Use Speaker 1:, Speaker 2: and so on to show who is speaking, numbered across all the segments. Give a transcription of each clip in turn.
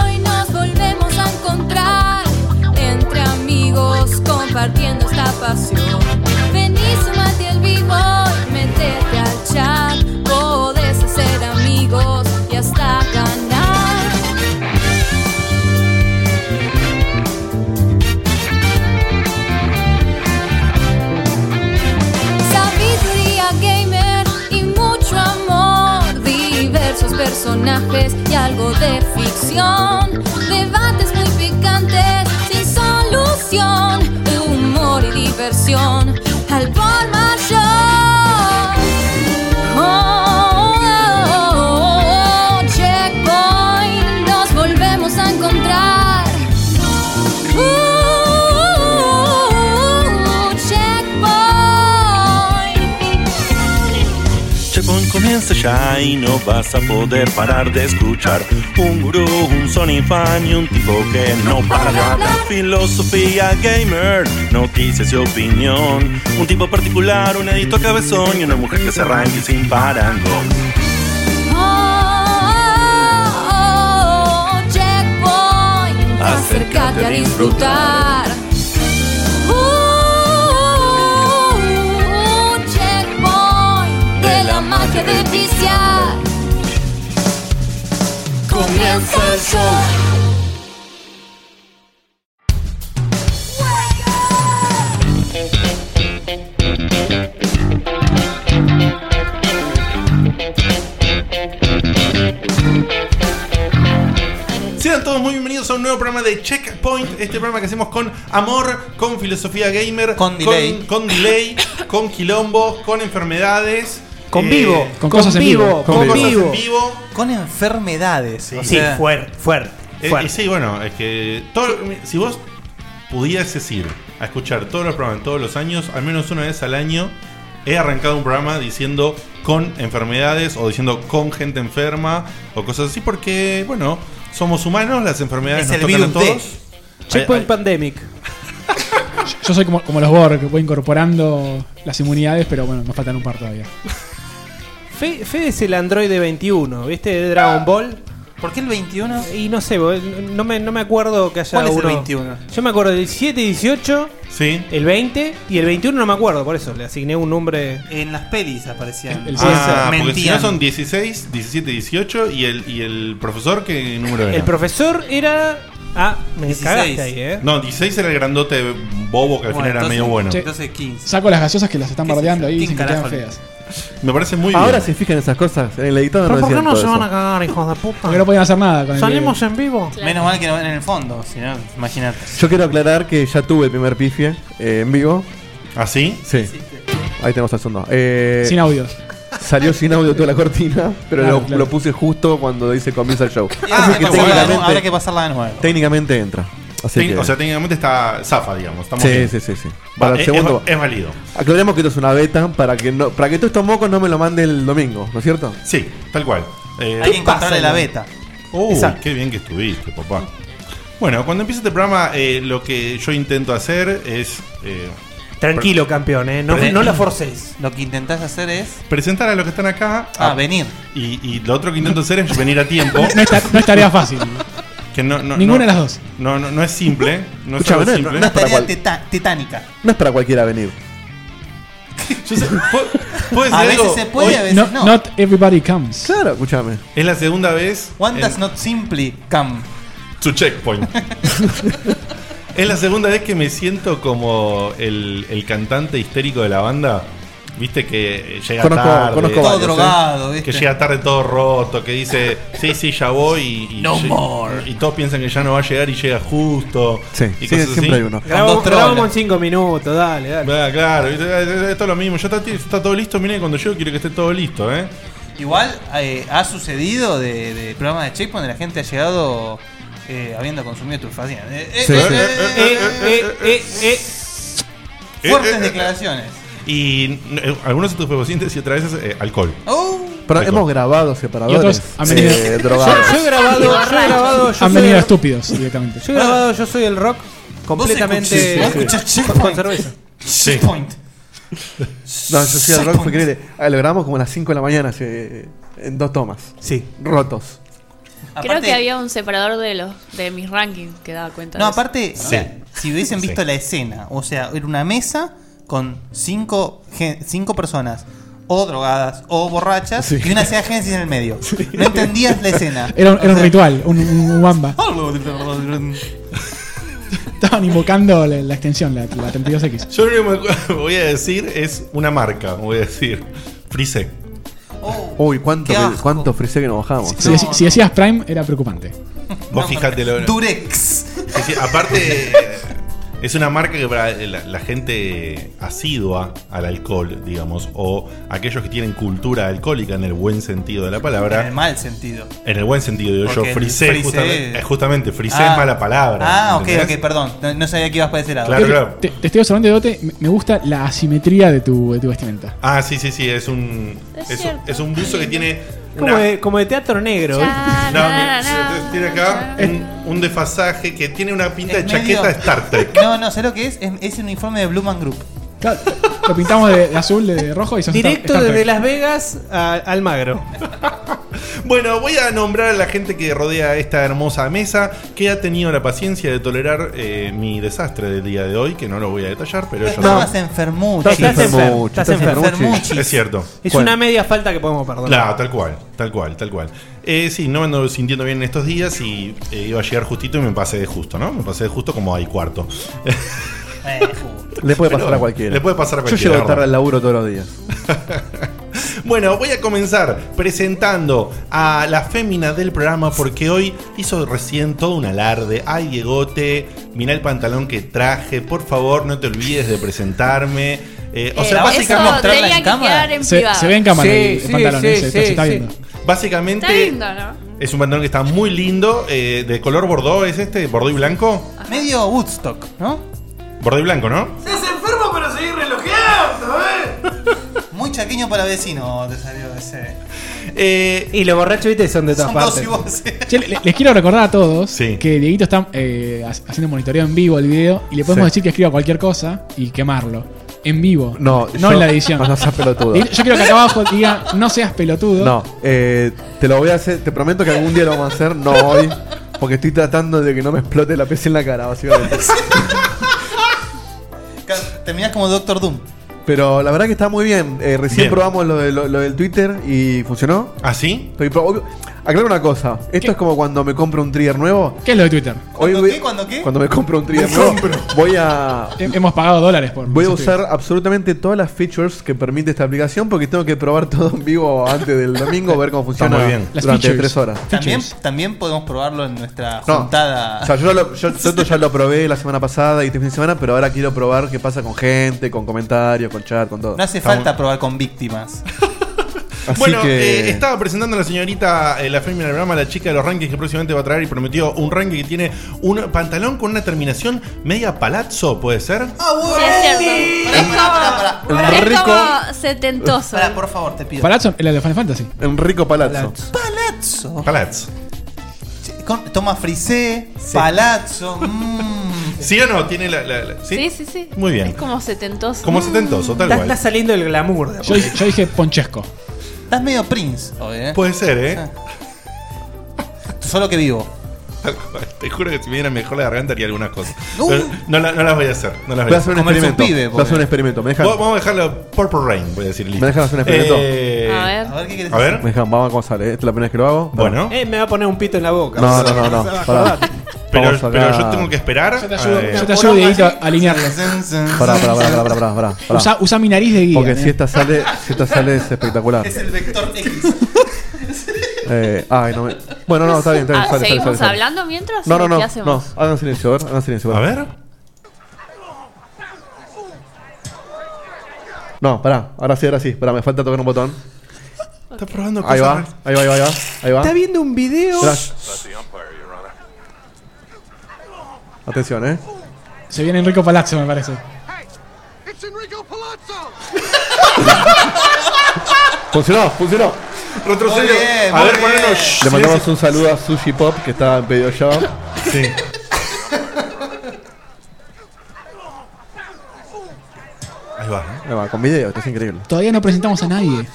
Speaker 1: Hoy nos volvemos a encontrar entre amigos compartiendo esta pasión. Vení, sumate al vivo y metete al chat. Podés hacer amigos y hasta ganar. Sabiduría gamer y mucho amor, diversos personajes y algo de ficción, debates muy picantes sin solución, humor y diversión al por mayor. Oh, oh, oh, oh, checkpoint, nos volvemos a encontrar. Uh, checkpoint.
Speaker 2: Checkpoint comienza ya y no vas a poder parar de escuchar Un gurú, un Sony fan y un tipo que no para de hablar Filosofía gamer, noticias y opinión Un tipo particular, un editor cabezón y una mujer que se arranque sin parangón
Speaker 1: Oh, oh, oh, oh, checkpoint. Acércate a disfrutar. Uh, uh, uh, checkpoint de la magia de viciar. Comienza el show.
Speaker 3: Sean todos muy bienvenidos a un nuevo programa de Checkpoint, este programa que hacemos con amor, con filosofía gamer,
Speaker 4: Con delay.
Speaker 3: con, con delay, con quilombos, con enfermedades,
Speaker 5: Con
Speaker 3: eh,
Speaker 5: vivo, con cosas en vivo, con
Speaker 3: con cosas
Speaker 5: vivo.
Speaker 3: en vivo.
Speaker 4: Con enfermedades. o
Speaker 5: Sí,
Speaker 4: sea,
Speaker 5: fuerte, fuerte,
Speaker 3: Eh, y
Speaker 5: fuerte.
Speaker 3: sí, bueno, es que todo- si vos pudieses ir a escuchar todos los programas en todos los años, al menos una vez al año, he arrancado un programa diciendo con enfermedades o diciendo con gente enferma o cosas así, porque, bueno, somos humanos, las enfermedades
Speaker 4: Es
Speaker 3: nos
Speaker 4: el
Speaker 3: tocan a
Speaker 4: virus de-
Speaker 3: todos.
Speaker 5: Checkpoint
Speaker 3: Ay,
Speaker 5: Pandemic.
Speaker 6: Yo soy como, como los Borg, que voy incorporando las inmunidades, pero bueno, nos faltan un par todavía.
Speaker 5: Fe- Fede es el androide 21, ¿viste? De Dragon Ball.
Speaker 4: ¿Por qué el 21?
Speaker 5: Y no sé, bo- no me, no me acuerdo que haya
Speaker 4: ¿Cuál es el
Speaker 5: uno-
Speaker 4: 21?
Speaker 5: Yo me acuerdo del 7, 18,
Speaker 3: ay, Sí.
Speaker 5: el 20 y el 21 no me acuerdo, por eso le asigné un nombre.
Speaker 4: En las pelis aparecían.
Speaker 6: El- el-
Speaker 3: Ah, porque si no
Speaker 4: Mentían.
Speaker 3: son 16, 17, 18 y el, y el profesor, ¿qué número era?
Speaker 5: El profesor era. Ah, me
Speaker 4: 16.
Speaker 5: cagaste ahí, ¿eh?
Speaker 3: no, 16 era el grandote bobo que al final era
Speaker 4: entonces-
Speaker 3: medio bueno.
Speaker 6: Che.
Speaker 4: Entonces 15.
Speaker 6: Saco las gaseosas que las están
Speaker 4: ¿Qué es
Speaker 6: bardeando
Speaker 4: eso?
Speaker 6: ahí y
Speaker 4: ¿Quién
Speaker 6: se me quedan
Speaker 4: carajo le-
Speaker 6: feas.
Speaker 3: Me parece muy
Speaker 7: Ahora
Speaker 3: bien.
Speaker 7: se fijan esas cosas. En el editor no
Speaker 5: ¿Pero por qué
Speaker 7: decían
Speaker 5: no
Speaker 7: todo
Speaker 5: se van a
Speaker 7: eso.
Speaker 5: cagar, hijos de puta?
Speaker 6: Porque no podían hacer nada con el
Speaker 5: ¿Salimos
Speaker 6: que-
Speaker 5: en vivo?
Speaker 4: Menos mal que no ven en el fondo, si no, imagínate.
Speaker 7: Yo quiero aclarar que ya tuve el primer pifie eh, en vivo.
Speaker 3: ¿Así?
Speaker 7: Sí. Ahí tenemos el segundo. Eh,
Speaker 6: sin audios.
Speaker 7: Salió sin audio toda la cortina, pero
Speaker 6: Claro,
Speaker 7: lo,
Speaker 6: claro.
Speaker 7: lo puse justo cuando dice comienza el show.
Speaker 4: Ah,
Speaker 7: Así que
Speaker 4: pasarla de nuevo, habrá que
Speaker 7: técnicamente,
Speaker 4: pasarla de nuevo.
Speaker 7: técnicamente entra. Así
Speaker 3: Tec-
Speaker 7: que-
Speaker 3: O sea, técnicamente está zafa, digamos. Estamos
Speaker 7: sí,
Speaker 3: bien.
Speaker 7: sí, sí, sí.
Speaker 3: Va,
Speaker 7: Para el
Speaker 3: es-
Speaker 7: segundo.
Speaker 3: es, es válido.
Speaker 7: Aclaremos que esto es una beta para que no, para que todos estos mocos no me lo mande el domingo, ¿no es cierto?
Speaker 3: Sí, tal cual. Eh,
Speaker 4: Hay que encontrarle
Speaker 5: pasa,
Speaker 4: la
Speaker 5: no?
Speaker 4: beta.
Speaker 3: uy,
Speaker 4: Exacto.
Speaker 3: qué bien que estuviste, papá. Bueno, cuando empieza este programa, eh, lo que yo intento hacer es eh,
Speaker 5: Tranquilo, campeón, ¿eh? No,
Speaker 3: Pero-
Speaker 5: no la forcéis.
Speaker 4: Lo que intentás hacer es.
Speaker 3: presentar a los que están acá.
Speaker 4: Ah,
Speaker 3: a-
Speaker 4: venir.
Speaker 3: y, y lo otro que intento hacer es venir a tiempo.
Speaker 6: No es, ta- no es tarea fácil.
Speaker 3: que no, no-
Speaker 6: Ninguna
Speaker 3: no-
Speaker 6: de las dos.
Speaker 3: No, no, no es simple. No es
Speaker 7: Escuchame,
Speaker 3: algo
Speaker 7: no es-
Speaker 3: simple.
Speaker 7: no
Speaker 4: Una
Speaker 7: es- para
Speaker 4: tarea
Speaker 7: cual-
Speaker 4: teta- titánica.
Speaker 7: No es para cualquiera venir.
Speaker 3: Yo sé- ¿puedo- puedo
Speaker 5: Pues
Speaker 3: decir
Speaker 4: A veces
Speaker 3: algo?
Speaker 4: se puede, a
Speaker 3: Hoy
Speaker 4: veces
Speaker 6: No,
Speaker 4: no.
Speaker 6: Not everybody comes.
Speaker 7: Claro, escúchame.
Speaker 3: Es la segunda vez.
Speaker 4: One does
Speaker 3: en-
Speaker 4: not simply come.
Speaker 3: To checkpoint. es la segunda vez que me siento como el, el cantante histérico de la banda. Viste que llega
Speaker 7: Conozco-
Speaker 3: tarde.
Speaker 7: conozco
Speaker 4: Todo
Speaker 7: varios, ¿eh?
Speaker 4: drogado,
Speaker 3: que
Speaker 4: ¿viste?
Speaker 3: llega tarde todo roto, que dice, sí, sí, ya voy y, y
Speaker 4: No
Speaker 3: lle-
Speaker 4: more.
Speaker 3: y todos piensan que ya no va a llegar y llega justo.
Speaker 7: Sí, sí,
Speaker 3: y cosas
Speaker 7: siempre
Speaker 3: así.
Speaker 7: hay uno.
Speaker 5: Grabamos,
Speaker 4: dos trolas.
Speaker 5: grabamos en 5 minutos, dale, dale.
Speaker 3: Ah, claro, y- eh, esto es lo mismo, ya está, está todo listo, miren, cuando llego quiero que esté todo listo, ¿eh?
Speaker 4: Igual eh, ha sucedido de, de programas de checkpoint donde la gente ha llegado eh, habiendo consumido turfacina. Eh, eh,
Speaker 7: Sí,
Speaker 4: eh,
Speaker 7: sí.
Speaker 4: eh,
Speaker 5: Eh,
Speaker 4: eh, eh,
Speaker 5: eh, eh, eh.
Speaker 3: eh,
Speaker 4: fuertes
Speaker 3: eh, eh.
Speaker 4: declaraciones.
Speaker 3: Y eh, algunos estupefacientes y otra vez es eh, alcohol.
Speaker 4: Oh,
Speaker 7: Pero
Speaker 3: Rico.
Speaker 7: hemos grabado
Speaker 6: Y otros
Speaker 7: separadores.
Speaker 6: han venido-
Speaker 7: eh,
Speaker 5: Yo,
Speaker 7: drogados.
Speaker 5: yo he grabado, yo he grabado, yo
Speaker 6: Han
Speaker 5: soy,
Speaker 6: venido
Speaker 5: el-
Speaker 6: estúpidos directamente. Ah.
Speaker 5: yo he grabado, yo soy el rock
Speaker 4: Vos
Speaker 5: completamente
Speaker 4: escuchás- vos escuchás
Speaker 5: con- con
Speaker 4: Checkpoint.
Speaker 5: cerveza.
Speaker 4: checkpoint.
Speaker 7: No, yo soy el rock, fue increíble. Ah, lo grabamos como a las 5 de la mañana. Hace En dos tomas.
Speaker 5: Sí.
Speaker 7: Rotos.
Speaker 8: Creo que había un separador de los de mis rankings que daba cuenta.
Speaker 4: No,
Speaker 8: de eso.
Speaker 4: aparte, si hubiesen visto la escena, o sea, era una mesa con cinco, gen- cinco personas, o drogadas, o borrachas, y una sea Génesis en el medio. No entendías la escena.
Speaker 6: Era, un- era
Speaker 4: O
Speaker 6: un
Speaker 4: sea,
Speaker 6: ritual, un, un- un wamba. Estaban invocando la, la extensión, la, la 32X.
Speaker 3: Yo lo único que voy a decir es una marca, voy a decir. Freesec.
Speaker 7: Oh. Uy, ¿cuánto,
Speaker 3: qué
Speaker 7: que-
Speaker 3: asco.
Speaker 7: cuánto frisé que nos bajamos?
Speaker 6: Si, dec- si decías Prime, era preocupante.
Speaker 3: Vos fijate lo.
Speaker 4: Durex.
Speaker 3: aparte, es una marca que para la, la gente asidua al alcohol, digamos, o aquellos que tienen cultura alcohólica en el buen sentido de la palabra.
Speaker 4: En el mal sentido.
Speaker 3: En el buen sentido, digo
Speaker 4: Porque
Speaker 3: yo,
Speaker 4: el
Speaker 3: frisé,
Speaker 4: frisé-
Speaker 3: justamente, eh, justamente, frisé
Speaker 4: Ah.
Speaker 3: es mala palabra.
Speaker 4: Ah, ok,
Speaker 3: ¿entendés?
Speaker 4: ok, perdón. No, no sabía que ibas para ese lado.
Speaker 3: Claro, claro.
Speaker 6: Eh, Te, te estoy observando, Dote. me- Me gusta la asimetría de tu, de tu vestimenta.
Speaker 3: Ah, sí, sí, sí, es un es, un- es un buzo que tiene
Speaker 5: Como
Speaker 3: una-
Speaker 5: de, como de teatro negro.
Speaker 3: No, mira, tiene acá un, un desfasaje que tiene una pinta de chaqueta de Star Trek.
Speaker 4: No, no, sé lo que es? Es, es un uniforme de Blue Man Group.
Speaker 6: Claro, lo pintamos de, de azul, de, de rojo y sos
Speaker 5: Directo
Speaker 6: Star- Star
Speaker 5: desde
Speaker 6: Trek.
Speaker 5: Las Vegas a Almagro.
Speaker 3: Bueno, voy a nombrar a la gente que rodea esta hermosa mesa, que ha tenido la paciencia de tolerar eh, mi desastre del día de hoy, que no lo voy a detallar, pero ellos
Speaker 4: Estabas enfermuchi.
Speaker 5: Estás enfermo, estás enfermo.
Speaker 3: Es cierto.
Speaker 5: Es una media falta que podemos perdonar.
Speaker 3: Claro, tal cual, tal cual, tal cual. Eh, sí, no me ando sintiendo bien en estos días y eh, iba a llegar justito y me pasé de justo, ¿no? Me pasé de justo como hay cuarto.
Speaker 5: Eh,
Speaker 7: Le puede
Speaker 3: Pero
Speaker 7: pasar a cualquiera.
Speaker 3: Le puede pasar a cualquiera.
Speaker 7: Yo llego tarde
Speaker 3: ¿verdad?
Speaker 7: al laburo todos los días.
Speaker 3: Bueno, voy a comenzar presentando a la fémina del programa porque hoy hizo recién todo un alarde. Ay, Diegote, mirá el pantalón que traje. Por favor, no te olvides de presentarme. Eh, o
Speaker 8: Eh,
Speaker 3: sea,
Speaker 8: eso
Speaker 3: básicamente.
Speaker 8: tenía que quedar en
Speaker 6: Se,
Speaker 8: privado.
Speaker 6: se ve en cámara
Speaker 7: Sí,
Speaker 6: el, el
Speaker 7: sí,
Speaker 6: pantalón
Speaker 7: sí,
Speaker 6: ese,
Speaker 7: sí,
Speaker 6: está- se está
Speaker 7: sí.
Speaker 6: viendo.
Speaker 3: Básicamente
Speaker 8: Está lindo, ¿no?
Speaker 3: es un pantalón que está muy lindo. eh, de color bordó, ¿es este? ¿Bordó y blanco?
Speaker 4: Medio Woodstock, ¿no?
Speaker 3: Bordó y blanco, ¿no?
Speaker 4: Estás enfermo, pero seguís relojeando, ¿eh? Muy chaqueño para vecino te salió ese.
Speaker 5: Y los borrachos, viste, son de todas
Speaker 4: Eh, Son dos
Speaker 5: partes.
Speaker 4: y vos.
Speaker 6: Che, le- les quiero recordar a todos que Dieguito está eh, ha- haciendo monitoreo en vivo el video y le podemos
Speaker 7: Sí.
Speaker 6: decir que escriba cualquier cosa y quemarlo. En vivo.
Speaker 7: No,
Speaker 6: No
Speaker 7: yo-
Speaker 6: en la edición.
Speaker 7: No, no seas pelotudo.
Speaker 6: Dieguito, Yo quiero que acá abajo diga, no seas pelotudo.
Speaker 7: No, eh, te lo voy a hacer. Te prometo que algún día lo vamos a hacer. No hoy. Porque estoy tratando de que no me explote la PC en la cara, básicamente.
Speaker 4: Terminás como Doctor Doom.
Speaker 7: Pero la verdad que está muy bien. Eh, recién
Speaker 3: Bien.
Speaker 7: probamos lo, de- lo- lo del Twitter y funcionó.
Speaker 3: ¿Ah, sí?
Speaker 7: Estoy pro- obvio- Aclaro una cosa. Esto es como cuando me compro un trigger nuevo.
Speaker 6: ¿Qué es lo de Twitter?
Speaker 7: Hoy
Speaker 4: ¿Cuándo
Speaker 7: voy-
Speaker 4: qué? ¿Cuándo qué?
Speaker 7: Cuando me compro un trigger nuevo, voy a
Speaker 6: Hem- Hemos pagado dólares por.
Speaker 7: Voy a
Speaker 6: ese
Speaker 7: usar absolutamente todas las features que permite esta aplicación porque tengo que probar todo en vivo antes del domingo, ver cómo funciona
Speaker 3: muy bien.
Speaker 6: Las
Speaker 7: durante
Speaker 6: features.
Speaker 7: tres horas.
Speaker 4: También, también podemos probarlo en nuestra
Speaker 7: No,
Speaker 4: juntada.
Speaker 7: o sea, yo, lo- yo- yo esto ya lo probé la semana pasada y este fin de semana, pero ahora quiero probar qué pasa con gente, con comentarios, con chat, con todo.
Speaker 4: no hace
Speaker 7: Está
Speaker 4: falta probar con víctimas.
Speaker 7: Así
Speaker 3: bueno,
Speaker 7: que-
Speaker 3: eh, estaba presentando a la señorita, eh, la fémina del programa, la chica de los rankings que próximamente va a traer y prometió un ranking que tiene un pantalón con una terminación media palazzo, ¿puede ser?
Speaker 4: Ah,
Speaker 8: Sí, es cierto.
Speaker 4: Pará,
Speaker 8: Es como,
Speaker 7: pará.
Speaker 8: es
Speaker 7: Rico.
Speaker 8: como setentoso.
Speaker 4: Pará, por favor, te pido.
Speaker 6: Palazzo, el de Final Fantasy.
Speaker 7: Enrico Palazzo.
Speaker 4: Palazzo.
Speaker 3: Palazzo.
Speaker 4: Con- Toma frisé, palazzo. mm.
Speaker 3: ¿Sí o no? Tiene la. la- la- ¿sí?
Speaker 8: Sí, sí, sí.
Speaker 3: Muy bien.
Speaker 8: Es como setentoso.
Speaker 3: Como setentoso, tal
Speaker 5: Está, está
Speaker 3: cual.
Speaker 5: saliendo el glamour. de a
Speaker 6: Yo,
Speaker 5: poco.
Speaker 6: yo dije Ponchesco.
Speaker 4: Estás medio Prince hoy, ¿eh?
Speaker 3: Puede ser, ¿eh?
Speaker 4: Solo que vivo.
Speaker 3: Tal cual. Te juro que si me viera mejor la garganta haría algunas cosas.
Speaker 4: No.
Speaker 3: Pero No, la- no las voy a hacer. No las
Speaker 7: Voy
Speaker 3: voy a
Speaker 7: a hacer
Speaker 3: hacer.
Speaker 7: un
Speaker 4: Comerse un
Speaker 7: experimento.
Speaker 4: pibe,
Speaker 7: voy a hacer un
Speaker 4: porque-
Speaker 7: experimento. ¿Me dejan?
Speaker 3: Vamos vamos a dejarlo Purple Rain, voy a decir listo.
Speaker 7: ¿Me dejan hacer un experimento?
Speaker 3: Eh,
Speaker 8: A ver.
Speaker 4: A ver qué quieres
Speaker 3: A ver.
Speaker 7: ¿Me dejan? Vamos a comenzar. ¿eh? Esta es la primera vez que lo hago.
Speaker 3: Bueno.
Speaker 5: Eh, me va a poner un pito en la boca.
Speaker 7: No, no, no, no. Pará.
Speaker 3: Pero,
Speaker 7: Vamos acá.
Speaker 3: pero yo tengo que esperar.
Speaker 6: Yo te ayudo,
Speaker 3: eh,
Speaker 6: yo te ayudo, Dieguito, a alinearlo.
Speaker 7: Pará, pará, pará, pará, pará, pará, pará.
Speaker 6: Usa, usa mi nariz de guía. eh.
Speaker 7: Porque
Speaker 6: nene.
Speaker 7: si esta sale, si esta sale es espectacular.
Speaker 4: Es el vector X.
Speaker 7: Eh, ay, no me... Bueno, no, está bien, está bien.
Speaker 8: Ah,
Speaker 7: sale, sale,
Speaker 8: ¿Seguimos
Speaker 7: sale, sale.
Speaker 8: hablando mientras?
Speaker 7: No,
Speaker 8: ¿O
Speaker 7: no,
Speaker 8: ¿Qué
Speaker 7: no. No,
Speaker 8: hacemos?
Speaker 7: hagan silencio, a ver, hagan silencio.
Speaker 3: a
Speaker 7: ver.
Speaker 3: ver.
Speaker 7: No, pará, ahora sí, ahora sí. Pará, me falta tocar un botón.
Speaker 3: Está probando
Speaker 7: Ahí va,
Speaker 3: cosas.
Speaker 7: ahí va, ahí va, ahí va. Ahí va.
Speaker 5: Está viendo un video.
Speaker 7: Flash. Atención, eh.
Speaker 6: Se viene Enrico Palazzo, me parece.
Speaker 7: Funcionó, funcionó.
Speaker 3: Retrocedo.
Speaker 4: Muy bien,
Speaker 3: A
Speaker 4: muy
Speaker 3: ver,
Speaker 4: bien.
Speaker 3: ponernos.
Speaker 7: Le mandamos un saludo a Sushi Pop que estaba en pedido ya.
Speaker 3: Sí. Ahí va.
Speaker 7: Ahí va, con video, esto es increíble.
Speaker 6: Todavía no presentamos a nadie.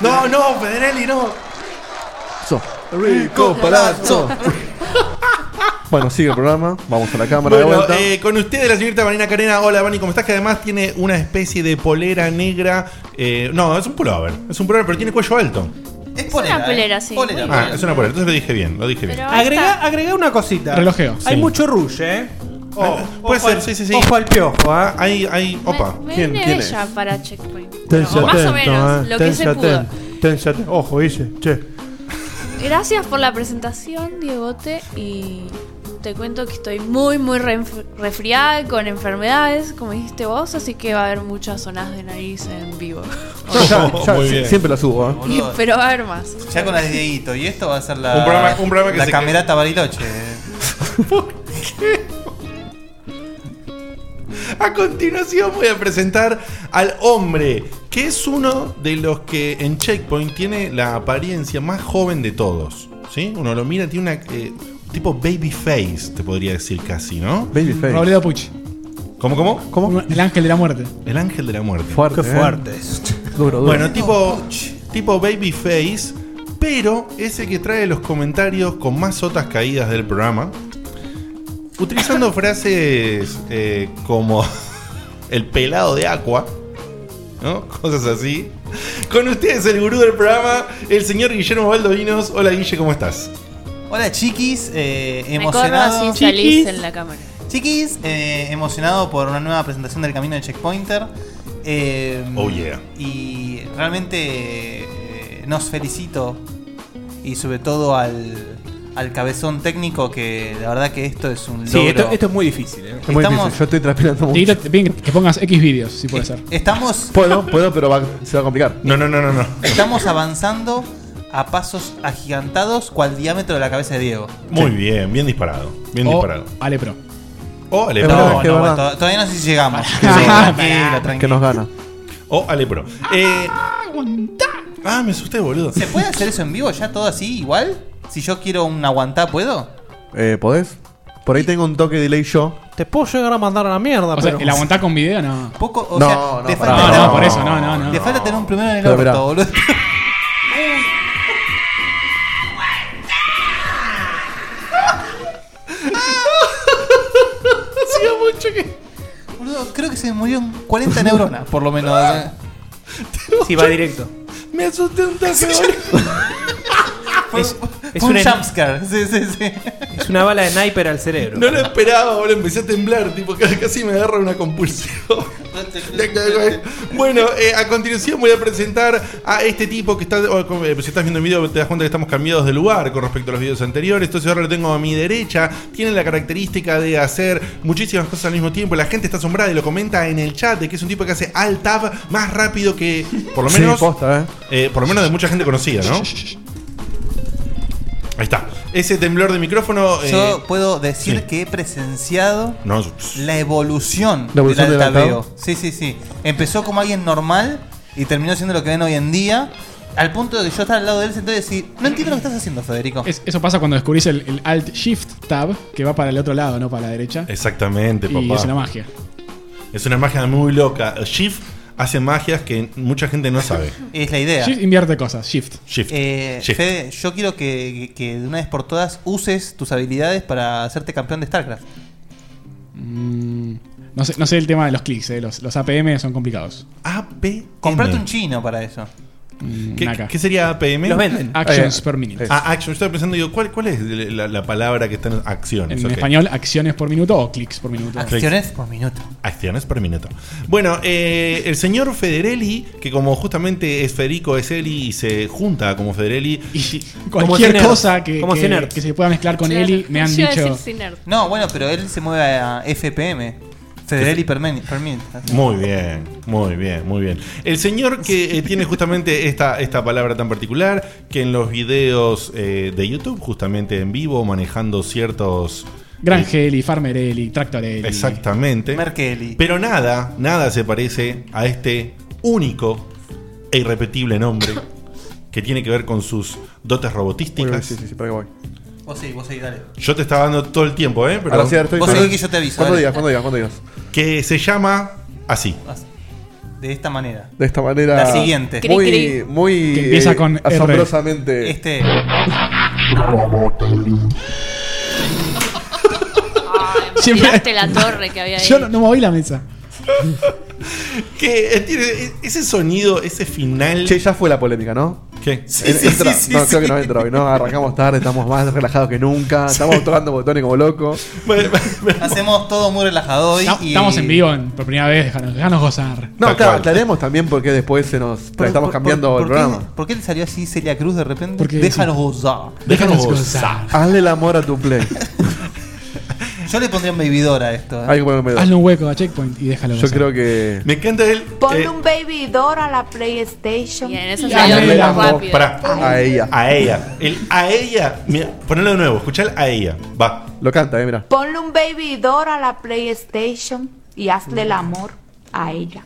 Speaker 2: No, no, Federelli, no.
Speaker 7: So, rico palazzo. bueno, sigue el programa. Vamos a la cámara de
Speaker 3: Bueno,
Speaker 7: vuelta.
Speaker 3: eh, con ustedes la señorita Marina Carena. Hola, Vani, ¿cómo estás? Que además tiene una especie de polera negra. eh, no, es un pullover. Es un pullover, pero tiene cuello alto.
Speaker 4: Es eh.
Speaker 8: polera, una polera, sí. Muy
Speaker 3: Ah, es una polera. Entonces lo dije bien, lo dije bien.
Speaker 8: Pero
Speaker 5: Agrega, agrega una cosita.
Speaker 3: Relojeo.
Speaker 5: Hay
Speaker 3: Sí.
Speaker 5: mucho ruge, ¿eh?
Speaker 3: Oh, puede ser, sí, sí, sí.
Speaker 5: Ojo al piojo, ¿ah?
Speaker 3: Hay, hay. Opa.
Speaker 8: Me
Speaker 3: ¿Quién,
Speaker 8: vine
Speaker 3: quién es?
Speaker 8: ella para Checkpoint.
Speaker 9: Tense
Speaker 8: Más
Speaker 9: atento,
Speaker 8: o menos,
Speaker 9: eh.
Speaker 8: lo que
Speaker 9: Tense
Speaker 8: se pudo.
Speaker 9: atento. Tense atento. Ojo, dice. Che.
Speaker 8: Gracias por la presentación, Diegote, y te cuento que estoy muy, muy reenf- resfriada y con enfermedades, como dijiste vos, así que va a haber muchas zonas de nariz en vivo.
Speaker 7: Ya, ya,
Speaker 3: Muy
Speaker 7: si-
Speaker 3: bien.
Speaker 7: Siempre la subo, ¿eh?
Speaker 4: Boludo.
Speaker 8: Pero va a haber más.
Speaker 4: Ya con la de Dieguito, y esto va a ser la.
Speaker 3: Un programa- un programa que
Speaker 4: La
Speaker 3: se-
Speaker 4: camerata Bariloche.
Speaker 3: A continuación voy a presentar al hombre, que es uno de los que en Checkpoint tiene la apariencia más joven de todos. ¿Sí? Uno lo mira, tiene una. eh, tipo baby face, te podría decir casi, ¿no?
Speaker 7: Babyface.
Speaker 6: Robledo Puch.
Speaker 3: ¿Cómo, cómo?
Speaker 7: ¿Cómo?
Speaker 6: El ángel de la muerte.
Speaker 3: El ángel de la muerte.
Speaker 7: Fuerte. ¿eh? Duro, duro.
Speaker 3: Bueno, tipo, tipo Babyface, pero es el que trae los comentarios con más sotas caídas del programa. Utilizando frases eh, como el pelado de Aqua, ¿no? Cosas así. Con ustedes el gurú del programa, el señor Guillermo Baldovinos. Hola Guille, ¿cómo estás?
Speaker 4: Hola, chiquis. Eh,
Speaker 8: Me corro así
Speaker 4: emocionado.
Speaker 8: feliz en la cámara.
Speaker 4: Chiquis, eh, emocionado por una nueva presentación del camino de Checkpointer. Eh,
Speaker 3: Oh, yeah.
Speaker 4: Y realmente eh, nos felicito. Y sobre todo al, al cabezón técnico, que la verdad que esto es un logro.
Speaker 5: Sí, esto, esto es muy difícil, ¿eh?
Speaker 7: Es muy
Speaker 4: estamos-
Speaker 7: difícil, Yo estoy transpirando mucho.
Speaker 6: Dieguito, te piden que pongas X vídeos, si puede ser.
Speaker 4: Estamos,
Speaker 7: Puedo, puedo, pero va- se va a complicar.
Speaker 3: No, no, no, no, no.
Speaker 4: estamos avanzando a pasos agigantados, cual diámetro de la cabeza de Diego.
Speaker 3: Muy bien, bien disparado. Bien
Speaker 6: O
Speaker 3: disparado.
Speaker 6: Ale Pro.
Speaker 3: O
Speaker 7: Es
Speaker 3: Alepro.
Speaker 7: verdad
Speaker 4: No,
Speaker 7: que
Speaker 4: no,
Speaker 7: verdad.
Speaker 4: to- todavía no sé si llegamos. Sí,
Speaker 6: Ah,
Speaker 4: tranquilo,
Speaker 7: Que
Speaker 4: tranquilo.
Speaker 7: nos gana.
Speaker 3: O Alepro. Eh, ah, me asusté, boludo.
Speaker 4: ¿Se puede hacer eso en vivo ya todo así igual? Si yo quiero un aguantá, ¿puedo?
Speaker 7: Eh, ¿Podés? Por ahí tengo un toque de delay yo.
Speaker 5: Te puedo llegar a mandar a la mierda,
Speaker 6: O sea,
Speaker 5: pero.
Speaker 6: ¿el aguantá con video? No.
Speaker 4: Poco, o
Speaker 7: No,
Speaker 4: sea,
Speaker 7: no,
Speaker 4: te
Speaker 7: pará.
Speaker 4: falta,
Speaker 6: No,
Speaker 7: No.
Speaker 6: no, por eso, no, no, no.
Speaker 4: te falta tener un primero en el
Speaker 7: Pero
Speaker 4: orto,
Speaker 7: mirá.
Speaker 4: boludo. Boludo, creo que se me murieron 40 neuronas, por lo menos. eh.
Speaker 5: Sí, va directo.
Speaker 3: Me asusté un toque,
Speaker 4: Fue-
Speaker 5: Es-
Speaker 4: fue
Speaker 5: es
Speaker 4: un
Speaker 5: una-
Speaker 4: jumpscare. Sí, sí, sí.
Speaker 5: Es una bala de sniper al cerebro.
Speaker 3: No lo esperaba, ahora empecé a temblar, tipo, ca- casi me agarra una compulsión. bueno, eh, a continuación voy a presentar a este tipo que está. o, como, eh, Si estás viendo el video, te das cuenta que estamos cambiados de lugar con respecto a los videos anteriores. Entonces ahora lo tengo a mi derecha. Tiene la característica de hacer muchísimas cosas al mismo tiempo. La gente está asombrada y lo comenta en el chat de que es un tipo que hace alt tab más rápido que. Por lo menos.
Speaker 7: sí, posta, ¿eh?
Speaker 3: Eh, por lo menos de mucha gente conocida, ¿no? Ahí está. Ese temblor de micrófono. eh,
Speaker 4: Yo puedo decir
Speaker 3: sí.
Speaker 4: que he presenciado
Speaker 3: no,
Speaker 4: la evolución,
Speaker 7: ¿La evolución
Speaker 4: del
Speaker 7: del
Speaker 4: altabeo.
Speaker 7: altaveo?
Speaker 4: Sí, sí, sí. Empezó como alguien normal y terminó siendo lo que ven hoy en día. Al punto de que yo estar al lado de él sentado y decir, no entiendo lo que estás haciendo, Federico.
Speaker 6: Es- eso pasa cuando descubrís el, el Alt Shift Tab, que va para el otro lado, no para la derecha.
Speaker 3: Exactamente, papá.
Speaker 6: y es una magia.
Speaker 3: magia muy loca. Shift hace magias que mucha gente no sabe.
Speaker 4: Es la idea.
Speaker 6: Shift invierte cosas, Shift.
Speaker 3: Shift.
Speaker 4: Eh,
Speaker 3: Shift.
Speaker 4: Fede, yo quiero que, que de una vez por todas uses tus habilidades para hacerte campeón de StarCraft.
Speaker 6: Mm, no, sé, no sé el tema de los clics, eh, los, los APM son complicados.
Speaker 3: APM.
Speaker 4: Comprate un chino para eso.
Speaker 6: Mm,
Speaker 3: Ah, ¿Qué,
Speaker 6: naca.
Speaker 3: qué sería APM?
Speaker 5: Los venden.
Speaker 6: Actions
Speaker 7: Eh,
Speaker 6: per minute.
Speaker 7: eh,
Speaker 3: Ah, action. Yo estaba pensando, digo, ¿cuál, cuál es la, la palabra que está en
Speaker 6: en
Speaker 3: acciones? Ok.
Speaker 6: español, acciones por minuto o clics por minuto.
Speaker 4: Acciones por minuto.
Speaker 3: Acciones por minuto. Bueno, eh, el señor Federelli, que como justamente es Federico, es él y se junta como Federelli.
Speaker 6: Y
Speaker 5: Como
Speaker 6: cualquier
Speaker 5: Sinner.
Speaker 6: cosa que,
Speaker 5: Como
Speaker 6: que-
Speaker 5: Sinner.
Speaker 6: que se pueda mezclar con
Speaker 8: Sí,
Speaker 6: Eli, me han
Speaker 8: yo iba a
Speaker 6: dicho.
Speaker 8: decir sin nerd.
Speaker 4: No, bueno, pero él se mueve a FPM. Federelli per min- per minute.
Speaker 3: Muy bien, muy bien, muy bien. El señor que eh, tiene justamente esta, esta palabra tan particular, que en los videos eh, de YouTube, justamente en vivo, manejando ciertos...
Speaker 6: Grange Eli, Farmer Eli, Tractor Eli.
Speaker 3: Exactamente.
Speaker 4: Merkelli.
Speaker 3: Pero nada, nada se parece a este único e irrepetible nombre que tiene que ver con sus
Speaker 7: Muy
Speaker 3: dotes
Speaker 7: bien,
Speaker 3: robotísticas.
Speaker 7: sí, sí, sí, para que voy.
Speaker 4: Vos sí, vos sí, dale.
Speaker 3: Yo te estaba dando todo el tiempo, ¿eh? Pero
Speaker 7: Ahora sí, ahora estoy.
Speaker 4: Vos
Speaker 7: estoy-
Speaker 4: seguí que yo te aviso,
Speaker 7: Cuando
Speaker 4: dale.
Speaker 7: digas, cuando digas, cuando digas.
Speaker 3: que se llama así.
Speaker 4: de esta manera.
Speaker 7: De esta manera.
Speaker 4: La siguiente.
Speaker 7: Muy, muy.
Speaker 4: Que empieza con R.
Speaker 7: Asombrosamente.
Speaker 4: Este.
Speaker 6: Siempre-
Speaker 8: Tiraste la torre que había ahí.
Speaker 6: Yo no, no moví la mesa.
Speaker 3: Que eh, tiene e- ese sonido, ese final.
Speaker 7: Che, ya fue la polémica, ¿no?
Speaker 3: ¿Qué?
Speaker 7: En- entra- no, creo que no entra hoy, ¿no? Arrancamos tarde, estamos más relajados que nunca, estamos tocando botones como locos.
Speaker 4: Hacemos todo muy relajado hoy.
Speaker 6: Estamos-
Speaker 4: y-
Speaker 6: Estamos en vivo en- por primera vez, déjanos, déjanos gozar.
Speaker 7: No, claro,
Speaker 4: Tal cual.
Speaker 7: aclaremos también porque después se nos.
Speaker 4: Por-
Speaker 7: estamos
Speaker 4: por-
Speaker 7: cambiando
Speaker 4: por-
Speaker 7: el
Speaker 4: ¿por qué-
Speaker 7: programa.
Speaker 4: ¿Por qué le salió así Celia Cruz de repente?
Speaker 7: Porque-
Speaker 4: Déjanos gozar.
Speaker 7: Déjanos gozar. Hazle el amor a tu play.
Speaker 4: Yo le pondría un bebidor a esto. ¿eh?
Speaker 7: Hay que poner un bebidor.
Speaker 6: Hazle un hueco a Checkpoint y déjalo.
Speaker 7: Yo creo que.
Speaker 3: Me encanta él.
Speaker 10: Ponle un baby door a la PlayStation. Y en
Speaker 8: eso
Speaker 3: Pará.
Speaker 7: A ella.
Speaker 3: A ella. El a ella. Mira, ponelo de nuevo. Escuchá el a ella. Va.
Speaker 7: Lo canta, eh, mira.
Speaker 10: Ponle un baby door a la PlayStation y hazle el amor a ella.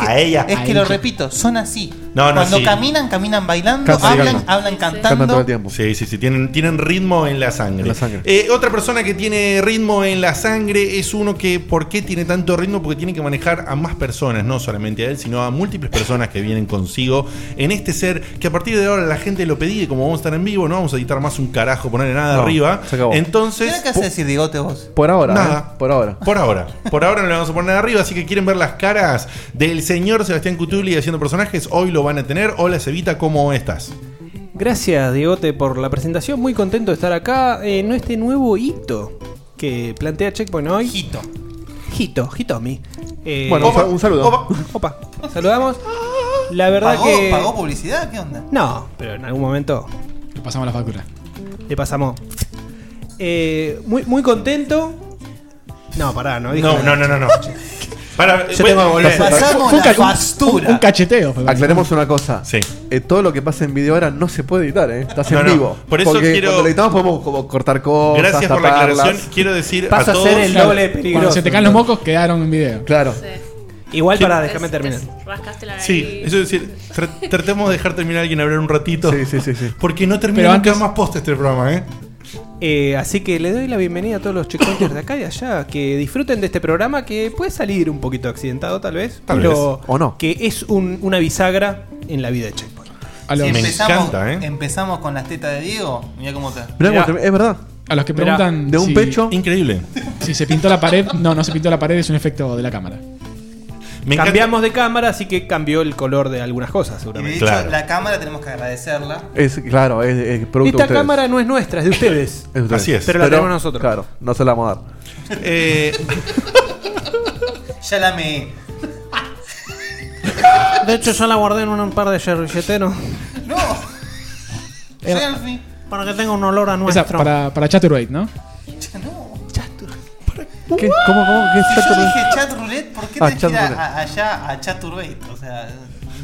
Speaker 3: a ella.
Speaker 4: Es que lo repito, son así.
Speaker 3: No, no,
Speaker 4: Cuando
Speaker 3: sí.
Speaker 4: caminan, caminan bailando,
Speaker 3: Cantan,
Speaker 4: hablan,
Speaker 3: cantan.
Speaker 4: hablan
Speaker 3: Cantan todo
Speaker 4: cantando.
Speaker 3: el tiempo. Sí, sí, sí. Tienen, tienen ritmo en la sangre.
Speaker 7: la sangre.
Speaker 3: Eh, otra persona que tiene ritmo en la sangre es uno que, ¿por qué tiene tanto ritmo? Porque tiene que manejar a más personas, no solamente a él, sino a múltiples personas que vienen consigo en este ser que a partir de ahora la gente lo pedí, y como vamos a estar en vivo, no vamos a editar más un carajo, ponerle nada
Speaker 7: No,
Speaker 3: arriba.
Speaker 7: se acabó.
Speaker 3: Entonces.
Speaker 4: ¿Qué haces decir, Digote, vos?
Speaker 7: Por ahora,
Speaker 3: Nada.
Speaker 7: ¿eh? Por ahora.
Speaker 3: Por ahora. Por ahora no le vamos a poner arriba, así que quieren ver las caras del señor Sebastián Cutuli haciendo personajes, hoy lo van a tener. Hola, Cevita, ¿cómo estás?
Speaker 5: Gracias, Diegote, por la presentación. Muy contento de estar acá en este nuevo hito que plantea Checkpoint hoy.
Speaker 4: Hito.
Speaker 5: Hito, Hitomi. Eh,
Speaker 7: Bueno, un sa- un saludo.
Speaker 5: Opa, saludamos. La verdad
Speaker 4: ¿Pagó,
Speaker 5: que.
Speaker 4: ¿Pagó publicidad? ¿Qué onda?
Speaker 5: No, pero en algún momento
Speaker 6: Le pasamos la factura.
Speaker 5: le pasamos. Eh, muy, muy contento. No, pará, no dije
Speaker 3: No,
Speaker 5: nada.
Speaker 3: no, no, no. no. Para,
Speaker 5: Yo tengo que volver.
Speaker 4: Pasamos la factura.
Speaker 6: Un cacheteo. fue.
Speaker 7: Aclaremos una cosa.
Speaker 3: Sí.
Speaker 7: Eh, todo lo que pasa en video ahora no se puede editar, ¿eh? Estás
Speaker 3: No,
Speaker 7: en
Speaker 3: no.
Speaker 7: vivo.
Speaker 3: Por eso
Speaker 7: Porque
Speaker 3: quiero-
Speaker 7: Cuando lo editamos podemos como cortar cosas.
Speaker 3: Gracias por la
Speaker 7: taparlas.
Speaker 3: aclaración. Quiero decir
Speaker 5: Pasa
Speaker 3: a
Speaker 5: a
Speaker 3: todos.
Speaker 5: ser el doble de peligroso.
Speaker 6: Cuando se te caen los mocos, quedaron en video.
Speaker 7: Claro.
Speaker 5: Igual,
Speaker 3: Sí.
Speaker 5: pará, déjame terminar.
Speaker 8: Rascaste la nariz.
Speaker 3: Sí, eso es decir, tra- tratemos de dejar terminar a alguien hablar un ratito.
Speaker 7: Sí, sí, sí, sí.
Speaker 3: Porque no termina
Speaker 6: Pero
Speaker 3: nunca
Speaker 6: antes-
Speaker 3: más post este programa, ¿eh?
Speaker 5: Eh, así que le doy la bienvenida a todos los checkpointers de acá y allá. Que disfruten de este programa que puede salir un poquito accidentado, tal vez.
Speaker 3: Tal
Speaker 5: pero
Speaker 7: vez, o no.
Speaker 5: Que es un- una bisagra en la vida de Checkpoint.
Speaker 6: A los,
Speaker 4: Si
Speaker 3: Me
Speaker 4: empezamos,
Speaker 3: encanta, ¿eh?
Speaker 4: empezamos con las tetas de Diego, mira cómo está.
Speaker 7: Mirá cómo
Speaker 5: Mirá.
Speaker 7: termina- es verdad.
Speaker 6: a los que
Speaker 5: Mirá,
Speaker 6: preguntan
Speaker 7: De un
Speaker 6: si-
Speaker 7: pecho.
Speaker 3: Increíble.
Speaker 6: si se pintó la pared. No, no se pintó la pared, es un efecto de la cámara.
Speaker 3: Me encanta-
Speaker 5: Cambiamos de cámara, así que cambió el color de algunas cosas,
Speaker 4: Y de
Speaker 5: seguramente.
Speaker 4: hecho,
Speaker 3: Claro.
Speaker 4: la cámara tenemos que agradecerla.
Speaker 7: Es, claro, es, es producto de
Speaker 5: Esta
Speaker 7: ustedes.
Speaker 5: cámara no es nuestra, es de ustedes.
Speaker 7: Es de ustedes.
Speaker 3: Así es.
Speaker 5: Pero la tenemos nosotros.
Speaker 7: Claro, no se la vamos a dar.
Speaker 3: Eh,
Speaker 4: Ya la me.
Speaker 5: De hecho, yo la guardé en un par de servilleteros
Speaker 4: ¡No! Selfie.
Speaker 5: para que tenga un olor a
Speaker 6: Esa para, para Chaturate, ¿no?
Speaker 4: Che, No.
Speaker 7: ¿Qué? ¿Cómo, cómo? ¿Qué es
Speaker 4: Si
Speaker 7: Chaturate?
Speaker 4: yo dije chat roulette, ¿por qué
Speaker 7: Ah,
Speaker 4: te
Speaker 7: chat
Speaker 4: gira
Speaker 7: roulette.
Speaker 4: a- allá a chat turbate? O sea,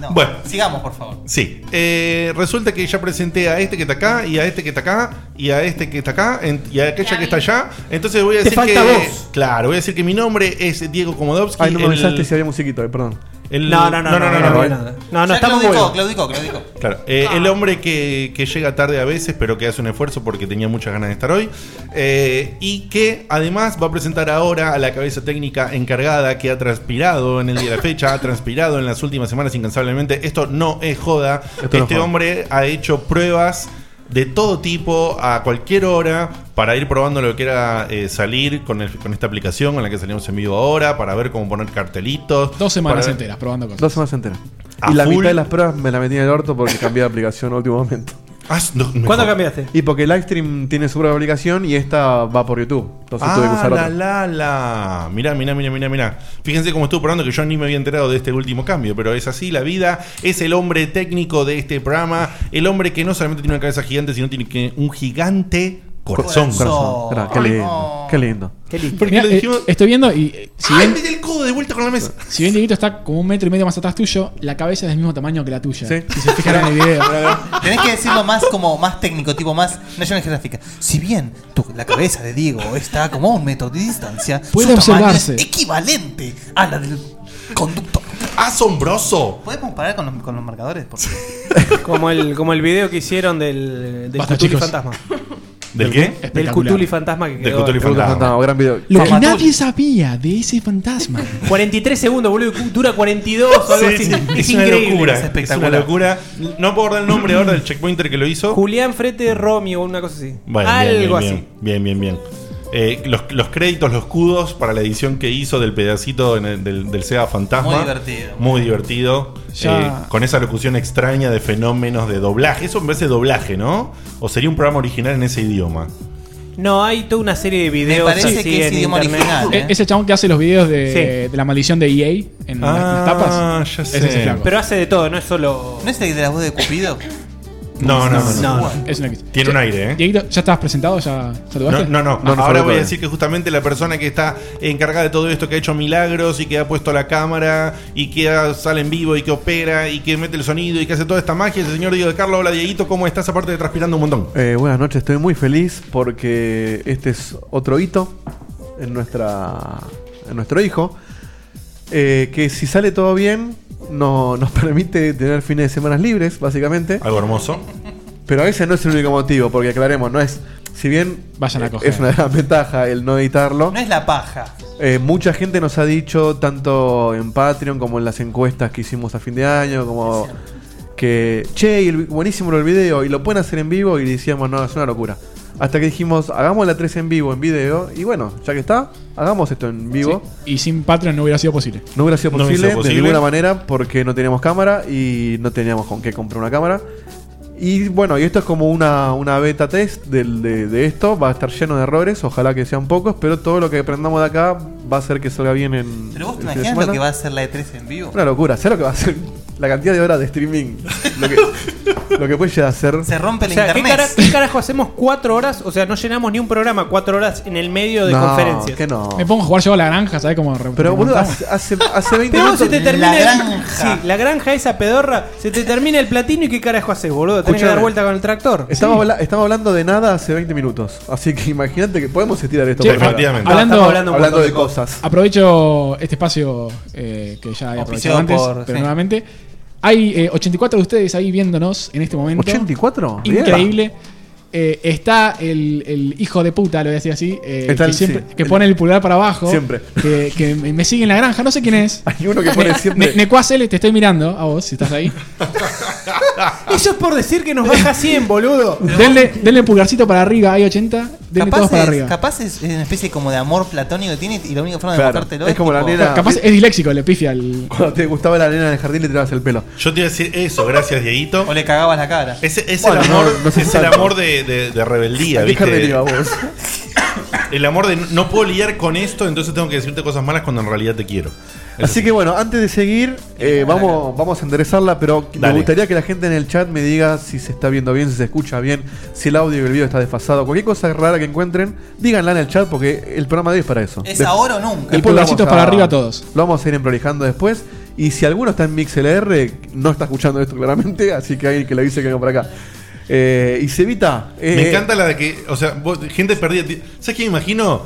Speaker 4: no.
Speaker 3: Bueno.
Speaker 4: Sigamos, por favor.
Speaker 3: sí. Eh, resulta que ya presenté a este que está acá, y a este que está acá, y a este que está acá, en- y a aquella que está allá. Entonces voy a decir
Speaker 5: falta
Speaker 3: que.
Speaker 5: vos.
Speaker 3: Claro, voy a decir que mi nombre es Diego Komodowski.
Speaker 7: Ay, no me
Speaker 3: el-
Speaker 7: avisaste si había musiquito, eh, perdón.
Speaker 3: el-
Speaker 5: No, no, no, no, no, no, no, no, no, no, no,
Speaker 4: Ya
Speaker 5: estamos
Speaker 4: claudicó,
Speaker 5: buenos.
Speaker 4: claudicó, claudicó.
Speaker 3: Claro, eh, el hombre que, que llega tarde a veces, pero que hace un esfuerzo porque tenía muchas ganas de estar hoy. eh, y que además va a presentar ahora a la cabeza técnica encargada que ha transpirado en el día de la fecha, ha transpirado en las últimas semanas incansablemente. Esto no es joda.
Speaker 7: Esto no
Speaker 3: este
Speaker 7: es joda.
Speaker 3: hombre ha hecho pruebas de todo tipo a cualquier hora para ir probando lo que era eh, salir con, el- con esta aplicación con la que salimos en vivo ahora, para ver cómo poner cartelitos.
Speaker 6: Dos semanas
Speaker 3: para-
Speaker 6: enteras probando cosas.
Speaker 7: Dos semanas enteras.
Speaker 3: A
Speaker 7: Y la
Speaker 3: full.
Speaker 7: mitad de las pruebas me la metí en el orto porque cambié de aplicación en último momento.
Speaker 3: Ah, no, mejor.
Speaker 5: ¿Cuándo cambiaste?
Speaker 7: Y porque Livestream tiene su propia aplicación y esta va por YouTube. Entonces tuve que
Speaker 3: Ah,
Speaker 7: usar
Speaker 3: la,
Speaker 7: otra.
Speaker 3: la, la. Mirá, mirá, mirá, mirá, mirá. Fíjense cómo estuvo probando que yo ni me había enterado de este último cambio, pero es así la vida. Es el hombre técnico de este programa. El hombre que no solamente tiene una cabeza gigante, sino tiene que un gigante corazón.
Speaker 4: Corazón.
Speaker 7: Era, qué
Speaker 4: Ay,
Speaker 7: lindo.
Speaker 4: no.
Speaker 7: Qué lindo.
Speaker 5: Qué lindo.
Speaker 3: Porque
Speaker 6: Mirá,
Speaker 3: lo
Speaker 6: eh,
Speaker 3: dijimos-
Speaker 6: estoy viendo y eh, si
Speaker 3: ¡Ay,
Speaker 6: bien,
Speaker 3: me di el codo de vuelta con la mesa!
Speaker 6: si bien Dieguito está como un metro y medio más atrás tuyo, la cabeza es del mismo tamaño que la tuya.
Speaker 7: Sí.
Speaker 6: Si se fijaron en el video.
Speaker 4: Tenés que decirlo más como más técnico, tipo más National Geographic. Si bien tu- la cabeza de Diego está como a un metro de distancia,
Speaker 6: Puede
Speaker 4: su tamaño
Speaker 6: observarse.
Speaker 4: es equivalente a la del conductor.
Speaker 3: ¡Asombroso!
Speaker 4: ¿Podemos parar con los, con los marcadores? Por favor?
Speaker 5: Como el, como el video que hicieron del, del
Speaker 6: Basta,
Speaker 5: Tutuli
Speaker 6: chicos.
Speaker 5: Fantasma.
Speaker 3: ¿Del qué?
Speaker 5: Del Cutuli fantasma que
Speaker 3: Del
Speaker 5: quedó.
Speaker 3: Cthulhu fantasma.
Speaker 7: gran video.
Speaker 6: Lo que
Speaker 5: Fama
Speaker 6: nadie sabía de ese fantasma.
Speaker 5: 43 segundos, boludo. y Dura 42 o algo
Speaker 3: Sí,
Speaker 5: así.
Speaker 3: sí,
Speaker 5: Es,
Speaker 3: es una
Speaker 5: increíble.
Speaker 3: locura.
Speaker 5: Es
Speaker 3: Es una
Speaker 5: espectacular.
Speaker 3: locura. No puedo dar el nombre ahora del checkpointer que lo hizo.
Speaker 5: Julián Frete Romeo, una cosa así.
Speaker 3: Bueno, bien, bien,
Speaker 5: algo
Speaker 3: bien,
Speaker 5: así.
Speaker 3: Bien, bien, bien. Eh, los, los créditos, los escudos para la edición que hizo del pedacito en el- del, del Sega Fantasma.
Speaker 4: Muy divertido.
Speaker 3: Muy divertido.
Speaker 4: Ya.
Speaker 3: Eh, con esa locución extraña de fenómenos de doblaje. Eso me parece doblaje, ¿no? ¿O sería un programa original en ese idioma?
Speaker 5: No, hay toda una serie de videos. así en internet.
Speaker 3: Eh,
Speaker 4: ¿eh?
Speaker 6: E- Ese chabón que hace los videos de,
Speaker 5: Sí.
Speaker 6: de la maldición de EA en la-
Speaker 5: Ah,
Speaker 6: las tapas.
Speaker 5: ya
Speaker 6: es
Speaker 5: sé.
Speaker 6: ese flaco.
Speaker 5: Pero hace de todo, no es solo.
Speaker 4: ¿No es el de la voz de Cupido?
Speaker 3: No, no, no.
Speaker 5: No, no.
Speaker 6: Es una-
Speaker 3: Tiene un aire, ¿eh?
Speaker 6: Dieguito, ¿ya estabas presentado? ¿Ya
Speaker 3: No,
Speaker 6: saludaste?
Speaker 3: no, no. Ahora voy a decir que justamente la persona que está encargada de todo esto, que ha hecho milagros y que ha puesto la cámara y que ha- sale en vivo y que opera y que mete el sonido y que hace toda esta magia, es el señor Diego de Carlos. Hola, Dieguito, ¿cómo estás? Aparte de transpirando un montón.
Speaker 7: Eh, buenas noches, estoy muy feliz porque este es otro hito en, nuestra, en nuestro hijo. eh, que si sale todo bien, no, nos permite tener fines de semanas libres, básicamente.
Speaker 3: Algo hermoso.
Speaker 7: Pero ese no es el único motivo, porque aclaremos, no es. Si bien
Speaker 6: Vayan a
Speaker 7: eh,
Speaker 6: coger.
Speaker 7: es una gran ventaja el no editarlo,
Speaker 4: No es la paja.
Speaker 7: eh, mucha gente nos ha dicho, tanto en Patreon como en las encuestas que hicimos a fin de año, como que, che, y el vi- buenísimo el video, y lo pueden hacer en vivo, y decíamos, no, es una locura. Hasta que dijimos, hagamos la 3 en vivo, en video, y bueno, ya que está, hagamos esto en vivo.
Speaker 6: Y sin Patreon no hubiera sido posible.
Speaker 7: No hubiera sido
Speaker 6: No hubiera
Speaker 7: posible, de
Speaker 6: sido posible.
Speaker 7: ninguna manera porque no teníamos cámara y no teníamos con qué comprar una cámara. Y bueno, y esto es como una, una beta test del- de, de esto. Va a estar lleno de errores, ojalá que sean pocos, pero todo lo que aprendamos de acá va a hacer que salga bien en.
Speaker 4: Pero vos te
Speaker 7: el fin de
Speaker 4: imaginas
Speaker 7: semana.
Speaker 4: lo que va a hacer la E3 en vivo.
Speaker 7: Ah, Una locura, sé lo que va a hacer. La cantidad de horas de streaming. Lo que, lo que puede llegar a hacer.
Speaker 4: Se rompe
Speaker 5: O sea, ¿qué, cara- qué carajo hacemos cuatro horas? O sea, no llenamos ni un programa cuatro horas en el medio de
Speaker 7: No,
Speaker 5: conferencias.
Speaker 7: que no.
Speaker 6: Me pongo a jugar yo a la granja, ¿sabes cómo? re-
Speaker 7: Pero boludo,
Speaker 6: remontamos?
Speaker 7: hace, hace, hace 20
Speaker 5: Pero vos se
Speaker 7: minutos.
Speaker 5: te termina el- sí, la granja esa pedorra, se te termina el platino y qué carajo haces, boludo. Tenés que
Speaker 7: Escuchame.
Speaker 5: dar vuelta con el tractor.
Speaker 7: Estamos, habla- estamos hablando de nada hace 20 minutos. Así que imagínate que podemos estirar esto.
Speaker 6: Che,
Speaker 7: por ahora.
Speaker 6: hablando-
Speaker 7: Estamos hablando, de cosas.
Speaker 6: Aprovecho este espacio eh, que ya he
Speaker 7: Auspiciado
Speaker 6: aprovechado antes,
Speaker 7: por-
Speaker 6: pero
Speaker 7: sí.
Speaker 6: nuevamente. Hay eh, 84 de ustedes ahí viéndonos en este momento.
Speaker 7: ¿84? Bien.
Speaker 6: Increíble. Eh, está el, el hijo de puta, lo voy a decir así, eh,
Speaker 7: Está
Speaker 6: que,
Speaker 7: el-
Speaker 6: siempre-
Speaker 7: sí,
Speaker 6: que
Speaker 7: el-
Speaker 6: pone el pulgar para abajo.
Speaker 7: Siempre.
Speaker 6: Que, que me me sigue en la granja, no sé quién es.
Speaker 7: Hay uno que pone siempre-
Speaker 6: Necuacel, te estoy mirando a vos, si estás ahí.
Speaker 5: Eso es por decir que nos baja 100, boludo.
Speaker 6: denle, denle pulgarcito para arriba, hay 80. Denle
Speaker 4: Capaz,
Speaker 6: todos
Speaker 4: es,
Speaker 6: para arriba.
Speaker 4: capaz es, es una especie como de amor platónico que tiene y la única forma de
Speaker 7: Claro,
Speaker 4: mostrártelo
Speaker 7: es como la nena-
Speaker 6: Capaz es disléxico, le pifia al.
Speaker 7: Cuando te gustaba la nena del jardín le tirabas el pelo.
Speaker 3: Yo te iba a decir eso, gracias, Dieguito. O
Speaker 4: le cagabas la cara.
Speaker 3: Ese es
Speaker 7: Bueno,
Speaker 3: el amor,
Speaker 7: no, no se
Speaker 3: es el
Speaker 7: sabe.
Speaker 3: amor de, de- de rebeldía,
Speaker 7: ¿A qué
Speaker 3: ¿viste?
Speaker 7: jardinería vos?
Speaker 3: El amor de no puedo lidiar con esto, entonces tengo que decirte cosas malas cuando en realidad te quiero.
Speaker 7: Así que bueno, antes de seguir, eh, vamos, vamos a enderezarla, pero
Speaker 3: Dale.
Speaker 7: me gustaría que la gente en el chat me diga si se está viendo bien, si se escucha bien, si el audio y el video está desfasado, cualquier cosa rara que encuentren, díganla en el chat porque el programa de hoy es para eso.
Speaker 4: Es
Speaker 7: Des-
Speaker 4: ahora o nunca.
Speaker 7: después lo
Speaker 4: El
Speaker 7: vamos
Speaker 6: pulgarcito
Speaker 7: a-
Speaker 6: para arriba a todos.
Speaker 7: Lo vamos a ir emprolijando después. Y si alguno está en MixLR, no está escuchando esto claramente, así que alguien que le dice que venga para acá. Eh, y Cevita. eh,
Speaker 3: Me encanta la de que, o sea, vos- gente perdida. ti- ¿Sabes qué me imagino?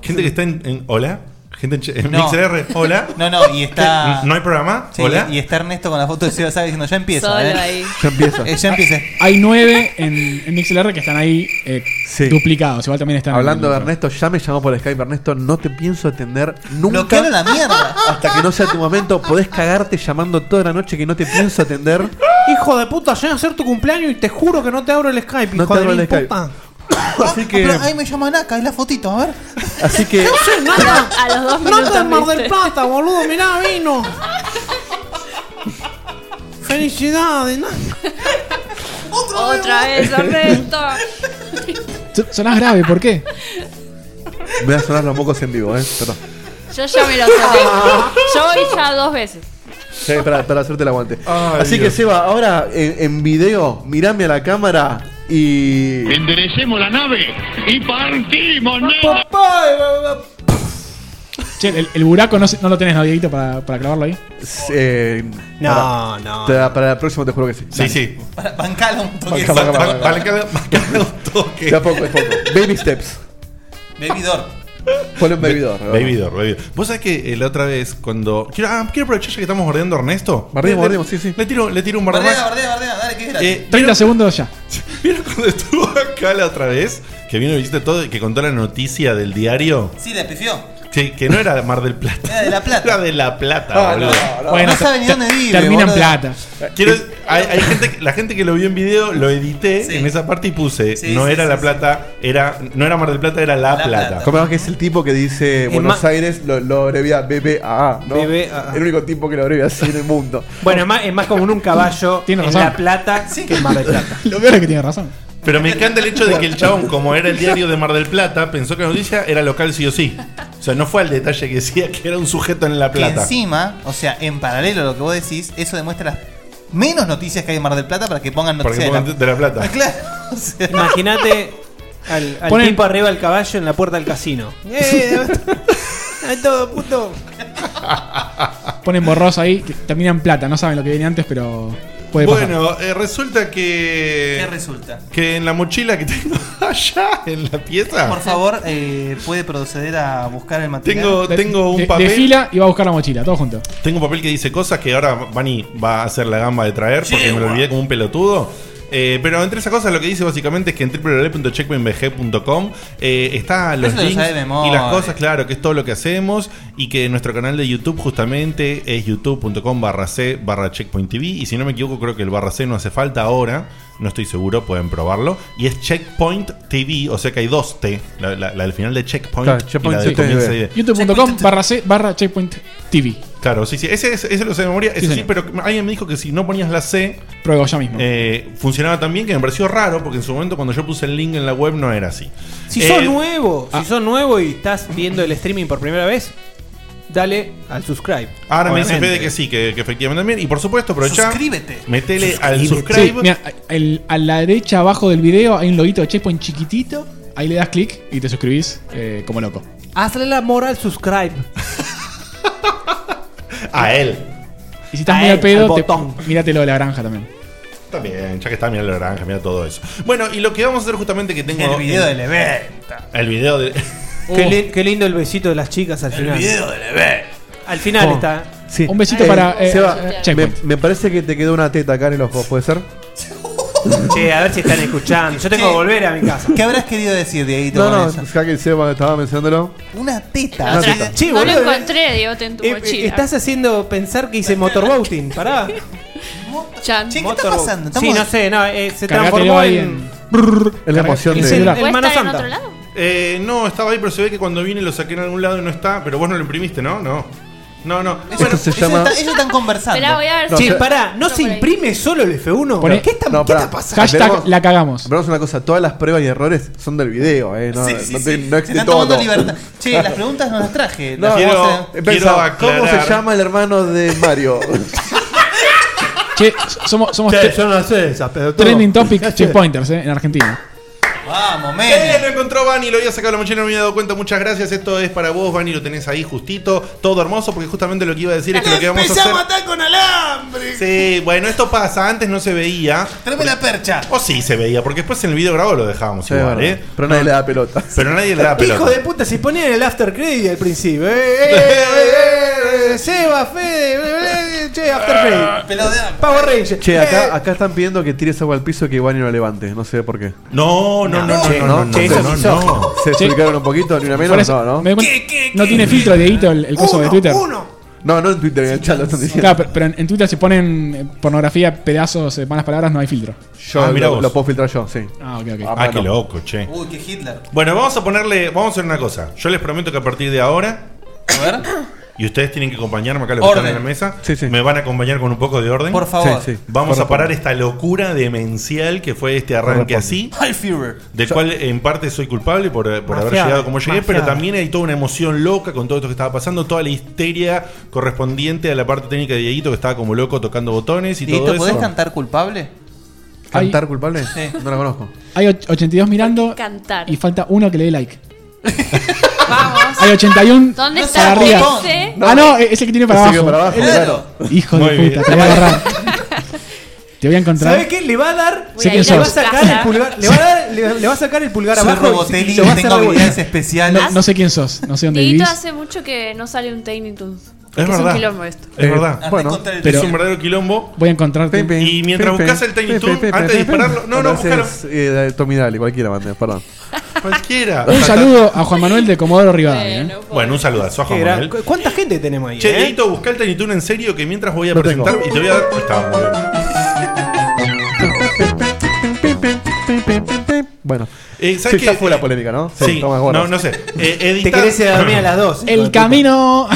Speaker 3: Gente que está en, en- hola, gente en, che- en
Speaker 4: No.
Speaker 3: MixLR, hola.
Speaker 4: No, no, y está.
Speaker 3: ¿No hay programa?
Speaker 4: Sí,
Speaker 3: hola.
Speaker 4: Y está Ernesto con la foto de Seba Sá diciendo, ya empieza.
Speaker 6: Solo
Speaker 4: ¿eh?
Speaker 6: ahí.
Speaker 7: Ya empieza.
Speaker 4: Eh, ya empieza.
Speaker 6: Hay nueve en, en XLR que están ahí eh, duplicados. Igual también están.
Speaker 7: Hablando de Ernesto, ya me llamó por Skype, Ernesto, no te pienso atender nunca.
Speaker 4: Bloquealo a la mierda.
Speaker 7: Hasta que no sea tu momento, podés cagarte llamando toda la noche que no te pienso atender.
Speaker 5: Hijo de puta, llega a ser tu cumpleaños y te juro que no te abro el Skype,
Speaker 7: No
Speaker 5: hijo
Speaker 7: te
Speaker 5: de
Speaker 7: abro el
Speaker 5: mil
Speaker 7: Skype.
Speaker 5: puta.
Speaker 7: Así que,
Speaker 4: Pero eh, ahí me llama Naka, es la fotito, a ver.
Speaker 7: así que
Speaker 8: A los dos
Speaker 5: Naka
Speaker 8: minutos,
Speaker 5: de Mar del
Speaker 8: ¿viste?
Speaker 5: Plata, boludo, mirá, vino. Felicidades, ¿no?
Speaker 8: Otra vez, Ernesto.
Speaker 6: So- Sonás grave, ¿por qué?
Speaker 7: me va a sonar los mocos en vivo, eh. Perdón.
Speaker 8: Yo ya me lo saqué. Yo voy ya dos veces.
Speaker 7: Sí, para, para hacerte el aguante.
Speaker 3: Ay,
Speaker 7: así que,
Speaker 3: Dios.
Speaker 7: Seba, ahora en, en video, mirame a la cámara y.
Speaker 11: Enderecemos la nave y partimos, nena.
Speaker 6: Che, el, el buraco no, se- no lo tenés, ¿no, Dieguito, para, para clavarlo ahí?
Speaker 7: eh,
Speaker 6: No,
Speaker 7: para-
Speaker 6: no,
Speaker 7: te- Para, el próximo te juro que sí.
Speaker 3: Sí, sí.
Speaker 4: Bancalo un toque.
Speaker 7: Bancalo, bancalo,
Speaker 3: Ba- ba-
Speaker 7: bancalo.
Speaker 3: bancalo un toque.
Speaker 7: De a poco, de a poco. Baby steps.
Speaker 4: Bebidor.
Speaker 7: Ponle un bebidor. ¿no?
Speaker 3: Bebidor, bebidor. Vos sabés que eh, la otra vez, cuando. Quiero, ah, quiero aprovechar ya que estamos bordeando a Ernesto.
Speaker 7: Bardeemos,
Speaker 3: Le- le-
Speaker 7: bardeemos, sí, sí.
Speaker 3: Le tiro, le tiro un bardo
Speaker 4: Bardea,
Speaker 3: más.
Speaker 7: Eh,
Speaker 4: bardea, bardea, dale, que es gratis.
Speaker 3: Eh,
Speaker 6: 30 segundos ya.
Speaker 3: ¿Vieron cuando estuvo acá la otra vez? que vino y visité todo y que contó la noticia del diario.
Speaker 4: Sí, la pifió.
Speaker 3: Que, que no era de Mar del Plata.
Speaker 4: Era de la plata.
Speaker 3: Era de la plata,
Speaker 4: Ah,
Speaker 3: boludo.
Speaker 4: no, no. Bueno, No sabe ni te- dónde vive, termina en boludo. plata.
Speaker 3: Quiero- hay, hay gente, que- la gente que lo vio en video lo edité en esa parte y puse.
Speaker 7: Sí,
Speaker 3: no
Speaker 7: sí,
Speaker 3: era
Speaker 7: sí,
Speaker 3: la
Speaker 7: sí.
Speaker 3: plata, era. No era Mar del Plata, era la, plata.
Speaker 7: Como que es el tipo que dice Buenos Aires lo, lo abrevia BBAA, ¿no?
Speaker 5: BBAA.
Speaker 7: El único tipo que lo abrevia así en el mundo.
Speaker 5: Bueno, es más, es más común un caballo
Speaker 6: Tiene
Speaker 5: en
Speaker 6: razón.
Speaker 5: La Plata que en Mar del Plata.
Speaker 6: Lo peor es que tiene razón.
Speaker 3: Pero me encanta el hecho de que el chabón, como era el diario de Mar del Plata, pensó que la noticia era local sí o sí. O sea, no fue al detalle que decía que era un sujeto en La
Speaker 4: Que
Speaker 3: Plata.
Speaker 4: encima, o sea, en paralelo a lo que vos decís, eso demuestra las menos noticias que hay en Mar del Plata para que pongan
Speaker 3: Porque
Speaker 4: noticias
Speaker 3: pongan de La Plata.
Speaker 4: Claro.
Speaker 5: Imagínate al, al
Speaker 4: Ponen-
Speaker 5: tipo arriba del caballo en la puerta del casino. todo puto.
Speaker 6: Ponen borroso ahí, que termina en plata. No saben lo que viene antes, pero puede pasar.
Speaker 3: Bueno, eh, resulta que. ¿Qué
Speaker 4: resulta?
Speaker 3: Que en la mochila que tengo allá, en la pieza.
Speaker 4: Por favor, eh, puede proceder a buscar el material.
Speaker 3: Tengo- tengo un
Speaker 6: de,
Speaker 3: papel.
Speaker 6: De fila y va a buscar la mochila, todo junto.
Speaker 3: Tengo un papel que dice cosas que ahora Vani va a hacer la gamba de traer porque me lo olvidé como un pelotudo. Eh, pero entre esas cosas lo que dice básicamente es que en www.checkpointbg.com eh, está los
Speaker 4: Eso lo
Speaker 3: links
Speaker 4: sabe de
Speaker 3: y
Speaker 4: memoria.
Speaker 3: las cosas, claro, que es todo lo que hacemos y que nuestro canal de YouTube justamente es youtube.com barra c barra checkpoint TV y si no me equivoco creo que el barra c no hace falta ahora, no estoy seguro, pueden probarlo y es checkpoint TV, o sea que hay dos T, la, la- la del final de checkpoint,
Speaker 7: Claro, Checkpoint
Speaker 3: y la del
Speaker 7: TV.
Speaker 3: comienzo de-
Speaker 6: YouTube.com barra C barra Checkpoint TV.
Speaker 3: Claro, sí, sí. Ese, es- ese lo sé de memoria. Ese sí,
Speaker 6: señor.
Speaker 3: pero alguien me dijo que si no ponías la C.
Speaker 6: Pruebo ya mismo.
Speaker 3: eh, funcionaba tan bien que me pareció raro porque en su momento cuando yo puse el link en la web no era así.
Speaker 5: Si
Speaker 3: Eh,
Speaker 5: sos nuevo,
Speaker 6: ah.
Speaker 5: si sos nuevo y estás viendo el streaming por primera vez, dale al subscribe.
Speaker 3: Ahora me dice
Speaker 5: Obviamente.
Speaker 3: Fede que sí, que, que efectivamente también. Y por supuesto, aprovechá.
Speaker 5: Suscríbete.
Speaker 3: Metele al
Speaker 6: Sí,
Speaker 3: subscribe.
Speaker 6: mira, el- a la derecha abajo del video hay un loguito de Checkpoint chiquitito. Ahí le das clic y te suscribís eh, como loco.
Speaker 5: Hazle el amor al subscribe.
Speaker 3: a él.
Speaker 6: Y si estás
Speaker 3: A
Speaker 6: muy al
Speaker 3: él, al
Speaker 6: pedo, te,
Speaker 3: botón.
Speaker 6: mírate lo de la granja también.
Speaker 3: También, ya que está, mirá la naranja, mirá todo eso. Bueno, y lo que vamos a hacer justamente que tengo.
Speaker 4: El video del
Speaker 3: evento. El video del.
Speaker 6: Uh,
Speaker 5: Qué, lin- qué lindo el besito de las chicas al final.
Speaker 3: Oh. video del evento.
Speaker 5: Al final
Speaker 7: Oh,
Speaker 5: está.
Speaker 7: sí.
Speaker 6: Un besito
Speaker 7: Eh,
Speaker 6: para, eh,
Speaker 7: Seba,
Speaker 6: eh,
Speaker 7: me,
Speaker 6: Checkpoint.
Speaker 7: me parece que te quedó una teta acá en el ojo, ¿puede ser?
Speaker 5: Che, a ver si están escuchando. Yo tengo que volver a mi casa.
Speaker 4: ¿Qué habrás querido decir, Dieguito?
Speaker 7: No,
Speaker 4: con
Speaker 7: no,
Speaker 4: eso?
Speaker 7: es que Seba estaba mencionándolo.
Speaker 4: Una teta.
Speaker 7: Una teta.
Speaker 5: Che,
Speaker 8: no
Speaker 5: boludo,
Speaker 8: lo encontré, Diego, en tu
Speaker 5: eh, eh,
Speaker 8: mochila.
Speaker 5: estás haciendo pensar que hice motorboating. Pará.
Speaker 8: Chan.
Speaker 4: ¿qué está
Speaker 5: Motorboat.
Speaker 4: pasando?
Speaker 5: Sí,
Speaker 4: Estamos-
Speaker 5: no sé, no, eh, se
Speaker 6: Cargátelo
Speaker 5: transformó
Speaker 6: ahí
Speaker 5: en.
Speaker 7: Es la emoción
Speaker 5: el
Speaker 7: de.
Speaker 5: celular.
Speaker 8: ¿Puede
Speaker 5: Hermano
Speaker 8: estar en
Speaker 5: Santa.
Speaker 8: otro lado?
Speaker 3: Eh, no, estaba ahí, pero se ve que cuando vine lo saqué en algún lado y no está. Pero vos no lo imprimiste, ¿no? No. No, no.
Speaker 7: Esto se llama.
Speaker 4: Ellos están conversando.
Speaker 8: Esperá, voy a ver
Speaker 7: No,
Speaker 8: si.
Speaker 7: yo-
Speaker 5: Pará, ¿no se imprime solo el F1?
Speaker 6: Poné-
Speaker 5: ¿Qué está,
Speaker 7: No,
Speaker 5: qué
Speaker 7: pará.
Speaker 5: está pasando?
Speaker 6: Hashtag
Speaker 7: Aclaremos-
Speaker 6: la cagamos.
Speaker 7: Pero vamos a una cosa, todas las pruebas y errores son del video, eh. No,
Speaker 4: Sí, sí,
Speaker 7: no,
Speaker 4: sí.
Speaker 7: te- no
Speaker 4: Se
Speaker 7: existe
Speaker 4: están
Speaker 7: todo.
Speaker 4: tomando libertad. Che, las preguntas no las traje.
Speaker 7: No,
Speaker 4: Las
Speaker 7: quiero-
Speaker 4: vamos a-
Speaker 7: He
Speaker 3: Quiero
Speaker 7: pensado, ¿cómo se
Speaker 3: aclarar-
Speaker 7: llama el hermano de Mario? Eh,
Speaker 6: Che, somos, somos
Speaker 9: Che,
Speaker 6: tre-
Speaker 9: yo no sé esa, pero todo.
Speaker 6: trending topic
Speaker 9: ¿Qué
Speaker 6: checkpointers eh, en Argentina.
Speaker 4: Vamos, men.
Speaker 3: Eh, lo encontró Vani, lo había sacado de la mochila, no me había dado cuenta. Muchas gracias, esto es para vos, Vani, lo tenés ahí justito, todo hermoso, porque justamente lo que iba a decir es que lo que vamos a hacer.
Speaker 4: matar con alambre!
Speaker 3: Sí, bueno, esto pasa, antes no se veía.
Speaker 4: Tráeme la percha.
Speaker 3: O sí se veía, porque después en el video grabado lo dejábamos
Speaker 7: Sí,
Speaker 3: igual,
Speaker 7: bueno,
Speaker 3: ¿eh?
Speaker 7: Pero nadie le da pelota.
Speaker 3: Pero nadie le da
Speaker 5: Qué hijo
Speaker 3: pelota.
Speaker 5: de puta, si ponían el after credit al principio. Eh, eh, eh, Seba, Fede,
Speaker 4: eh,
Speaker 5: ble, ble, ble, che, after
Speaker 3: Ah.
Speaker 5: credit. Power Ranger.
Speaker 7: Che,
Speaker 5: Eh,
Speaker 7: acá, acá están pidiendo que tires agua al piso y que Iván no levante, no sé por qué.
Speaker 3: No, no, no,
Speaker 7: Che,
Speaker 3: no, no, no,
Speaker 7: che,
Speaker 3: no,
Speaker 7: eso
Speaker 3: no,
Speaker 7: sí
Speaker 3: no.
Speaker 7: son. Se
Speaker 6: Che.
Speaker 7: explicaron un poquito, ni una
Speaker 6: Por
Speaker 7: menos,
Speaker 6: eso,
Speaker 7: no,
Speaker 6: me
Speaker 7: ¿no?
Speaker 6: doy cuenta- no tiene filtro, Dieguito, el, el coso de Twitter.
Speaker 7: No, no en Twitter, en el chat lo están diciendo.
Speaker 6: Claro, pero, pero en, en Twitter si ponen eh, pornografía, pedazos, eh, malas palabras, no hay filtro.
Speaker 3: Ah,
Speaker 7: Yo
Speaker 3: mirá
Speaker 7: lo,
Speaker 3: vos.
Speaker 7: lo puedo filtrar yo, sí.
Speaker 6: Ah, ok, ok.
Speaker 3: Ah,
Speaker 7: Ah,
Speaker 3: qué
Speaker 7: no.
Speaker 3: loco, che.
Speaker 4: Uy, qué Hitler.
Speaker 3: Bueno, vamos a ponerle, vamos a hacer una cosa. Yo les prometo que a partir de ahora,
Speaker 4: A ver.
Speaker 3: y ustedes tienen que acompañarme acá, los que están
Speaker 4: Orden.
Speaker 3: en la mesa,
Speaker 7: Sí, sí.
Speaker 3: me van a acompañar con un poco de orden.
Speaker 4: Por favor.
Speaker 7: Sí, sí.
Speaker 3: Vamos a
Speaker 7: Corresponde.
Speaker 3: parar esta locura demencial que fue este arranque
Speaker 7: Corresponde.
Speaker 3: así.
Speaker 4: High Fever.
Speaker 3: Del cual en parte soy culpable por, por haber
Speaker 5: Mafiado,
Speaker 3: llegado como llegué, pero
Speaker 5: mafiado.
Speaker 3: también hay toda una emoción loca con todo esto que estaba pasando, toda la histeria correspondiente a la parte técnica de Dieguito que estaba como loco tocando botones y
Speaker 4: Dieguito,
Speaker 3: todo
Speaker 4: ¿podés
Speaker 3: eso.
Speaker 4: cantar culpable?
Speaker 7: ¿Cantar culpable?
Speaker 4: Sí.
Speaker 7: No la conozco.
Speaker 6: Hay och- 82 mirando
Speaker 8: Cantar.
Speaker 6: y falta uno que le dé like.
Speaker 8: Vamos.
Speaker 6: Hay 81
Speaker 8: ¿Dónde
Speaker 4: No
Speaker 8: está
Speaker 4: sabe
Speaker 6: arriba.
Speaker 8: ese?
Speaker 6: ah, no, es el que tiene para
Speaker 7: Así que
Speaker 6: abajo.
Speaker 7: para abajo, claro.
Speaker 6: Hijo
Speaker 3: Muy
Speaker 6: de
Speaker 3: bien.
Speaker 6: puta, te voy a agarrar. te voy a encontrar.
Speaker 5: ¿Sabes qué? Le va a dar.
Speaker 8: Voy
Speaker 6: Sé
Speaker 8: a
Speaker 6: quién
Speaker 8: ir a
Speaker 5: Le va a
Speaker 6: sos.
Speaker 5: sacar el pulgar. Le va a, dar, le, le va a sacar el pulgar
Speaker 4: Soy
Speaker 5: abajo. y-
Speaker 4: Robotelli
Speaker 5: y
Speaker 4: y
Speaker 5: lo va a hacer
Speaker 4: tengo habilidades
Speaker 5: revolver.
Speaker 4: especiales.
Speaker 6: No, no sé quién sos, no sé dónde
Speaker 8: Dieguito
Speaker 6: vivís.
Speaker 8: hace mucho que no sale un Tiny Toons.
Speaker 3: Es
Speaker 8: Es un
Speaker 3: verdad.
Speaker 8: quilombo esto.
Speaker 3: Es
Speaker 7: Eh,
Speaker 3: verdad.
Speaker 7: Bueno,
Speaker 6: pero-
Speaker 3: es un verdadero quilombo.
Speaker 6: Voy a encontrarte.
Speaker 7: Pepe,
Speaker 3: Y mientras
Speaker 7: Pepe,
Speaker 3: buscas el Tiny
Speaker 7: Pepe,
Speaker 3: Toon,
Speaker 7: Pepe,
Speaker 3: antes de
Speaker 7: Pepe.
Speaker 3: dispararlo- no, no,
Speaker 7: Entonces,
Speaker 3: buscalo.
Speaker 7: eh, Tommy Daly, cualquiera, man, perdón.
Speaker 3: Cualquiera.
Speaker 6: Un saludo a Juan Manuel de Comodoro Rivadavia. ¿eh?
Speaker 3: Bueno, un saludazo a Juan
Speaker 6: Qué gran-
Speaker 3: Manuel.
Speaker 5: ¿Cuánta gente tenemos ahí?
Speaker 3: Che,
Speaker 5: eh?
Speaker 3: Edito, busca el Tiny Toon en serio que mientras voy a
Speaker 5: Lo
Speaker 3: presentar
Speaker 5: tengo.
Speaker 3: y te voy a dar. Está, muy bien.
Speaker 7: Bueno,
Speaker 3: Eh,
Speaker 7: sí,
Speaker 3: ¿sabes qué?
Speaker 7: ya fue la polémica, ¿no?
Speaker 3: Sí,
Speaker 7: toma, gordo.
Speaker 3: no, no sé. Eh,
Speaker 7: Te
Speaker 3: editar-
Speaker 7: querés ir a dormir a las dos,
Speaker 6: El camino.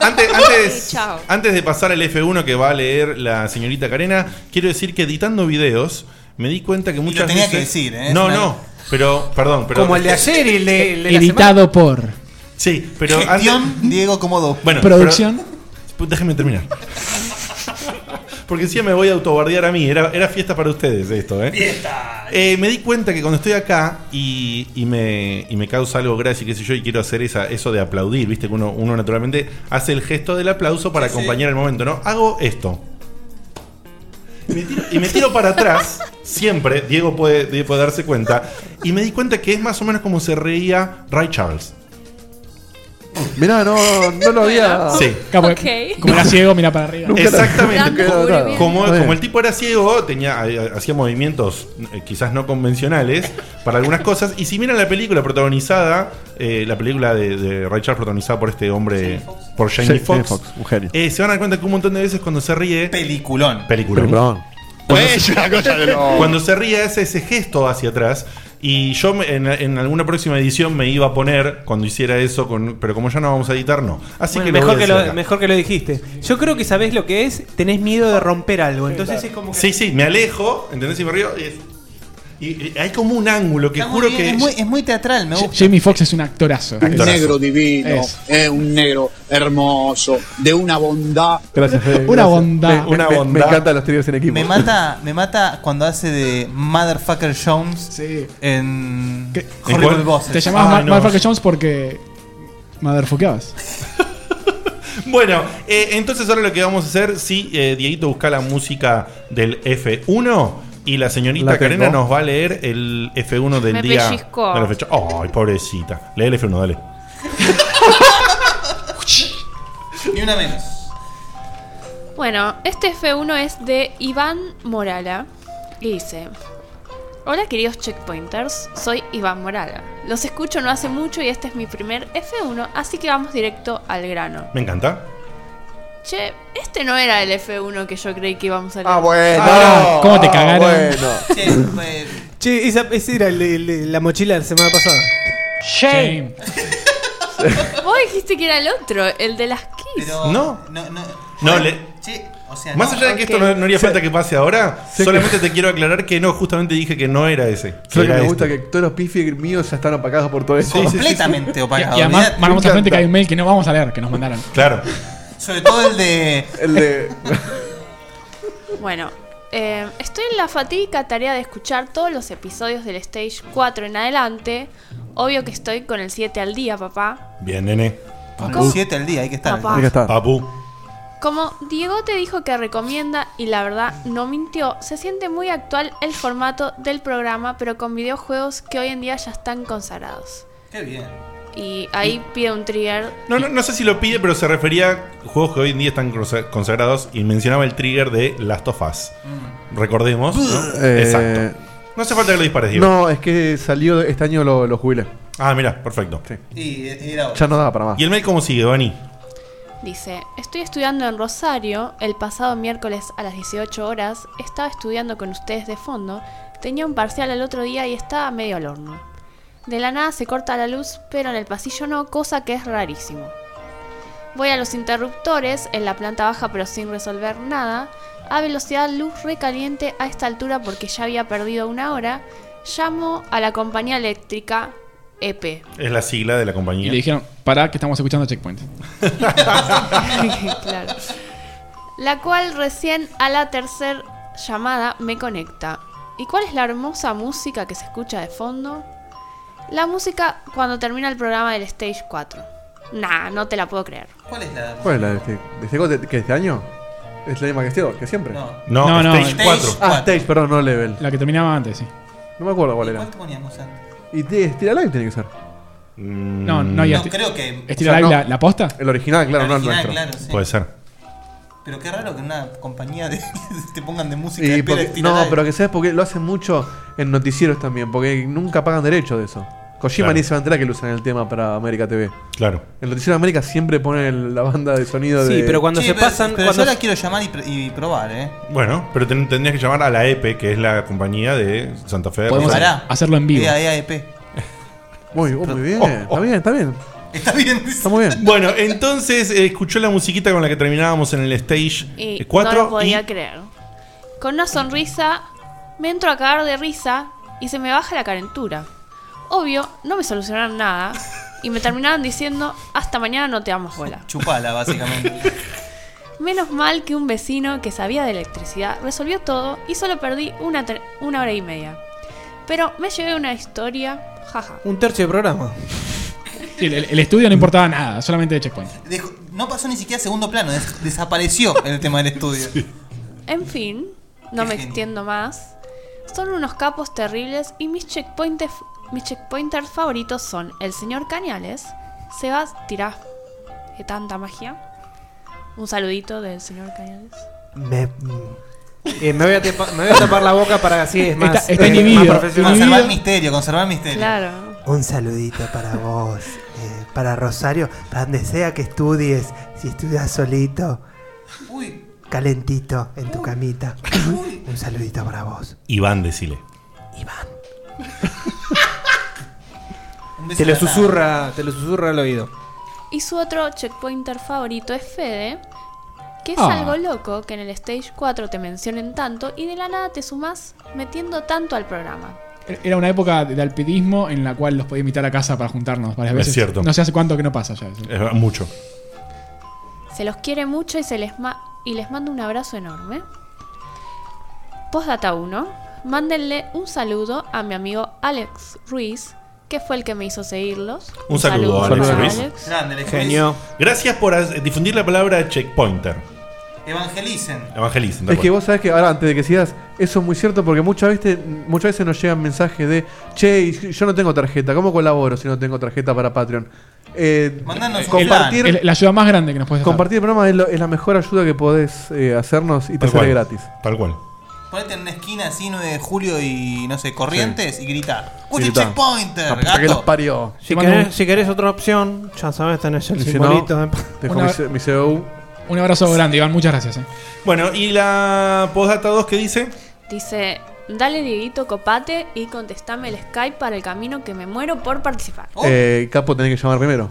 Speaker 3: Antes, antes, antes de pasar al F1 que va a leer la señorita Carena, quiero decir que editando videos me di cuenta que muchas
Speaker 4: tenía que
Speaker 3: veces.
Speaker 4: decir, ¿eh?
Speaker 3: No,
Speaker 4: Es una-
Speaker 3: no. Pero, perdón, pero.
Speaker 5: Como el de ayer y el de, el de la semana.
Speaker 6: Editado por.
Speaker 3: Sí, pero.
Speaker 4: Diego Comodo.
Speaker 3: Bueno,
Speaker 6: Producción.
Speaker 3: pero- déjeme terminar. Porque si me voy a autobardear a mí. Era, era fiesta para ustedes esto, ¿eh? Eh, me di cuenta que cuando estoy acá y, y me, y me causa algo gracia, y qué sé yo, y quiero hacer esa, eso de aplaudir, viste que uno, uno naturalmente hace el gesto del aplauso para acompañar el momento, ¿no? Hago esto. Y me tiro, y me tiro para atrás, siempre, Diego puede, Diego puede darse cuenta, y me di cuenta que es más o menos como se reía Ray Charles.
Speaker 7: Mirá, no, no lo había.
Speaker 3: Sí.
Speaker 6: Como,
Speaker 3: Ok.
Speaker 6: como era ciego, mira para arriba.
Speaker 3: Exactamente.
Speaker 7: Nunca lo-
Speaker 3: Como- Como,
Speaker 7: Está bien.
Speaker 3: como el tipo era ciego, tenía, eh, hacía movimientos eh, quizás no convencionales para algunas cosas. Y si miran la película protagonizada, eh, la película de, de Ray Charles protagonizada por este hombre, por Jamie
Speaker 7: Sí, Jamie
Speaker 3: Foxx,
Speaker 7: Foxx, un genio.
Speaker 3: eh, se van a dar cuenta que un montón de veces cuando se ríe.
Speaker 4: Peliculón.
Speaker 3: Peliculón.
Speaker 7: Peliculón.
Speaker 3: Pues, Cuando se ríe hace ese gesto hacia atrás. Y yo me- en, en alguna próxima edición me iba a poner cuando hiciera eso, con, pero como ya no vamos a editar, no. Así
Speaker 5: Bueno,
Speaker 3: que lo
Speaker 5: mejor,
Speaker 3: voy a
Speaker 5: que
Speaker 3: decir
Speaker 5: lo,
Speaker 3: acá.
Speaker 5: mejor que lo dijiste. Yo creo que sabés lo que es, tenés miedo de romper algo. Entonces es como que.
Speaker 3: Sí, sí, me alejo, ¿entendés? Y me río. Y, es- y- y hay como un ángulo que
Speaker 4: Está muy
Speaker 3: juro
Speaker 4: bien,
Speaker 3: que.
Speaker 4: es, muy, es muy teatral, me gusta.
Speaker 6: Jamie Foxx es un actorazo.
Speaker 3: Actorazo.
Speaker 12: negro divino,
Speaker 6: Es.
Speaker 12: eh, un negro hermoso, de una bondad.
Speaker 7: Gracias, Fede,
Speaker 6: Una
Speaker 7: gracias.
Speaker 6: bondad.
Speaker 7: Me-
Speaker 6: Una
Speaker 7: me- Me
Speaker 6: bondad.
Speaker 7: encantan los tríos en equipo.
Speaker 4: Me mata, me mata cuando hace de Motherfucker Jones en Horrible Bosses.
Speaker 3: Ah,
Speaker 6: Te llamabas Ma- Motherfucker Jones porque. Motherfuckeabas.
Speaker 3: Bueno, eh, entonces ahora lo que vamos a hacer, si eh, Dieguito busca la música del F1 y la señorita
Speaker 7: La tengo.
Speaker 3: Karena nos va a leer el F1 del
Speaker 8: Me
Speaker 3: día.
Speaker 8: pellizcó.
Speaker 3: de la fecha. Ay, pobrecita. Lee el F1, dale.
Speaker 4: Ni una menos.
Speaker 8: Bueno, este F1 es de Iván Morala y dice: Hola queridos checkpointers, soy Iván Morala. Los escucho no hace mucho y este es mi primer F1, así que vamos directo al grano.
Speaker 3: Me encanta.
Speaker 8: Che, este no era el F1 que yo creí que íbamos a leer.
Speaker 12: Ah, bueno.
Speaker 6: Ah, ¿Cómo te
Speaker 5: ah,
Speaker 6: cagaron?
Speaker 5: bueno. Che, esa, esa era el- el- la mochila de la semana pasada.
Speaker 6: Shame.
Speaker 8: Vos dijiste que era el otro, el de las Kiss.
Speaker 3: No.
Speaker 4: No, no.
Speaker 3: No, le- Más allá de que esto no, no haría falta que pase ahora,
Speaker 7: Sé
Speaker 3: solamente te quiero aclarar que no, justamente dije que no era ese.
Speaker 7: Solo que me
Speaker 3: era este.
Speaker 7: gusta que todos los pifis míos ya están apagados por todo eso.
Speaker 4: Completamente opagados.
Speaker 6: Y además,
Speaker 4: Mirá,
Speaker 6: mandamos
Speaker 4: me
Speaker 6: a frente
Speaker 4: encanta.
Speaker 6: que hay un mail que no vamos a leer, que nos mandaron.
Speaker 3: Claro.
Speaker 4: Sobre todo el de.
Speaker 7: El de.
Speaker 8: Bueno, eh, estoy en la fatídica tarea de escuchar todos los episodios del Stage 4 en adelante. Obvio que estoy con el 7 al día, papá.
Speaker 3: Bien, nene.
Speaker 4: Papu. Siete al día, hay que estar.
Speaker 8: Papá.
Speaker 7: Hay que estar.
Speaker 3: Papu.
Speaker 8: Como Diego te dijo que recomienda, y la verdad no mintió, se siente muy actual el formato del programa, pero con videojuegos que hoy en día ya están consagrados.
Speaker 4: Qué bien.
Speaker 8: Y ahí pide un trigger.
Speaker 3: No, no, no sé si lo pide, pero se refería a juegos que hoy en día están consa- consagrados y mencionaba el trigger de Last of Us.
Speaker 6: Mm.
Speaker 3: Recordemos. ¿no?
Speaker 7: Eh,
Speaker 3: Exacto. No hace falta que lo dispares, Diego.
Speaker 7: No, es que salió este año lo, lo jubilé.
Speaker 3: Ah, mira, perfecto.
Speaker 4: Y eh, era
Speaker 7: Ya no daba para más.
Speaker 3: ¿Y el mail cómo sigue, Bani?
Speaker 8: Dice, estoy estudiando en Rosario, el pasado miércoles a las 18 horas, estaba estudiando con ustedes de fondo, tenía un parcial el otro día y estaba medio al horno. De la nada se corta la luz, pero en el pasillo no, cosa que es rarísimo. Voy a los interruptores, en la planta baja pero sin resolver nada, a velocidad luz recaliente a esta altura porque ya había perdido una hora, llamo a la compañía eléctrica E EP.
Speaker 3: Es la sigla de la
Speaker 6: Y
Speaker 3: compañía.
Speaker 6: le dijeron, pará, que estamos escuchando Checkpoint.
Speaker 8: claro. La cual recién a la tercera llamada me conecta. ¿Y cuál es la hermosa música que se escucha de fondo? La música cuando termina el programa del Stage 4. Nah, no te la puedo creer.
Speaker 4: ¿Cuál es la.?
Speaker 7: ¿Cuál es la de este? ¿De este, de, que este año? ¿Es la misma que este que siempre?
Speaker 3: No,
Speaker 6: No, no,
Speaker 3: Stage
Speaker 6: Stage
Speaker 3: 4.
Speaker 7: Ah, Stage, perdón, no Level.
Speaker 6: La que terminaba antes, sí.
Speaker 7: No me acuerdo cuál era.
Speaker 4: ¿Cuál poníamos antes?
Speaker 7: Ah, Y te- Steel Alive tiene que ser.
Speaker 6: No, no, y
Speaker 4: No,
Speaker 6: esti-
Speaker 4: creo que-
Speaker 6: ¿Estilo
Speaker 7: O sea,
Speaker 6: Live
Speaker 7: no.
Speaker 6: la, la posta?
Speaker 7: El original, claro,
Speaker 4: El
Speaker 7: no el
Speaker 4: original,
Speaker 7: nuestro.
Speaker 4: claro, sí.
Speaker 3: Puede ser.
Speaker 4: Pero qué raro que una compañía de, te pongan de música.
Speaker 7: Y
Speaker 4: espera,
Speaker 7: porque-
Speaker 4: estira
Speaker 7: no,
Speaker 4: live.
Speaker 7: pero que sabes porque lo hacen mucho en noticieros también, porque nunca pagan derecho de eso. Kojima
Speaker 3: Claro.
Speaker 7: ni se va a enterar que lo usan el tema para América TV.
Speaker 3: Claro.
Speaker 7: El noticiero de América siempre pone el- la banda de sonido de.
Speaker 4: Che, pero- Pero yo la quiero llamar y, pr- y probar, ¿eh?
Speaker 3: Bueno, pero ten- tendrías que llamar a la EPE, que es la compañía de Santa Fe. de
Speaker 4: Podemos
Speaker 3: Rosario.
Speaker 4: Pará. hacerlo en vivo. Ea, ea, EP.
Speaker 7: Muy, oh, muy bien, está bien, está bien.
Speaker 4: Está bien.
Speaker 7: Está muy bien.
Speaker 3: Bueno, entonces eh, escuchó la musiquita con la que terminábamos en el
Speaker 8: Y
Speaker 3: stage eh,
Speaker 8: no
Speaker 3: 4.
Speaker 8: lo podía creer. Con una sonrisa, me entro a cagar de risa y se me baja la calentura. Obvio, no me solucionaron nada y me terminaron diciendo, hasta mañana no te damos bola.
Speaker 4: Chupala, básicamente.
Speaker 8: Menos mal que un vecino que sabía de electricidad resolvió todo y solo perdí una, tre- una hora y media. Pero me llevé una historia, jaja.
Speaker 5: Un tercio de programa.
Speaker 6: Sí, el, el estudio no importaba nada, solamente de checkpoint.
Speaker 4: Dejó- no pasó ni siquiera a segundo plano, des- desapareció el tema del estudio.
Speaker 8: En fin, no me extiendo más. Son unos capos terribles y mis checkpointers, mis checkpointers favoritos son el señor Cañales, Sebas Tirá, que tanta magia. Un saludito del señor Cañales.
Speaker 5: Me, Eh, me, voy a tepa- me voy a tapar la boca para así es más. eh, más profesional.
Speaker 4: Conservar el misterio, conservar el misterio.
Speaker 8: Claro.
Speaker 13: Un saludito para vos, eh, para Rosario, para donde sea que estudies, si estudias solito, calentito en tu camita. Un saludito para vos.
Speaker 3: Iván, decile.
Speaker 5: Te lo susurra, te lo susurra al oído.
Speaker 8: Y su otro checkpointer favorito es Fede, que es
Speaker 5: Ah.
Speaker 8: algo loco que en el Stage 4 te mencionen tanto y de la nada te sumás metiendo tanto al programa.
Speaker 6: Era una época de alpedismo en la cual los podía invitar a casa para juntarnos varias
Speaker 3: Es
Speaker 6: veces.
Speaker 3: cierto.
Speaker 6: No sé hace cuánto que no pasa ya. eso.
Speaker 3: Eh, mucho.
Speaker 8: Se los quiere mucho y, se les ma- y les mando un abrazo enorme. Postdata 1. Mándenle un saludo a mi amigo Alex Ruiz, que fue el que me hizo seguirlos.
Speaker 3: Un saludo,
Speaker 8: para
Speaker 3: Alex Ruiz.
Speaker 4: Grande, Alex
Speaker 3: Genio. Gracias por as- difundir la palabra checkpointer.
Speaker 4: Evangelicen.
Speaker 3: Evangelicen. de
Speaker 7: Es que
Speaker 3: acuerdo.
Speaker 7: vos sabés que, ahora antes de que sigas, eso es muy cierto porque muchas veces, muchas veces nos llegan mensajes de Che, y yo no tengo tarjeta, ¿cómo colaboro si no tengo tarjeta para Patreon? Eh,
Speaker 4: Mandanos
Speaker 6: El-
Speaker 4: un
Speaker 6: el- el- la ayuda más grande que nos puedes dar.
Speaker 7: Compartir el programa es, lo- es la mejor ayuda que podés eh, hacernos y te
Speaker 3: Tal
Speaker 7: sale
Speaker 3: cual.
Speaker 7: gratis.
Speaker 3: Tal cual.
Speaker 4: Ponete en una esquina así 9 de julio y no sé, corrientes y gritar. ¡Uy,
Speaker 7: Grita.
Speaker 4: checkpointer!
Speaker 7: La puta
Speaker 4: gato!
Speaker 7: que los parió.
Speaker 13: Si
Speaker 6: mando
Speaker 13: querés,
Speaker 6: un-
Speaker 13: si querés otra opción, ya sabes, tenés el
Speaker 7: Y si
Speaker 13: simbolito.
Speaker 7: no,
Speaker 13: eh.
Speaker 7: dejo mi se- mi CBU.
Speaker 6: Un abrazo grande, Iván. Muchas gracias. eh.
Speaker 3: Bueno, y la postdata 2 que dice.
Speaker 8: Dice, dale Dieguito, copate y contestame el Skype para el camino que me muero por participar.
Speaker 4: Oh.
Speaker 7: Eh, Capo, tenés que llamar primero.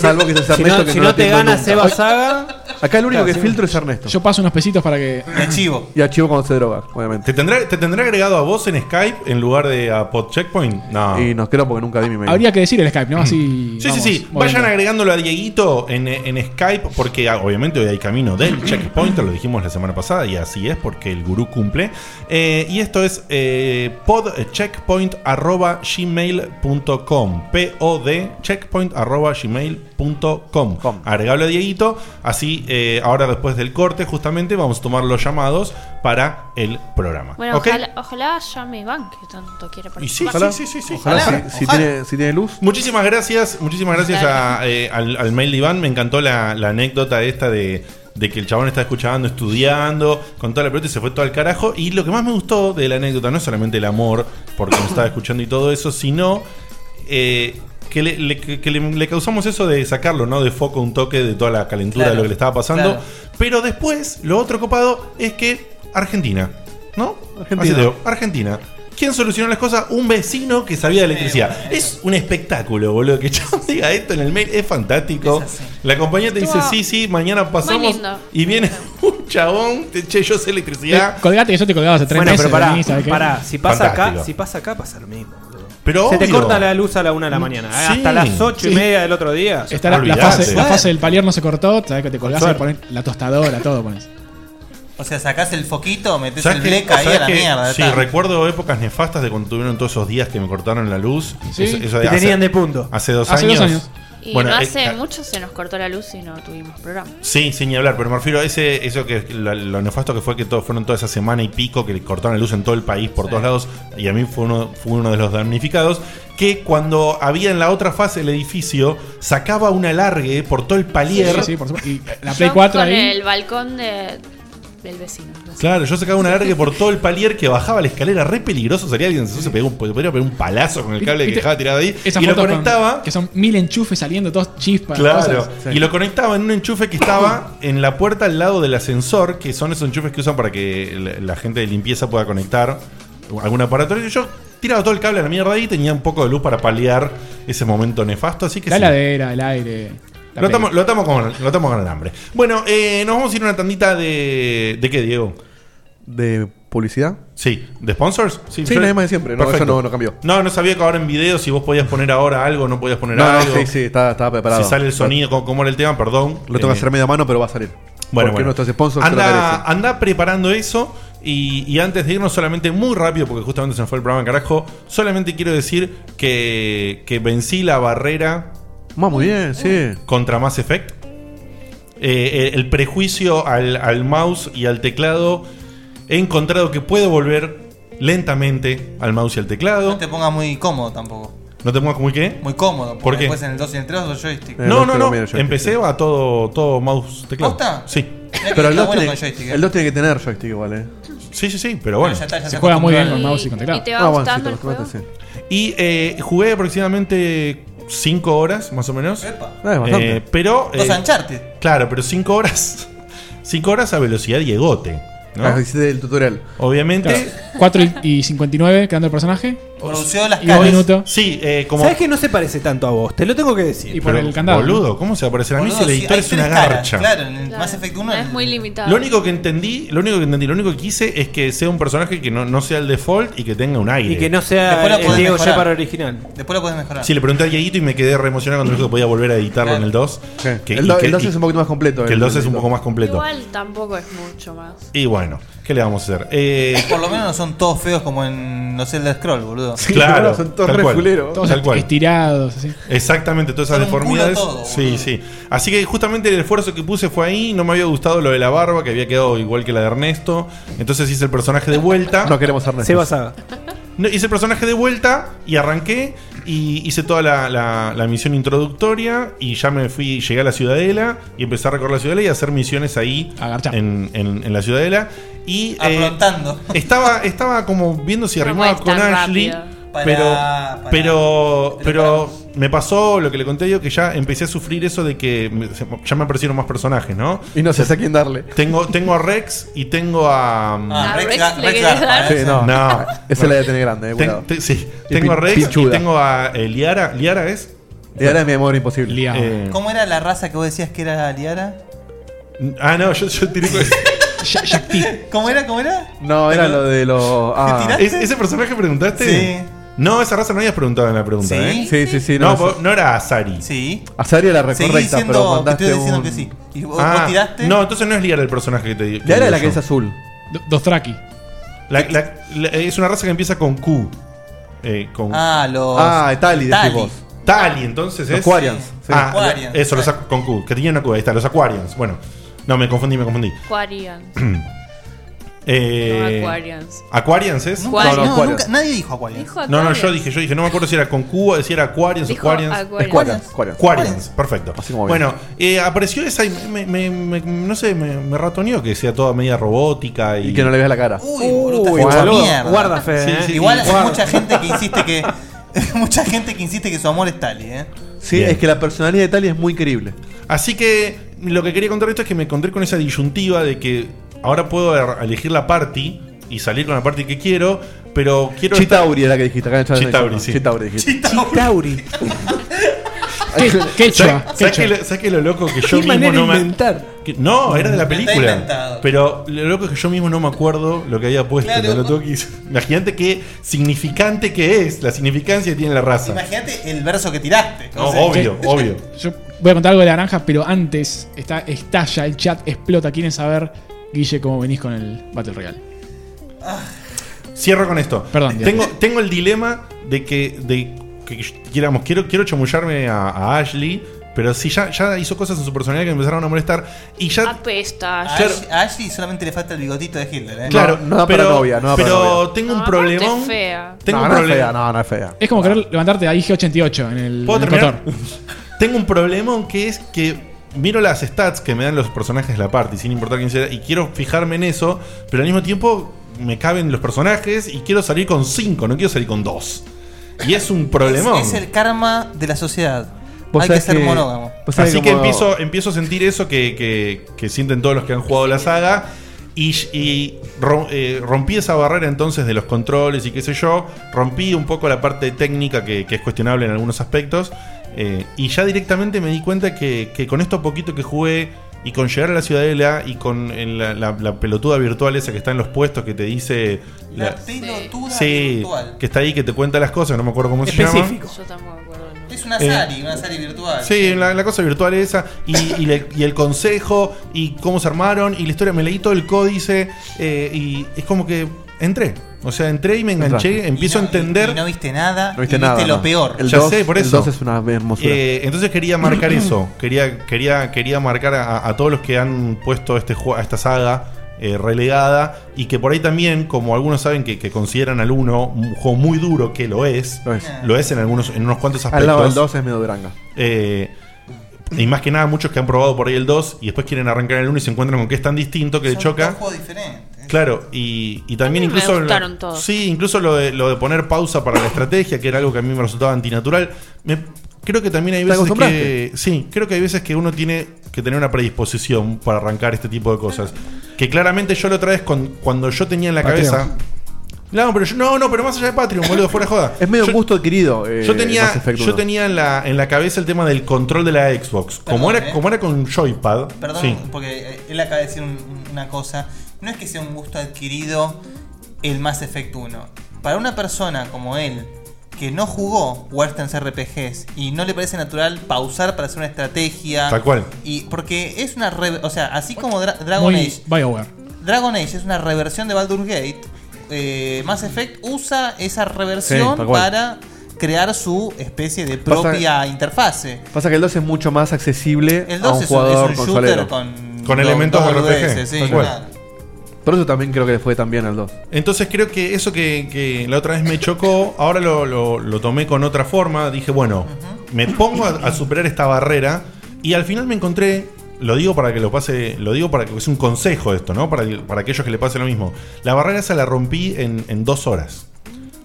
Speaker 7: Salvo que seas
Speaker 5: Si no-
Speaker 7: Ernesto, que
Speaker 5: si
Speaker 7: no
Speaker 5: no
Speaker 7: la
Speaker 5: te
Speaker 7: tengo
Speaker 5: gana
Speaker 7: nunca.
Speaker 5: Seba Saga-
Speaker 7: Acá el único
Speaker 5: Claro,
Speaker 7: que
Speaker 5: sí.
Speaker 7: filtro es Ernesto.
Speaker 6: Yo paso unos pesitos para que.
Speaker 4: Archivo.
Speaker 7: Y archivo cuando se droga, obviamente.
Speaker 3: ¿Te tendrá, ¿Te tendrá agregado a vos en Skype en lugar de a Pod Checkpoint? No.
Speaker 7: Y no creo porque nunca di mi mail.
Speaker 6: Habría que decir el
Speaker 7: Mm.
Speaker 6: Skype, ¿no? Así.
Speaker 3: Sí, sí, sí. Vayan agregándolo a Dieguito en, en Skype, porque ah, obviamente hoy hay camino del checkpoint, lo dijimos la semana pasada, y así es, porque el gurú cumple. Eh, y esto es eh, podcheckpoint.gmail.com. P-O-D-checkpoint.gmail.com. Agregalo a Dieguito, así eh, ahora después del corte, justamente vamos a tomar los llamados para el programa.
Speaker 8: Bueno,
Speaker 3: ¿Ok?
Speaker 8: ojalá, ojalá ya me van, que tanto quiere
Speaker 3: Y sí,
Speaker 8: participar.
Speaker 3: sí, sí, sí, sí.
Speaker 7: Ojalá, si, si Tiene, si tiene luz.
Speaker 3: Muchísimas gracias, muchísimas gracias a, eh, al, al mail de Iván. Me encantó la, la anécdota esta de, de que el chabón está escuchando, estudiando, con toda la pelota y se fue todo al carajo. Y lo que más me gustó de la anécdota no es solamente el amor, porque me estaba escuchando y todo eso, sino eh, que, le, le- que- que le- le causamos eso de sacarlo, ¿no? De foco un toque de toda la calentura
Speaker 2: Claro,
Speaker 3: de lo que le estaba pasando.
Speaker 2: claro.
Speaker 3: Pero después, lo otro copado es que Argentina, ¿no?
Speaker 2: Argentina.
Speaker 3: Así te digo, Argentina. ¿Quién solucionó las cosas? Un vecino que sabía de
Speaker 4: Eh,
Speaker 3: electricidad. Es un espectáculo, boludo. Que Chabón diga esto en el mail es fantástico. La compañía te dice,
Speaker 2: Estuvo
Speaker 3: sí, sí, mañana pasamos.
Speaker 2: lindo.
Speaker 3: Y viene un chabón, te- che, yo sé electricidad.
Speaker 6: Eh, Colgate que yo te colgaba hace tres
Speaker 3: Bueno,
Speaker 6: meses.
Speaker 3: pero pará,
Speaker 6: vení, ¿sabes qué?
Speaker 3: pará,
Speaker 5: Si pasa acá,
Speaker 3: Fantástico.
Speaker 5: si pasa acá pasa lo mismo. boludo.
Speaker 3: Pero
Speaker 5: Se te
Speaker 3: obvio.
Speaker 5: corta la luz a la una de la mañana, eh,
Speaker 3: Sí.
Speaker 5: hasta las ocho y
Speaker 3: Sí.
Speaker 5: media del otro día.
Speaker 6: Está la, la
Speaker 5: Olvidate.
Speaker 6: fase, la fase del palier no se cortó, sabes que te colgás y
Speaker 5: suerte.
Speaker 6: pones la tostadora, todo pones.
Speaker 4: O sea, sacás el foquito, metés
Speaker 3: ¿Sabes
Speaker 4: el
Speaker 3: qué?
Speaker 4: bleca ahí
Speaker 3: ¿Sabes
Speaker 4: a la
Speaker 3: qué?
Speaker 4: mierda.
Speaker 3: Sí,
Speaker 4: está.
Speaker 3: recuerdo épocas nefastas de cuando tuvieron todos esos días que me cortaron la luz.
Speaker 4: Sí.
Speaker 3: Eso- eso
Speaker 4: Te tenían de
Speaker 5: punto.
Speaker 3: Hace dos
Speaker 6: Hace
Speaker 3: años.
Speaker 6: dos años.
Speaker 8: Y
Speaker 3: Bueno,
Speaker 8: no
Speaker 3: eh,
Speaker 8: hace
Speaker 3: eh,
Speaker 8: mucho se nos cortó la luz y no tuvimos programa.
Speaker 3: Sí, sin ni hablar, pero me refiero a ese, eso que lo, lo nefasto que fue que todo, fueron toda esa semana y pico que le cortaron la luz en todo el país por todos lados y a mí fue uno, fue uno de los damnificados que cuando había en la otra fase el edificio sacaba un alargue por todo el
Speaker 6: Sí,
Speaker 3: palier.
Speaker 6: sí, sí, por supuesto. Y la
Speaker 8: Yo con el balcón de, el vecino. no sé.
Speaker 3: Claro, yo sacaba una larga por todo el palier que bajaba la escalera, re peligroso. Sería alguien se pegó un, podría pegar un palazo con el cable que
Speaker 6: ¿Viste?
Speaker 3: dejaba tirado ahí.
Speaker 6: Esas
Speaker 3: y lo
Speaker 6: fotos con-
Speaker 3: conectaba.
Speaker 6: que son mil enchufes saliendo, todos chispas.
Speaker 3: Claro,
Speaker 6: cosas.
Speaker 3: y lo conectaba en un enchufe que estaba en la puerta al lado del ascensor, que son esos enchufes que usan para que la- la gente de limpieza pueda conectar algún aparato. Y yo tiraba todo el cable a la mierda ahí y tenía un poco de luz para paliar ese momento nefasto. Así que
Speaker 6: La
Speaker 3: sí,
Speaker 6: heladera, el aire. la
Speaker 3: lo
Speaker 6: pega.
Speaker 3: estamos lo atamos con, lo atamos con alambre. Bueno, eh, nos vamos a ir a una tandita de. ¿De qué, Diego?
Speaker 7: ¿De publicidad?
Speaker 3: Sí. ¿De sponsors?
Speaker 7: Sí,
Speaker 3: yo-
Speaker 7: la misma de siempre. No,
Speaker 3: Perfecto.
Speaker 7: eso no- no cambió.
Speaker 3: No, no sabía que ahora en video si vos podías poner ahora algo, no podías poner
Speaker 7: No, no,
Speaker 3: algo.
Speaker 7: sí, sí, estaba- estaba preparado.
Speaker 3: Si sale el sonido, cómo, cómo era el tema, perdón. Eh,
Speaker 7: Lo tengo que hacer media mano, pero va a salir. Porque
Speaker 3: Bueno, bueno.
Speaker 7: nuestros sponsors se lo
Speaker 3: anda,
Speaker 7: merecen.
Speaker 3: anda preparando eso. Y, y antes de irnos, solamente muy rápido, porque justamente se me fue el programa, carajo. Solamente quiero decir que, que vencí la barrera.
Speaker 7: muy bien, sí.
Speaker 3: Contra Mass Effect. Eh, el, el prejuicio al, al mouse y al teclado. He encontrado que puedo volver lentamente al mouse y al teclado. No te
Speaker 4: pongas muy cómodo tampoco.
Speaker 3: ¿No te pongas muy qué?
Speaker 4: Muy cómodo. porque
Speaker 3: ¿Por qué?
Speaker 4: Después en el 2 y en el 3 los joystick.
Speaker 7: Eh,
Speaker 3: No, no, no. Empecé a todo, todo mouse teclado.
Speaker 4: ¿Posta?
Speaker 3: Sí.
Speaker 4: Mirá que Pero el está dos bueno tiene- con joystick, ¿eh? el dos
Speaker 7: tiene que tener joystick igual, eh.
Speaker 3: Sí, sí, sí, pero bueno.
Speaker 5: Ah,
Speaker 4: Pero ya está, ya
Speaker 6: Se juega muy bien con mouse y con teclado.
Speaker 8: y te
Speaker 3: Ah,
Speaker 8: va gustando el juego?
Speaker 3: Y eh, jugué aproximadamente 5 horas, más o menos.
Speaker 7: Ah, es bastante.
Speaker 3: Eh, pero.
Speaker 7: Dos
Speaker 4: Uncharted.
Speaker 3: Claro, pero 5 horas. 5 horas a velocidad llegote. ¿no?
Speaker 7: Ah, hiciste el tutorial.
Speaker 3: Obviamente.
Speaker 6: 4 y, y 59, quedando el personaje. y dos minutos.
Speaker 3: Sí, eh, como.
Speaker 5: ¿Sabes que no se parece tanto a vos? Te lo tengo que decir.
Speaker 3: Y por Pero, el candado, boludo, ¿no? ¿cómo se va a parecer? A mí si el editor es una garcha.
Speaker 8: Claro. Es muy limitado.
Speaker 3: Lo único que entendí, lo único que entendí, lo único que quise es que sea un personaje que no, no sea el default y que tenga un aire.
Speaker 5: Y que no sea
Speaker 4: Después lo
Speaker 5: el
Speaker 4: podés
Speaker 5: Diego
Speaker 4: mejorar.
Speaker 5: Shepard original.
Speaker 4: Después lo puedes mejorar.
Speaker 3: Sí, le pregunté a Dieguito y me quedé re emocionado cuando me dijo que podía volver a editarlo en el 2. Que,
Speaker 7: El
Speaker 3: y
Speaker 7: do-
Speaker 3: que-
Speaker 7: el dos
Speaker 3: y-
Speaker 7: es un poquito más completo,
Speaker 3: Que
Speaker 7: el
Speaker 3: el 2 es un
Speaker 7: Dieguito.
Speaker 3: poco más completo.
Speaker 8: Igual tampoco es mucho más.
Speaker 3: Y bueno, ¿qué le vamos a hacer? Eh,
Speaker 4: Por lo menos no son todos feos como en los Elder Scroll, boludo.
Speaker 3: claro, tal cual, tal cual.
Speaker 6: estirados, así.
Speaker 3: Exactamente, todas esas
Speaker 4: Son un culo
Speaker 3: deformidades.
Speaker 4: todo, boludo.
Speaker 3: sí, sí. Así que justamente el esfuerzo que puse fue ahí. No me había gustado lo de la barba, que había quedado igual que la de Ernesto. Entonces hice el personaje de vuelta.
Speaker 7: No queremos Ernesto.
Speaker 5: Seba Saga.
Speaker 3: No, hice el personaje de vuelta y arranqué. Y hice toda la, la- la misión introductoria. Y ya me fui, llegué a la ciudadela. Y empecé a recorrer la ciudadela y a hacer misiones ahí en, en- en la ciudadela. Y. eh, estaba, estaba como viendo si arrimaba
Speaker 4: es
Speaker 3: con
Speaker 4: tan
Speaker 3: Ashley.
Speaker 4: rápido.
Speaker 3: Pero,
Speaker 4: Pará, pará.
Speaker 3: pero, pero me pasó lo que le conté yo, que ya empecé a sufrir eso de que me- se- ya me aparecieron más personajes, ¿no?
Speaker 7: Y no sé a quién darle.
Speaker 3: Tengo, tengo a Rex y tengo a.
Speaker 4: Ah, Rex Rex Gar- le Rex ¿eh? querés Garpa, dar.
Speaker 7: Sí, no.
Speaker 3: no.
Speaker 7: Esa la debe tener grande, eh,
Speaker 3: Ten-
Speaker 7: cuidado.
Speaker 3: te- sí.
Speaker 7: Y
Speaker 3: Tengo a
Speaker 7: pin-
Speaker 3: Rex y
Speaker 7: pinchuda.
Speaker 3: tengo a eh, Liara. ¿Liara es?
Speaker 7: Liara es mi amor imposible. Liara.
Speaker 3: Eh,
Speaker 4: ¿Cómo era la raza que vos decías que era Liara?
Speaker 3: ah, no, yo, yo tiré con
Speaker 4: ¿Cómo era? ¿Cómo era?
Speaker 7: No, era lo de los. Ah.
Speaker 3: ¿Es- ¿Ese personaje preguntaste?
Speaker 7: Sí.
Speaker 3: No, esa raza no habías preguntado en la pregunta,
Speaker 7: Sí.
Speaker 3: ¿eh?
Speaker 7: Sí, sí, sí,
Speaker 3: No,
Speaker 7: no,
Speaker 3: vos-
Speaker 7: eso-
Speaker 3: no, era Azari.
Speaker 4: Sí.
Speaker 7: Azari era la
Speaker 4: Seguí
Speaker 7: recorrecta,
Speaker 4: diciendo
Speaker 7: pero
Speaker 4: que
Speaker 7: mandaste
Speaker 4: estoy diciendo
Speaker 7: un-
Speaker 4: que sí. Y vos,
Speaker 3: Ah,
Speaker 4: vos tiraste.
Speaker 3: No, entonces no es Liara el personaje que te di-
Speaker 7: Liara es la
Speaker 3: digo
Speaker 7: que
Speaker 3: yo.
Speaker 7: es azul.
Speaker 6: Dostraki.
Speaker 3: La- la- la- es una raza que empieza con Q. Eh, con...
Speaker 4: Ah, los- Ah, Tali, decís Tali. vos.
Speaker 3: Tali, entonces
Speaker 7: Los
Speaker 3: es.
Speaker 7: Quarians, sí.
Speaker 3: Ah,
Speaker 8: Quarians,
Speaker 3: eso, los ac- con Q. Que tenía una Q, ahí está, los Aquarians. Bueno, no, me confundí, me confundí.
Speaker 8: Quarian.
Speaker 3: Eh,
Speaker 8: No, Aquarians.
Speaker 3: ¿Aquarians es?
Speaker 8: No, no, Aquarians. nunca-
Speaker 4: nadie dijo Aquarians.
Speaker 8: Dijo
Speaker 3: No, no,
Speaker 8: Aquarians.
Speaker 3: yo dije, yo dije, no me acuerdo si era con Q, si era Aquarians o
Speaker 8: Dijo
Speaker 3: Aquarians.
Speaker 8: Aquarians.
Speaker 3: Aquarians.
Speaker 7: Aquarians.
Speaker 3: Aquarians, perfecto.
Speaker 7: como
Speaker 3: Bueno, eh, apareció esa y me, me- me- me- no sé, me, me ratoneó que sea toda media robótica y.
Speaker 7: Y que no le veas la cara.
Speaker 4: Uy, boludo,
Speaker 7: Uy,
Speaker 4: estás hecho
Speaker 7: boludo,
Speaker 4: mierda.
Speaker 7: guarda, Fede,
Speaker 4: Sí,
Speaker 7: eh.
Speaker 4: sí, Igual hay
Speaker 7: guarda.
Speaker 4: mucha gente que insiste que. mucha gente que insiste que su amor es Tali, ¿eh?
Speaker 7: Sí, es que la personalidad de Tali es muy querible.
Speaker 3: Así que lo que quería contar esto es que me encontré con esa disyuntiva de que ahora puedo er- elegir la party y salir con la party que quiero, pero quiero.
Speaker 7: Chitauri era la que dijiste. Acá en el chat.
Speaker 3: Chitauri, sí.
Speaker 7: Chitauri dijiste.
Speaker 5: Chitauri.
Speaker 7: Quechua,
Speaker 3: ¿Sabes- ¿Sabes
Speaker 7: quechua.
Speaker 3: qué lo- sabes qué lo loco que yo
Speaker 5: Qué
Speaker 3: mismo
Speaker 5: manera
Speaker 3: no
Speaker 5: de
Speaker 3: me.
Speaker 5: inventar.
Speaker 3: que- no, era de la
Speaker 5: Está
Speaker 3: película.
Speaker 5: inventado.
Speaker 3: Pero lo loco es que yo mismo no me acuerdo lo que había puesto.
Speaker 4: Claro.
Speaker 3: pero lo tengo que- Imagínate qué significante que es, la significancia que tiene la raza.
Speaker 4: Imagínate el verso que tiraste.
Speaker 3: No,
Speaker 4: O sea,
Speaker 3: obvio,
Speaker 4: que-
Speaker 3: obvio.
Speaker 6: Yo voy a contar algo de la naranja, pero antes está, estalla, el chat explota. ¿Quieren saber, Guille, cómo venís con el Battle Royale?
Speaker 3: Cierro con esto.
Speaker 6: Perdón,
Speaker 3: Tengo, tengo el dilema de que, de que queramos, quiero, quiero chamullarme a, a Ashley, pero si ya, ya hizo cosas en su personalidad que me empezaron a molestar. Y ya.
Speaker 8: Apesta.
Speaker 4: A
Speaker 8: Claro.
Speaker 4: Ash- a Ashley solamente le falta el bigotito de Hitler, ¿eh?
Speaker 3: Claro, pero, pero tengo
Speaker 4: Ah,
Speaker 8: aparte es
Speaker 3: un problemón.
Speaker 8: fea.
Speaker 3: Tengo
Speaker 7: No,
Speaker 3: un
Speaker 7: no es
Speaker 3: problema.
Speaker 7: fea, no, no es fea.
Speaker 6: Es como querer levantarte a IG88 en el,
Speaker 3: ¿Puedo
Speaker 6: en el
Speaker 3: terminar?
Speaker 6: Cotor.
Speaker 3: Tengo un problemón que es que miro las stats que me dan los personajes de la party, sin importar quién sea, y quiero fijarme en eso, pero al mismo tiempo me caben los personajes y quiero salir con 5, no quiero salir con 2. Y es un problemón.
Speaker 4: Es, es el karma de la sociedad.
Speaker 3: Vos
Speaker 4: Hay que
Speaker 3: sabés
Speaker 4: ser
Speaker 3: que-
Speaker 4: monógamo.
Speaker 3: Así que empiezo, empiezo a sentir eso que, que- que sienten todos los que han jugado la saga. Y, y rom- eh, rompí esa barrera entonces de los controles y qué sé yo. Rompí un poco la parte técnica que, que es cuestionable en algunos aspectos. eh, y ya directamente me di cuenta que, que con esto poquito que jugué y con llegar a la ciudadela y con eh, la, la- la pelotuda virtual esa que está en los puestos que te dice...
Speaker 4: La pelotuda
Speaker 3: Sí,
Speaker 4: virtual.
Speaker 3: que está ahí, que te cuenta las cosas, no me acuerdo cómo se llama.
Speaker 4: Específico. Es una
Speaker 3: Eh,
Speaker 4: Sari, una Sari virtual.
Speaker 3: Sí, la, la cosa virtual esa. Y, y le- y el consejo, y cómo se armaron, y la historia. Me leí todo el códice, eh, y es como que entré. O sea, entré y me enganché,
Speaker 4: Entraste.
Speaker 3: empiezo a entender.
Speaker 4: Y no viste nada.
Speaker 7: No viste
Speaker 4: y
Speaker 7: nada.
Speaker 4: Viste lo
Speaker 7: no.
Speaker 4: peor.
Speaker 7: El
Speaker 3: Ya
Speaker 7: 2
Speaker 3: sé, por
Speaker 7: El
Speaker 3: eso.
Speaker 7: 2 es una hermosura.
Speaker 3: Eh, entonces quería marcar eso. Quería, quería, quería marcar a, a todos los que han puesto este jue- a esta saga eh, relegada. Y que por ahí también, como algunos saben que, que consideran al 1 un juego muy duro, que lo es. Lo es, en algunos, en unos cuantos aspectos.
Speaker 7: Al lado del 2 es medio duranga.
Speaker 3: Eh, y más que nada, muchos que han probado por ahí el 2 y después quieren arrancar el 1 y se encuentran con que es tan distinto que le choca. Claro, y, y también
Speaker 8: A mí me
Speaker 3: incluso. lo-
Speaker 8: gustaron todos.
Speaker 3: Sí, incluso lo de, lo de poner pausa para la estrategia, que era algo que a mí me resultaba antinatural. Me- creo que también hay
Speaker 7: ¿Te
Speaker 3: veces que.
Speaker 7: acostumbraste?
Speaker 3: Sí, creo que hay veces que uno tiene que tener una predisposición para arrancar este tipo de cosas. Que claramente yo lo vez con, cuando yo tenía en la
Speaker 7: Patreon.
Speaker 3: cabeza. No, pero yo- no, no, pero más allá de Patreon, boludo, fuera de joda.
Speaker 7: Es medio un gusto adquirido. eh,
Speaker 3: Yo tenía,
Speaker 7: Mass Effect
Speaker 3: yo
Speaker 7: 1.
Speaker 3: tenía en, la, en la cabeza el tema del control de la Xbox. como, era, como era con Joypad.
Speaker 4: Perdón,
Speaker 3: sí.
Speaker 4: porque eh, él acaba de decir un- una cosa. No es que sea un gusto adquirido el Mass Effect 1. Para una persona como él, que no jugó Western RPGs y no le parece natural pausar para hacer una estrategia.
Speaker 6: Tal cual.
Speaker 4: Y porque es una. re- o sea, así como Dra- Dragon
Speaker 6: Muy
Speaker 4: Age.
Speaker 6: BioWare.
Speaker 4: Dragon Age es una reversión de Baldur's Gate. eh, Mass Effect usa esa reversión
Speaker 7: Sí, tal cual.
Speaker 4: para crear su especie de
Speaker 7: Pasa-
Speaker 4: propia interfase.
Speaker 7: Pasa que el 2 es mucho más accesible
Speaker 4: El
Speaker 7: a
Speaker 4: 2
Speaker 7: un
Speaker 4: es un-
Speaker 7: jugador
Speaker 4: es un
Speaker 7: consolero.
Speaker 4: shooter con Con dos- elementos dos RPG, boludeces, sí,
Speaker 7: Tal cual.
Speaker 4: claro.
Speaker 7: Por eso también creo que le fue tan bien al 2.
Speaker 3: Entonces creo que eso que, que la otra vez me chocó, ahora lo, lo- lo tomé con otra forma. Dije, bueno, me pongo a, a superar esta barrera. Y al final me encontré, lo digo para que lo pase, lo digo para que es un consejo esto, ¿no? Para, para aquellos que le pase lo mismo. La barrera esa la rompí en, en dos horas.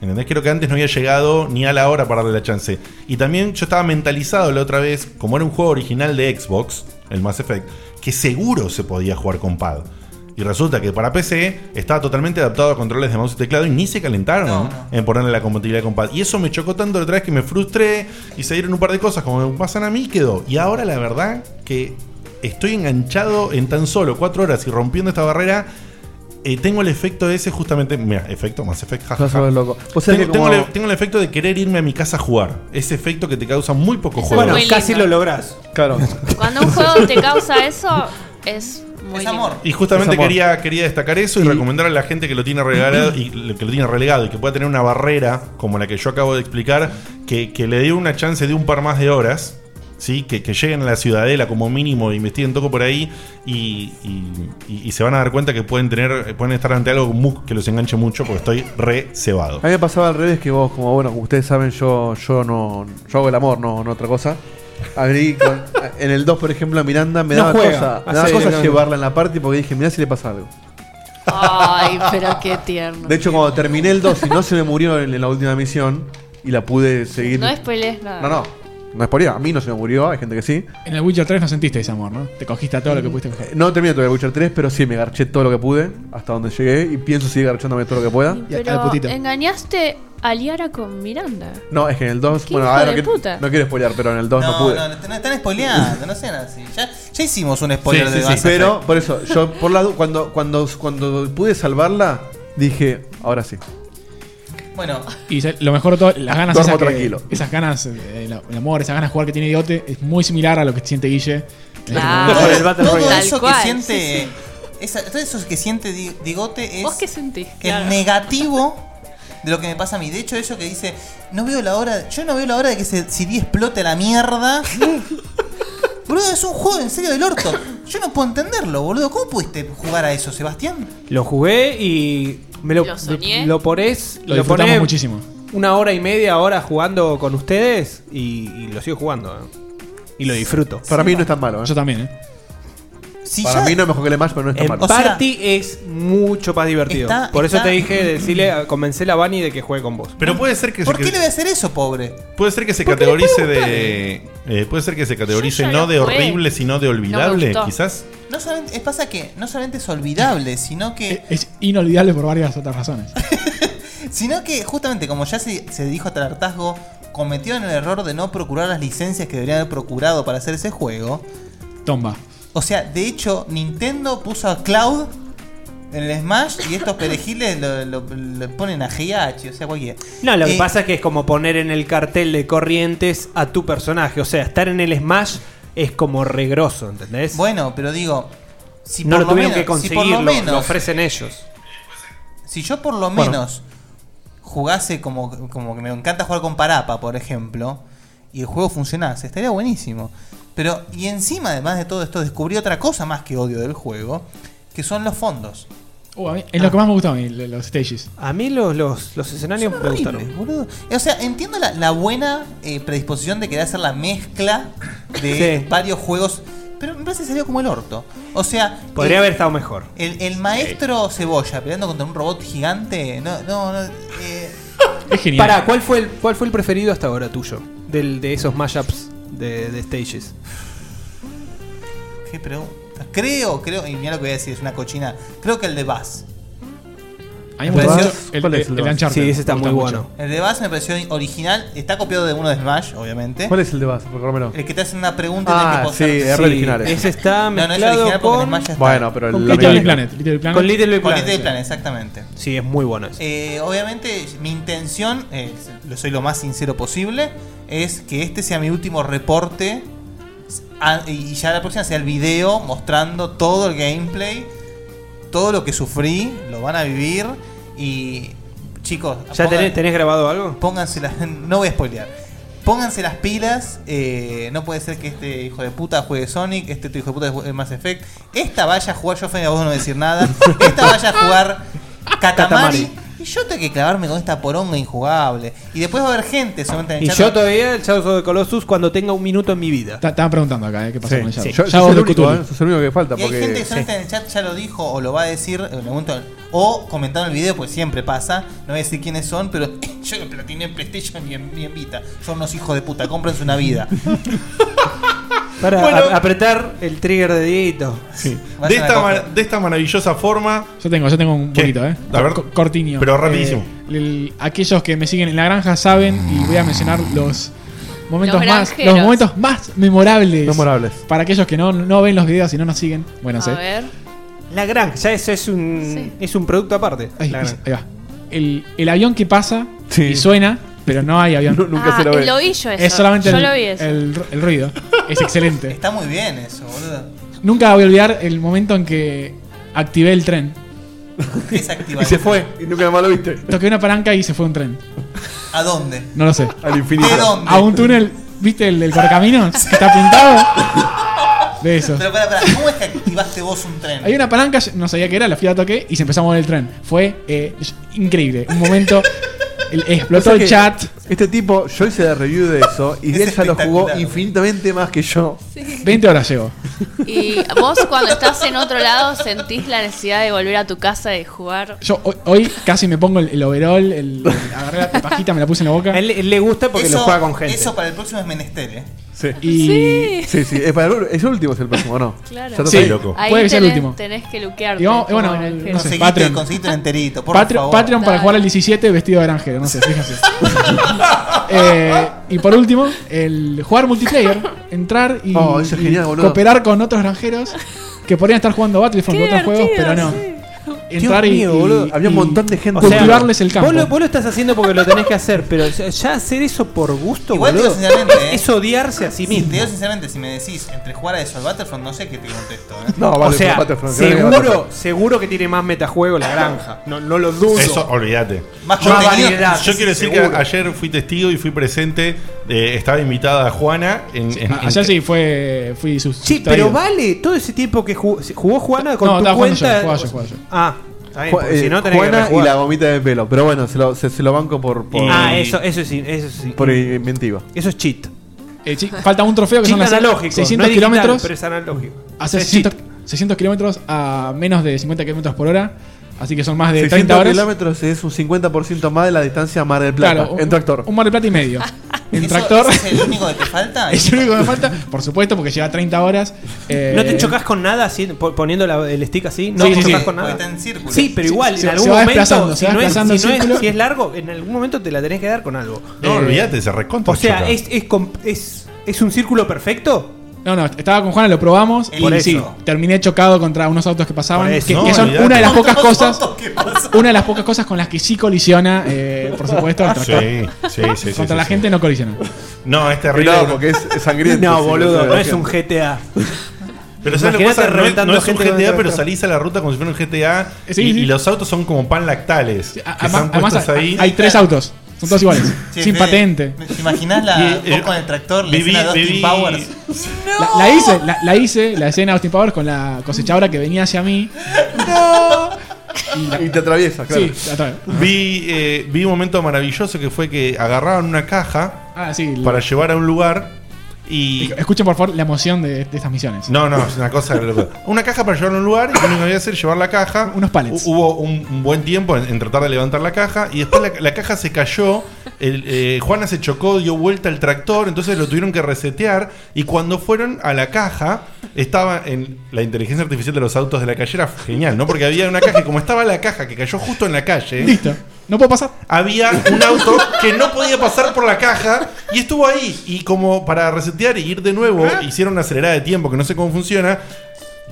Speaker 3: ¿Entendés? Creo que antes no había llegado ni a la hora para darle la chance. Y también yo estaba mentalizado la otra vez, como era un juego original de Xbox, el Mass Effect, que seguro se podía jugar con pad. Y resulta que para PC estaba totalmente adaptado a controles de mouse y teclado y ni se calentaron en ponerle la compatibilidad con pad. Y eso me chocó tanto la otra vez que me frustré y se dieron un par de cosas como me pasan a mí y quedó. Y ahora la verdad que estoy enganchado en tan solo cuatro horas y rompiendo esta barrera. eh, tengo el efecto ese justamente. Mira, efecto más efecto. jajaja.
Speaker 7: Vas a ver, loco. Vos sabés
Speaker 3: Tengo,
Speaker 7: que como-
Speaker 3: tengo el, tengo el efecto de querer irme a mi casa a jugar. Ese efecto que te causa muy poco juego.
Speaker 5: Bueno, Muy casi lindo. lo
Speaker 3: lográs. Claro.
Speaker 8: Cuando un juego te causa eso, es muy. amor.
Speaker 3: Y justamente
Speaker 7: Es amor.
Speaker 3: quería, quería destacar eso y, recomendar a la gente que lo tiene regalado y que lo tiene relegado y que pueda tener una barrera como la que yo acabo de explicar, que, que le dé una chance de un par más de horas, ¿sí? que, que lleguen a la ciudadela como mínimo, investiguen un toco por ahí y, y- y- y se van a dar cuenta que pueden tener, pueden estar ante algo mu- que los enganche mucho porque estoy re cebado.
Speaker 7: A mí me pasaba al revés que vos, como bueno, como ustedes saben, yo, yo no. Yo hago el amor, no, no otra cosa. A mí, con- en el 2, por ejemplo, a Miranda me
Speaker 6: No
Speaker 7: daba
Speaker 6: juega.
Speaker 7: cosa, me
Speaker 6: Ah,
Speaker 7: daba
Speaker 6: sí,
Speaker 7: cosa
Speaker 6: no, no.
Speaker 7: llevarla en la party porque dije, mirá si le pasa algo.
Speaker 8: Ay, pero qué tierno.
Speaker 7: De hecho, cuando terminé el 2 y no se me murió en, en la última misión y la pude seguir.
Speaker 8: No spoilees nada.
Speaker 7: No, no. No es por A mí no se me murió, hay gente que sí.
Speaker 6: En el Witcher 3 no sentiste ese amor, ¿no? Te cogiste a todo lo que pudiste coger.
Speaker 7: No terminé todavía Witcher 3, pero sí, me garché todo lo que pude, hasta donde llegué, y pienso seguir garchándome todo lo que pueda.
Speaker 8: Pero engañaste a Liara con Miranda.
Speaker 7: No, es que en el 2, bueno,
Speaker 8: hijo
Speaker 7: ahora no,
Speaker 8: de
Speaker 7: quiero-
Speaker 8: puta?
Speaker 7: no quiero spoilear, pero en el 2 no,
Speaker 4: No,
Speaker 7: pude.
Speaker 4: no, no, no están spoileando, no sean así. Ya, ya hicimos un spoiler de Mass Effect.
Speaker 7: Pero por eso, yo por la du- cuando, cuando, cuando pude salvarla, dije, ahora sí.
Speaker 4: Bueno,
Speaker 6: Y se- lo mejor de todo, las ganas
Speaker 7: Duermo
Speaker 6: esas que-
Speaker 7: tranquilo.
Speaker 6: Esas ganas, eh, el, el amor, esas ganas de jugar que tiene Diote es muy similar a lo que siente Guille. este
Speaker 3: Ah.
Speaker 4: Claro.
Speaker 6: Por el Battle
Speaker 4: todo
Speaker 6: Royale.
Speaker 4: eso
Speaker 6: Tal cual,
Speaker 4: que siente.
Speaker 6: sí,
Speaker 4: esa- todo eso que siente Di- Digote es.
Speaker 8: ¿Vos qué sentís?
Speaker 4: el negativo de lo que me pasa a mí. De hecho, eso que dice, no veo la hora, yo no veo la hora de que ese CD explote a la mierda. boludo, es un juego en serio del orto. Yo no puedo entenderlo, boludo. ¿Cómo pudiste jugar a eso, Sebastián?
Speaker 5: Lo jugué y me lo,
Speaker 4: Lo soñé.
Speaker 5: lo ponés.
Speaker 4: Lo disfrutamos
Speaker 5: ponés
Speaker 6: muchísimo.
Speaker 5: Una hora y media ahora jugando con ustedes y, y lo sigo jugando. ¿eh? y lo disfruto.
Speaker 7: Para mí no es tan malo. Yo
Speaker 6: también, ¿eh?
Speaker 7: Para
Speaker 5: ya-
Speaker 7: mí no es mejor que el Smash, pero no es tan
Speaker 4: Eh,
Speaker 5: El
Speaker 7: malo.
Speaker 5: party es mucho más divertido.
Speaker 4: Está-
Speaker 5: Por eso
Speaker 4: está-
Speaker 5: te dije, decirle, a- convencele a Bani de que juegue con vos.
Speaker 3: Pero puede ser que
Speaker 4: ¿Por qué le voy a hacer eso, pobre?
Speaker 3: Puede ser que se
Speaker 4: Porque le puede
Speaker 3: categorice
Speaker 4: gustar.
Speaker 3: de. eh, puede ser que se categorice
Speaker 4: Yo ya
Speaker 3: no
Speaker 4: lo
Speaker 3: de
Speaker 4: jugué.
Speaker 3: horrible, sino de olvidable,
Speaker 4: gustó.
Speaker 3: quizás.
Speaker 4: No solamente, es pasa que no solamente es olvidable, sino que
Speaker 6: Es inolvidable por varias otras razones.
Speaker 4: Sino que justamente, como ya se, se dijo hasta el hartazgo, cometieron el error de no procurar las licencias que deberían haber procurado para hacer ese juego.
Speaker 6: Tomba.
Speaker 4: O sea, de hecho, Nintendo puso a Cloud en el Smash y estos perejiles lo, lo- lo ponen a GH, o sea, cualquiera.
Speaker 5: No, lo que
Speaker 4: Eh,
Speaker 5: pasa es que es como poner en el cartel de corrientes a tu personaje. O sea, estar en el Smash es como regroso, ¿entendés?
Speaker 4: Bueno, pero digo. Si
Speaker 5: no
Speaker 4: por
Speaker 5: lo tuvieron
Speaker 4: menos-
Speaker 5: que
Speaker 4: si
Speaker 5: conseguir,
Speaker 4: por lo
Speaker 5: lo,
Speaker 4: menos-
Speaker 5: lo ofrecen ellos.
Speaker 4: Si yo por lo
Speaker 5: Bueno.
Speaker 4: menos jugase como, como que me encanta jugar con Parapa, por ejemplo, y el juego funcionase, estaría buenísimo. Pero, y encima, además de todo esto, descubrí otra cosa más que odio del juego, que son los fondos.
Speaker 6: Uh, a mí- es lo que más me gusta a mí, lo- los stages.
Speaker 5: A mí los, los, escenarios
Speaker 4: me gustaron. O sea, entiendo la, la buena eh, predisposición de querer hacer la mezcla de
Speaker 5: Sí.
Speaker 4: varios juegos, pero me parece que salió como el orto. O sea,
Speaker 5: Podría
Speaker 4: eh,
Speaker 5: haber estado mejor.
Speaker 4: El, el maestro cebolla peleando contra un robot gigante, no, no, eh, no.
Speaker 6: Es genial.
Speaker 5: Pará, ¿cuál fue el, cuál fue el preferido hasta ahora tuyo? Del, de esos mashups de, de stages.
Speaker 4: ¿Qué pregunta? Creo, creo, y mira lo que voy a decir, es una cochina. Creo que el de Bass.
Speaker 6: A mí me gustó mucho el- ¿Cuál es el de el Bass? Uncharted.
Speaker 5: Sí, ese está
Speaker 6: Me
Speaker 5: muy
Speaker 6: gusta
Speaker 5: bueno.
Speaker 4: El de Bass me pareció original, está copiado de uno de Smash, obviamente.
Speaker 7: ¿Cuál es el de base? Por favor?
Speaker 4: El que te hacen una pregunta y tenés que
Speaker 7: Ah, sí,
Speaker 4: posar.
Speaker 7: es re original. ese.
Speaker 5: Ese está
Speaker 4: No, no es
Speaker 5: mezclado
Speaker 4: original porque en
Speaker 5: con...
Speaker 4: Smash ya está.
Speaker 7: Bueno, pero
Speaker 5: con
Speaker 7: la
Speaker 5: Little Big
Speaker 7: mecánica-
Speaker 5: Planet. Con Little Big
Speaker 4: Con
Speaker 5: Planet.
Speaker 4: Little Big Planet, exactamente.
Speaker 5: Sí, es muy bueno. ese.
Speaker 4: Eh, obviamente, mi intención, eh, lo soy lo más sincero posible, es que este sea mi último reporte a- y ya la próxima sea el video mostrando todo el gameplay, todo lo que sufrí, lo van a vivir y chicos,
Speaker 5: ¿Ya tenés- grabado algo?
Speaker 4: Pónganse las, no voy a spoilear. Pónganse las pilas, eh, no puede ser que este hijo de puta juegue Sonic, este otro hijo de puta juegue Mass Effect, esta vaya a jugar, yo Fede, a vos no voy a decir nada, esta vaya a jugar Katamari. Y yo tengo que clavarme con esta poronga injugable. Y después va a haber gente solamente en el
Speaker 5: Y
Speaker 4: chat.
Speaker 5: yo todavía el Shadow of the Colossus cuando tenga un minuto en mi
Speaker 7: Ah.
Speaker 5: vida.
Speaker 6: Ta- Estaban preguntando acá, ¿eh? ¿Qué pasó
Speaker 5: Sí,
Speaker 6: con el
Speaker 5: sí.
Speaker 6: Shadow?
Speaker 5: Yo-
Speaker 6: Shadow
Speaker 5: yo soy
Speaker 6: de
Speaker 5: el único,
Speaker 6: Cthulhu.
Speaker 5: ¿eh? Sos
Speaker 7: el único que falta.
Speaker 4: Y hay gente que solamente en el chat ya lo dijo o lo va a decir en algún momento, o comentando en el video, pues siempre pasa. No voy a decir quiénes son, pero yo lo platiné en PlayStation y en, y en Vita. Son unos hijos de puta, cómprense una vida.
Speaker 5: Para
Speaker 4: Bueno.
Speaker 5: a- apretar el trigger de Dieguito.
Speaker 3: De esta, ma- de esta maravillosa forma.
Speaker 6: Yo tengo, yo tengo un poquito, ¿eh?
Speaker 3: A ver.
Speaker 6: Co- cortiño.
Speaker 3: Pero rapidísimo.
Speaker 6: Eh, el- aquellos que me siguen en la granja saben, y voy a mencionar los momentos
Speaker 14: Los
Speaker 6: más
Speaker 14: granjeros.
Speaker 6: los momentos más memorables.
Speaker 7: Memorables.
Speaker 6: Para aquellos que no, no ven los videos y no nos siguen. Bueno, sé.
Speaker 14: ver.
Speaker 5: La granja, ya eso es un, es un producto aparte.
Speaker 6: Ahí,
Speaker 5: la granja.
Speaker 6: ahí va. El, el avión que pasa y suena, pero no hay avión.
Speaker 8: nunca Ah, se lo ve. lo oí yo eso.
Speaker 6: Es solamente
Speaker 8: Yo
Speaker 6: el,
Speaker 8: lo vi eso.
Speaker 6: el ru- el ruido. Es excelente.
Speaker 4: Está muy bien eso, boludo.
Speaker 6: Nunca voy a olvidar el momento en que activé el tren.
Speaker 4: Desactivado.
Speaker 7: Y se fue. Y nunca más lo viste.
Speaker 6: Toqué una palanca y se fue un tren.
Speaker 4: ¿A dónde?
Speaker 6: No lo sé.
Speaker 7: Al infinito.
Speaker 4: ¿De dónde?
Speaker 6: A un túnel, ¿viste el del correcaminos? Que está pintado. De eso.
Speaker 4: Pero pará, pará, ¿cómo es que activaste vos un tren?
Speaker 6: Hay una palanca, no sabía qué era, la fui a toqué y se empezó a mover el tren. Fue eh, increíble. Un momento. el- explotó
Speaker 7: O sea
Speaker 6: el
Speaker 7: que
Speaker 6: chat.
Speaker 7: Este tipo, yo hice la review de eso y él ya lo jugó
Speaker 6: espectacular.
Speaker 7: infinitamente más que yo.
Speaker 6: 20 horas llegó.
Speaker 8: Y vos cuando estás en otro lado sentís la necesidad de volver a tu casa y jugar.
Speaker 6: Yo hoy, hoy casi me pongo el, el overall, el, el- agarré la pajita, me la puse en la boca.
Speaker 5: él, le gusta
Speaker 4: Eso para el próximo es menester, ¿eh?
Speaker 7: Sí.
Speaker 6: Y-
Speaker 7: sí. sí, Es, para el, es el último, es el próximo, ¿no?
Speaker 8: Claro.
Speaker 7: Ya te
Speaker 6: Sí.
Speaker 7: estoy loco.
Speaker 8: Ahí
Speaker 6: Puede que sea el
Speaker 8: tenés,
Speaker 6: último.
Speaker 8: tenés que luquearte.
Speaker 6: Y vamos- y
Speaker 8: como
Speaker 6: bueno,
Speaker 8: granjero.
Speaker 6: no sé,
Speaker 4: Conseguiste,
Speaker 6: Patreon.
Speaker 4: conseguiste un enterito, por
Speaker 6: Patreon,
Speaker 4: favor.
Speaker 6: Patreon para jugar al 17 vestido de granjero, no sé, fíjense. Eh, y por último, el jugar multiplayer, entrar y,
Speaker 7: Oh, eso es
Speaker 6: y
Speaker 7: genial, boludo.
Speaker 6: cooperar con otros granjeros que podrían estar jugando Battlefront con otros juegos, pero no. Entrar y, y-
Speaker 7: Había un
Speaker 6: y
Speaker 7: montón de gente.
Speaker 5: O sea,
Speaker 6: cultivarles el campo.
Speaker 5: Vos lo, vos lo estás haciendo porque lo tenés que hacer, pero ya- ya hacer eso por gusto,
Speaker 4: Igual te digo
Speaker 5: boludo,
Speaker 4: sinceramente, ¿eh?
Speaker 5: es odiarse a sí
Speaker 4: Si
Speaker 5: mismo.
Speaker 4: te digo sinceramente, si me decís entre jugar a eso al Battlefront, no sé qué te contesto. ¿eh?
Speaker 5: o sea, seguro, seguro que tiene más metajuego la granja. No, no lo dudo.
Speaker 3: Eso, olvídate.
Speaker 5: Más
Speaker 3: yo,
Speaker 5: contenido. variedad,
Speaker 3: yo quiero decir
Speaker 5: seguro.
Speaker 3: que ayer fui testigo y fui presente. eh, estaba invitada Juana en. en-
Speaker 6: Ah, Ayer
Speaker 3: en-
Speaker 6: sí fue, fui sus
Speaker 5: Sí, pero vale, todo ese tiempo que jugó, jugó Juana con
Speaker 6: No,
Speaker 5: tu
Speaker 6: estaba jugando
Speaker 5: cuenta.
Speaker 6: yo, jugaba yo, jugaba yo.
Speaker 5: Ah, está bien,
Speaker 7: Ju-
Speaker 5: porque
Speaker 7: eh,
Speaker 5: si no tenés que
Speaker 7: Juana y
Speaker 5: rejugar.
Speaker 7: la gomita de pelo. Pero bueno, se lo, se, se lo banco por. por
Speaker 5: Ah, eso, eso sí, eso sí.
Speaker 7: Por inventiva.
Speaker 5: Eso es cheat.
Speaker 6: Eh, sí, falta un trofeo que
Speaker 5: Chip
Speaker 6: son las
Speaker 5: analógico,
Speaker 6: 600
Speaker 5: no es digital,
Speaker 6: kilómetros.
Speaker 5: pero es analógico.
Speaker 6: Hace
Speaker 5: Es
Speaker 6: 600, 600 kilómetros a menos de 50 kilómetros por hora. Así que son más Ah, de 30
Speaker 7: 600
Speaker 6: horas.
Speaker 7: kilómetros es un 50% más de la distancia a Mar del Plata.
Speaker 6: Claro, un-
Speaker 7: en tractor.
Speaker 6: Un Mar del Plata y medio. En
Speaker 7: ¿Eso
Speaker 6: tractor.
Speaker 7: es el
Speaker 4: único que te falta?
Speaker 6: es el único que me falta, por supuesto, porque lleva 30 horas. eh,
Speaker 5: ¿No te chocas con nada así, po- poniendo la- el stick así? ¿No
Speaker 6: Sí,
Speaker 5: te
Speaker 6: sí,
Speaker 5: chocas
Speaker 6: sí.
Speaker 5: con nada?
Speaker 6: Porque está en círculo.
Speaker 5: Sí, pero
Speaker 6: Sí,
Speaker 5: igual,
Speaker 6: se-
Speaker 5: en
Speaker 6: se
Speaker 5: algún
Speaker 6: va desplazando,
Speaker 5: momento,
Speaker 6: se
Speaker 5: si
Speaker 6: va
Speaker 5: no, es,
Speaker 6: desplazando en
Speaker 5: si no es-
Speaker 6: círculo. Eh,
Speaker 5: si es largo, en algún momento te la tenés que dar con algo.
Speaker 3: No, olvídate, se recontra
Speaker 5: O sea,
Speaker 3: choca.
Speaker 5: es, es, com- es, es un círculo perfecto.
Speaker 6: No, no, estaba con Juana, lo probamos y
Speaker 5: Por
Speaker 6: sí,
Speaker 5: eso.
Speaker 6: terminé chocado contra unos autos que pasaban.
Speaker 5: Por eso.
Speaker 6: Que,
Speaker 5: No,
Speaker 6: que son
Speaker 5: olvidate.
Speaker 6: una de las pocas
Speaker 5: Otros
Speaker 6: cosas. Una de las pocas cosas con las que sí colisiona, eh, por supuesto, el tractor.
Speaker 3: Sí, sí, sí, sí,
Speaker 6: Contra
Speaker 3: sí,
Speaker 6: la
Speaker 3: sí.
Speaker 6: gente no colisiona.
Speaker 3: No, es terrible.
Speaker 7: No, porque es- es sangriento, No, sí, boludo, no sé, no es un
Speaker 5: GTA.
Speaker 3: Pero ¿sabes lo que
Speaker 5: Imagínate
Speaker 3: pasa? No, es-
Speaker 5: reventando
Speaker 3: no es un
Speaker 5: gente con
Speaker 3: GTA,
Speaker 5: un
Speaker 3: pero
Speaker 5: tractor.
Speaker 3: salís a la ruta como si fuera un GTA
Speaker 6: Sí,
Speaker 3: y,
Speaker 6: sí.
Speaker 3: y los autos son como pan lactales. que
Speaker 6: Además,
Speaker 3: están
Speaker 6: además
Speaker 3: puestos ahí.
Speaker 6: hay, hay tres autos, son todos iguales,
Speaker 4: Che,
Speaker 6: sin
Speaker 4: Fede,
Speaker 6: patente.
Speaker 4: ¿Te imaginas la,
Speaker 6: Y,
Speaker 4: vos
Speaker 6: eh,
Speaker 4: con el tractor, la
Speaker 6: viví-
Speaker 4: escena de Austin
Speaker 6: viví-
Speaker 4: Powers?
Speaker 6: La, la hice, la, la hice, la escena de Austin Powers con la cosechadora que venía hacia mí.
Speaker 7: Y te atraviesa, claro.
Speaker 6: Sí, te atraviesa.
Speaker 3: Vi, eh, vi un momento maravilloso que fue que agarraban una caja
Speaker 6: Ah, sí.
Speaker 3: para llevar a un lugar y.
Speaker 6: Escuchen por favor la emoción de, de estas misiones.
Speaker 3: No, no, es una cosa de loco. Una caja para llevar a un lugar y lo único que había que hacer es llevar la caja.
Speaker 6: Unos pallets.
Speaker 3: Hubo un, un buen tiempo en, en tratar de levantar la caja y después la, la caja se cayó. el, eh, Juana se chocó, dio vuelta al tractor, entonces lo tuvieron que resetear. Y cuando fueron a la caja, estaba en la inteligencia artificial de los autos de la calle, era genial, ¿no? Porque había una caja y como estaba la caja que cayó justo en la calle.
Speaker 6: Listo. No puedo pasar.
Speaker 3: Había un auto que no podía pasar por la caja y estuvo ahí. Y como para resetear y ir de nuevo,
Speaker 6: Ah.
Speaker 3: hicieron una acelerada de tiempo que no sé cómo funciona.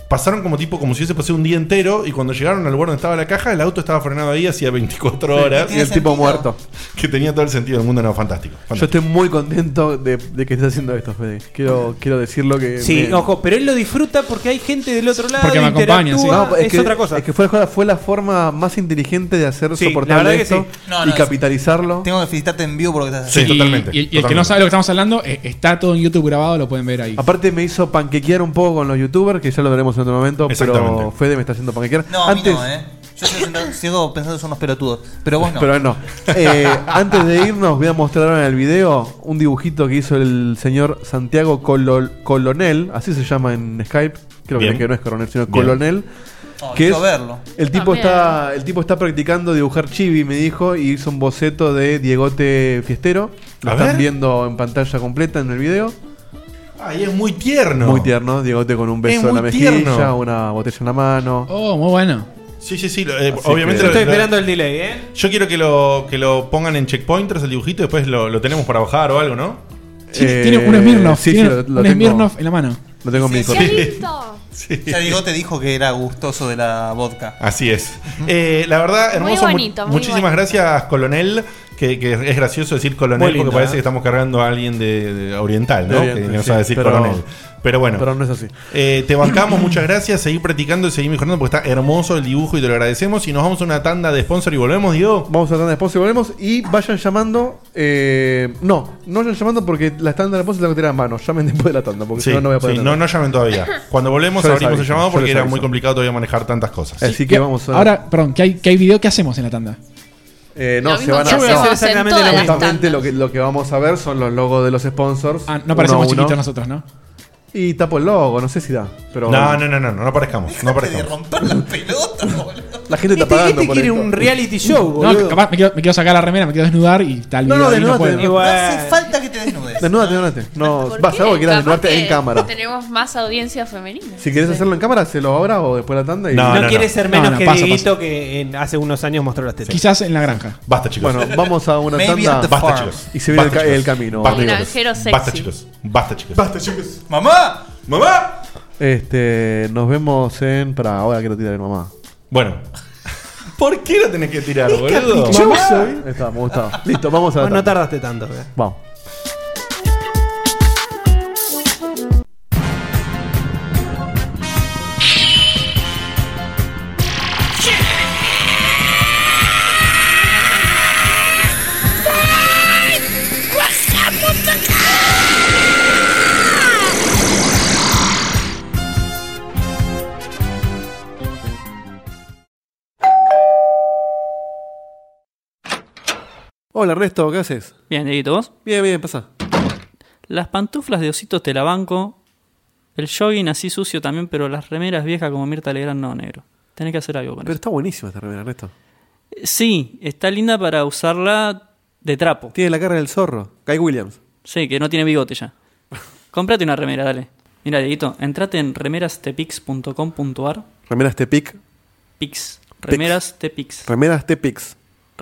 Speaker 3: Pasaron como tipo como si hubiese pasado un día entero y cuando llegaron al lugar donde estaba la caja, el auto estaba frenado ahí hacía 24
Speaker 7: Sí,
Speaker 3: horas.
Speaker 7: y el tipo muerto.
Speaker 3: Que tenía todo el sentido del mundo, no, fantástico.
Speaker 7: Yo
Speaker 3: fantástico.
Speaker 7: estoy muy contento de, de que estés haciendo esto, Fede. Quiero, quiero decirlo que.
Speaker 5: Sí,
Speaker 7: me-
Speaker 5: ojo, pero él lo disfruta porque hay gente del otro lado.
Speaker 7: Porque me acompaña, sí.
Speaker 5: interactúa,
Speaker 7: No,
Speaker 5: es,
Speaker 7: es que-
Speaker 5: otra cosa.
Speaker 7: Es que fue, fue la forma más inteligente de hacer
Speaker 5: Sí,
Speaker 7: soportable
Speaker 5: la verdad que
Speaker 7: esto
Speaker 5: sí. No,
Speaker 7: y
Speaker 5: no, es-
Speaker 7: capitalizarlo.
Speaker 4: Tengo que felicitarte en vivo por lo que estás
Speaker 7: Sí,
Speaker 4: haciendo.
Speaker 7: totalmente.
Speaker 6: Y, y el que no sabe lo que estamos hablando, eh, está todo en YouTube grabado, lo pueden ver ahí.
Speaker 7: Aparte me hizo panquequear un poco con los youtubers, que ya lo veremos en otro momento, pero
Speaker 4: Exactamente.
Speaker 7: Fede me está haciendo panquequear.
Speaker 4: No, a mí
Speaker 7: antes,
Speaker 4: no, ¿eh? Yo sigo- sigo pensando que son unos pelotudos, pero vos no.
Speaker 7: Pero él no. Eh, antes de irnos, voy a mostrar en el video un dibujito que hizo el señor Santiago Colo- Colonel, así se llama en Skype. Creo que,
Speaker 3: Bien.
Speaker 7: que no es coronel, sino
Speaker 3: Bien.
Speaker 7: Colonel.
Speaker 4: Oh,
Speaker 7: que
Speaker 4: quiero
Speaker 7: es-
Speaker 4: verlo.
Speaker 7: El tipo,
Speaker 4: También.
Speaker 7: está, el tipo está practicando dibujar chibi, me dijo, y hizo un boceto de Diegote Fiestero. Lo
Speaker 3: A
Speaker 7: están
Speaker 3: ver.
Speaker 7: viendo en pantalla completa en el video.
Speaker 3: Ay, es muy tierno.
Speaker 7: Muy tierno, Diegote con un beso
Speaker 3: Es
Speaker 7: en la
Speaker 3: muy
Speaker 7: mejilla,
Speaker 3: tierno.
Speaker 7: una botella en la mano.
Speaker 6: Oh, muy bueno.
Speaker 3: Sí, sí, sí. lo- eh,
Speaker 7: Así
Speaker 3: obviamente
Speaker 7: que-
Speaker 3: lo-
Speaker 7: Estoy
Speaker 3: lo-
Speaker 5: esperando el delay, ¿eh?
Speaker 3: Yo quiero que lo, que lo pongan en checkpointers el dibujito y después lo, lo tenemos para bajar o algo, ¿no?
Speaker 6: Sí,
Speaker 7: Eh,
Speaker 6: tiene un Smirnoff, tiene un Smirnoff en la mano.
Speaker 7: Lo tengo en mi
Speaker 3: corte.
Speaker 4: Ya digo, te dijo que era gustoso de la vodka.
Speaker 3: Así es. Eh, la verdad,
Speaker 4: Muy
Speaker 3: hermoso. mu-
Speaker 4: bonito, muy
Speaker 3: muchísimas
Speaker 4: bonito.
Speaker 3: gracias, Colonel. Que, que es gracioso decir Colonel
Speaker 7: Muy lindo,
Speaker 3: porque parece
Speaker 7: ¿eh?
Speaker 3: que estamos cargando a alguien de, de oriental, ¿no?
Speaker 7: De Oriente,
Speaker 3: que no
Speaker 7: sí,
Speaker 3: sabe decir
Speaker 7: pero-
Speaker 3: Colonel. Pero bueno.
Speaker 7: pero no es así.
Speaker 3: Eh, te bancamos, muchas gracias. Seguí practicando y seguí mejorando porque está hermoso el dibujo y te lo agradecemos. Y nos vamos a una tanda de sponsor y volvemos, Diego.
Speaker 7: Vamos a la tanda de sponsor y volvemos. Y vayan llamando. eh, no, no vayan llamando porque la tanda de sponsor la que tener a mano. Llamen después de la tanda porque
Speaker 3: Sí,
Speaker 7: si no, no voy a poder.
Speaker 3: sí,
Speaker 7: atender.
Speaker 3: no, no llamen todavía. Cuando volvemos
Speaker 7: Yo les
Speaker 3: abrimos el
Speaker 7: aviso,
Speaker 3: llamado
Speaker 7: yo
Speaker 3: porque
Speaker 7: les
Speaker 3: era
Speaker 7: aviso.
Speaker 3: muy complicado todavía manejar tantas cosas.
Speaker 7: Así que vamos a.
Speaker 6: Ahora, perdón, que hay, que hay video, ¿qué hacemos en la tanda?
Speaker 7: Eh, no,
Speaker 6: Lo
Speaker 7: se
Speaker 6: mismo
Speaker 7: van a
Speaker 6: que se hace en todas las
Speaker 7: Justamente lo que, lo que vamos a ver son los logos de los sponsors. Ah,
Speaker 6: No parecemos chiquitos nosotros, ¿no?
Speaker 7: Y tapo el logo, no sé si da. Pero
Speaker 3: No, no, no, no, no, no aparezcamos. No aparezcamos.
Speaker 7: La gente está
Speaker 3: Este-
Speaker 7: pagando
Speaker 3: este
Speaker 7: por
Speaker 3: quiere
Speaker 7: esto.
Speaker 3: un reality show,
Speaker 6: No,
Speaker 3: boludo.
Speaker 6: capaz me quiero, me quiero sacar la remera, me quiero desnudar y tal
Speaker 7: No,
Speaker 6: video.
Speaker 7: no,
Speaker 6: ahí
Speaker 7: desnudate,
Speaker 6: puedo.
Speaker 7: desnudate. No hace
Speaker 4: falta que te desnudes.
Speaker 7: Desnúdate, desnúdate. No,
Speaker 8: ¿Por
Speaker 7: vas
Speaker 8: qué?
Speaker 7: a vos que quieras
Speaker 8: Capaz
Speaker 7: desnudarte en
Speaker 8: que
Speaker 7: cámara.
Speaker 8: Eh, Tenemos más audiencia femenina.
Speaker 7: Si querés hacerlo en cámara, hacelo ahora o después de la tanda. Y...
Speaker 5: No, quiere ser menos que
Speaker 7: pasa,
Speaker 5: Dieguito que en- hace unos años mostró las tetas.
Speaker 6: Quizás en la granja.
Speaker 3: Basta, chicos.
Speaker 7: Bueno, vamos a una
Speaker 5: Maybe
Speaker 7: tanda.
Speaker 5: at the Basta, farm. chicos.
Speaker 7: Y se viene el,
Speaker 5: Basta,
Speaker 7: ca- el
Speaker 5: chicos.
Speaker 7: camino.
Speaker 5: Basta,
Speaker 8: El granjero sexy.
Speaker 3: Basta, chicos. Basta, chicos. Basta, chicos.
Speaker 4: ¡Mamá!
Speaker 3: ¡Mamá!
Speaker 7: Este, nos vemos en. Para, ahora quiero tirar el mamá.
Speaker 3: Bueno. ¿Por qué lo tenés que tirar,
Speaker 7: Es
Speaker 3: boludo?
Speaker 7: caprichoso, ¿eh? Ahí está, me gustaba. Listo, vamos a la
Speaker 5: Vos no
Speaker 7: tanda.
Speaker 5: tardaste tanto. ¿eh?
Speaker 7: Vamos. Hola, Ernesto, ¿qué haces?
Speaker 14: Bien, Dieguito, ¿vos?
Speaker 7: Bien, bien, pasa.
Speaker 14: Las pantuflas de ositos te la banco. El jogging así sucio también, pero las remeras viejas como Mirta Legrand no, negro. Tenés que hacer algo con
Speaker 7: Pero está buenísima esta remera, Ernesto.
Speaker 14: eso. Sí, está linda para usarla de trapo.
Speaker 7: Tiene la cara del zorro. Guy Williams.
Speaker 14: Sí, que no tiene bigote ya. Comprate una remera, dale. Mira, Dieguito, entrate en remerastepix.com.ar.
Speaker 7: Remeras Tepic.
Speaker 14: Pix. Remeras Tepix.
Speaker 7: Remeras Tepix. Ah.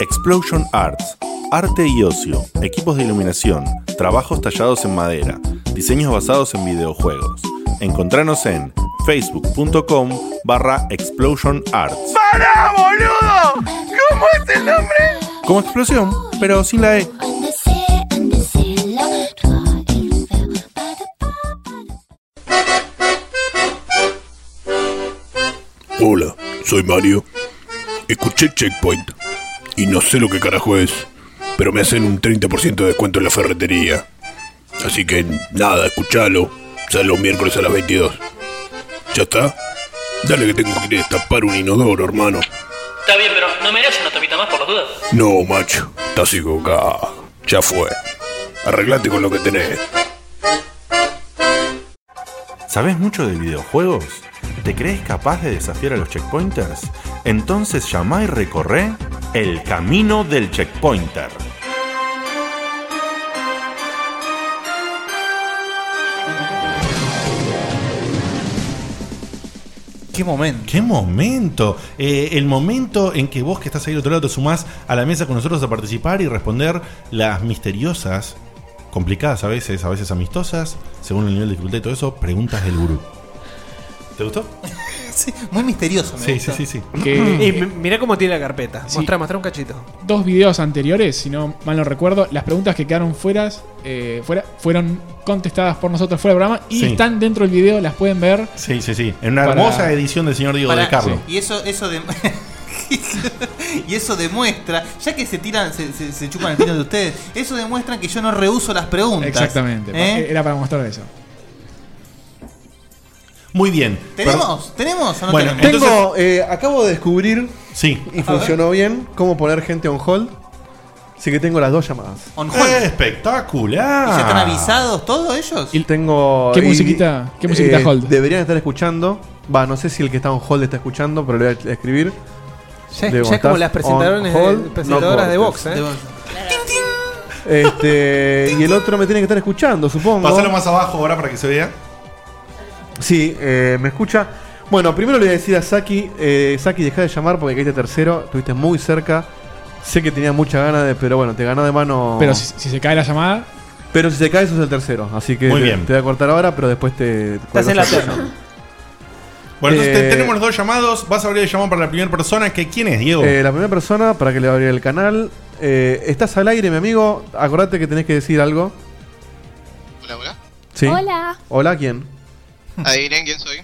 Speaker 3: Explosion Arts. Arte y ocio, equipos de iluminación, trabajos tallados en madera, diseños basados en videojuegos. Encontranos en facebook.com barra Explosion Arts.
Speaker 11: ¡Para, boludo! ¿Cómo es el nombre?
Speaker 3: Como explosión, pero sin la E.
Speaker 15: Hola, soy Mario. Escuché Checkpoint y no sé lo que carajo es, pero me hacen un 30% de descuento en la ferretería. Así que nada, escuchalo. Sale los miércoles a las 22. ¿Ya está? Dale que tengo que ir a destapar un inodoro, hermano.
Speaker 14: Está bien, pero ¿no merece una tapita más por las dudas?
Speaker 15: No, macho, estás equivocado. Ya fue. Arreglate con lo que tenés.
Speaker 3: ¿Sabes mucho de videojuegos? ¿Te crees capaz de desafiar a los checkpointers? Entonces llama y recorre el camino del checkpointer.
Speaker 4: ¡Qué momento!
Speaker 3: ¡Qué momento! Eh, el momento en que vos que estás ahí del otro lado te sumás a la mesa con nosotros a participar y responder las misteriosas, complicadas a veces, a veces amistosas, según el nivel de dificultad y todo eso, preguntas del gurú. ¿Te gustó?
Speaker 4: Sí, muy misterioso. me
Speaker 3: Sí,
Speaker 4: gusta.
Speaker 3: sí, sí, sí.
Speaker 6: Que-
Speaker 5: Y mi- mirá cómo tiene la carpeta. Mostrá, mostrá un cachito.
Speaker 6: Dos videos anteriores, si no mal no recuerdo, las preguntas que quedaron fuera, eh, fuera fueron contestadas por nosotros fuera del programa y
Speaker 3: Sí.
Speaker 6: están dentro del video, las pueden ver.
Speaker 3: Sí, sí, sí. En una
Speaker 6: Para-
Speaker 3: hermosa edición del señor Diego
Speaker 6: Para-
Speaker 3: de Carlos.
Speaker 4: Y eso, eso de- y eso demuestra, ya que se tiran, se, se- se chupan el pino de ustedes, eso demuestra que yo no reuso las preguntas.
Speaker 6: Exactamente.
Speaker 4: ¿Eh?
Speaker 6: Era para mostrar eso.
Speaker 3: Muy bien.
Speaker 4: ¿Tenemos? ¿Tenemos o no
Speaker 3: Bueno,
Speaker 4: tenemos?
Speaker 7: Tengo, eh, acabo de descubrir
Speaker 3: sí.
Speaker 7: y funcionó bien cómo poner gente on hold. Así que tengo las dos llamadas.
Speaker 3: ¡Espectacular!
Speaker 4: ¿Y ya están avisados todos ellos?
Speaker 7: Y tengo.
Speaker 6: ¿Qué
Speaker 7: y- eh,
Speaker 6: musiquita- qué musiquita hold?
Speaker 7: Deberían estar escuchando. Va, no sé si el que está on hold está escuchando, pero le voy a escribir.
Speaker 5: Ya-
Speaker 7: Debo,
Speaker 5: ya es como
Speaker 7: estás
Speaker 5: las presentadoras
Speaker 7: on
Speaker 5: de-
Speaker 7: hold,
Speaker 5: presentadoras
Speaker 7: no
Speaker 5: de Vox,
Speaker 7: cortes.
Speaker 5: ¿eh?
Speaker 7: Este, y el otro me tiene que estar escuchando, supongo.
Speaker 3: Pásalo más abajo ahora para que se vea.
Speaker 7: Sí, eh, me escucha. Bueno, primero le voy a decir a Saki, eh, Saki, deja de llamar porque caíste tercero, estuviste muy cerca. Sé que tenías mucha ganas de, pero bueno, te ganó de mano.
Speaker 6: Pero si, si se cae la llamada,
Speaker 7: Pero si se cae, sos el tercero. Así que
Speaker 6: Muy
Speaker 7: te,
Speaker 6: bien.
Speaker 7: te voy a cortar ahora, pero después te.
Speaker 3: en la terna. Bueno, entonces te-
Speaker 7: Eh,
Speaker 3: tenemos los dos llamados. Vas a abrir el llamado para la primera persona. que ¿Quién es, Diego?
Speaker 7: Eh, la primera persona, para que le abrir el canal. eh, estás al aire, mi amigo. Acordate que tenés que decir algo.
Speaker 16: Hola, hola.
Speaker 7: Sí.
Speaker 16: Hola.
Speaker 7: Hola, ¿quién?
Speaker 16: Adivinen quién soy.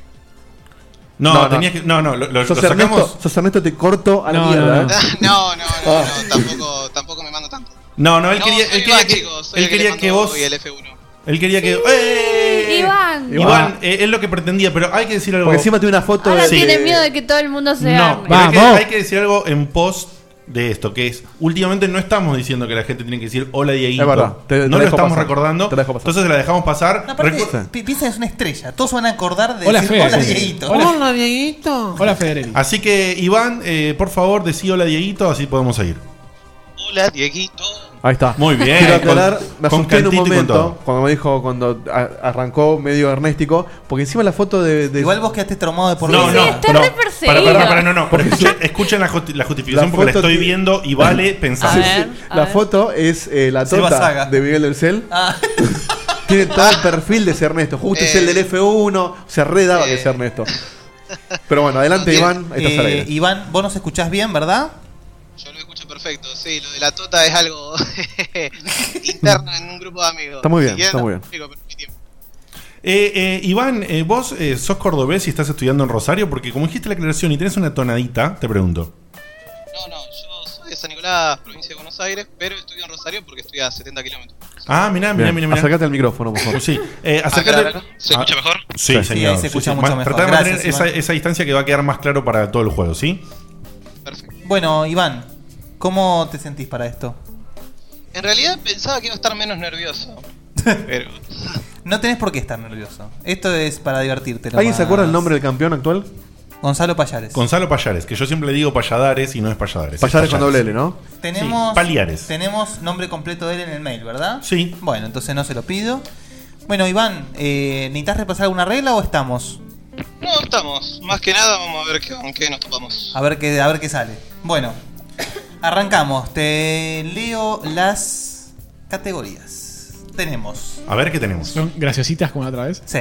Speaker 3: no, tenías que. No, no, lo, lo-
Speaker 7: sos
Speaker 3: lo sacamos.
Speaker 7: Ernesto, sos Ernesto, te corto a la mierda. ¿eh?
Speaker 16: No, no, no,
Speaker 7: Ah.
Speaker 16: no, tampoco, tampoco me mando tanto.
Speaker 3: No, no, él
Speaker 16: No,
Speaker 3: quería,
Speaker 16: soy
Speaker 3: él quería
Speaker 16: Iván,
Speaker 3: que,
Speaker 16: chicos, soy
Speaker 3: él
Speaker 16: el que le
Speaker 3: quería que
Speaker 16: mando
Speaker 3: vos.
Speaker 16: hoy el F1.
Speaker 3: Él quería que. ¡Eh!
Speaker 8: Iván.
Speaker 3: Iván, eh, es lo que pretendía, pero hay que decir algo.
Speaker 7: Porque encima tiene una foto
Speaker 8: Ahora
Speaker 3: Sí.
Speaker 8: tiene miedo de que todo el mundo se
Speaker 3: No,
Speaker 8: arme.
Speaker 3: pero hay que- Hay, que, decir algo en post de esto, que es, últimamente no estamos diciendo que la gente tiene que decir hola Dieguito.
Speaker 7: Es verdad, te- te
Speaker 3: no lo
Speaker 7: dejo
Speaker 3: estamos
Speaker 7: pasar,
Speaker 3: recordando.
Speaker 7: te dejo pasar.
Speaker 3: Entonces la dejamos pasar. Recu-
Speaker 4: Aparte, pi- piensa que es una estrella. Todos van a acordar de
Speaker 3: Hola,
Speaker 4: decir,
Speaker 3: Fede.
Speaker 4: hola,
Speaker 3: Sí.
Speaker 4: Dieguito.
Speaker 3: Hola.
Speaker 4: Dieguito.
Speaker 6: Hola, Federer.
Speaker 3: Así que, Iván, eh, por favor, decí hola Dieguito, así podemos seguir.
Speaker 16: Hola, Dieguito.
Speaker 7: Ahí está.
Speaker 3: Muy bien.
Speaker 7: Quiero aclarar,
Speaker 3: Con-
Speaker 7: me
Speaker 3: con
Speaker 7: asusté en un
Speaker 3: cantito y con
Speaker 7: momento
Speaker 3: todo.
Speaker 7: cuando me dijo, cuando a- arrancó medio ernéstico, porque encima la foto de. de-
Speaker 4: Igual vos quedaste traumado de por
Speaker 3: No,
Speaker 4: vida.
Speaker 3: no, no. Para, para, para, no, no. Escuchen, escuchen la, justi- la justificación porque la
Speaker 7: foto
Speaker 3: estoy
Speaker 7: ti-
Speaker 3: viendo y vale
Speaker 7: Sí,
Speaker 3: pensar.
Speaker 7: sí. La foto es eh, la
Speaker 3: Silva
Speaker 7: tota
Speaker 3: Saga.
Speaker 7: de Miguel del Cel. Tiene todo el perfil de ese Ernesto. Justo es el del F1. Se redaba que es Ernesto. Pero bueno, adelante, Iván. Ahí estás al
Speaker 4: Eh,
Speaker 7: aire.
Speaker 4: Iván, vos nos escuchás bien, ¿verdad?
Speaker 16: Perfecto, sí, lo de la tota es algo interno en un grupo de amigos.
Speaker 7: Está muy bien,
Speaker 16: Si quieren,
Speaker 7: está muy bien.
Speaker 16: explico, pero-
Speaker 3: Eh, eh, Iván, eh, vos eh, sos cordobés y estás estudiando en Rosario porque como dijiste la aclaración y tenés una tonadita, te pregunto.
Speaker 16: No, no, yo soy de San Nicolás, provincia de Buenos Aires, pero estudio en Rosario porque estoy a 70 kilómetros.
Speaker 3: Ah, mirá, mirá,
Speaker 7: Bien,
Speaker 3: mirá, mirá.
Speaker 7: Acercate al micrófono, por favor.
Speaker 3: Sí, eh, acércate-
Speaker 16: Acá, acá, acá. Ah, ¿Se escucha
Speaker 3: Ah,
Speaker 16: mejor?
Speaker 3: Sí,
Speaker 7: Sí, ahí
Speaker 3: señor.
Speaker 7: se
Speaker 3: Sí,
Speaker 7: escucha
Speaker 3: sí.
Speaker 7: mucho
Speaker 3: Ma-
Speaker 7: mejor.
Speaker 3: Tratá de mantener
Speaker 4: Gracias,
Speaker 3: esa,
Speaker 4: Iván.
Speaker 3: esa distancia que va a quedar más claro para todo el juego, ¿sí?
Speaker 4: Bueno, Iván, ¿cómo te sentís para esto?
Speaker 16: En realidad pensaba que iba a estar menos nervioso. Pero...
Speaker 4: No tenés por qué estar nervioso. Esto es para divertirte.
Speaker 7: ¿Alguien se acuerda el
Speaker 4: nomás.
Speaker 7: nombre del campeón actual?
Speaker 4: Gonzalo Payares.
Speaker 3: Gonzalo Payares, que yo siempre le digo Payadares y no es Payadares. es
Speaker 7: Payadares con doble L, ¿no?
Speaker 4: Tenemos,
Speaker 3: Sí, Paliares.
Speaker 4: tenemos nombre completo de él en el mail, ¿verdad?
Speaker 3: Sí.
Speaker 4: Bueno, entonces no se lo pido. Bueno, Iván, eh, ¿necesitas repasar alguna regla o estamos?
Speaker 16: No, estamos. Más que nada vamos a ver qué, con qué nos topamos.
Speaker 4: A ver qué, a ver qué sale. Bueno, arrancamos. Te leo las categorías. Tenemos.
Speaker 3: A ver qué tenemos.
Speaker 6: Son graciositas como la otra vez.
Speaker 4: Sí.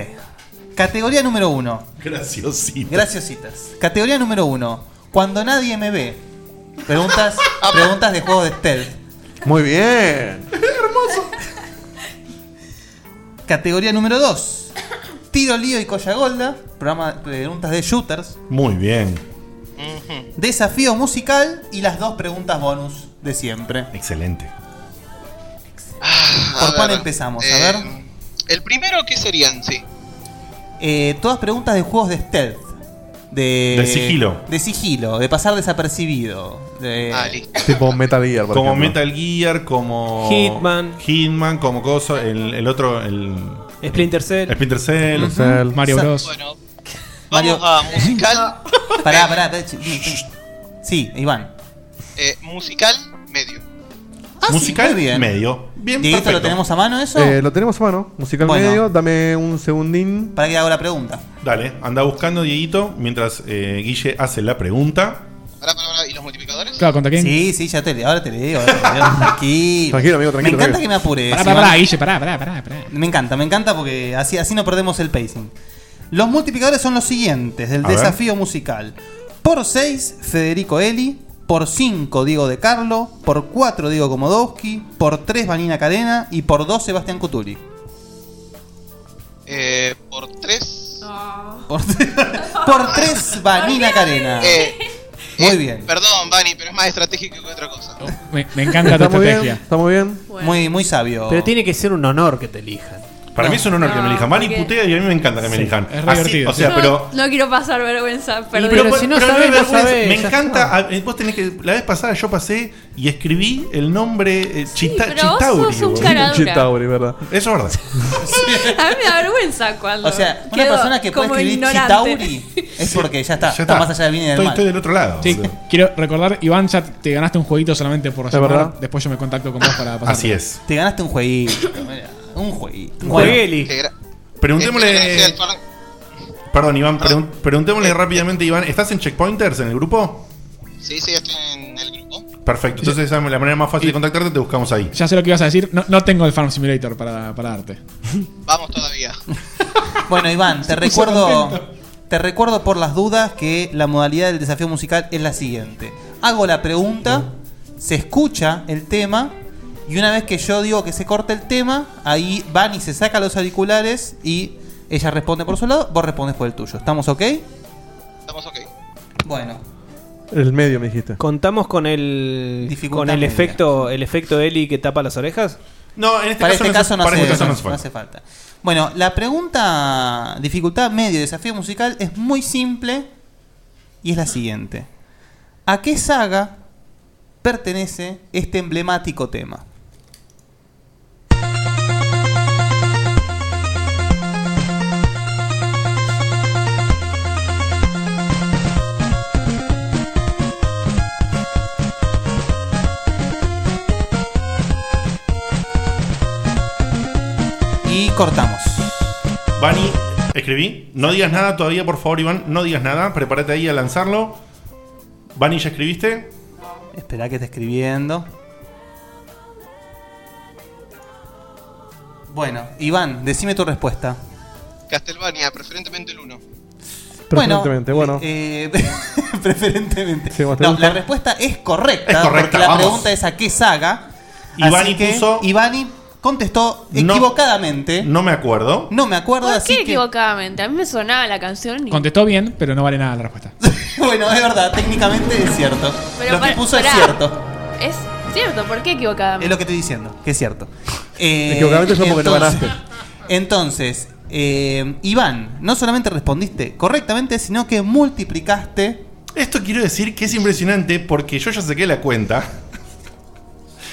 Speaker 4: Categoría número uno.
Speaker 3: Graciositas.
Speaker 4: Graciositas. Categoría número uno. Cuando nadie me ve. Preguntas, preguntas de juegos de stealth.
Speaker 7: Muy bien.
Speaker 4: Categoría número 2. Tiro lío y colla golda. Programa de preguntas de shooters.
Speaker 3: Muy bien.
Speaker 4: Desafío musical y las dos preguntas bonus de siempre.
Speaker 3: Excelente.
Speaker 16: Ah, A
Speaker 4: ¿Por
Speaker 16: ver,
Speaker 4: cuál empezamos? A
Speaker 16: eh,
Speaker 4: ver.
Speaker 16: El primero, ¿qué serían? Sí.
Speaker 4: Eh, todas preguntas de juegos de stealth. De,
Speaker 3: De sigilo.
Speaker 4: De sigilo, de pasar desapercibido. De,
Speaker 16: Ah,
Speaker 7: Tipo Metal Gear, por
Speaker 3: Como
Speaker 7: ejemplo.
Speaker 3: Metal Gear,
Speaker 7: Oh.
Speaker 3: como
Speaker 5: Hitman.
Speaker 3: Hitman, como cosa, el, el otro, el
Speaker 5: Splinter Cell.
Speaker 3: Splinter Cell,
Speaker 5: Ujú. Cell. Mario Bros.
Speaker 16: Bueno,
Speaker 4: Mario-
Speaker 16: vamos a musical.
Speaker 4: Pará, pará, pará, ch- Sí, Iván. Ah,
Speaker 16: Eh, musical, medio.
Speaker 3: Musical,
Speaker 4: muy bien.
Speaker 3: medio.
Speaker 4: Bien, Dieguito, ¿lo
Speaker 7: perfecto.
Speaker 4: tenemos a mano eso?
Speaker 7: Eh, lo tenemos a mano. Musical
Speaker 4: Bueno.
Speaker 7: medio. Dame un segundín.
Speaker 4: Para que hago la pregunta.
Speaker 3: Dale, anda buscando, Dieguito, mientras eh, Guille hace la pregunta.
Speaker 6: Claro, ¿contra quién?
Speaker 4: Sí, sí, ya te ahora te leo. ahora te leo. Tranquilo.
Speaker 7: Tranquilo, amigo, tranquilo,
Speaker 4: Me encanta
Speaker 7: tranquilo.
Speaker 4: que me apures.
Speaker 6: Pará, pará,
Speaker 4: Iván.
Speaker 6: pará, Guille, pará, pará, pará. pará.
Speaker 4: Me encanta, me encanta porque así, así no perdemos el pacing. Los multiplicadores son los siguientes del
Speaker 6: A ver.
Speaker 4: desafío musical. Por 6, Federico Eli. Por 5, Diego De Carlo. Por 4, Diego Komodowski. Por 3, Vanina Cadena. Y por 2, Sebastián Cutuli.
Speaker 16: Eh, por tres.
Speaker 4: Por 3, por tres, Vanina Cadena.
Speaker 16: Eh,
Speaker 4: Muy bien.
Speaker 16: Perdón, Vani, pero es más estratégico que otra cosa.
Speaker 6: Oh, Me,
Speaker 4: encanta
Speaker 6: tu Está muy estrategia. bien,
Speaker 7: está muy bien.
Speaker 4: Muy, muy sabio.
Speaker 17: Pero tiene que ser un honor que te elijan.
Speaker 3: Para mí es un honor que me elijan. Mani
Speaker 17: porque-
Speaker 3: putea y a mí me encanta que me
Speaker 17: Sí,
Speaker 3: elijan.
Speaker 17: es re
Speaker 3: Así,
Speaker 17: divertido,
Speaker 3: O sea,
Speaker 17: sí.
Speaker 3: pero.
Speaker 8: No quiero pasar vergüenza, perdón.
Speaker 3: pero- pero no hay vergüenza. Me encanta. a- eh, Vos tenés que. La vez pasada yo pasé y escribí el nombre eh, Chita-
Speaker 8: pero vos
Speaker 3: Chitauri,
Speaker 8: sos un
Speaker 3: boludo.
Speaker 8: cara dura. Chitauri,
Speaker 7: ¿verdad?
Speaker 3: Eso es verdad.
Speaker 8: A mí me da vergüenza cuando.
Speaker 4: O sea, una
Speaker 8: quedo
Speaker 4: persona que puede
Speaker 8: como
Speaker 4: escribir
Speaker 8: ignorante.
Speaker 4: Chitauri es porque ya está, está, más allá del bien y del
Speaker 3: estoy,
Speaker 4: mal.
Speaker 3: estoy del otro lado.
Speaker 6: Sí,
Speaker 3: boludo.
Speaker 6: quiero recordar, Iván, ya te ganaste un jueguito solamente por llamar.
Speaker 3: verdad.
Speaker 6: Después yo me contacto con vos para pasar.
Speaker 3: Así es.
Speaker 4: Te ganaste un jueguito. mirá, Un jueguito.
Speaker 6: Un
Speaker 4: Bueno.
Speaker 6: juegueli.
Speaker 3: Preguntémosle. Perdón, Iván. pregun- preguntémosle rápidamente, Iván. ¿Estás en Checkpointers en el grupo?
Speaker 16: Sí, sí, estoy en el grupo.
Speaker 3: Perfecto. Entonces, esa es la manera más fácil de contactarte. Te buscamos ahí.
Speaker 6: Ya sé lo que ibas a decir. No, no tengo el Farm Simulator para, para darte.
Speaker 16: Vamos todavía.
Speaker 4: Bueno, Iván, te recuerdo, te recuerdo por las dudas que la modalidad del desafío musical es la siguiente. Hago la pregunta, se escucha el tema y una vez que yo digo que se corta el tema, ahí van y se saca los auriculares y ella responde por su lado, vos respondes por el tuyo. ¿Estamos ok?
Speaker 16: Estamos ok.
Speaker 4: Bueno.
Speaker 7: El medio, me dijiste.
Speaker 5: ¿Contamos con el
Speaker 4: Dificultad
Speaker 5: con el
Speaker 4: media.
Speaker 5: efecto el efecto Eli que tapa las orejas?
Speaker 3: No, en este
Speaker 4: Para este
Speaker 3: caso no hace-
Speaker 4: caso no
Speaker 3: para
Speaker 4: hace,
Speaker 3: este caso no
Speaker 4: no
Speaker 3: hace falta.
Speaker 4: hace falta. Bueno, la pregunta dificultad medio desafío musical es muy simple y es la siguiente. ¿A qué saga pertenece este emblemático tema? cortamos.
Speaker 3: Bani, escribí. No digas nada todavía, por favor, Iván. No digas nada. Prepárate ahí a lanzarlo. Bani, ¿ya escribiste?
Speaker 4: Esperá que esté escribiendo. Bueno, Iván, decime tu respuesta.
Speaker 16: Castlevania, preferentemente el 1.
Speaker 7: Preferentemente, bueno.
Speaker 4: eh, preferentemente.
Speaker 7: Sí, vos te
Speaker 4: No,
Speaker 7: gusta.
Speaker 4: la respuesta es correcta,
Speaker 7: Es correcta,
Speaker 4: porque la
Speaker 7: vamos.
Speaker 4: pregunta es a qué saga.
Speaker 3: Ivani
Speaker 4: así que
Speaker 3: puso-
Speaker 4: Ivani contestó
Speaker 3: No.
Speaker 4: equivocadamente.
Speaker 3: No me acuerdo.
Speaker 4: No me acuerdo,
Speaker 8: ¿Por
Speaker 4: así
Speaker 8: qué
Speaker 4: que.
Speaker 8: equivocadamente? A mí me sonaba la canción. y-
Speaker 6: Contestó bien, pero no vale nada la respuesta.
Speaker 4: bueno, es verdad, técnicamente es cierto.
Speaker 8: Pero
Speaker 4: lo que
Speaker 8: para-
Speaker 4: puso
Speaker 8: pará.
Speaker 4: es cierto.
Speaker 8: Es cierto, ¿por qué
Speaker 4: Es
Speaker 8: equivocadamente?
Speaker 4: lo que estoy diciendo, que es cierto. Eh,
Speaker 7: Equivocadamente son porque no ganaste.
Speaker 4: Entonces, eh, Iván, no solamente respondiste correctamente, sino que multiplicaste.
Speaker 3: Esto quiero decir que es impresionante porque yo ya saqué la cuenta.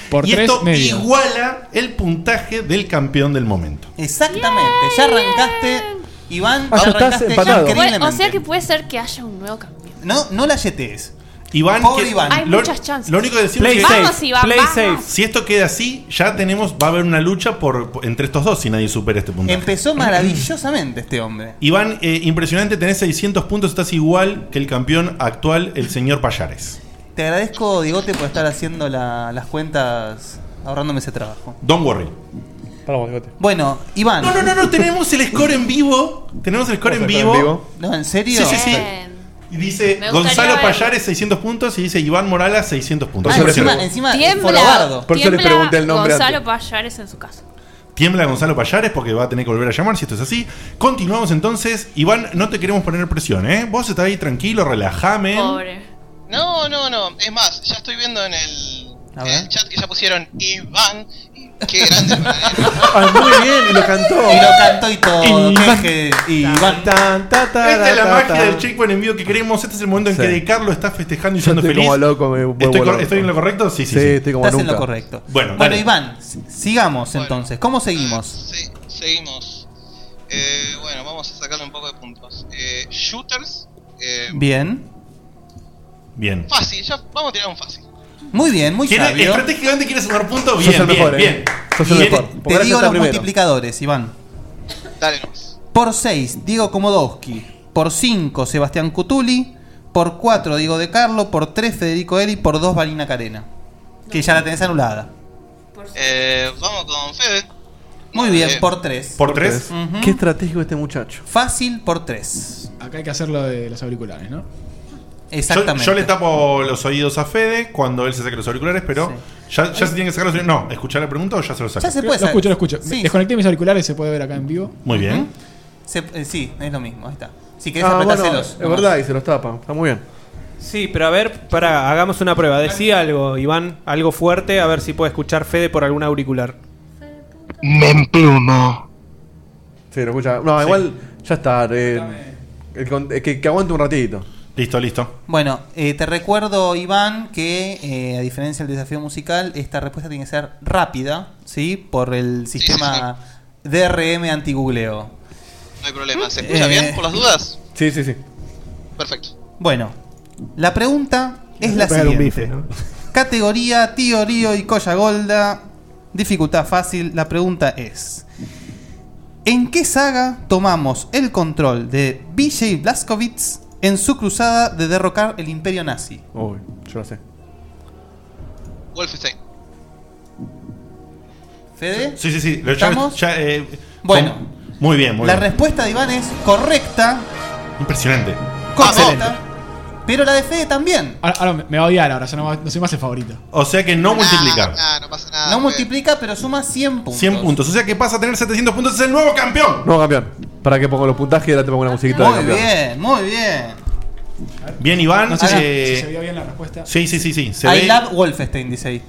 Speaker 6: Por
Speaker 3: y
Speaker 6: tres
Speaker 3: esto
Speaker 6: medio.
Speaker 3: iguala el puntaje del campeón del momento.
Speaker 4: Exactamente, ya arrancaste. Iván,
Speaker 3: Ah, ya estás
Speaker 4: arrancaste
Speaker 3: empatado.
Speaker 8: Puede-
Speaker 4: increíblemente. Ah,
Speaker 8: o sea que puede ser que haya un nuevo campeón.
Speaker 4: No, no la yetees.
Speaker 3: Iván,
Speaker 4: Pobre
Speaker 3: que-
Speaker 4: Iván.
Speaker 8: Hay
Speaker 3: lo,
Speaker 8: muchas chances.
Speaker 3: lo único que decimos
Speaker 8: Play
Speaker 3: es que
Speaker 8: safe, Vamos, Iván, play vamos. safe.
Speaker 3: si esto queda así, ya tenemos va a haber una lucha por, por- entre estos dos si nadie supera este puntaje.
Speaker 4: Empezó maravillosamente este hombre.
Speaker 3: Iván, eh, impresionante, tenés 600 puntos, estás igual que el campeón actual, el señor Payares.
Speaker 4: Te agradezco, Digote, por estar haciendo la- las cuentas ahorrándome ese trabajo.
Speaker 3: Don't worry.
Speaker 4: Bueno, Iván.
Speaker 3: No, no, no, no, tenemos el score en vivo. Tenemos el score en
Speaker 4: ¿Tenemos el
Speaker 3: vivo.
Speaker 4: score en vivo? No, ¿en serio?
Speaker 3: Sí, sí, sí. Y dice
Speaker 4: Me gustaría
Speaker 3: Gonzalo
Speaker 4: verlo.
Speaker 3: Payares 600 puntos y dice Iván Morales 600 puntos.
Speaker 4: Ah, encima, encima Folobardo.
Speaker 3: Por eso les pregunté el nombre
Speaker 8: Gonzalo Payares en su casa.
Speaker 3: Tiembla Gonzalo Payares porque va a tener que volver a llamar si esto es así. Continuamos entonces. Iván, no te queremos poner presión, ¿eh? Vos estás ahí tranquilo, relajame.
Speaker 16: No, no, no. Es más, ya estoy viendo en el,
Speaker 3: A
Speaker 16: en
Speaker 3: ver.
Speaker 16: el chat que ya pusieron Iván. Qué grande el bananero.
Speaker 7: muy bien, y lo cantó.
Speaker 4: Y lo cantó y todo.
Speaker 7: Y
Speaker 4: qué
Speaker 7: Iván.
Speaker 4: je- Iván.
Speaker 3: Esta es la
Speaker 7: ta,
Speaker 3: magia
Speaker 7: ta.
Speaker 3: del checkpoint en vivo que queremos. Este es el momento en
Speaker 7: Sí.
Speaker 3: que De Carlo está festejando y
Speaker 7: Yo
Speaker 3: siendo
Speaker 7: estoy
Speaker 3: feliz.
Speaker 7: como loco, me vuelvo
Speaker 3: ¿Estoy, cor-
Speaker 7: loco.
Speaker 3: estoy en lo correcto? Sí, sí.
Speaker 7: Sí,
Speaker 3: sí.
Speaker 7: estoy como
Speaker 4: Estás en
Speaker 7: nunca.
Speaker 4: lo correcto.
Speaker 3: Bueno,
Speaker 4: bueno
Speaker 3: dale.
Speaker 4: Iván, s- sigamos entonces. ¿Cómo seguimos?
Speaker 16: Seguimos. Eh, bueno, vamos a sacarle un poco de puntos. Eh, shooters. eh,
Speaker 4: Bien.
Speaker 3: Bien.
Speaker 16: Fácil, ya vamos a tirar un fácil.
Speaker 4: Muy bien, muy
Speaker 3: Quiere-
Speaker 4: sabio.
Speaker 3: Estratégicamente quiere sumar puntos.
Speaker 4: Sos
Speaker 3: Bien,
Speaker 4: el
Speaker 3: bien,
Speaker 4: mejor, ¿eh?
Speaker 3: bien.
Speaker 4: Sos el
Speaker 3: Bien.
Speaker 4: mejor. Te digo los multiplicadores, Iván.
Speaker 16: Dale
Speaker 4: Por 6, Diego Komodowski. Por 5, Sebastián Cutuli. Por 4, Diego De Carlo. Por 3, Federico Eli. Por 2, Valina Carena. Que ya la tenés anulada.
Speaker 16: Eh, vamos con Fede.
Speaker 4: Muy bien, por 3.
Speaker 3: ¿Por tres?
Speaker 7: Qué estratégico este muchacho.
Speaker 4: Fácil por 3.
Speaker 6: Acá hay que hacer lo de los auriculares, ¿no?
Speaker 4: Exactamente.
Speaker 3: Yo, yo le tapo los oídos a Fede cuando él se saque los auriculares, pero ya, ya se tienen que sacar los auriculares. No, ¿escuchar la pregunta o ya se los saca?
Speaker 6: Lo escucho, lo escucho. Desconecté mis auriculares, se puede ver acá en vivo.
Speaker 3: Muy bien.
Speaker 4: Se- eh, sí, es lo mismo, ahí está. Si querés
Speaker 7: Ah, bueno,
Speaker 4: apretárselos.
Speaker 7: es verdad, y se los tapan. Está muy bien.
Speaker 5: Sí, pero a ver, para, hagamos una prueba. Decí algo, Iván, algo fuerte, a ver si puede escuchar Fede por algún auricular.
Speaker 7: Me emplumo. Sí, lo escucha. No, igual ya está. eh, el con- eh, que, que aguante un ratito.
Speaker 3: Listo, listo.
Speaker 4: Bueno, eh, te recuerdo, Iván, que eh, a diferencia del desafío musical, esta respuesta tiene que ser rápida, ¿sí? Por el sistema DRM anti-googleo.
Speaker 16: No hay problema. ¿Se escucha
Speaker 4: Eh.
Speaker 16: bien por las dudas?
Speaker 7: Sí, sí, sí.
Speaker 16: Perfecto.
Speaker 4: Bueno, la pregunta es la
Speaker 13: Pegar
Speaker 4: siguiente.
Speaker 13: un bife, ¿no?
Speaker 4: Categoría Tío Río y Colla Golda. Dificultad fácil. La pregunta es: ¿En qué saga tomamos el control de BJ Blazkowicz en su cruzada de derrocar el imperio nazi?
Speaker 7: Uy, yo lo sé.
Speaker 16: Wolfenstein.
Speaker 4: ¿Fede?
Speaker 3: Sí, sí, sí. lo- ya-
Speaker 4: ¿Estamos?
Speaker 3: ya, eh,
Speaker 4: Bueno.
Speaker 3: con- Muy bien, muy
Speaker 4: La
Speaker 3: bien.
Speaker 4: respuesta de Iván es correcta.
Speaker 3: Impresionante.
Speaker 4: Correcta. Pero la de Fede también.
Speaker 6: Ahora, ahora me me va a odiar, ahora ya no, va- no soy más el favorito.
Speaker 3: O sea que no multiplicar.
Speaker 16: Ah,
Speaker 4: no multiplica, pero suma 100 puntos.
Speaker 3: 100 puntos. O sea que pasa a tener 700 puntos. Es el nuevo campeón.
Speaker 7: No, campeón. Para que pongo los puntajes y ahora te pongo una musiquita de
Speaker 4: Muy
Speaker 7: campeón.
Speaker 4: bien, muy bien.
Speaker 3: Bien, Iván.
Speaker 4: No sé si-
Speaker 3: eh,
Speaker 4: si se
Speaker 6: veía bien la respuesta.
Speaker 3: Sí, sí, sí. sí. Se
Speaker 4: I
Speaker 3: ve-
Speaker 4: love Wolfenstein, dice ahí.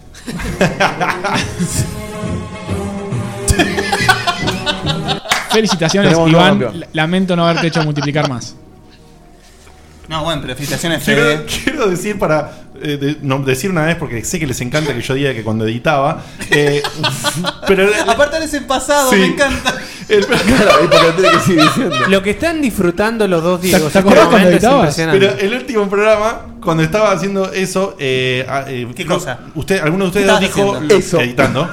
Speaker 6: Felicitaciones,
Speaker 4: Tenemos un nuevo
Speaker 6: Iván.
Speaker 4: campeón.
Speaker 6: L- Lamento no haberte hecho multiplicar más.
Speaker 4: No, bueno, pero felicitaciones,
Speaker 3: Quiero,
Speaker 4: Fede.
Speaker 3: quiero decir para eh, de- no, decir una vez porque sé que les encanta que yo diga que cuando editaba, eh, pero
Speaker 4: Aparte, eres en pasado,
Speaker 3: Sí.
Speaker 4: me encanta.
Speaker 5: Lo que están disfrutando los dos Diego
Speaker 3: ¿Te acordás cuando editabas?
Speaker 5: impresionante.
Speaker 7: eh,
Speaker 3: Pero el último programa, cuando estaba haciendo eso, eh, ah, eh,
Speaker 4: ¿Qué
Speaker 3: creo-
Speaker 4: cosa?
Speaker 3: Usted, alguno de ustedes
Speaker 4: ¿Qué
Speaker 3: dos
Speaker 4: estabas haciendo?
Speaker 3: dijo
Speaker 4: Ah, Eso.
Speaker 3: editando.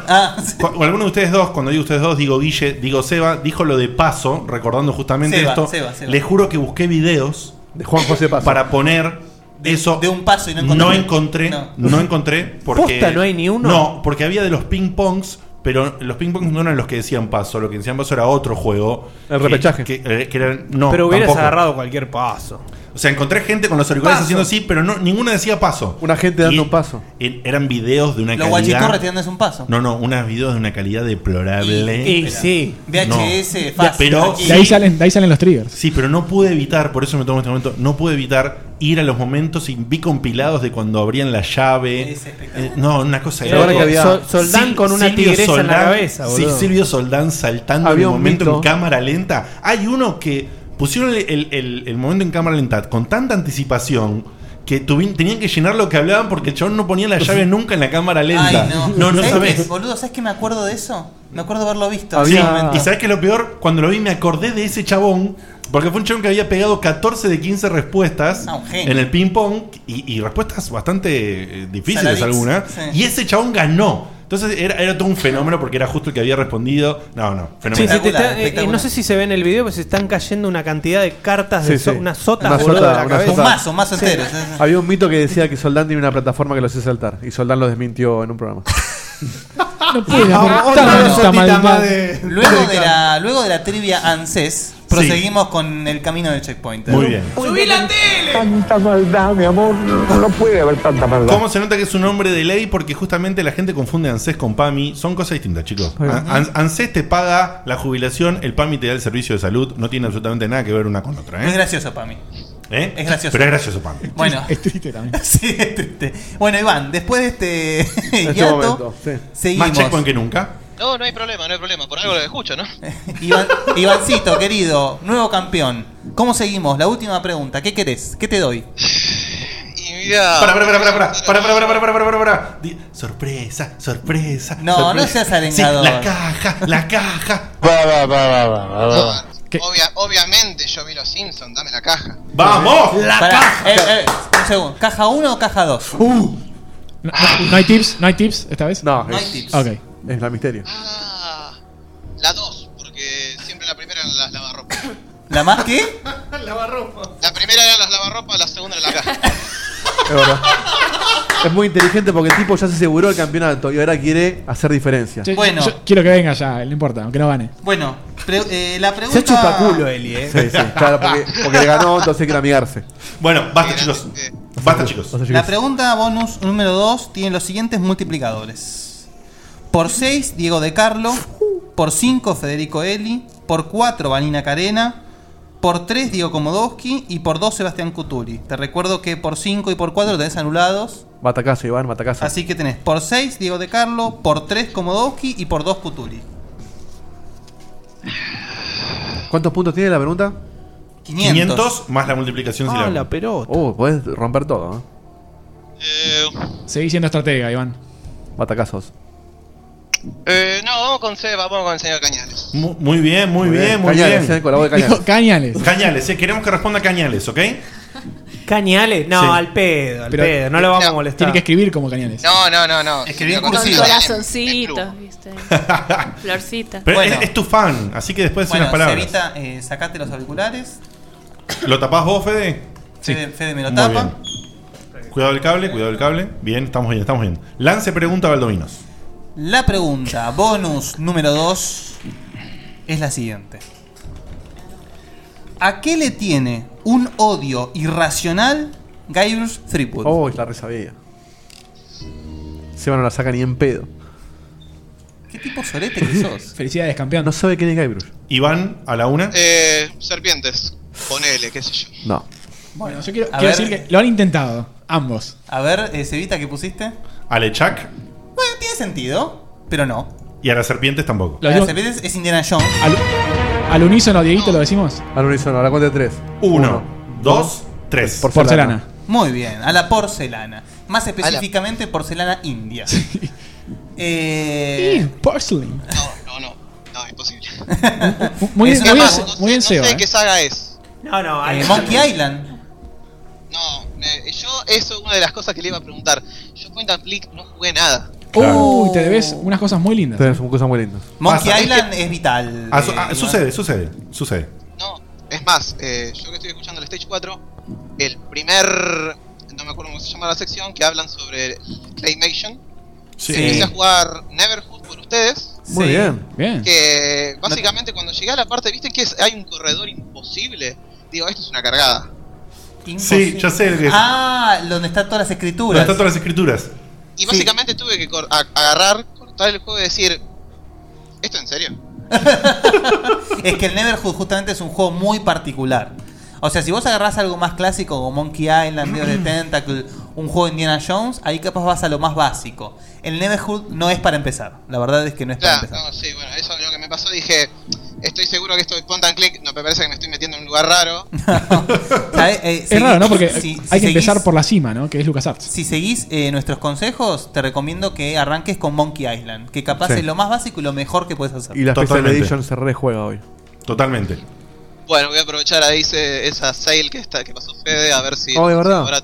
Speaker 3: Cu- o alguno de ustedes dos, cuando digo ustedes dos, digo Guille, digo Seba, dijo lo de paso, recordando justamente
Speaker 4: Seba,
Speaker 3: esto.
Speaker 4: Seba, Seba.
Speaker 3: Les juro que busqué videos de
Speaker 7: Juan José Paso
Speaker 3: para poner eso. De
Speaker 4: un paso y no encontré.
Speaker 3: No encontré,
Speaker 4: No.
Speaker 3: no, encontré porque
Speaker 4: Posta, ¿no hay ni uno?
Speaker 3: No, porque había de los ping pongs. Pero los ping pongs no eran los que decían paso, lo que decían paso era otro juego.
Speaker 7: El
Speaker 3: que-
Speaker 7: repechaje.
Speaker 3: Que, eh, que eran- no,
Speaker 5: Pero hubieras
Speaker 3: tampoco.
Speaker 5: agarrado cualquier paso.
Speaker 3: O sea, encontré gente con los auriculares
Speaker 5: Paso.
Speaker 3: haciendo así, pero no, ninguno decía paso. Una gente
Speaker 7: dando
Speaker 3: un paso. Eran videos de una
Speaker 4: Los
Speaker 3: calidad.
Speaker 4: guachiturros te dan es un paso.
Speaker 3: No, no, unos videos de una calidad deplorable.
Speaker 4: Y- y sí. VHS fácil,
Speaker 3: Pero
Speaker 4: aquí.
Speaker 6: De ahí salen, de ahí salen los triggers.
Speaker 3: Sí, pero no pude evitar, por eso me tomo este momento, no pude evitar ir a los momentos y vi compilados de cuando abrían la llave. Eh, no, una cosa
Speaker 5: Claro, que había- Sol- Soldán
Speaker 3: Sil-
Speaker 5: con una
Speaker 3: Silvio
Speaker 5: tigresa en la
Speaker 3: Soldán-
Speaker 5: cabeza, boludo.
Speaker 3: Sí, Silvio Soldán saltando
Speaker 5: Había
Speaker 3: en
Speaker 5: un
Speaker 3: un momento
Speaker 5: mito.
Speaker 3: en cámara lenta. Hay uno que pusieron el, el- el- el momento en cámara lenta con tanta anticipación que tuvi- tenían que llenar lo que hablaban porque el chabón no ponía la llave nunca en la cámara lenta.
Speaker 4: Ay, no.
Speaker 3: no, no
Speaker 4: ¿Sabés
Speaker 3: sabés.
Speaker 4: qué, boludo, ¿sabes que me acuerdo de eso? Me acuerdo haberlo visto.
Speaker 3: Sí,
Speaker 4: en ese
Speaker 5: Ah.
Speaker 4: momento.
Speaker 3: y sabes que lo peor, cuando lo vi me acordé de ese chabón, porque fue un chabón que había pegado 14 de 15 respuestas
Speaker 4: Ah, un genio.
Speaker 3: en el ping pong y, y respuestas bastante eh, difíciles
Speaker 4: Saladix,
Speaker 3: algunas.
Speaker 4: sí.
Speaker 3: Y ese chabón ganó. Entonces era, era todo un fenómeno porque era justo el que había respondido. No, no,
Speaker 5: Sí,
Speaker 3: fenómeno.
Speaker 5: se te está- eh, eh, no sé si se ve en el video, pero se están cayendo una cantidad de cartas de
Speaker 7: Sí,
Speaker 5: so-
Speaker 7: sí.
Speaker 5: unas sotas,
Speaker 7: Una
Speaker 5: boludo,
Speaker 7: sota,
Speaker 5: de la
Speaker 7: una
Speaker 5: cabeza.
Speaker 7: sota. Ah,
Speaker 5: Sí.
Speaker 4: eh.
Speaker 7: Había un mito que decía que Soldán tiene una plataforma que lo hace saltar. Y Soldán lo desmintió en un programa.
Speaker 6: No
Speaker 4: puede,
Speaker 7: Ah,
Speaker 4: no,
Speaker 7: otra
Speaker 4: no, no.
Speaker 7: sotita
Speaker 4: Maldad.
Speaker 7: más de-
Speaker 4: Luego de la luego de la trivia ANSES, proseguimos con el camino del checkpoint.
Speaker 3: Muy bien.
Speaker 4: ¡Subí la tele!
Speaker 3: Tanta maldad, mi amor. No puede haber tanta maldad. ¿Cómo se nota que es un hombre de ley? Porque justamente la gente confunde ANSES con PAMI. Son cosas distintas, chicos.
Speaker 7: Ajá.
Speaker 3: An- An- ANSES te paga la jubilación, el PAMI te da el servicio de salud. No tiene absolutamente nada que ver una con otra. ¿eh?
Speaker 4: Es gracioso para mí.
Speaker 3: ¿Eh?
Speaker 4: Es gracioso.
Speaker 3: Pero es gracioso para mí.
Speaker 4: Bueno.
Speaker 3: Es
Speaker 6: triste también.
Speaker 4: sí, es triste. Bueno, Iván, después de este
Speaker 3: este
Speaker 4: hiato,
Speaker 3: momento, sí.
Speaker 4: seguimos.
Speaker 3: Más checkpoint que nunca.
Speaker 16: No, no hay problema, no hay problema. Por algo lo escucho, ¿no?
Speaker 4: Iván- Ivancito, querido, nuevo campeón. ¿Cómo seguimos? La última pregunta. ¿Qué querés? ¿Qué te doy?
Speaker 3: Para, para, para, para, para, para, para, para, para, para, para, para. Di- Sorpresa, sorpresa.
Speaker 4: No,
Speaker 3: sorpresa.
Speaker 4: no seas arengador.
Speaker 3: Sí, la caja, la caja.
Speaker 16: Obvia- obviamente yo vi los Simpsons, dame la caja.
Speaker 3: ¡Vamos! ¡La
Speaker 4: Pará,
Speaker 3: caja!
Speaker 4: eh, eh, un segundo. ¿Caja 1 o caja 2?
Speaker 3: Uh.
Speaker 6: No, no hay tips, no hay tips esta vez. No,
Speaker 4: No hay es- tips.
Speaker 6: Ok.
Speaker 7: Es la misterio.
Speaker 16: La dos, porque siempre la primera eran las lavarropas.
Speaker 4: ¿La más qué?
Speaker 16: lavarropas. La primera eran las lavarropas, la segunda era la caja.
Speaker 7: Es verdad. Es muy inteligente porque el tipo ya se aseguró el campeonato y ahora quiere hacer diferencia.
Speaker 6: Yo- yo quiero que venga ya, no importa, aunque no gane.
Speaker 4: Bueno, pre- eh, la pregunta.
Speaker 6: Se chupa culo, Eli,
Speaker 7: Sí, sí, claro, porque, porque le ganó, entonces quiere amigarse.
Speaker 3: Bueno, basta, chicos. Basta, chicos.
Speaker 4: La pregunta bonus número 2 tiene los siguientes multiplicadores. Por 6, Diego de Carlo. Por 5, Federico Eli. Por 4, Vanina Carena. Por 3, Diego Komodowski. Y por 2, Sebastián Cutuli. Te recuerdo que por 5 y por 4 tenés anulados.
Speaker 7: Batacazo, Iván, batacazo.
Speaker 4: Así que tenés por 6, Diego de Carlo. Por 3, Komodowski. Y por 2, Cutuli.
Speaker 7: ¿Cuántos puntos tiene la pregunta?
Speaker 4: 500.
Speaker 3: 500 más la multiplicación
Speaker 7: si
Speaker 6: Ah,
Speaker 3: si la-
Speaker 5: pelota.
Speaker 7: Oh, podés romper todo. ¿eh?
Speaker 6: Seguí siendo estratega, Iván.
Speaker 7: Batacazos.
Speaker 16: Eh, no, vamos con Seba, vamos con el señor Cañales.
Speaker 3: Mu- Muy bien, muy,
Speaker 7: Muy
Speaker 3: bien,
Speaker 7: bien.
Speaker 3: muy
Speaker 7: Cañales,
Speaker 3: bien.
Speaker 7: eh, con la voz de Cañales. Dijo
Speaker 6: Cañales.
Speaker 3: Cañales, eh, queremos que responda Cañales, ¿ok?
Speaker 5: Cañales, no,
Speaker 3: Sí.
Speaker 5: al pedo, al
Speaker 3: Pero-
Speaker 5: pedo, no lo vamos a
Speaker 6: Tiene
Speaker 5: molestar.
Speaker 6: que escribir como Cañales.
Speaker 16: No, no, no, no. Escribí
Speaker 4: en
Speaker 8: Con corazoncitos, viste. Florcita.
Speaker 3: Pero eh,
Speaker 4: Bueno.
Speaker 3: es, es tu fan, así que después decir
Speaker 4: Bueno,
Speaker 3: unas
Speaker 4: Cevita,
Speaker 3: palabras.
Speaker 4: eh, sacate los auriculares.
Speaker 3: ¿Lo tapás vos, Fede?
Speaker 4: Fede, Fede me lo
Speaker 3: Muy
Speaker 4: tapa.
Speaker 3: bien. Cuidado el cable, cuidado el cable. Bien, estamos bien, estamos bien. Lance pregunta a Valdominos.
Speaker 4: La pregunta bonus número 2 es la siguiente. ¿A qué le tiene un odio irracional Guybrush Threepwood?
Speaker 7: Oh, la resabía. Seba no la saca ni en pedo.
Speaker 4: ¿Qué tipo sorete que sos?
Speaker 6: Felicidades, campeón.
Speaker 7: No sabe quién es Guybrush.
Speaker 3: Iván, a la una.
Speaker 16: Eh, serpientes, ponele, qué sé yo.
Speaker 7: No.
Speaker 6: Bueno, yo quiero,
Speaker 4: a
Speaker 6: quiero
Speaker 4: ver.
Speaker 6: decir que lo han intentado, ambos.
Speaker 4: A ver, eh, Cevita, ¿qué pusiste?
Speaker 3: Alechak
Speaker 4: Bueno, tiene sentido, pero no.
Speaker 3: y a las serpientes tampoco.
Speaker 4: La serpiente es- es Indiana Jones.
Speaker 6: Al, al unísono, Dieguito, lo decimos.
Speaker 7: Al unísono, a la cuenta de tres.
Speaker 3: Uno, dos, tres.
Speaker 6: Porcelana.
Speaker 4: Muy bien, a la porcelana. Más específicamente, porcelana india. Eh,
Speaker 6: Porcelain.
Speaker 16: No, no, no, imposible.
Speaker 6: Muy,
Speaker 16: Es
Speaker 6: muy,
Speaker 16: una
Speaker 6: en-
Speaker 16: más, no sé-
Speaker 6: muy en
Speaker 16: no
Speaker 6: SEO,
Speaker 16: sé
Speaker 6: eh.
Speaker 16: qué saga es.
Speaker 13: No, no,
Speaker 4: Eh, Monkey Island.
Speaker 16: Eh, Yo, eso es una de las cosas que le iba a preguntar. Yo Point and Click no jugué nada.
Speaker 6: Uy, te debes unas cosas muy lindas. eh.
Speaker 7: Te debes unas cosas muy lindas.
Speaker 4: Monkey
Speaker 16: Pasa.
Speaker 4: Island es vital.
Speaker 3: Ah, su-
Speaker 4: eh,
Speaker 3: ah,
Speaker 4: ¿no?
Speaker 3: sucede, sucede, sucede.
Speaker 16: Es más, eh, yo que estoy escuchando el Stage 4, el primer, no me acuerdo cómo se llama la sección, que hablan sobre Claymation.
Speaker 7: Sí.
Speaker 16: Empecé a jugar Neverhood por ustedes.
Speaker 7: Muy Sí. bien. Bien.
Speaker 16: Que básicamente cuando llegué a la parte, viste que es- hay un corredor imposible. Digo, esto es una cargada.
Speaker 3: Sí, ya sé lo que es.
Speaker 4: Ah, donde están todas las
Speaker 3: Donde
Speaker 4: escrituras.
Speaker 3: están todas las escrituras.
Speaker 16: Y básicamente tuve que cor- a- agarrar, cortar el juego y decir, ¿esto en serio?
Speaker 4: es que el Neverhood justamente es un juego muy particular. O sea, si vos agarrás algo más clásico como Monkey Island, Dios de Tentacle, un juego de Indiana Jones, ahí capaz vas a lo más básico. El Neverhood no es para empezar. La verdad es que no es para
Speaker 16: Claro, no,
Speaker 4: empezar.
Speaker 16: sí, bueno, eso es lo que me pasó. Dije, estoy seguro que esto de point and click, no me parece que me estoy metiendo en un lugar raro.
Speaker 4: ¿Sabés? Eh,
Speaker 6: Es
Speaker 4: seguí-
Speaker 6: raro, ¿no? Porque
Speaker 4: si-
Speaker 6: hay que
Speaker 4: si seguís-
Speaker 6: empezar por la cima, ¿no? Que es LucasArts.
Speaker 4: Si seguís eh, nuestros consejos, te recomiendo que arranques con Monkey Island, que capaz
Speaker 7: Sí.
Speaker 4: es lo más básico y lo mejor que puedes hacer.
Speaker 7: Y la Special
Speaker 3: Totalmente.
Speaker 7: Edition se rejuega hoy.
Speaker 3: Totalmente.
Speaker 16: Bueno, voy a aprovechar ahí se- esa sale que está que pasó Fede, a ver si...
Speaker 7: Oh, es verdad.
Speaker 16: ahora-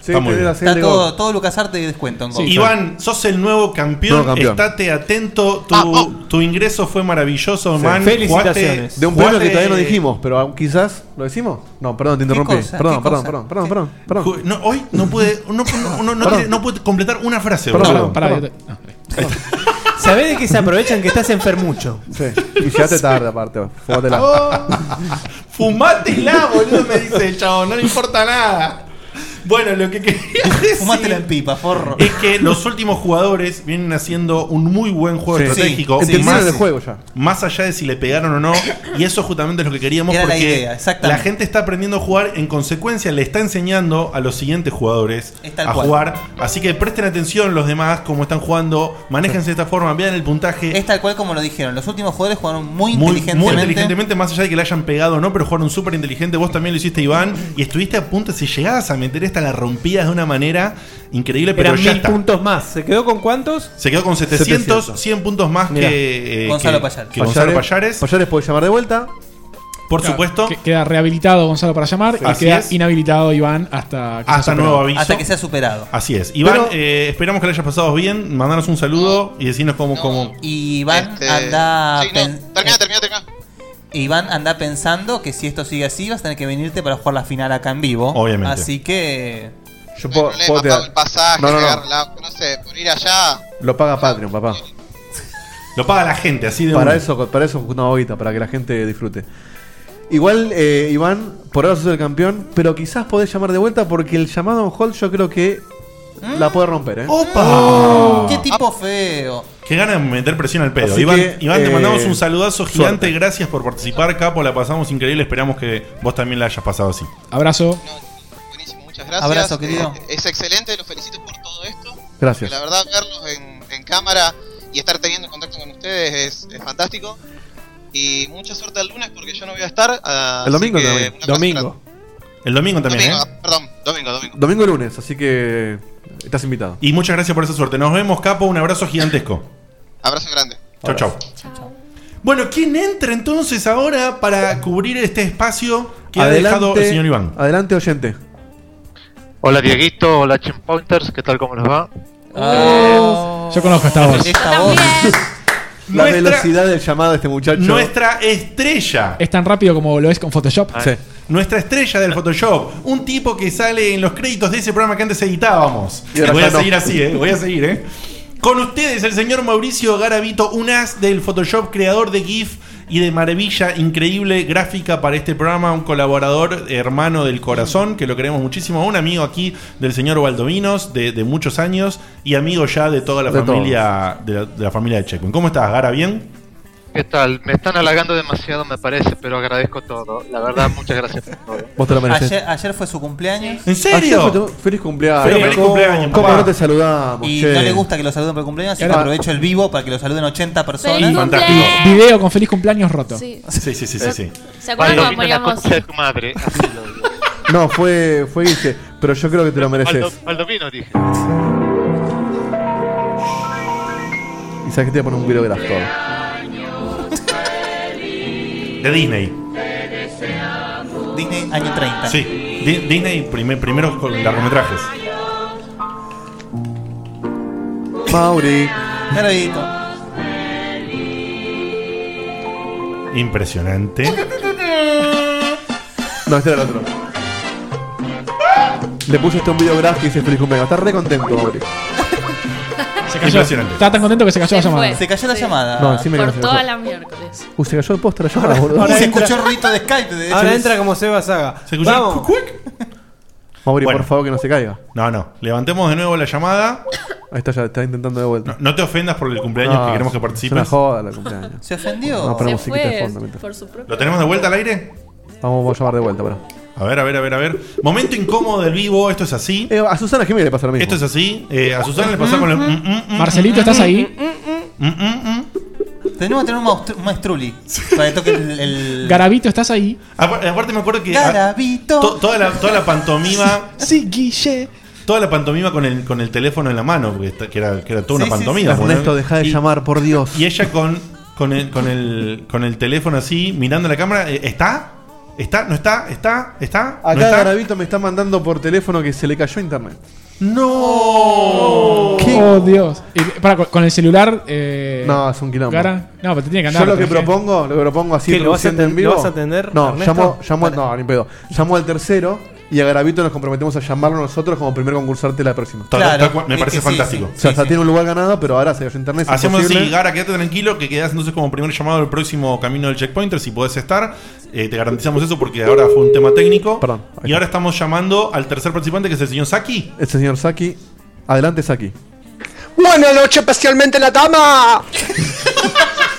Speaker 7: Sí, Está muy tenés bien. la serie
Speaker 4: Está
Speaker 7: de
Speaker 4: todo,
Speaker 7: Go.
Speaker 4: todo LucasArts de descuento. en
Speaker 3: Sí.
Speaker 4: Go.
Speaker 3: Iván, sos el nuevo campeón.
Speaker 4: Nuevo campeón.
Speaker 3: Estate atento. Tu, tu ingreso fue maravilloso,
Speaker 7: Sí.
Speaker 3: man. Jugaste-
Speaker 7: De un pueblo que
Speaker 3: jugaste-
Speaker 7: todavía no dijimos, pero aún quizás lo decimos. No, perdón, te
Speaker 3: ¿Qué
Speaker 7: interrumpí.
Speaker 3: cosa?
Speaker 7: Perdón,
Speaker 3: ¿Qué
Speaker 7: perdón,
Speaker 3: cosa?
Speaker 7: perdón, perdón, perdón, perdón.
Speaker 3: Ju- no, hoy no pude, no, no- no- no
Speaker 7: Perdón.
Speaker 3: tiene- no pude completar una frase.
Speaker 7: Perdón,
Speaker 3: boludo.
Speaker 7: pará,
Speaker 3: Perdón.
Speaker 17: Sabés de que se aprovechan que estás enfermucho.
Speaker 7: Sí. Y llegaste tarde, aparte. Fumatela.
Speaker 3: Fumátela, boludo, me dice el chabón, no le importa nada. Bueno, lo que quería decir
Speaker 4: Fumátela en pipa, forro.
Speaker 3: es que los últimos jugadores vienen haciendo un muy buen juego
Speaker 7: Sí.
Speaker 3: estratégico.
Speaker 7: Sí, sí, Entendieron sí. el juego ya.
Speaker 3: Más allá de si le pegaron o no. Y eso justamente es lo que queríamos
Speaker 4: Era la
Speaker 3: porque
Speaker 4: idea, exactamente.
Speaker 3: la gente está aprendiendo a jugar. En consecuencia, le está enseñando a los siguientes jugadores
Speaker 4: Es tal
Speaker 3: a
Speaker 4: cual.
Speaker 3: jugar. Así que presten atención los demás, cómo están jugando. Manéjense de esta forma, vean el puntaje.
Speaker 4: Es tal cual como lo dijeron. Los últimos jugadores jugaron muy,
Speaker 3: Muy,
Speaker 4: inteligentemente.
Speaker 3: muy inteligentemente, más allá de que le hayan pegado o no, pero jugaron súper inteligente. Vos también lo hiciste, Iván, y estuviste a punto. Si llegabas a meter esta, la rompías de una manera increíble, pero
Speaker 5: Eran
Speaker 3: ya
Speaker 5: mil
Speaker 3: está.
Speaker 5: puntos más. ¿Se quedó con cuántos?
Speaker 3: Se quedó con 700, 100 puntos más
Speaker 5: Mirá.
Speaker 3: que, eh,
Speaker 5: Gonzalo
Speaker 3: que-
Speaker 5: Payares.
Speaker 3: que Gonzalo
Speaker 7: Payares.
Speaker 3: Payares.
Speaker 7: Payares puede llamar de vuelta.
Speaker 3: Por supuesto.
Speaker 6: Que queda rehabilitado Gonzalo para llamar y
Speaker 3: Así
Speaker 6: queda
Speaker 3: es.
Speaker 6: inhabilitado Iván hasta que
Speaker 3: Hasta
Speaker 6: sea
Speaker 3: nuevo
Speaker 6: superado.
Speaker 3: aviso. Así es. Iván, eh, esperamos que lo hayas pasado bien. Mandanos un saludo y decinos cómo. cómo...
Speaker 4: Y Iván
Speaker 16: Este,
Speaker 4: anda.
Speaker 16: sí, no,
Speaker 4: pen-
Speaker 16: termina, termina, termina.
Speaker 4: Iván anda pensando que si esto sigue así, vas a tener que venirte para jugar la final acá en vivo.
Speaker 7: Obviamente.
Speaker 4: Así que.
Speaker 7: Yo puedo,
Speaker 16: problema,
Speaker 7: puedo
Speaker 16: pago
Speaker 7: tirar.
Speaker 16: el pasaje,
Speaker 7: No, no, no.
Speaker 16: pagar la- no sé, por ir allá.
Speaker 7: Lo paga Patreon, papá.
Speaker 3: Lo paga la gente, así de
Speaker 7: Para
Speaker 3: una.
Speaker 7: eso, para eso una boguita, para que la gente disfrute. Igual, eh, Iván, por ahora sos el campeón, pero quizás podés llamar de vuelta porque el llamado en hold yo creo que la puede romper, ¿eh?
Speaker 3: ¿Mm? ¡Opa!
Speaker 7: Oh.
Speaker 4: ¡Qué tipo feo!
Speaker 3: Que gana de meter presión al pedo.
Speaker 7: Así
Speaker 3: Iván,
Speaker 7: que,
Speaker 3: Iván, te
Speaker 7: eh,
Speaker 3: mandamos un saludazo
Speaker 7: suerte.
Speaker 3: gigante. Gracias por participar, Capo. La pasamos increíble. Esperamos que vos también la hayas pasado así.
Speaker 6: Abrazo.
Speaker 16: Muchas gracias.
Speaker 6: Abrazo, querido.
Speaker 16: Eh, es excelente, los felicito por todo esto.
Speaker 7: Gracias.
Speaker 16: Porque La verdad, verlos en, en cámara y estar teniendo contacto con ustedes es, es fantástico. Y mucha suerte el lunes porque yo no voy a estar. ah,
Speaker 7: El domingo
Speaker 16: así que
Speaker 7: también.
Speaker 16: un abrazo
Speaker 7: Domingo.
Speaker 3: El domingo
Speaker 16: grande.
Speaker 7: también,
Speaker 16: Domingo,
Speaker 7: ¿eh?
Speaker 16: ah, Perdón, domingo, domingo.
Speaker 7: Domingo y lunes, así que estás invitado.
Speaker 3: Y muchas gracias por esa suerte. Nos vemos, Capo. Un abrazo gigantesco.
Speaker 16: Abrazo grande.
Speaker 3: Chau, chau.
Speaker 16: Chao.
Speaker 3: Bueno, ¿quién entra entonces ahora para cubrir este espacio que ha dejado el señor Iván?
Speaker 7: Adelante, oyente.
Speaker 18: Hola Dieguito, hola Chimpointers, ¿qué tal? ¿Cómo les va?
Speaker 7: Ah.
Speaker 6: Yo conozco esta voz.
Speaker 7: La
Speaker 6: Nuestra-
Speaker 7: velocidad del llamado de este muchacho.
Speaker 3: Nuestra estrella.
Speaker 6: Es tan rápido como lo es con Photoshop.
Speaker 3: Nuestra estrella del Photoshop. Un tipo que sale en los créditos de ese programa que antes editábamos.
Speaker 7: Y ahora
Speaker 3: Voy
Speaker 7: ya
Speaker 3: a
Speaker 7: no.
Speaker 3: seguir así, ¿eh? Voy a seguir, ¿eh? Con ustedes, el señor Mauricio Garavito, un as del Photoshop, creador de GIF y de maravilla increíble gráfica para este programa, un colaborador hermano del corazón, que lo queremos muchísimo, un amigo aquí del señor Valdominos de, de muchos años y amigo ya de toda la
Speaker 18: De
Speaker 3: familia de la, de la familia de Checkpoint. ¿Cómo estás, Gara? ¿Bien?
Speaker 18: ¿Qué tal? Me están halagando demasiado, me parece, pero agradezco todo. La verdad, muchas gracias por todo.
Speaker 7: Vos te lo mereces.
Speaker 4: Ayer, ayer fue su cumpleaños.
Speaker 7: ¿En serio? Ayer fue tu- feliz cumpleaños. Feliz Feliz cumpleaños, ¿Cómo papá. no te saludamos,
Speaker 4: Y
Speaker 7: che?
Speaker 4: no le gusta que lo saluden por el cumpleaños, así que
Speaker 7: Ahora-
Speaker 4: aprovecho el vivo para que lo saluden 80 personas.
Speaker 3: ¡Feliz
Speaker 6: Fantástico. Video con feliz cumpleaños roto.
Speaker 4: Sí.
Speaker 3: Sí, sí, sí, sí. sí.
Speaker 8: ¿Se acuerdan cuando
Speaker 18: Valdomino la
Speaker 8: poníamos
Speaker 18: concha de tu madre. Así lo digo.
Speaker 7: No, fue, fue Guille, pero yo creo que te lo
Speaker 18: Valdo-
Speaker 7: mereces.
Speaker 18: Valdomino, dije.
Speaker 7: Y sabes que te voy a poner un video de las todo.
Speaker 3: De Disney.
Speaker 4: Disney año 30.
Speaker 3: Sí. Di- Disney primer- primeros con- largometrajes.
Speaker 7: Mauri.
Speaker 3: Impresionante.
Speaker 7: No, este era el otro. Le puse hasta un video gráfico y dice feliz cumpleaños. Está re contento, Mauri.
Speaker 6: Se cayó. Estaba tan contento que se cayó la llamada.
Speaker 4: Se cayó la llamada.
Speaker 7: No, encima
Speaker 8: Por
Speaker 7: que se
Speaker 8: toda
Speaker 7: cayó.
Speaker 8: la miércoles.
Speaker 7: Uh, se cayó el postre la llamada, boludo.
Speaker 5: ahora entra-
Speaker 4: rito de Skype. de hecho.
Speaker 5: Ahora
Speaker 4: Es-
Speaker 5: entra como Seba Saga.
Speaker 3: Se escuchó
Speaker 5: Vamos.
Speaker 7: Mauri, por favor, que no se caiga.
Speaker 3: No, no. Levantemos de nuevo la llamada.
Speaker 7: Ahí está, ya está intentando de vuelta.
Speaker 3: No te ofendas por el cumpleaños
Speaker 7: No,
Speaker 3: que queremos que
Speaker 7: es
Speaker 3: participes.
Speaker 7: una joda la cumpleaños.
Speaker 4: Se ofendió.
Speaker 7: No, ponemos
Speaker 4: Se
Speaker 7: musiquita de
Speaker 4: fue
Speaker 7: fondo mientras.
Speaker 4: por su propio-
Speaker 3: ¿Lo tenemos de vuelta al aire?
Speaker 7: Vamos a llamar de vuelta, pará.
Speaker 3: A ver, a ver, a ver, a ver. Momento incómodo del vivo, esto es así.
Speaker 7: Eh, a Susana Jiménez le pasa lo mismo.
Speaker 3: Esto es así. eh, a Susana le pasa con el. mm,
Speaker 6: Marcelito, ¿estás ahí?
Speaker 3: mm.
Speaker 4: Tenemos que tener un maestru- un maestruli para que toque el. el-
Speaker 6: Garabito, ¿estás ahí?
Speaker 3: Aparte, aparte me acuerdo que.
Speaker 4: Garabito.
Speaker 3: to- toda, la, toda la pantomima.
Speaker 6: Sí, Guille.
Speaker 3: Toda la pantomima con el, con el teléfono en la mano, porque esta- que, era, que era toda
Speaker 7: Sí,
Speaker 3: una
Speaker 7: sí,
Speaker 3: pantomima.
Speaker 7: sí.
Speaker 3: porque-
Speaker 7: Ernesto, deja de llamar, por Dios.
Speaker 3: Y ella con, con, el, con, el, con el teléfono así, mirando la cámara. eh, ¿Está? ¿Está? ¿No está? ¿Está? ¿Está? ¿No
Speaker 7: Acá
Speaker 3: está?
Speaker 7: Garabito me está mandando por teléfono que se le cayó internet.
Speaker 3: ¡No!
Speaker 6: Oh, Dios. Y, para, con, con el celular. eh,
Speaker 7: No, es un quilombo.
Speaker 6: Gara- No, pero te tiene que andar.
Speaker 7: Yo
Speaker 6: ¿eh?
Speaker 7: lo que
Speaker 6: tenés
Speaker 7: propongo, lo que propongo así
Speaker 6: ¿Qué, lo vas a
Speaker 7: produciendo
Speaker 6: aten-
Speaker 7: en vivo.
Speaker 6: lo vas a atender,
Speaker 7: No,
Speaker 6: Ernesto?
Speaker 7: llamo, llamo, no, ni pedo. Llamo al tercero y a Garabito nos comprometemos a llamarlo nosotros como primer concursante la próxima.
Speaker 3: Tal- Claro, tal cual, me es parece que sí, fantástico. sí,
Speaker 7: o sea,
Speaker 3: sí,
Speaker 7: ya
Speaker 3: sí.
Speaker 7: tiene un lugar ganado, pero ahora se cayó internet. es
Speaker 3: Hacemos así,
Speaker 7: imposible.
Speaker 3: Gara, quédate tranquilo, que quedás entonces como primer llamado al próximo camino del checkpointer, si podés estar. Eh, te garantizamos eso porque ahora fue un tema técnico. Perdón. Y ahora estamos llamando al tercer participante, que es el señor Saki.
Speaker 7: El señor Saki. Adelante, Saki.
Speaker 19: Buenas noches, especialmente la dama.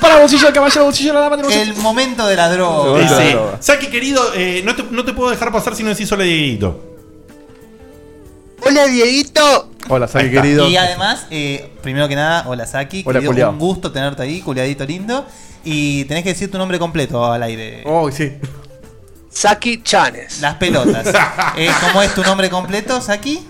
Speaker 6: Para bolsillo del caballero, bolsillo de
Speaker 3: Ah,
Speaker 6: la dama.
Speaker 4: El momento de la droga.
Speaker 3: Dice, Saki, querido, eh, no, te, no te puedo dejar pasar si no decís hola, Dieguito.
Speaker 19: Hola, Dieguito.
Speaker 7: Hola,
Speaker 3: Ahí está.
Speaker 4: Y además, eh, primero que nada, hola Saki.
Speaker 7: Hola,
Speaker 4: querido,
Speaker 7: culiao.
Speaker 4: un gusto tenerte ahí, culiadito lindo. Y tenés que decir tu nombre completo al aire.
Speaker 7: Oh, sí.
Speaker 19: Saki Chanes.
Speaker 4: Las pelotas. Eh, ¿Cómo es tu nombre completo, Saki?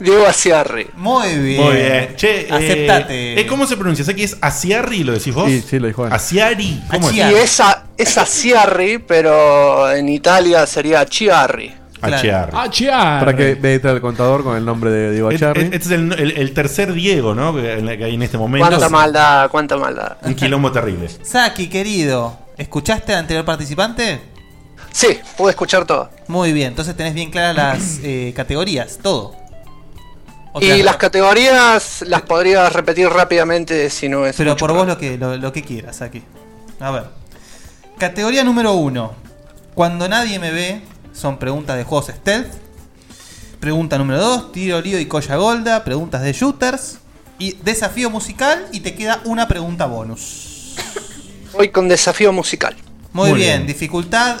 Speaker 19: Diego Asiarri.
Speaker 4: Muy bien.
Speaker 3: Muy bien. Che, eh,
Speaker 4: Aceptate.
Speaker 3: eh, ¿Cómo se pronuncia? Saki es Asiari, ¿lo decís vos? Sí,
Speaker 7: sí, lo dijo
Speaker 3: Asiari. ¿Cómo
Speaker 19: Y
Speaker 3: es?
Speaker 19: es, a- es Asiarri, pero en Italia sería Chiarri.
Speaker 3: Achiarri.
Speaker 6: Ah,
Speaker 7: Para que edita el contador con el nombre de Diego
Speaker 3: Este
Speaker 7: Charri.
Speaker 3: este es el, el- el tercer Diego, ¿no? Que en la- que hay en este momento.
Speaker 19: Cuánta maldad, cuánta maldad.
Speaker 3: Un quilombo terrible.
Speaker 4: Saki, querido, ¿escuchaste al anterior participante?
Speaker 19: Sí, pude escuchar todo.
Speaker 4: Muy bien, entonces tenés bien claras las eh, categorías, todo. O
Speaker 19: Y
Speaker 4: sea,
Speaker 19: las categorías las podrías repetir rápidamente si no es.
Speaker 4: Pero
Speaker 19: mucho
Speaker 4: por vos lo que, lo, lo que quieras, Saki. A ver. Categoría número uno. Cuando nadie me ve, son preguntas de juegos stealth. Pregunta número 2, tiro lío y colla golda, preguntas de shooters. Y desafío musical y te queda una pregunta bonus.
Speaker 19: Voy con desafío musical.
Speaker 4: Muy,
Speaker 19: Muy
Speaker 4: bien.
Speaker 19: bien.
Speaker 4: dificultad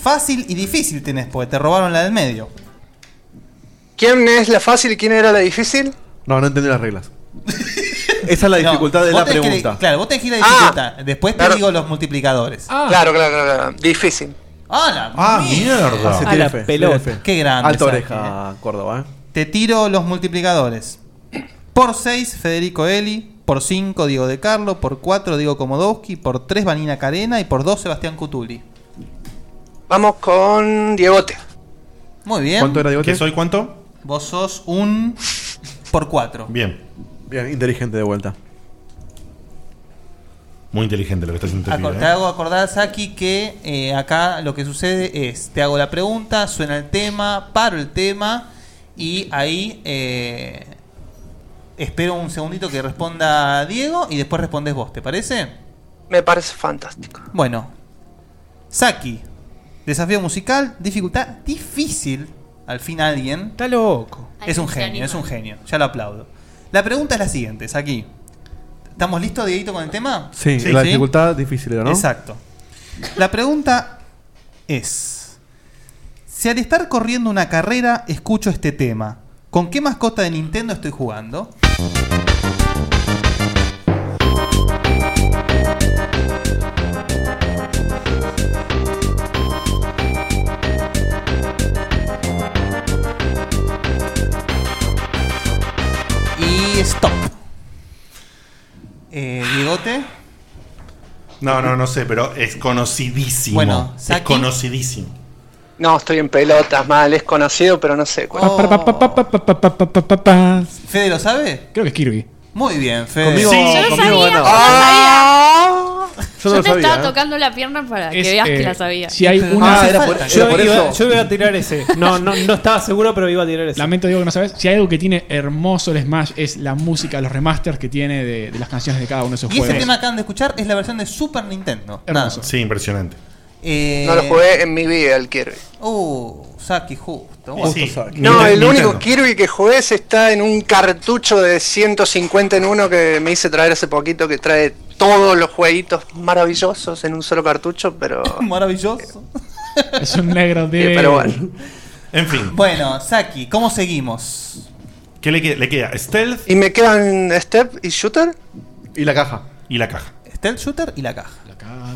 Speaker 4: fácil y difícil tenés, porque te robaron la del medio.
Speaker 19: ¿Quién es la fácil y quién era la difícil?
Speaker 7: No, no entendí las reglas. Esa es la
Speaker 4: No,
Speaker 7: dificultad de
Speaker 4: vos
Speaker 7: la
Speaker 4: tenés que-
Speaker 7: pregunta.
Speaker 4: claro, vos tenés que ir a la dificultad. Después te digo los multiplicadores.
Speaker 19: Claro, claro, claro, claro. Difícil.
Speaker 4: ¡Ah,
Speaker 19: Ah,
Speaker 7: mierda.
Speaker 4: A la pelota. Qué grande.
Speaker 7: Alta
Speaker 4: Saki,
Speaker 7: oreja, Córdoba. eh.
Speaker 4: Te tiro los multiplicadores. Por 6, Federico Eli. Por 5, Diego De Carlo. Por 4, Diego Komodowski. Por 3, Vanina Carena. Y por 2, Sebastián Cutuli.
Speaker 19: Vamos con Diegote.
Speaker 4: Muy bien.
Speaker 7: ¿Cuánto era Diegote?
Speaker 4: ¿Qué
Speaker 7: ¿Qué
Speaker 4: soy
Speaker 7: soy,
Speaker 3: cuánto?
Speaker 4: Vos sos un. por 4.
Speaker 3: Bien.
Speaker 7: Bien, inteligente de vuelta.
Speaker 3: Muy inteligente lo que está haciendo este pibe,
Speaker 4: Te
Speaker 3: ¿eh?
Speaker 4: hago acordar, Saki, que eh, acá lo que sucede es: te hago la pregunta, suena el tema, paro el tema. Y ahí. eh, espero un segundito que responda Diego. Y después respondes vos, ¿te parece?
Speaker 19: Me parece fantástico.
Speaker 4: Bueno, Saki, desafío musical, dificultad difícil. Al fin alguien. Está loco. Es un
Speaker 17: Alguien se
Speaker 4: genio,
Speaker 17: anima.
Speaker 4: es un genio. Ya lo aplaudo. La pregunta es la siguiente, Saki. ¿Estamos listos, Dieguito, con el tema?
Speaker 7: Sí, la dificultad difícil era, ¿no?
Speaker 4: Exacto. La pregunta es: Si al estar corriendo una carrera escucho este tema, ¿con qué mascota de Nintendo estoy jugando? Y stop. Eh, Diegote.
Speaker 3: No, no, no sé, pero es conocidísimo.
Speaker 19: Bueno,
Speaker 3: es
Speaker 19: Saki.
Speaker 3: conocidísimo.
Speaker 19: No, estoy en pelotas mal, es conocido, pero no sé cuál.
Speaker 4: ¿Fede lo sabe?
Speaker 6: Creo que es Kirby.
Speaker 4: Muy bien, Fede.
Speaker 7: Conmigo- Sí, yo lo conmigo sabía, ganó. yo lo
Speaker 8: Yo, te estaba tocando la pierna para que
Speaker 17: Es,
Speaker 8: veas
Speaker 17: eh,
Speaker 8: que la sabía.
Speaker 6: si hay una-
Speaker 17: Ah, era por-
Speaker 6: Falta.
Speaker 17: yo,
Speaker 6: Era por
Speaker 17: iba,
Speaker 6: eso.
Speaker 17: yo iba a tirar ese. No, no, no estaba seguro, pero iba a tirar ese.
Speaker 6: Lamento, digo que no sabes. Si hay algo que tiene hermoso el Smash es la música, los remasters que tiene de, de las canciones de cada uno de esos
Speaker 4: Y ese
Speaker 6: juegos.
Speaker 4: tema que acaban de escuchar es la versión de Super Nintendo.
Speaker 6: Hermoso.
Speaker 3: Sí, impresionante.
Speaker 4: Eh,
Speaker 19: No lo jugué en mi vida el Kirby.
Speaker 4: Uh, Saki, justo.
Speaker 19: Y sí. No, el único Kirby que jugué es- está en un cartucho de 150 en uno que me hice traer hace poquito, que trae todos los jueguitos maravillosos en un solo cartucho, pero...
Speaker 4: Maravilloso.
Speaker 6: Es un negro de.
Speaker 19: Eh, pero bueno.
Speaker 3: En fin.
Speaker 4: Bueno, Saki, ¿cómo seguimos?
Speaker 3: ¿Qué le, que- le queda? ¿Stealth?
Speaker 19: ¿Y me quedan Step y Shooter?
Speaker 7: Y la caja.
Speaker 3: Y la caja.
Speaker 4: Stealth Shooter y la caja.
Speaker 6: La caja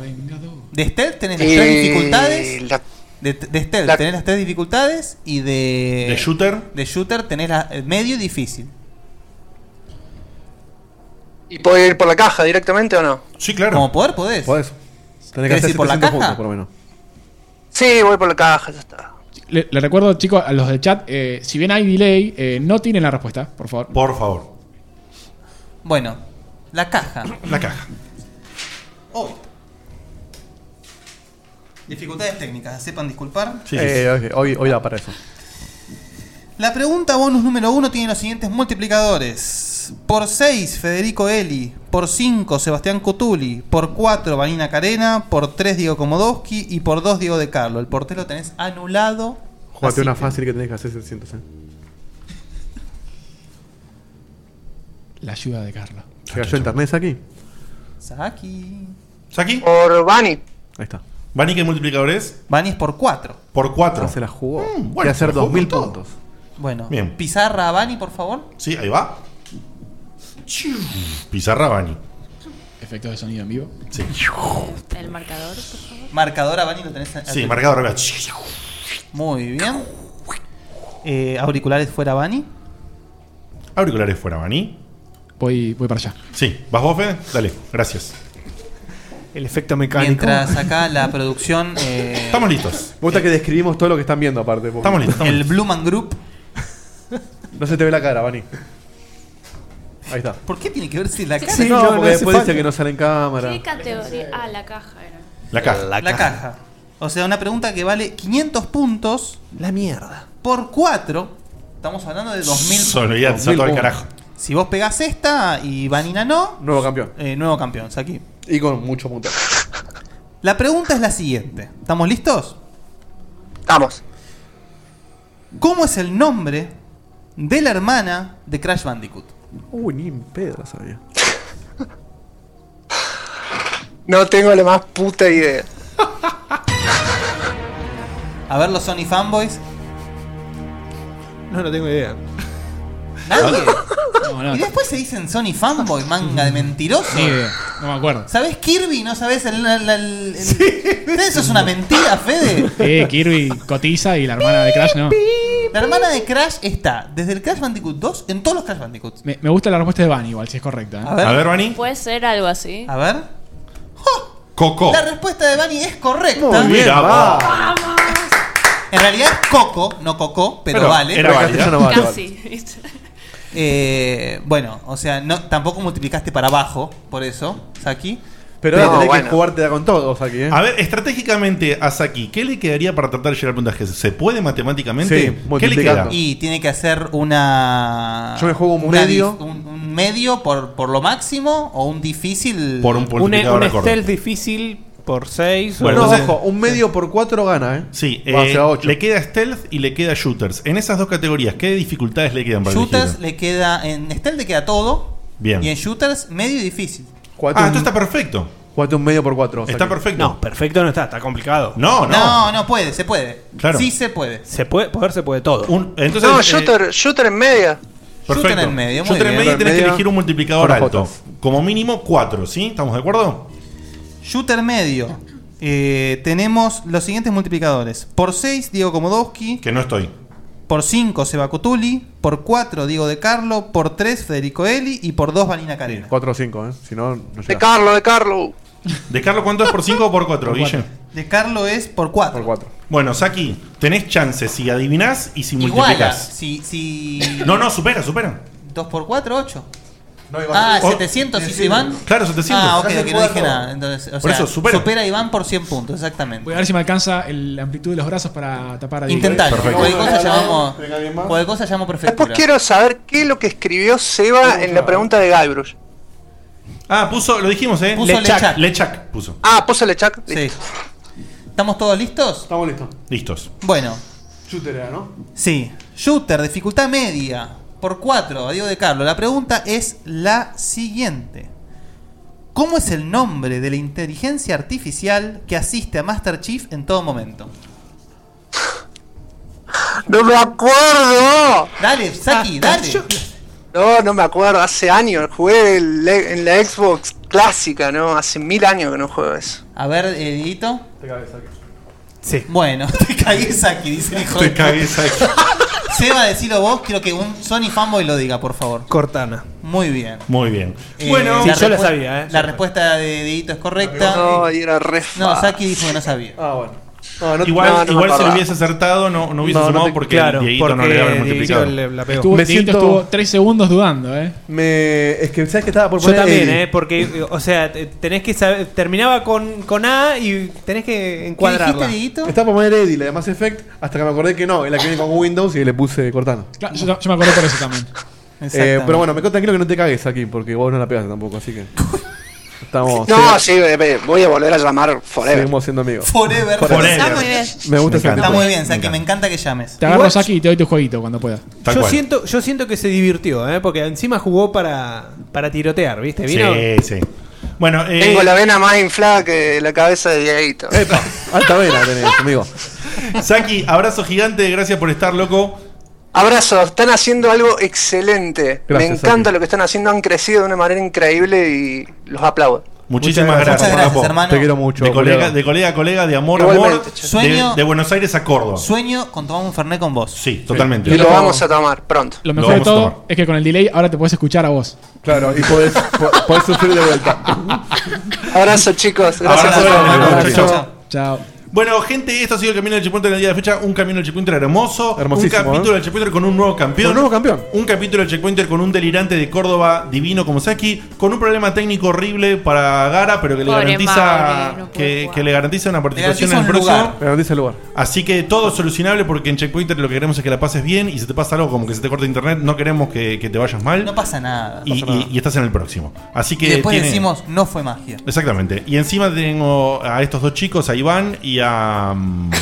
Speaker 6: vengador.
Speaker 4: De Stealth tenés las
Speaker 19: Y
Speaker 4: tres dificultades.
Speaker 19: Eh, la-
Speaker 4: de, de Stealth tenés las tres dificultades y de.
Speaker 3: ¿De Shooter?
Speaker 4: De Shooter tenés la, el medio y difícil.
Speaker 19: ¿Y puedo ir por la caja directamente o no?
Speaker 3: Sí, claro.
Speaker 4: Como poder podés.
Speaker 7: Podés. Tenés
Speaker 4: ¿Querés ir por la
Speaker 7: 700
Speaker 4: caja?
Speaker 7: por lo menos.
Speaker 19: Sí, voy por la caja, ya está.
Speaker 6: Le, le recuerdo, chicos, a los del chat, eh, si bien hay delay, eh, no tienen la respuesta, por favor.
Speaker 3: Por favor.
Speaker 4: Bueno, la caja.
Speaker 3: La caja.
Speaker 4: Oh. Dificultades técnicas, sepan disculpar.
Speaker 7: Eh, ok, hoy, hoy da para eso.
Speaker 4: La pregunta bonus número uno tiene los siguientes multiplicadores. Por 6, Federico Eli. Por 5, Sebastián Cutuli. Por 4, Vanina Carena. Por 3, Diego Komodowski. Y por 2, Diego de Carlo. El portero tenés anulado.
Speaker 7: Jugate
Speaker 4: Así
Speaker 7: una
Speaker 4: que-
Speaker 7: fácil que tenés que hacer 700. eh.
Speaker 6: La ayuda de Carla.
Speaker 7: ¿Se cayó internet aquí?
Speaker 4: Saki.
Speaker 3: ¿Saki?
Speaker 19: Por Bani.
Speaker 7: Ahí está.
Speaker 3: ¿Bani qué multiplicador es?
Speaker 4: Bani es por 4.
Speaker 3: Por 4.
Speaker 7: Ah, Se la jugó.
Speaker 3: bueno,
Speaker 7: Voy a hacer
Speaker 3: se la jugó
Speaker 7: 2000
Speaker 3: con todo.
Speaker 7: puntos.
Speaker 4: Bueno,
Speaker 3: Bien.
Speaker 4: pizarra a Bani, por favor.
Speaker 3: Sí, ahí va. Pizarra Bani.
Speaker 6: Efectos de sonido en vivo.
Speaker 3: Sí.
Speaker 8: El marcador, por favor.
Speaker 4: Marcador a Bani lo tenés. a-
Speaker 3: Sí,
Speaker 4: a-
Speaker 3: marcador al revés.
Speaker 4: Muy bien. Eh, auriculares fuera Bani.
Speaker 3: Auriculares fuera, Bani.
Speaker 6: Voy, voy para allá.
Speaker 3: Sí. ¿Vas vos, Fede? Dale, gracias.
Speaker 17: El efecto mecánico.
Speaker 4: Mientras acá la producción. eh,
Speaker 3: Estamos listos.
Speaker 7: Me gusta que describimos todo lo que están viendo aparte. porque-
Speaker 4: Estamos listos, estamos El listos. Blumen Group.
Speaker 7: No se te ve la cara, Bani. Ahí está.
Speaker 4: ¿Por qué tiene que ver si la
Speaker 8: Sí,
Speaker 4: caja?
Speaker 8: sí,
Speaker 7: no,
Speaker 8: no, no
Speaker 7: porque
Speaker 8: hace
Speaker 7: después
Speaker 8: falta.
Speaker 7: dice que no sale en cámara.
Speaker 8: ¿Qué categoría? Ah, la caja era.
Speaker 3: La caja.
Speaker 4: La, caja. O sea, una pregunta que vale 500 puntos.
Speaker 7: La mierda.
Speaker 4: Por 4. Estamos hablando de 2000
Speaker 3: Solo ya, se va todo al carajo.
Speaker 4: Si vos pegás esta y Vanina no. eh,
Speaker 7: Nuevo campeón.
Speaker 4: nuevo campeón, Saki.
Speaker 7: Y con mucho punto.
Speaker 4: La pregunta es la siguiente. ¿Estamos listos?
Speaker 19: Estamos.
Speaker 4: ¿Cómo es el nombre de la hermana de Crash Bandicoot?
Speaker 7: Uy, ni en pedo sabía.
Speaker 19: No tengo la más puta idea.
Speaker 4: A ver los Sony fanboys.
Speaker 5: No, no tengo idea.
Speaker 4: ¿Nadie?
Speaker 6: No, no.
Speaker 4: Y después se dicen Sony fanboy, manga de mentiroso.
Speaker 6: Ni idea. No me acuerdo.
Speaker 4: ¿Sabés Kirby? ¿No sabés el... el- el- el- Eso es una mentira, Fede.
Speaker 6: Eh, Kirby cotiza y la hermana de Crash, no.
Speaker 4: La hermana de Crash está desde el Crash Bandicoot 2 en todos los Crash Bandicoots.
Speaker 6: Me, me gusta la respuesta de Bani, igual, si es correcta. ¿eh?
Speaker 8: Puede ser algo así.
Speaker 4: A ver.
Speaker 3: Coco.
Speaker 4: La respuesta de Bani es correcta.
Speaker 3: Muy bien, Mira, va.
Speaker 4: En realidad es Coco, no Coco, pero,
Speaker 7: Pero
Speaker 4: vale.
Speaker 7: era Pero válida. castellano vale,
Speaker 8: Casi. ¿viste?
Speaker 4: Eh, bueno, o sea, no, tampoco multiplicaste para abajo, por eso, Saki.
Speaker 7: Pero ahora tenés que jugarte con todos aquí, ¿eh?
Speaker 3: A ver, estratégicamente a Saki, ¿qué le quedaría para tratar de llegar al puntaje? ¿Se puede matemáticamente? ¿Qué le queda?
Speaker 4: Y tiene que hacer una.
Speaker 3: Yo me juego un
Speaker 4: una
Speaker 3: medio.
Speaker 4: dif- Un, un medio por, por lo máximo o un difícil.
Speaker 3: Por un
Speaker 17: Un,
Speaker 3: multiplicador
Speaker 17: un
Speaker 3: acorde.
Speaker 17: stealth difícil por 6.
Speaker 3: Bueno,
Speaker 7: no,
Speaker 3: entonces-
Speaker 7: ojo, un medio por 4 gana, ¿eh?
Speaker 3: Sí,
Speaker 7: Va,
Speaker 3: eh,
Speaker 7: se va a ocho.
Speaker 3: le queda stealth y le queda shooters. En esas dos categorías, ¿qué dificultades le quedan para
Speaker 4: Shooters
Speaker 3: elegir?
Speaker 4: le queda. En Stealth le queda todo.
Speaker 3: Bien.
Speaker 4: Y en Shooters, medio y difícil.
Speaker 3: Ah, esto está perfecto.
Speaker 7: Jugate un medio por 4.
Speaker 3: Está perfecto.
Speaker 17: No, perfecto no está, está complicado.
Speaker 3: No,
Speaker 4: No, no puede, se puede.
Speaker 17: Claro.
Speaker 4: Sí se puede.
Speaker 17: Se puede, poder se puede todo.
Speaker 3: eh,
Speaker 19: no, shooter, shooter en media.
Speaker 3: Perfecto.
Speaker 4: Shooter en medio, muy
Speaker 3: Shooter en
Speaker 4: bien.
Speaker 3: medio y tenés que
Speaker 4: Medio.
Speaker 3: elegir un multiplicador
Speaker 4: Con
Speaker 3: alto. Como mínimo 4, ¿sí? ¿Estamos de acuerdo?
Speaker 4: Shooter medio. Eh, tenemos los siguientes multiplicadores. Por 6, Diego Komodowski.
Speaker 3: Que no estoy.
Speaker 4: Por 5, Seba Cutuli. Por 4, Diego De Carlo. Por 3, Federico Eli. Y por 2, Vanina Carena.
Speaker 7: 4 o 5, ¿eh? Si no, no llega.
Speaker 19: De Carlo, de Carlo.
Speaker 3: ¿De Carlos cuánto es por 5 o por 4, Guille?
Speaker 4: De Carlo es por 4. Por
Speaker 3: 4. Bueno, Saki, tenés chances si adivinás y si
Speaker 4: Iguala.
Speaker 3: multiplicás.
Speaker 4: Si, si...
Speaker 3: No, no, supera, supera.
Speaker 4: 2 por 4, 8.
Speaker 3: iba a
Speaker 4: ah,
Speaker 3: ser-
Speaker 4: 700 y
Speaker 3: Sí,
Speaker 4: se van.
Speaker 3: claro, 700.
Speaker 4: Ah, ok, ok, no dije
Speaker 3: Cuatro.
Speaker 4: nada. Entonces, o
Speaker 3: Por
Speaker 4: sea,
Speaker 3: eso, supera.
Speaker 4: Iván por 100 puntos, exactamente.
Speaker 6: Voy a ver si me alcanza el- la amplitud de los brazos para tapar a
Speaker 4: Intentalo.
Speaker 6: Perfecto.
Speaker 4: Cualquier cosa llamamos,
Speaker 6: ¿Tenga alguien más?
Speaker 4: cualquier cosa llamamos
Speaker 19: Después
Speaker 4: prefectura.
Speaker 19: quiero saber qué es lo que escribió Seba en la pregunta de Guybrush.
Speaker 3: Ah, puso, lo dijimos, ¿eh?
Speaker 19: Puso Lechak.
Speaker 3: Lechak puso.
Speaker 19: Ah, puso Lechak.
Speaker 4: Sí. ¿Estamos todos listos?
Speaker 7: Estamos listos.
Speaker 3: Listos.
Speaker 4: Bueno,
Speaker 7: Shooter era, ¿no?
Speaker 4: Sí. Shooter, dificultad media. Por 4, a Diego de Carlos. La pregunta es la siguiente. ¿Cómo es el nombre de la inteligencia artificial que asiste a Master Chief en todo momento?
Speaker 19: ¡No me acuerdo!
Speaker 4: Dale, Saki, dale.
Speaker 19: Ah, No, no me acuerdo. Hace años jugué el- en la Xbox clásica, ¿no? Hace mil años que no juego eso.
Speaker 4: A ver, Edito. Sí. Bueno, te cagué Saki, dice el hijo
Speaker 3: Te
Speaker 4: de-
Speaker 3: cagué, Saki.
Speaker 4: Seba, decilo vos, quiero que un Sony fanboy lo diga, por favor.
Speaker 5: Cortana.
Speaker 4: Muy bien.
Speaker 3: Muy bien.
Speaker 4: Eh,
Speaker 3: bueno,
Speaker 4: la respu-
Speaker 3: eh.
Speaker 4: La respuesta de Edito es correcta.
Speaker 19: No, y era re
Speaker 4: No,
Speaker 19: fácil.
Speaker 4: Saki dijo que no sabía.
Speaker 7: Ah, bueno. No, no-
Speaker 3: igual
Speaker 7: no, no me
Speaker 3: igual si lo
Speaker 7: acordaba.
Speaker 3: hubiese acertado, no, no hubiese
Speaker 7: No, no
Speaker 3: sumado
Speaker 7: te-
Speaker 3: porque
Speaker 7: claro,
Speaker 3: el Dieguito no
Speaker 7: porque
Speaker 3: le había
Speaker 7: Dieguito
Speaker 3: multiplicado.
Speaker 7: le- la pegó.
Speaker 6: Estuvo,
Speaker 7: Me
Speaker 6: Dieguito
Speaker 7: siento-
Speaker 6: estuvo 3 segundos dudando, ¿eh?
Speaker 7: Me, es que sabes que estaba por
Speaker 6: Yo
Speaker 7: poner.
Speaker 6: también,
Speaker 7: el-
Speaker 6: eh.
Speaker 17: Eh, porque, eh, o sea, te- tenés que saber. Terminaba con, con A y tenés que encuadrarla.
Speaker 7: Estaba por poner Eddie, la de Mass Effect, hasta que me acordé que no, es la que viene con Windows y le puse Cortana.
Speaker 6: Claro, yo, yo me acordé por eso también.
Speaker 7: Eh, pero bueno, me quedo tranquilo que no te cagues aquí, porque vos no la pegaste tampoco, así que. Estamos.
Speaker 19: No, sí, bebé, voy a volver a llamar
Speaker 7: Oh,
Speaker 19: Forever.
Speaker 7: Seguimos siendo amigos.
Speaker 4: Forever. Está muy bien.
Speaker 7: Me gusta ese
Speaker 4: Está
Speaker 7: tipo.
Speaker 4: muy bien, Saki, me encanta que llames.
Speaker 6: Te agarro aquí y te doy tu jueguito cuando pueda.
Speaker 5: Yo siento, yo siento que se divirtió, ¿eh? porque encima jugó para, para tirotear, ¿viste? ¿Vino?
Speaker 3: Sí, sí. Bueno, eh,
Speaker 19: Tengo la vena más inflada que la cabeza de Dieguito.
Speaker 7: Alta vena tenés, amigo.
Speaker 3: Saki, abrazo gigante, gracias por estar, loco.
Speaker 19: Abrazo, están haciendo algo excelente.
Speaker 3: Gracias,
Speaker 19: Me encanta
Speaker 3: Saki.
Speaker 19: lo que están haciendo, han crecido de una manera increíble y los aplaudo.
Speaker 3: Muchísimas
Speaker 7: Muchas
Speaker 3: gracias,
Speaker 7: gracias,
Speaker 3: capo.
Speaker 7: hermano. Te quiero mucho,
Speaker 3: De colega,
Speaker 7: Julio.
Speaker 3: de colega a colega, de amor a
Speaker 4: Igualmente,
Speaker 3: amor.
Speaker 4: che.
Speaker 3: de-
Speaker 4: Sueño-
Speaker 3: De, Buenos Aires a Córdoba.
Speaker 4: Sueño con tomar un Fernet con vos.
Speaker 3: Sí, totalmente.
Speaker 19: Y lo vamos a tomar pronto.
Speaker 6: Lo mejor de todo es que con el delay ahora te puedes escuchar a vos.
Speaker 7: Claro, y podés, po- podés sufrir de vuelta.
Speaker 19: Abrazo, chicos. Gracias.
Speaker 3: Abrazo,
Speaker 19: Abrazo.
Speaker 3: abrazo, chao.
Speaker 6: Chao.
Speaker 3: Bueno, gente, esto ha sido el camino del Checkpointer en el día de fecha. Un camino del Checkpointer hermoso.
Speaker 7: Hermosísimo,
Speaker 3: Un capítulo
Speaker 7: ¿eh?
Speaker 3: del Checkpointer con un nuevo
Speaker 7: Con
Speaker 3: campeón.
Speaker 7: un nuevo campeón.
Speaker 3: Un capítulo del Checkpointer con un delirante de Córdoba divino como Saki. Con un problema técnico horrible para Gara, pero que le
Speaker 7: Pobre
Speaker 3: garantiza
Speaker 7: Mauri, no
Speaker 3: que, que le garantiza una participación
Speaker 7: garantiza
Speaker 3: en el
Speaker 7: un
Speaker 3: próximo.
Speaker 7: lugar. Le garantiza el lugar.
Speaker 3: Así que todo solucionable porque en Checkpointer lo que queremos es que la pases bien y si te pasa algo como que se te corta internet, no queremos que, que te vayas mal.
Speaker 4: No pasa nada.
Speaker 3: y, y- y estás en el próximo. Así que
Speaker 4: Y después
Speaker 3: tiene-
Speaker 4: decimos, no fue magia.
Speaker 3: Exactamente. Y encima tengo a estos dos chicos, a Iván y a. mm,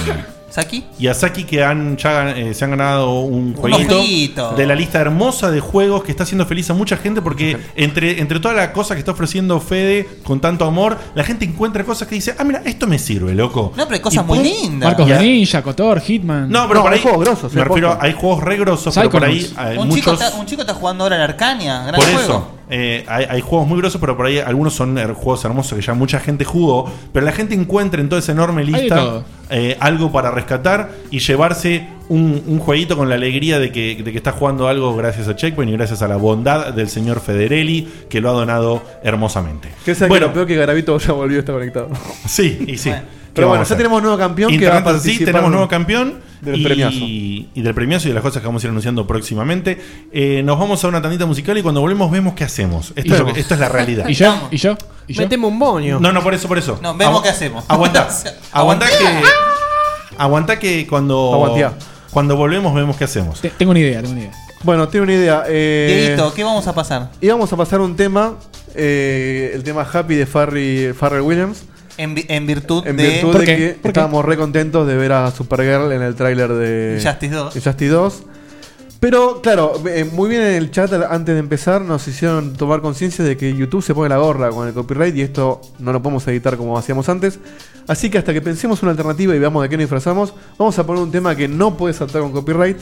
Speaker 4: ¿Saki?
Speaker 3: Y a Saki que han, ya gan- eh, se han ganado un jueguito
Speaker 4: jueguitos.
Speaker 3: de la lista hermosa de juegos que está haciendo feliz a mucha gente porque entre, entre toda la cosa que está ofreciendo Fede con tanto amor, la gente encuentra cosas que dice, ah, mira, esto me sirve, loco.
Speaker 4: No, pero hay cosas
Speaker 3: Y
Speaker 4: muy
Speaker 3: pum,
Speaker 4: lindas.
Speaker 6: Marcos
Speaker 3: Y a-
Speaker 6: de Ninja, Cotor, Hitman.
Speaker 3: No, pero por ahí. me refiero,
Speaker 6: eh, posta.
Speaker 3: hay juegos re grosos, pero por ahí
Speaker 6: Psychonauts.
Speaker 3: hay
Speaker 4: un, chico
Speaker 3: muchos.
Speaker 4: está, un chico está jugando ahora la Arcania. Gran
Speaker 3: Por
Speaker 4: juego.
Speaker 3: eso, eh, hay, hay juegos muy grosos, pero por ahí algunos son her- juegos hermosos que ya mucha gente jugó. Pero la gente encuentra en toda esa enorme
Speaker 6: de
Speaker 3: lista
Speaker 6: todo.
Speaker 3: eh, algo para rescatar y llevarse un, un jueguito con la alegría de que, de que está jugando algo gracias a Checkpoint y gracias a la bondad del señor Federelli que lo ha donado hermosamente.
Speaker 7: Que sea
Speaker 3: Bueno.
Speaker 7: que lo peor que Garavito ya volvió a estar conectado.
Speaker 3: Sí, y sí. ¿Qué
Speaker 7: Pero
Speaker 3: vamos a
Speaker 7: bueno,
Speaker 3: hacer?
Speaker 7: ya tenemos nuevo campeón que va a
Speaker 3: Internet en sí,
Speaker 7: participar.
Speaker 3: tenemos nuevo campeón
Speaker 7: del
Speaker 3: y,
Speaker 7: premiazo.
Speaker 3: y del premiazo y de las cosas que vamos a ir anunciando próximamente. Eh, nos vamos a una tandita musical y cuando volvemos vemos qué hacemos. Esto, es, lo que- esto es la realidad.
Speaker 6: ¿Y yo? ¿Y yo? ¿Y yo?
Speaker 5: Metemos un boño.
Speaker 3: No, no, por eso, por eso.
Speaker 5: No, vemos
Speaker 3: Agu-
Speaker 5: qué hacemos.
Speaker 3: Aguantá.
Speaker 5: O sea,
Speaker 3: aguantá
Speaker 5: aguantá.
Speaker 3: que. Aguantá que cuando.
Speaker 7: Aguanteá.
Speaker 3: Cuando volvemos vemos qué hacemos.
Speaker 6: Te- Tengo una idea, tengo una idea.
Speaker 7: Bueno, tiene una idea. Eh,
Speaker 4: Dieguito, ¿qué vamos a pasar?
Speaker 7: Y vamos a pasar un tema, eh, el tema Happy de Farry, Farrell Williams.
Speaker 4: En, vi- en virtud
Speaker 7: En
Speaker 4: de.
Speaker 7: virtud de que estábamos re contentos de ver a Supergirl en el tráiler de
Speaker 4: Justice 2.
Speaker 7: de Justice 2. Pero claro, eh, muy bien en el chat al- antes de empezar nos hicieron tomar conciencia de que YouTube se pone la gorra con el copyright y esto no lo podemos editar como hacíamos antes. Así que hasta que pensemos una alternativa y veamos de qué nos disfrazamos, vamos a poner un tema que no puede saltar con copyright,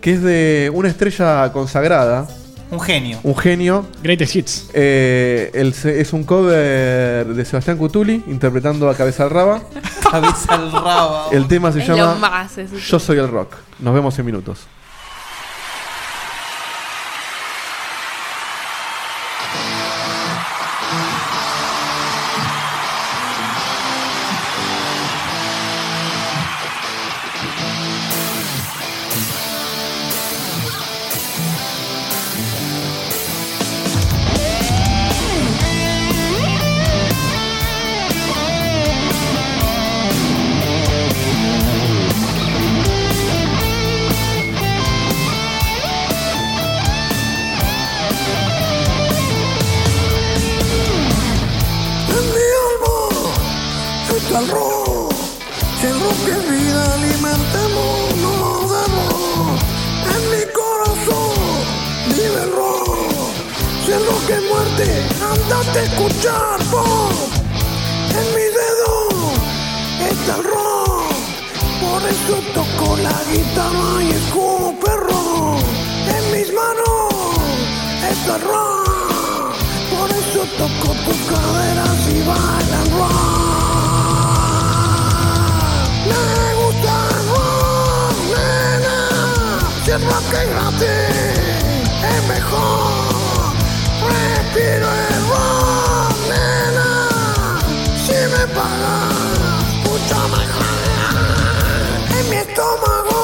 Speaker 7: que es de una estrella consagrada,
Speaker 4: Un genio.
Speaker 7: un genio. Eh,
Speaker 6: Greatest Hits.
Speaker 7: es un cover de Sebastián Cutuli interpretando a Cabeza al Raba.
Speaker 4: Cabeza al rabo.
Speaker 7: El tema se
Speaker 4: Es lo
Speaker 7: llama
Speaker 4: más, eso sí.
Speaker 7: Yo soy el rock. Nos vemos en minutos.
Speaker 20: al rock. Si el rock es vida, alimentemos, nos damos. En mi corazón vive el rock. Si el rock es muerte, andate a escuchar pop. En mi dedo está el rock. Por eso toco la guitarra y es como perro. En mis manos está el rock. Por eso toco tus caderas y bailan rock. Me gusta el rock, nena. Si el rock es gratis, es mejor. Respiro el rock, nena. Si me pagas, mucho mejor. En mi estómago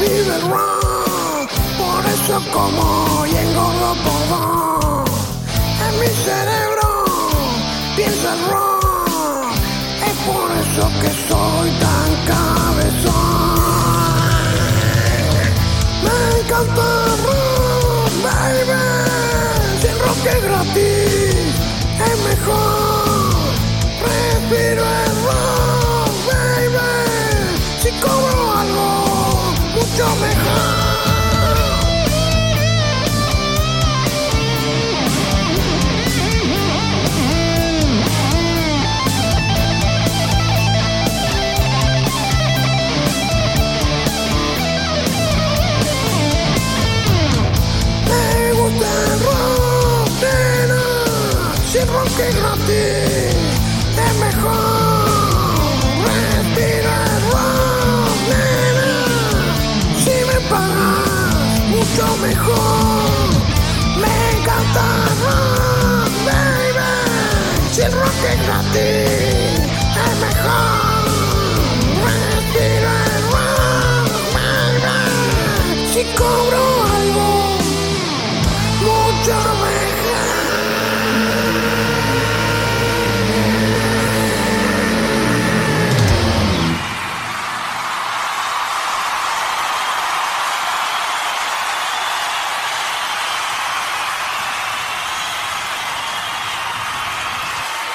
Speaker 20: vive el rock. Por eso como y engordo por dos. En mi cerebro piensa el rock. Es por eso que soy tan cabezón. Me encanta el rock, baby. Si el rock es gratis, es mejor. Respiro el rock, baby. Si cobro algo, mucho mejor. Me gusta el rock, nena. Si el rock es gratis, es mejor. Respiro el rock, nena. Si me pagas, mucho mejor. Me encanta el rock, baby. Si el rock es gratis, es mejor. Respiro el rock, baby. Si cobro algo, mucho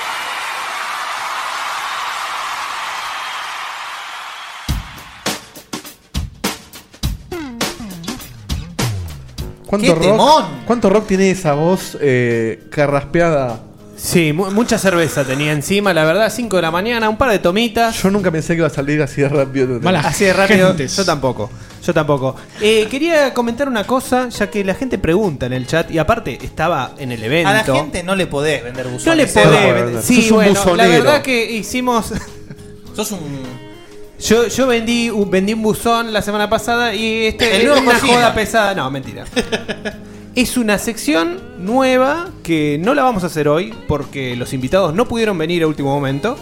Speaker 7: ¿Cuánto,
Speaker 4: ¡Qué
Speaker 7: rock,
Speaker 4: temón!
Speaker 7: ¿Cuánto rock tiene esa voz eh, carraspeada?
Speaker 5: Sí, mu- mucha cerveza tenía encima, la verdad, 5 de la mañana, un par de tomitas.
Speaker 7: Yo nunca pensé que iba a salir así de rápido.
Speaker 5: Así de rápido, yo tampoco. Yo tampoco. Eh, quería comentar una cosa, ya que la gente pregunta en el chat, y aparte estaba en el evento.
Speaker 4: A la gente no le podés vender buzones.
Speaker 5: No le
Speaker 4: ¿eh?
Speaker 5: podés vender. Sí, bueno, la verdad que hicimos.
Speaker 4: Sos un.
Speaker 5: Yo, yo vendí, un, vendí un buzón la semana pasada y este
Speaker 4: El
Speaker 5: es
Speaker 4: nuevo
Speaker 5: una
Speaker 4: Kojima.
Speaker 5: joda pesada. No, mentira. es una sección nueva que no la vamos a hacer hoy porque los invitados no pudieron venir a último momento.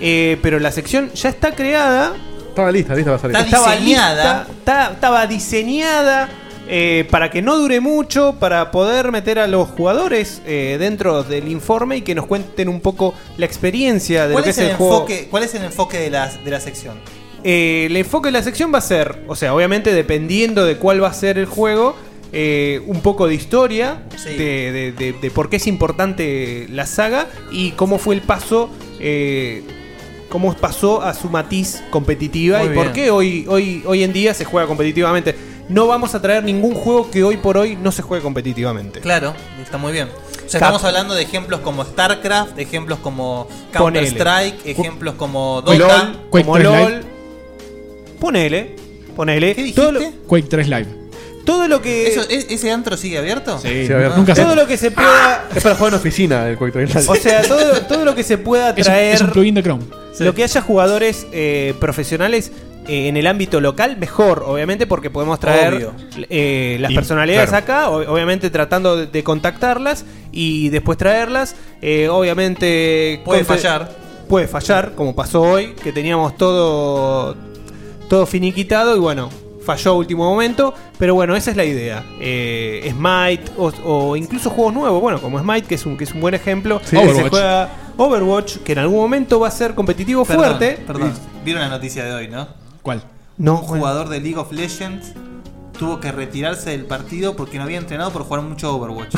Speaker 5: Eh, pero la sección ya está creada.
Speaker 7: Estaba lista, lista para salir.
Speaker 5: Estaba lista, está- estaba diseñada eh, para que no dure mucho, para poder meter a los jugadores eh, dentro del informe y que nos cuenten un poco la experiencia de lo
Speaker 4: ¿Cuál
Speaker 5: que
Speaker 4: es,
Speaker 5: es
Speaker 4: el
Speaker 5: el juego.
Speaker 4: enfoque, ¿Cuál es el enfoque de la, de la sección?
Speaker 5: Eh, el enfoque de la sección va a ser, o sea, obviamente dependiendo de cuál va a ser el juego, eh, un poco de historia, de, de- de- de por qué es importante la saga y cómo fue el paso, eh, cómo pasó a su matiz competitiva
Speaker 17: Muy
Speaker 5: y por
Speaker 17: bien.
Speaker 5: qué hoy, hoy, hoy en día se juega competitivamente. No vamos a traer ningún juego que hoy por hoy no se juegue competitivamente.
Speaker 4: Claro, está muy bien. O sea,
Speaker 5: Cap-
Speaker 4: estamos hablando de ejemplos como StarCraft, de ejemplos como
Speaker 5: Ponele.
Speaker 4: Counter-Strike, ejemplos como
Speaker 5: Como
Speaker 4: Dota,
Speaker 5: LOL, como LOL. Ponele, ponele. Todo lo-
Speaker 6: Quake 3 Live.
Speaker 5: Todo lo que.
Speaker 4: ¿Ese antro sigue abierto?
Speaker 7: Sí, a ver, nunca
Speaker 5: todo
Speaker 7: se-
Speaker 5: lo que se pueda
Speaker 7: Es para jugar en oficina el Quake Trail.
Speaker 5: O sea, todo, todo lo que se pueda
Speaker 6: Es un-
Speaker 5: traer.
Speaker 6: es un plugin de Chrome.
Speaker 5: Lo que haya jugadores eh, profesionales eh, en el ámbito local, mejor, obviamente, porque podemos traer
Speaker 17: Obvio.
Speaker 5: eh, las
Speaker 17: Y-
Speaker 5: personalidades
Speaker 17: claro.
Speaker 5: acá, o- obviamente tratando de, de contactarlas y después traerlas. Eh, obviamente.
Speaker 4: Puede
Speaker 5: confe-
Speaker 4: fallar.
Speaker 5: Puede fallar, como pasó hoy, que teníamos todo, todo finiquitado y bueno, falló a último momento. Pero bueno, esa es la idea. Eh, Smite o, o incluso juegos nuevos, bueno, como Smite, que es un, que es un buen ejemplo.
Speaker 4: Sí,
Speaker 5: que se
Speaker 4: Overwatch.
Speaker 5: juega Overwatch, que en algún momento va a ser competitivo
Speaker 4: Perdón,
Speaker 5: fuerte.
Speaker 4: Perdón, vieron la noticia de hoy, ¿no?
Speaker 6: ¿Cuál?
Speaker 5: No,
Speaker 4: un jugador de League of Legends tuvo que retirarse del partido porque no había entrenado por jugar mucho Overwatch.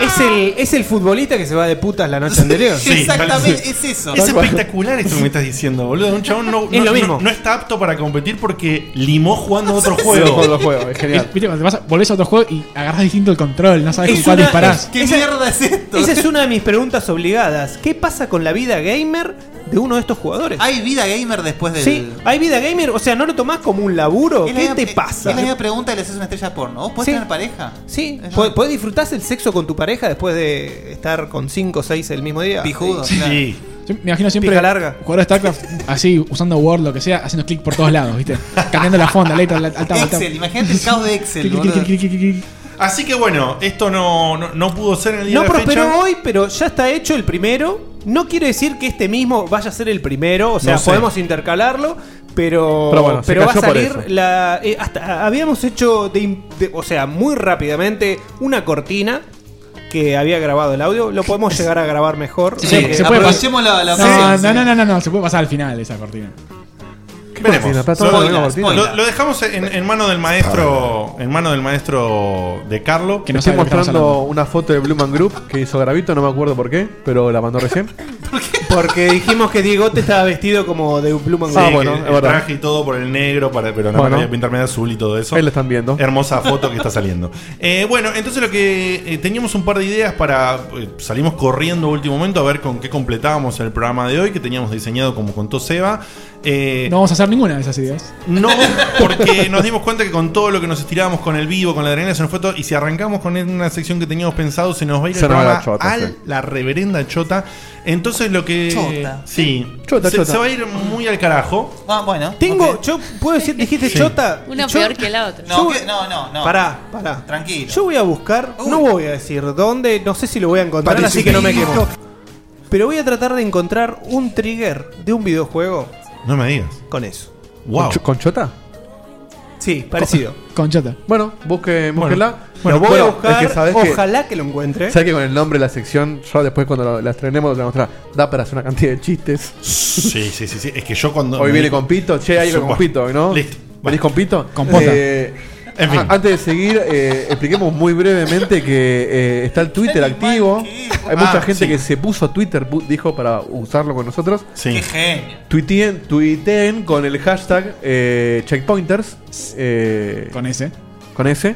Speaker 5: Es el, es el futbolista que se va de putas la noche anterior.
Speaker 3: Sí, parece- Es espectacular esto que me estás diciendo, boludo. Un chabón no,
Speaker 5: Es
Speaker 3: no-
Speaker 5: lo
Speaker 3: no-
Speaker 5: mismo.
Speaker 3: no está apto para competir porque limó jugando otro
Speaker 6: Sí,
Speaker 3: juego.
Speaker 6: con los juegos, es genial. Viste, cuando te vas, volvés a otro juego y agarrás distinto el control, no sabes con cuál
Speaker 5: una-
Speaker 6: disparás.
Speaker 5: es- esa- Esa es una de mis preguntas obligadas. ¿Qué pasa con la vida gamer de uno de estos jugadores?
Speaker 4: ¿Hay vida gamer después del.?
Speaker 5: Sí, hay vida gamer, o sea, no lo tomás como un laburo.
Speaker 4: Es la
Speaker 5: ¿Qué
Speaker 4: misma-
Speaker 5: te
Speaker 4: es-
Speaker 5: pasa?
Speaker 4: Es la misma pregunta y le haces una estrella porno. ¿Vos podés
Speaker 5: Sí.
Speaker 4: tener pareja?
Speaker 5: Sí. ¿Pod- ¿Podés disfrutar el sexo con tu pareja después de estar con 5 o 6 el mismo día?
Speaker 4: Pijudo,
Speaker 5: Sí.
Speaker 4: claro.
Speaker 5: Sí.
Speaker 6: Yo me imagino siempre
Speaker 5: Pija larga.
Speaker 6: jugador de StarCraft así, usando Word, lo que sea, haciendo clic por todos lados, ¿viste? Cambiando la fonda, letra, al tab, al tab.
Speaker 4: Excel, imagínate el caos de Excel,
Speaker 6: Clic, clic,
Speaker 4: boludo.
Speaker 6: clic, clic, clic, clic.
Speaker 3: Así que bueno, esto no, no, no pudo ser en el día
Speaker 5: No
Speaker 3: de la
Speaker 5: prosperó
Speaker 3: fecha.
Speaker 5: hoy, pero ya está hecho el primero. No quiere decir que este mismo vaya a ser el primero, o sea,
Speaker 3: No sé.
Speaker 5: podemos intercalarlo, pero,
Speaker 7: Pero bueno, se
Speaker 5: va a
Speaker 7: cayó por
Speaker 5: salir
Speaker 7: eso.
Speaker 5: la. eh, hasta habíamos hecho, de im- de- o sea, muy rápidamente, una cortina que había grabado el audio. Lo podemos llegar a grabar mejor.
Speaker 6: Sí,
Speaker 5: Eh,
Speaker 6: se puede pasar.
Speaker 4: aprovechemos la- la
Speaker 6: no,
Speaker 4: ocasión,
Speaker 6: no, no, no, no, no, se puede pasar al final esa cortina.
Speaker 3: Veremos.
Speaker 6: Cortina, plato,
Speaker 3: Lo,
Speaker 6: no, cortina.
Speaker 3: lo- lo dejamos en, en mano del maestro, en mano del maestro de Carlo.
Speaker 6: Que
Speaker 7: Me estoy mostrando una foto de Blue Man Group que hizo Gravito, no me acuerdo por qué, pero la mandó recién.
Speaker 5: Porque dijimos que Diego te estaba vestido como de un pluma
Speaker 8: Ah,
Speaker 3: Sí, que el traje y todo por el negro, para, pero no
Speaker 7: Bueno.
Speaker 3: me voy a pintarme de azul y todo eso.
Speaker 7: Ahí lo están viendo.
Speaker 3: Hermosa foto que está saliendo. Eh, bueno, entonces lo que eh, teníamos un par de ideas para. eh, salimos corriendo a último momento a ver con qué completábamos el programa de hoy que teníamos diseñado, como contó Seba. Eh,
Speaker 6: No vamos a hacer ninguna de esas ideas.
Speaker 3: no, porque nos dimos cuenta que con todo lo que nos estirábamos con el vivo, con la adrenalina, se nos fue todo. Y si arrancamos con una sección que teníamos pensado, se nos va a ir
Speaker 7: Se
Speaker 3: el
Speaker 7: nos va
Speaker 3: programa
Speaker 7: la chota,
Speaker 3: al-
Speaker 7: sí.
Speaker 3: la reverenda chota. Entonces lo que.
Speaker 4: Chota.
Speaker 3: Sí.
Speaker 4: Chota,
Speaker 3: se,
Speaker 4: chota.
Speaker 3: se va a ir muy al carajo.
Speaker 4: Ah, bueno.
Speaker 5: Tengo, yo puedo decir, dijiste
Speaker 3: Sí.
Speaker 5: chota.
Speaker 8: Una
Speaker 5: Yo-
Speaker 8: peor que la otra.
Speaker 4: No, que- no, no, no.
Speaker 5: Pará, pará.
Speaker 4: Tranquilo.
Speaker 5: Yo voy a buscar, no voy a decir dónde, no sé si lo voy a encontrar,
Speaker 4: Parece
Speaker 5: así que no me
Speaker 4: que-
Speaker 5: quemo. Pero voy a tratar de encontrar un trigger de un videojuego
Speaker 3: No me digas.
Speaker 5: con eso.
Speaker 7: ¿Con, Cho- con Chota?
Speaker 5: Sí, parecido.
Speaker 6: Con Chota.
Speaker 7: Bueno, busque, búsquela.
Speaker 5: Bueno,
Speaker 7: Bueno,
Speaker 5: lo voy
Speaker 7: bueno,
Speaker 5: a buscar,
Speaker 7: es que sabes que-
Speaker 5: ojalá que, lo encuentre.
Speaker 7: ¿Sabes que con el nombre de la sección, yo después cuando lo- la estrenemos, la mostrar, da para hacer una cantidad de chistes?
Speaker 3: Sí, sí, sí, sí. Es que yo cuando.
Speaker 7: Hoy
Speaker 3: me-
Speaker 7: viene con Pito, che, ahí con
Speaker 3: Bueno,
Speaker 7: Pito, ¿no?
Speaker 3: Listo.
Speaker 7: ¿Venís con Pito?
Speaker 6: Con Pota.
Speaker 7: Eh,
Speaker 3: En fin.
Speaker 7: a- antes de seguir, eh, expliquemos muy brevemente que eh, está el Twitter activo. Hay mucha
Speaker 3: Ah,
Speaker 7: gente
Speaker 3: sí.
Speaker 7: que se puso a Twitter, pu- dijo, para usarlo con nosotros.
Speaker 3: Sí.
Speaker 4: genio.
Speaker 7: Tuiteen, tuiteen con el hashtag eh, checkpointers. eh,
Speaker 6: Con ese.
Speaker 7: con ese.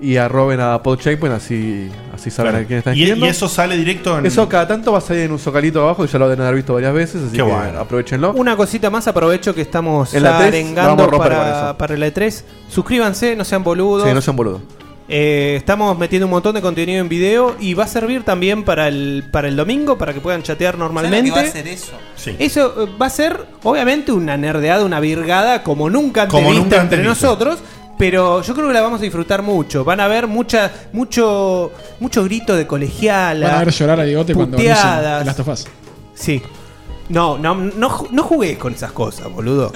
Speaker 7: Y arroben a podcheckpoint, así, así saben
Speaker 3: Claro.
Speaker 7: a quién están
Speaker 3: y,
Speaker 7: escribiendo.
Speaker 3: y eso sale directo en.
Speaker 7: Eso cada tanto va a salir en un socalito abajo, que ya lo deben haber visto varias veces, así
Speaker 3: Qué
Speaker 7: que
Speaker 3: bueno.
Speaker 7: aprovechenlo.
Speaker 5: Una cosita más, aprovecho que estamos
Speaker 7: En la E3, la vamos
Speaker 5: arengando
Speaker 7: a romper con
Speaker 5: para,
Speaker 7: eso.
Speaker 5: para la E3. Suscríbanse, no sean boludos.
Speaker 7: Sí, no sean boludos.
Speaker 5: Eh, estamos metiendo un montón de contenido en video y va a servir también para el, para el domingo, para que puedan chatear normalmente.
Speaker 4: ¿Sabes lo que va a hacer eso?
Speaker 3: Sí.
Speaker 5: Eso eh, va a ser, obviamente, una nerdeada, una virgada, como nunca antes
Speaker 3: Como
Speaker 5: vista
Speaker 3: nunca antes
Speaker 5: entre
Speaker 3: vista.
Speaker 5: nosotros. Pero yo creo que la vamos a disfrutar mucho. Van a ver mucha, mucho, mucho grito de colegiala.
Speaker 6: Van a ver llorar a Digote cuando anuncien
Speaker 5: puteadas.
Speaker 6: el Last of Us.
Speaker 5: Sí. No, no, no, ju- no jugués con esas cosas, boludo.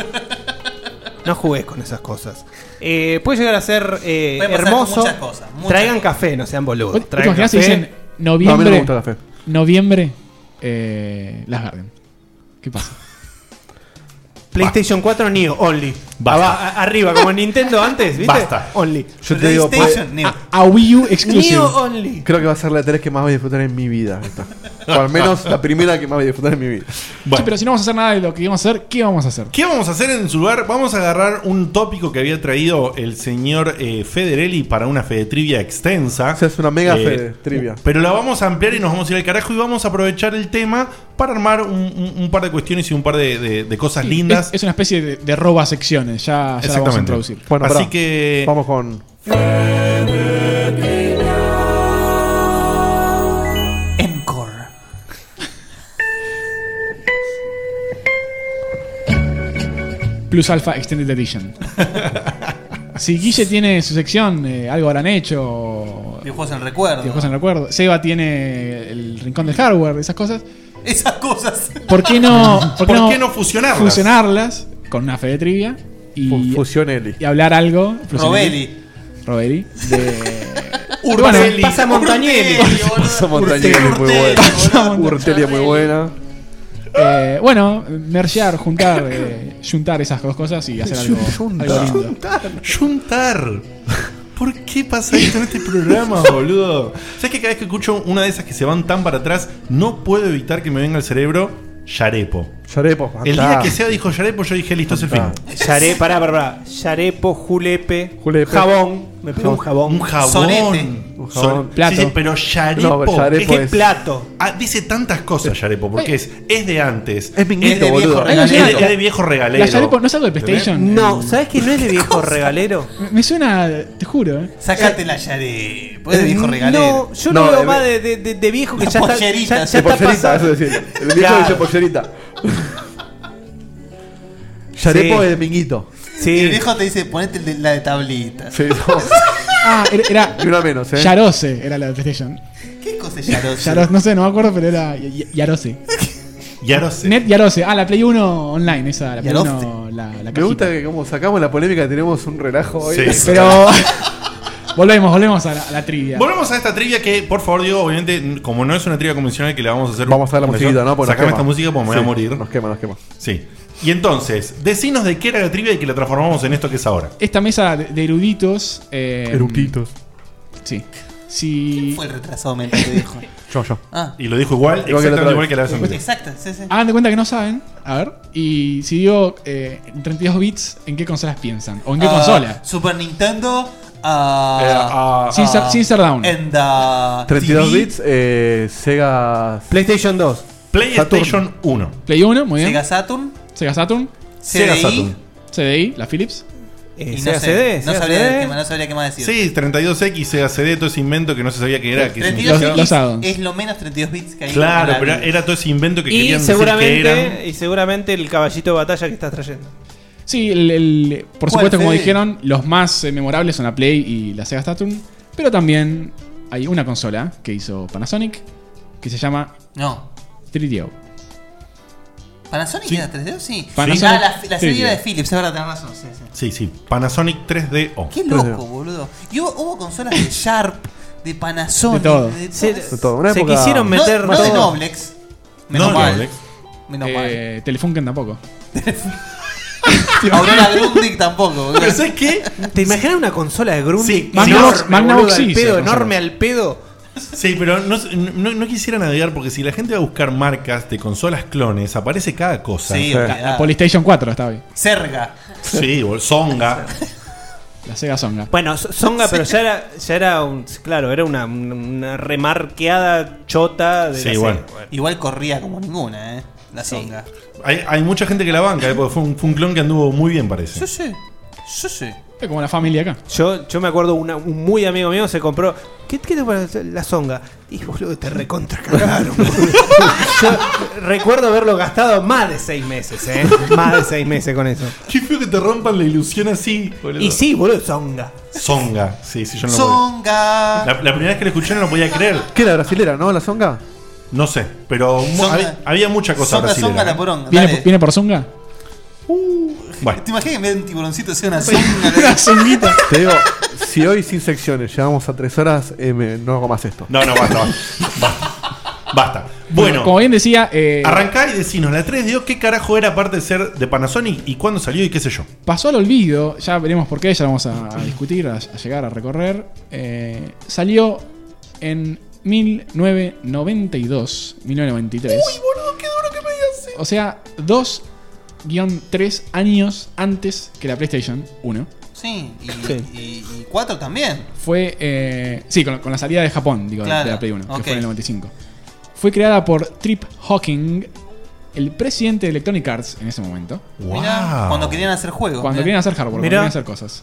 Speaker 5: No jugués con esas cosas. Eh, puede llegar a ser eh,
Speaker 4: Pueden pasar con
Speaker 5: hermoso.
Speaker 4: muchas cosas, muchas
Speaker 5: Traigan café, no sean boludos.
Speaker 6: ¿Vos- vos te
Speaker 5: Traigan
Speaker 6: imaginás si
Speaker 5: café.
Speaker 6: dicen
Speaker 7: No, a mí no me
Speaker 6: noviembre?
Speaker 7: gusta la fe.
Speaker 6: Noviembre, eh, Las Garden. ¿Qué pasa?
Speaker 5: PlayStation 4 Neo Only.
Speaker 3: Basta.
Speaker 5: Aba- a- arriba, como en Nintendo antes, ¿viste?
Speaker 3: Basta.
Speaker 5: Only.
Speaker 7: Yo te digo, pues,
Speaker 4: Neo.
Speaker 6: A Wii U exclusive.
Speaker 5: Neo Only.
Speaker 7: creo que va a ser la E3 que más voy a disfrutar en mi vida. esta. O al menos la primera que más voy a disfrutar en mi vida.
Speaker 6: Sí,
Speaker 3: Bueno.
Speaker 6: pero si no vamos a hacer nada de lo que íbamos a hacer, ¿qué vamos a hacer?
Speaker 3: ¿Qué vamos a hacer en su lugar? Vamos a agarrar un tópico que había traído el señor eh, Federelli para una Fede Trivia extensa.
Speaker 7: O sea, es una mega
Speaker 3: Eh,
Speaker 7: fe- trivia.
Speaker 3: Pero la vamos a ampliar y nos vamos a ir al carajo y vamos a aprovechar el tema para armar un, un- un par de cuestiones y un par de, de- de cosas lindas.
Speaker 6: Es, es una especie de, de roba secciones, ya, ya la vamos a introducir.
Speaker 7: Bueno,
Speaker 3: Así
Speaker 7: pará.
Speaker 3: que.
Speaker 7: Vamos con.
Speaker 4: Encore.
Speaker 6: Plus Alpha Extended Edition. si Guille tiene su sección, eh, algo habrán hecho.
Speaker 4: Videojuegos en recuerdo.
Speaker 6: Dios en recuerdo. Seba tiene el rincón del hardware, esas cosas.
Speaker 4: Esas cosas.
Speaker 6: ¿Por qué no, por qué
Speaker 3: ¿Por
Speaker 6: no,
Speaker 3: qué no fusionarlas?
Speaker 6: fusionarlas con una fe de trivia y,
Speaker 7: Fusionelli.
Speaker 6: y hablar algo?
Speaker 4: Robelli.
Speaker 6: Robeli. De.
Speaker 3: Urbelli.
Speaker 5: Pasa Montañelli.
Speaker 7: Pasa Montañera es muy buena. Urtelia es muy buena.
Speaker 6: Eh, bueno, mergear, juntar, eh, juntar esas dos cosas y hacer algo, algo lindo.
Speaker 3: Juntar. ¿Por qué pasa esto en este programa, boludo? ¿Sabes que cada vez que escucho una de esas que se van tan para atrás, no puedo evitar que me venga al cerebro Yarepo?
Speaker 7: Yarepo,
Speaker 3: El día que sea dijo Yarepo, yo dije, listo, es el fin.
Speaker 5: Yaré, Ah. pará, pará, pará. Yarepo, julepe,
Speaker 7: Julepe.
Speaker 5: jabón. Me pido un jabón.
Speaker 3: Un jabón.
Speaker 5: Un
Speaker 3: Un
Speaker 5: jabón.
Speaker 3: plato. pero Yarepo.
Speaker 5: No, pero Yarepo
Speaker 3: ¿qué
Speaker 5: es-
Speaker 3: Ah, dice tantas cosas Yarepo, porque es, es de antes. Es
Speaker 7: minguito,
Speaker 3: de viejo
Speaker 7: Eh. boludo.
Speaker 3: regalero.
Speaker 7: Hay un
Speaker 3: Es de- es de viejo regalero.
Speaker 6: ¿La Yarepo no es algo de PlayStation?
Speaker 5: No, ¿sabes que no es de viejo regalero?
Speaker 6: Me, me suena, te juro. ¿eh?
Speaker 4: Sacate la Yare.
Speaker 5: Eh,
Speaker 4: Pues de viejo regalero.
Speaker 5: No, eh, yo lo veo más de, de- de- de viejo que
Speaker 4: Las
Speaker 5: ya está,
Speaker 4: polleritas.
Speaker 5: ya,
Speaker 4: Las
Speaker 5: ya está
Speaker 7: pollerita,
Speaker 5: pasado.
Speaker 7: eso decía. El viejo
Speaker 5: Claro.
Speaker 7: dice pollerita. Yarepo
Speaker 4: Sí.
Speaker 7: es de minguito.
Speaker 4: Y el viejo te dice, ponete el de- la de tablita.
Speaker 7: Sí, no.
Speaker 6: Ah, era, era
Speaker 7: Y una menos, ¿eh?
Speaker 6: Yarose, era la de PlayStation.
Speaker 4: ¿Qué cosa es Yarose?
Speaker 6: Yaros- no sé, no me acuerdo, pero era Y- Y- Yarose.
Speaker 3: Yarose.
Speaker 6: Net Yarose. Ah, la Play 1 online, esa, la Play
Speaker 7: Yarose.
Speaker 6: 1, la, la
Speaker 7: Me gusta que como sacamos la polémica tenemos un relajo hoy.
Speaker 6: cajita. Pero volvemos, volvemos a la, a la trivia.
Speaker 3: Volvemos a esta trivia que, por favor, Diego, obviamente, como no es una trivia convencional que le vamos a hacer.
Speaker 7: Vamos a dar la
Speaker 3: una-
Speaker 7: musiquita, ¿no? Porque nos
Speaker 3: Sacame
Speaker 7: quema.
Speaker 3: esta música porque me voy a
Speaker 7: Sí,
Speaker 3: morir.
Speaker 7: Nos quema, nos quema.
Speaker 3: Sí. Y entonces, decinos de qué era la trivia y que la transformamos en esto que es ahora.
Speaker 6: Esta mesa de, de eruditos. Eh,
Speaker 3: Eruditos.
Speaker 6: Sí. Si...
Speaker 4: Fue el retrasado mental que dijo.
Speaker 7: Yo, yo.
Speaker 4: Ah.
Speaker 3: Y lo dijo igual,
Speaker 7: Igual que la
Speaker 3: exactamente
Speaker 7: otra
Speaker 3: igual
Speaker 7: vez.
Speaker 3: que la vez anterior.
Speaker 4: Exacto, sí, sí.
Speaker 6: Hagan de Ah, cuenta que no saben. A ver. Y si digo eh, 32 bits, ¿en qué consolas piensan? ¿O en qué
Speaker 4: Ah,
Speaker 6: consola?
Speaker 4: Super Nintendo. ah,
Speaker 6: Eh,
Speaker 4: ah,
Speaker 6: Sin ser- sin ser down.
Speaker 4: En the
Speaker 7: 32
Speaker 4: TV,
Speaker 7: bits, eh, Sega.
Speaker 5: PlayStation 2.
Speaker 3: PlayStation 1.
Speaker 6: Play 1, muy bien.
Speaker 4: Sega Saturn.
Speaker 6: Sega Saturn.
Speaker 4: Sega CDI. Saturn.
Speaker 6: CDI, la Philips.
Speaker 4: Y no, sé, no, sabría qué- no sabría qué más decir.
Speaker 3: Sí, 32X, Sega CD, todo ese invento que no se sabía que era. Que
Speaker 4: 32
Speaker 3: significaba.
Speaker 4: bits es lo menos 32 bits que hay.
Speaker 3: Claro,
Speaker 4: en
Speaker 3: pero
Speaker 4: la-
Speaker 3: era todo ese invento que
Speaker 5: Y
Speaker 3: querían decir que eran.
Speaker 5: seguramente, y seguramente el caballito de batalla que estás trayendo.
Speaker 6: Sí, el- el- por
Speaker 5: ¿Cuál,
Speaker 6: supuesto, como
Speaker 5: Fede?
Speaker 6: dijeron, los más eh, memorables son la Play y la Sega Saturn. Pero también hay una consola que hizo Panasonic que se llama
Speaker 4: No.
Speaker 6: 3DO.
Speaker 4: Panasonic era 3D, sí.
Speaker 6: Panasonic
Speaker 4: Ah, la, la serie era de
Speaker 6: 3D.
Speaker 4: Philips, es verdad, tenés razón. sí, sí.
Speaker 3: Sí, sí, Panasonic 3DO.
Speaker 4: Qué loco, boludo. Y hubo, hubo consolas de Sharp, de Panasonic,
Speaker 3: De todo.
Speaker 4: Se,
Speaker 3: De todo. Una Se época- quisieron meter
Speaker 4: no, no de
Speaker 3: todo.
Speaker 4: Noblex. Menos
Speaker 6: No de
Speaker 4: mal.
Speaker 6: Noblex.
Speaker 4: Menos
Speaker 6: Eh, Telefunken tampoco.
Speaker 4: mal. Aurora Grundig tampoco. boludo.
Speaker 3: qué?
Speaker 5: ¿Te imaginas una consola de Grundy?
Speaker 3: Sí,
Speaker 5: Magnavox,
Speaker 3: sí.
Speaker 5: Magnavox
Speaker 3: Magnavox
Speaker 5: al
Speaker 3: sí,
Speaker 5: pedo,
Speaker 3: sí,
Speaker 5: enorme al pedo.
Speaker 3: Sí, pero no, no- no quisiera navegar porque si la gente va a buscar marcas de consolas clones, aparece cada cosa.
Speaker 6: Sí, la, la PlayStation 4 está hoy.
Speaker 4: Serga.
Speaker 3: Sí, bol- Songa.
Speaker 6: La Sega Songa.
Speaker 5: Bueno, S- Songa, pero ya era, ya era un, claro, era una, una remarqueada chota de la serie.
Speaker 4: Igual corría como ninguna, ¿eh? La songa.
Speaker 3: Hay, hay mucha gente que la banca, eh, porque fue un, fue un clon que anduvo muy bien, parece.
Speaker 4: Yo sé. Yo sé.
Speaker 6: Es como la familia acá.
Speaker 5: Yo, yo me acuerdo una- un muy amigo mío se compró. ¿Qué, qué te parece la songa? Y boludo, te recontra cagaron. boludo. yo recuerdo haberlo gastado más de seis meses, ¿eh? Más de seis meses con eso.
Speaker 3: Qué feo que te rompan la ilusión así, boludo.
Speaker 5: Y sí, boludo, songa.
Speaker 3: Songa, sí, sí, yo no lo
Speaker 4: Songa.
Speaker 3: podía- La, la primera vez que la escuché no lo podía creer.
Speaker 7: ¿Qué la brasilera, no? ¿La songa?
Speaker 3: No sé, pero mu-
Speaker 4: Songa.
Speaker 3: había, había mucha cosa
Speaker 4: Songa,
Speaker 3: brasilera.
Speaker 4: songa, la poronga.
Speaker 6: ¿Viene,
Speaker 4: Dale.
Speaker 6: por- viene por Songa?
Speaker 3: Bueno.
Speaker 4: ¿Te imaginas que en vez de un tiburoncito sea una songa?
Speaker 7: Te digo, si hoy sin secciones llegamos a 3 horas, eh, me- no hago más esto.
Speaker 3: No, no, basta, basta. Basta. Bueno.
Speaker 6: Como bien decía, eh,
Speaker 3: Arrancá y decinos, la 3DO, ¿qué carajo era aparte de ser de Panasonic y cuándo salió y qué sé yo?
Speaker 6: pasó al olvido. Ya veremos por qué, ya lo vamos a, a discutir, a, a llegar, a recorrer. Eh, salió en 1992, 1993.
Speaker 3: boludo, qué duro que me digas.
Speaker 6: O sea, 2-3 años antes que la PlayStation 1.
Speaker 4: Sí, y,
Speaker 6: Sí.
Speaker 4: y- y cuatro también.
Speaker 6: Fue. eh, sí, con, con la salida de Japón, digo, de-
Speaker 4: Claro,
Speaker 6: de la Play 1,
Speaker 4: ok.
Speaker 6: que fue en el 95. Fue creada por Trip Hawking, el presidente de Electronic Arts en ese momento.
Speaker 4: Mirá, cuando querían hacer juegos.
Speaker 6: Cuando
Speaker 4: mirá.
Speaker 6: querían hacer hardware, cuando
Speaker 5: Mirá.
Speaker 6: querían hacer cosas.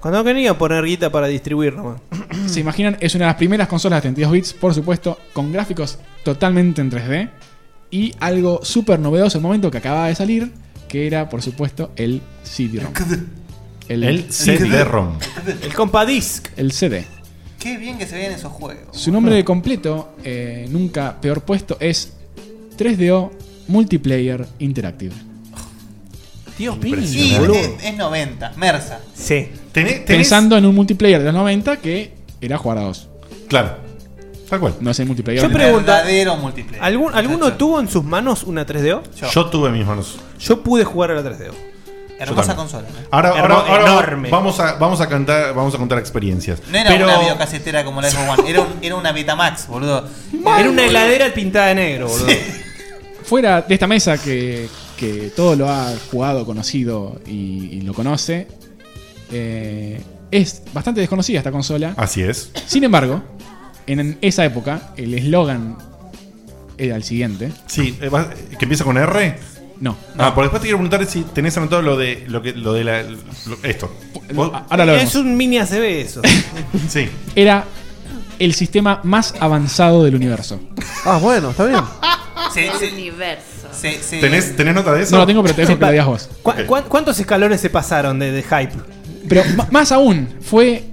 Speaker 5: Cuando quería poner guita para distribuir nomás.
Speaker 6: Se imaginan, es una de las primeras consolas de 32 bits, por supuesto, con gráficos totalmente en 3D. Y algo súper novedoso en el momento que acababa de salir, que era, por supuesto, el CD-ROM.
Speaker 3: El CD-ROM.
Speaker 5: El compadisc.
Speaker 6: El CD.
Speaker 4: Qué bien que se veían esos juegos.
Speaker 6: Su nombre de completo, eh, nunca peor puesto, es 3DO Multiplayer Interactive.
Speaker 4: Dios
Speaker 6: mío,
Speaker 4: Sí,
Speaker 6: boludo.
Speaker 4: es, es 90. Mersa.
Speaker 5: Sí.
Speaker 6: Pensando en un multiplayer de los 90 que era jugar a dos.
Speaker 3: Claro. Tal cual.
Speaker 6: No es el multiplayer.
Speaker 5: Yo
Speaker 6: online.
Speaker 5: pregunto.
Speaker 4: Verdadero multiplayer.
Speaker 5: ¿algún- ¿Alguno tuvo en sus manos una 3DO?
Speaker 3: Yo tuve mis manos.
Speaker 5: Yo pude jugar a la 3DO.
Speaker 4: Hermosa
Speaker 3: Yo también.
Speaker 4: consola, ¿eh?
Speaker 3: Ahora, ahora,
Speaker 4: Hermo-
Speaker 3: ahora
Speaker 4: enorme.
Speaker 3: Vamos, a, vamos a cantar, vamos a contar experiencias.
Speaker 4: No era
Speaker 3: Pero
Speaker 4: una videocasetera como la Xbox One, era, un- era una Betamax, boludo.
Speaker 5: Era una heladera pintada de negro, boludo.
Speaker 6: Fuera de esta mesa que, que todo lo ha jugado, conocido y, y lo conoce, eh, es bastante desconocida esta consola.
Speaker 3: Así es.
Speaker 6: Sin embargo, en esa época, el eslogan era el siguiente.
Speaker 3: Sí, eh, va- que empieza con R.
Speaker 6: No.
Speaker 3: Ah, por después te quiero preguntar si tenés anotado lo de lo que lo de la lo- esto. ¿Vos?
Speaker 6: ahora lo
Speaker 5: Es un mini ACB eso.
Speaker 3: Sí.
Speaker 6: Era el sistema más avanzado del universo.
Speaker 7: Ah, bueno, está bien.
Speaker 4: El
Speaker 1: universo.
Speaker 3: ¿Tenés, ¿Tenés nota de eso?
Speaker 6: No lo tengo, pero te dejo que lo digas vos.
Speaker 5: ¿Cu- cuán- ¿Cuántos escalones se pasaron de, de hype?
Speaker 6: Pero m- más aún, fue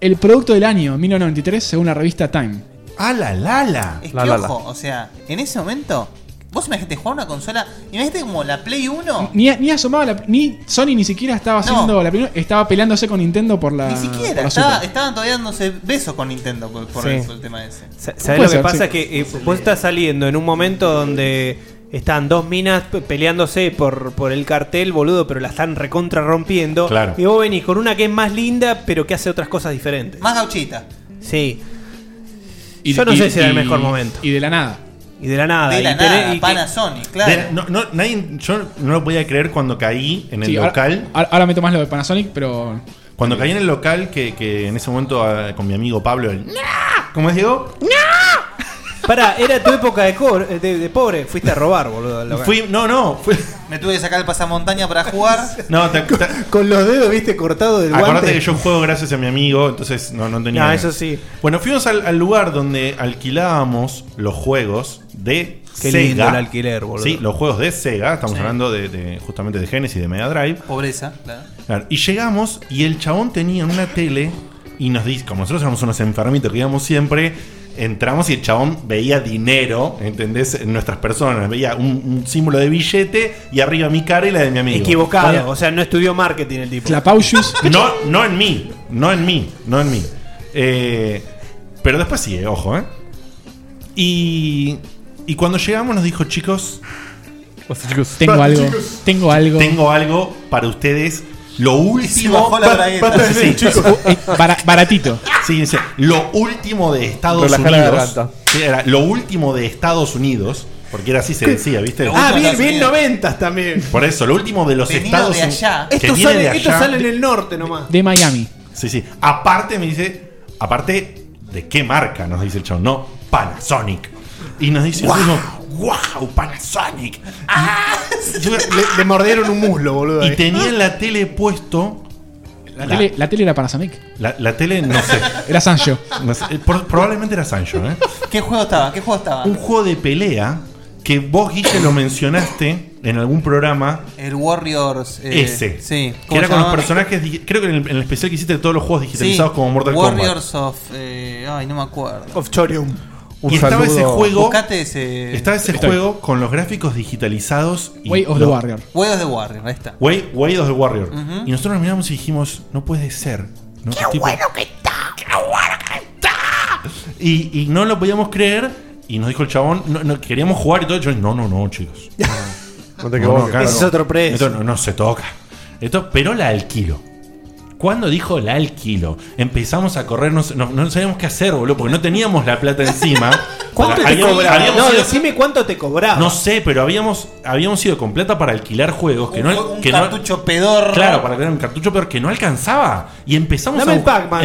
Speaker 6: el producto del año 1993 según la revista Time.
Speaker 3: ¡Ah, la lala!
Speaker 4: Es
Speaker 6: La,
Speaker 4: que
Speaker 6: la, la.
Speaker 4: ojo, o sea, en ese momento, vos imagínate jugar una consola, imagínate como la Play 1,
Speaker 6: Ni, ni asomaba la- ni Sony ni siquiera estaba haciendo la primera, estaba peleándose con Nintendo por la
Speaker 3: Ah,
Speaker 4: ni
Speaker 6: por
Speaker 4: siquiera,
Speaker 6: la
Speaker 4: estaba-
Speaker 6: Super.
Speaker 4: estaban todavía dándose besos con Nintendo por, por
Speaker 5: Sí.
Speaker 4: eso, el tema ese.
Speaker 5: ¿Sabés lo que pasa? Es que eh, vos estás saliendo en un momento donde están dos minas pe- peleándose por, por el cartel, boludo, pero la están recontra rompiendo.
Speaker 4: Claro.
Speaker 5: Y vos venís con una que es más linda, pero que hace otras cosas diferentes.
Speaker 4: Más gauchita.
Speaker 5: Sí. Yo no sé si era el mejor momento.
Speaker 6: Y de la nada.
Speaker 5: Y de la nada.
Speaker 4: De la
Speaker 5: y tenés-
Speaker 4: nada,
Speaker 5: y que-
Speaker 4: Panasonic, claro.
Speaker 3: De- no, no, nadie, yo no lo podía creer cuando caí en el
Speaker 6: Sí, ahora-
Speaker 3: local.
Speaker 6: Ahora, ahora meto más lo de Panasonic, pero
Speaker 3: Cuando caí en el local, que, que en ese momento ah, con mi amigo Pablo, el, ¿cómo es Diego?
Speaker 5: Pará, era tu época de, cobr- de- de pobre. Fuiste a robar, boludo. al local.
Speaker 3: Fui, no, no, fui-
Speaker 4: Me tuve que sacar el pasamontaña para jugar.
Speaker 3: no, te- te-
Speaker 5: Con los dedos, viste, cortado del
Speaker 3: Acordate
Speaker 5: guante.
Speaker 3: que yo juego gracias a mi amigo, entonces no, no tenía.
Speaker 5: Ah,
Speaker 3: nada.
Speaker 5: eso sí.
Speaker 3: Bueno, fuimos al, al lugar donde alquilábamos los juegos de
Speaker 5: Qué
Speaker 3: Sega.
Speaker 5: lindo el alquiler, boludo.
Speaker 3: Sí, los juegos de Sega. Estamos
Speaker 4: Sí.
Speaker 3: hablando de, de- justamente de Genesis y de Mega Drive.
Speaker 4: Pobreza, claro.
Speaker 3: Claro, Y llegamos y el chabón tenía una tele y nos dice, como nosotros éramos unos enfermitos que íbamos siempre, entramos y el chabón veía dinero, ¿entendés? En nuestras personas, veía un, un símbolo de billete y arriba mi cara y la de mi amigo.
Speaker 5: Equivocado,
Speaker 3: Bueno,
Speaker 5: o sea, no estudió marketing el tipo.
Speaker 3: no, no en mí, no en mí, no en mí. Eh, pero después sigue, ojo, ¿eh? Y, y cuando llegamos nos dijo, chicos,
Speaker 6: tengo
Speaker 3: Basta,
Speaker 6: algo,
Speaker 3: chicos.
Speaker 6: tengo algo.
Speaker 3: tengo algo para ustedes. Lo último.
Speaker 4: bajó la
Speaker 3: Ba-
Speaker 4: bragueta.
Speaker 3: basta de
Speaker 6: Sí.
Speaker 3: mí, chicos.
Speaker 6: Bara- baratito.
Speaker 3: Sí, dice, lo último de Estados
Speaker 6: Relajar la
Speaker 3: Unidos.
Speaker 6: garganta.
Speaker 3: Sí, era lo último de Estados Unidos, porque era así se decía, ¿viste?
Speaker 5: Ah, bien, bien noventas también.
Speaker 3: Por eso, lo último de los Estados Unidos. que
Speaker 5: Esto
Speaker 3: viene
Speaker 5: sale,
Speaker 3: de
Speaker 5: esto
Speaker 3: allá.
Speaker 5: sale en el norte nomás.
Speaker 6: De Miami.
Speaker 3: Sí, sí. Aparte me dice, aparte de qué marca nos dice el chavo, no, Panasonic. Y nos dice,
Speaker 11: Guau.
Speaker 3: uno, wow, Panasonic. Y- yo- le, le mordieron un muslo, boludo. eh. Y
Speaker 6: ahí.
Speaker 3: tenía en la tele puesto
Speaker 6: La, tele, la tele era Panasonic.
Speaker 3: la, la tele, no sé.
Speaker 6: Era Sancho.
Speaker 3: No sé, eh, por- probablemente era Sancho, ¿eh?
Speaker 4: ¿Qué juego estaba? ¿Qué juego estaba?
Speaker 3: Un juego de pelea que vos, Guille, lo mencionaste en algún programa.
Speaker 4: El Warriors. eh,
Speaker 3: ese.
Speaker 4: Sí.
Speaker 3: Que
Speaker 4: se
Speaker 3: era con los
Speaker 4: llamaba?
Speaker 3: personajes. digi- Creo que en el, en el especial que hiciste de todos los juegos digitalizados
Speaker 4: Sí,
Speaker 3: como Mortal Kombat.
Speaker 4: Warriors of. eh, ay, no me acuerdo.
Speaker 5: Of Chorium.
Speaker 3: y estaba ese juego.
Speaker 4: Buscate ese.
Speaker 3: Estaba ese
Speaker 4: Estoy.
Speaker 3: juego con los gráficos digitalizados. y
Speaker 6: Way of
Speaker 3: lo-
Speaker 6: the Warrior.
Speaker 4: Way of the Warrior, ahí está.
Speaker 3: Way, Way of the Warrior.
Speaker 4: Ujú.
Speaker 3: Y nosotros nos miramos y dijimos, no puede ser. ¿no? Tipo-
Speaker 11: que
Speaker 3: y, y no lo podíamos creer. Y nos dijo el chabón, no, no, queríamos jugar y todo. Yo, no, no, no, chicos.
Speaker 7: No te equivoques.
Speaker 3: claro,
Speaker 7: Ese es otro precio.
Speaker 3: Esto no, no se toca. Esto, pero la alquilo. Cuando dijo la alquilo, empezamos a corrernos. No, no sabíamos qué hacer, boludo, porque no teníamos la plata encima.
Speaker 5: ¿Cuánto te
Speaker 3: Habíamos-
Speaker 5: cobraba?
Speaker 3: habíamos
Speaker 5: No,
Speaker 3: ido-
Speaker 5: decime cuánto te cobraba.
Speaker 3: No sé, pero habíamos, habíamos ido con plata para alquilar juegos que no.
Speaker 4: un
Speaker 3: que
Speaker 4: cartucho pedorro.
Speaker 3: Claro, para alquilar un cartucho pedorro que no alcanzaba. Y empezamos
Speaker 5: Dame
Speaker 3: a,
Speaker 5: el
Speaker 3: bu-
Speaker 5: Pac-Man.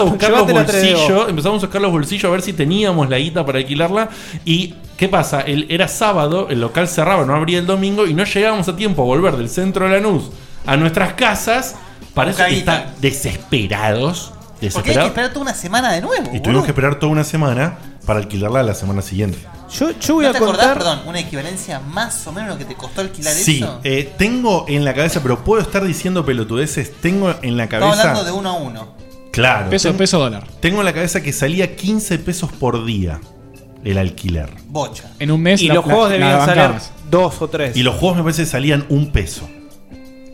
Speaker 3: a buscar los
Speaker 5: Llévatelo a 3DO.
Speaker 3: bolsillos. Empezamos a buscar los bolsillos a ver si teníamos la guita para alquilarla. Y. ¿Qué pasa? El- era sábado, el local cerraba, no abría el domingo y no llegábamos a tiempo a volver del centro de Lanús a nuestras casas. Parece que
Speaker 4: Buscadita.
Speaker 3: están desesperados.
Speaker 4: Porque hay que
Speaker 3: Desesperados.
Speaker 4: esperar toda una semana de nuevo.
Speaker 3: Y
Speaker 4: boludo.
Speaker 3: tuvimos que esperar toda una semana para alquilarla la semana siguiente.
Speaker 5: Yo, yo
Speaker 4: ¿No te acordás, perdón, una equivalencia más o menos lo que te costó alquilar
Speaker 3: Sí,
Speaker 4: eso?
Speaker 3: eh, tengo en la cabeza, pero puedo estar diciendo pelotudeces, tengo en la cabeza...
Speaker 4: Estamos hablando de uno a uno.
Speaker 3: Claro.
Speaker 6: Peso,
Speaker 3: ten-
Speaker 6: peso, dólar.
Speaker 3: Tengo en la cabeza que salía 15 pesos por día el alquiler.
Speaker 4: Bocha.
Speaker 6: En un mes
Speaker 5: Y
Speaker 6: la-
Speaker 5: los
Speaker 6: la-
Speaker 5: juegos
Speaker 6: la
Speaker 5: debían salir
Speaker 6: bancabas.
Speaker 5: dos o tres.
Speaker 3: Y los juegos me parece que salían un peso.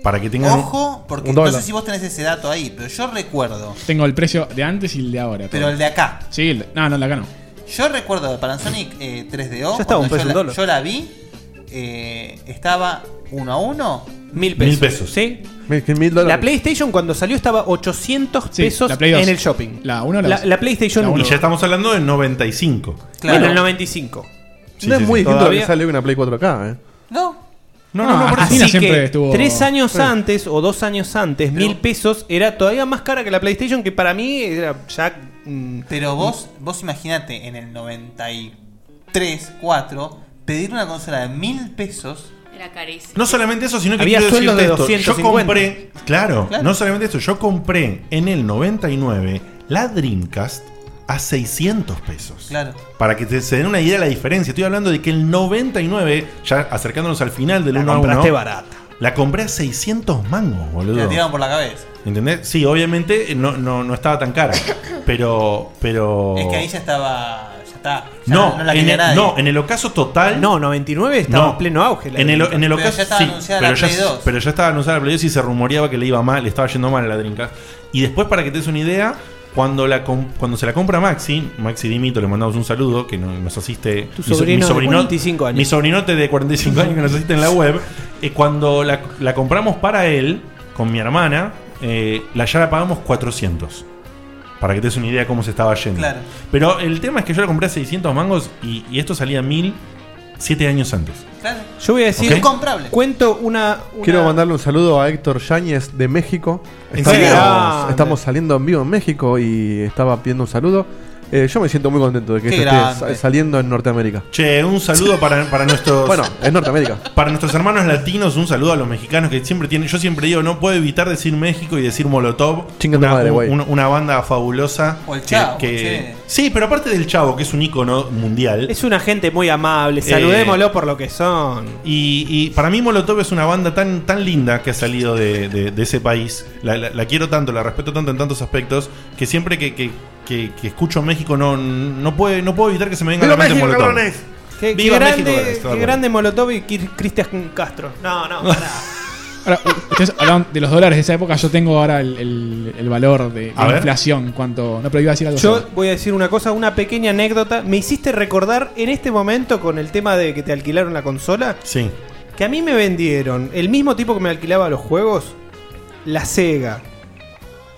Speaker 3: Para que tengan... un-
Speaker 4: Ojo, porque
Speaker 3: un
Speaker 4: no
Speaker 3: dólar.
Speaker 4: sé si vos tenés ese dato ahí, pero yo recuerdo.
Speaker 6: Tengo el precio de antes y el de ahora.
Speaker 4: Pero el de acá.
Speaker 6: Sí, el de- no, no, el de acá no.
Speaker 4: Yo recuerdo de Panasonic eh, 3DO.
Speaker 6: Ya estaba
Speaker 4: cuando
Speaker 6: un peso,
Speaker 4: yo,
Speaker 6: un
Speaker 4: la,
Speaker 6: dólar.
Speaker 4: yo la vi eh, estaba uno a uno.
Speaker 5: Mil pesos. Mil pesos. ¿Sí? La PlayStation cuando salió estaba 800
Speaker 4: Sí,
Speaker 5: pesos
Speaker 4: la Play dos.
Speaker 5: en el shopping.
Speaker 6: La 1
Speaker 5: la, la PlayStation
Speaker 3: Y
Speaker 5: 1.
Speaker 3: ya estamos hablando del 95.
Speaker 5: Bueno, el 95.
Speaker 7: no es muy distinto a lo que
Speaker 5: Todavía-
Speaker 7: sale una Play 4K, ¿eh?
Speaker 5: No,
Speaker 7: no, no, por eso.
Speaker 5: así
Speaker 7: China
Speaker 5: que
Speaker 7: siempre estuvo-
Speaker 5: tres años
Speaker 7: Sí.
Speaker 5: antes o dos años antes, mil pesos era todavía más cara que la PlayStation, que para mí era ya. mm,
Speaker 4: Pero vos, vos imaginate en el 93, 4, pedir una consola de mil pesos.
Speaker 8: Era carísimo.
Speaker 3: No solamente eso, sino que
Speaker 4: Había
Speaker 3: quiero
Speaker 4: sueldos
Speaker 3: decirte
Speaker 4: de
Speaker 3: esto.
Speaker 4: 250.
Speaker 3: Yo compré, claro,
Speaker 4: Claro.
Speaker 3: no solamente eso, yo compré en el 99 la Dreamcast a 600 pesos.
Speaker 4: Claro.
Speaker 3: Para que te- se den una idea de la diferencia. Estoy hablando de que el 99, ya acercándonos al final del 1 a 1.
Speaker 5: compraste barata.
Speaker 3: La compré a 600 mangos, boludo.
Speaker 4: Te la tiraron por la cabeza.
Speaker 3: ¿Entendés? Sí, obviamente eh, no, no, no estaba tan cara. Pero. pero...
Speaker 4: Es que ahí ya estaba. Ya está. Ya
Speaker 3: No,
Speaker 4: la
Speaker 3: en
Speaker 4: quería
Speaker 3: el,
Speaker 4: nadie.
Speaker 3: no, en el ocaso total.
Speaker 5: No, 99 estaba en pleno auge la
Speaker 3: En el,
Speaker 5: Dreamcast.
Speaker 3: en el
Speaker 5: Pero
Speaker 3: ocaso,
Speaker 5: ya estaba
Speaker 3: sí,
Speaker 5: anunciada
Speaker 3: pero
Speaker 5: la
Speaker 3: ya-
Speaker 5: Play 2.
Speaker 3: Pero ya estaba anunciada la Play 2 y se rumoreaba que le iba mal, le estaba yendo mal a la Dreamcast. Y después, para que te des una idea, cuando, la com- cuando se la compra Maxi, Maxi Dimito, le mandamos un saludo, que no- nos asiste.
Speaker 5: Tu
Speaker 3: mi so- mi
Speaker 5: sobrino de
Speaker 3: sobrino-
Speaker 5: 45 años.
Speaker 3: Mi sobrinote de 45 años que nos asiste en la web. eh, cuando la, la compramos para él, con mi hermana, eh, la ya la pagamos 400. Para que te des una idea de cómo se estaba yendo.
Speaker 4: Claro.
Speaker 3: Pero el tema es que yo la compré a 600 mangos y, y esto salía a 1000 7 años antes.
Speaker 4: Claro.
Speaker 5: Yo voy a decir,
Speaker 3: Ok.
Speaker 5: cuento una. una-
Speaker 7: Quiero mandarle un saludo a Héctor Yáñez de México.
Speaker 5: ¿En serio?
Speaker 7: Estamos, estamos saliendo en vivo en México y estaba pidiendo un saludo. Eh, yo me siento muy contento de que
Speaker 3: Qué
Speaker 7: esto esté
Speaker 3: grande.
Speaker 7: sa- saliendo en Norteamérica.
Speaker 3: Che, Eh, un saludo para, para nuestros.
Speaker 7: Bueno, en Norteamérica.
Speaker 3: Para nuestros hermanos latinos, un saludo a los mexicanos que siempre tienen. Yo siempre digo, no puedo evitar decir México y decir Molotov.
Speaker 7: Chinga tu
Speaker 3: Una-
Speaker 7: madre, güey.
Speaker 3: un- una banda fabulosa.
Speaker 4: O el
Speaker 3: que-
Speaker 4: Chavo,
Speaker 3: que-
Speaker 4: che.
Speaker 3: Sí, pero aparte del Chavo, que es un ícono mundial. Eh,
Speaker 5: Es una gente muy amable, saludémoslo por lo que son.
Speaker 3: Y, y para mí Molotov es una banda tan, tan linda que ha salido de, de- de ese país. La, la- la quiero tanto, la respeto tanto en tantos aspectos, que siempre que, que- que- que escucho México no, no, puede, no puedo evitar que se me venga a la mente Molotov.
Speaker 5: Qué, qué
Speaker 3: Viva
Speaker 5: grande,
Speaker 3: México, cabrones, todo
Speaker 5: qué
Speaker 3: el
Speaker 5: grande Molotov y Kir- Cristian Castro. No, no, pará.
Speaker 6: Ahora, ustedes hablaban de los dólares de esa época. Yo tengo ahora el, el- el valor de
Speaker 5: A
Speaker 6: la
Speaker 5: ver.
Speaker 6: inflación. Cuánto, no, pero iba a decir algo.
Speaker 5: Yo
Speaker 6: sobre-
Speaker 5: voy a decir una cosa, una pequeña anécdota. Me hiciste recordar en este momento con el tema de que te alquilaron la consola.
Speaker 3: Sí.
Speaker 5: Que a mí me vendieron el mismo tipo que me alquilaba los juegos, la Sega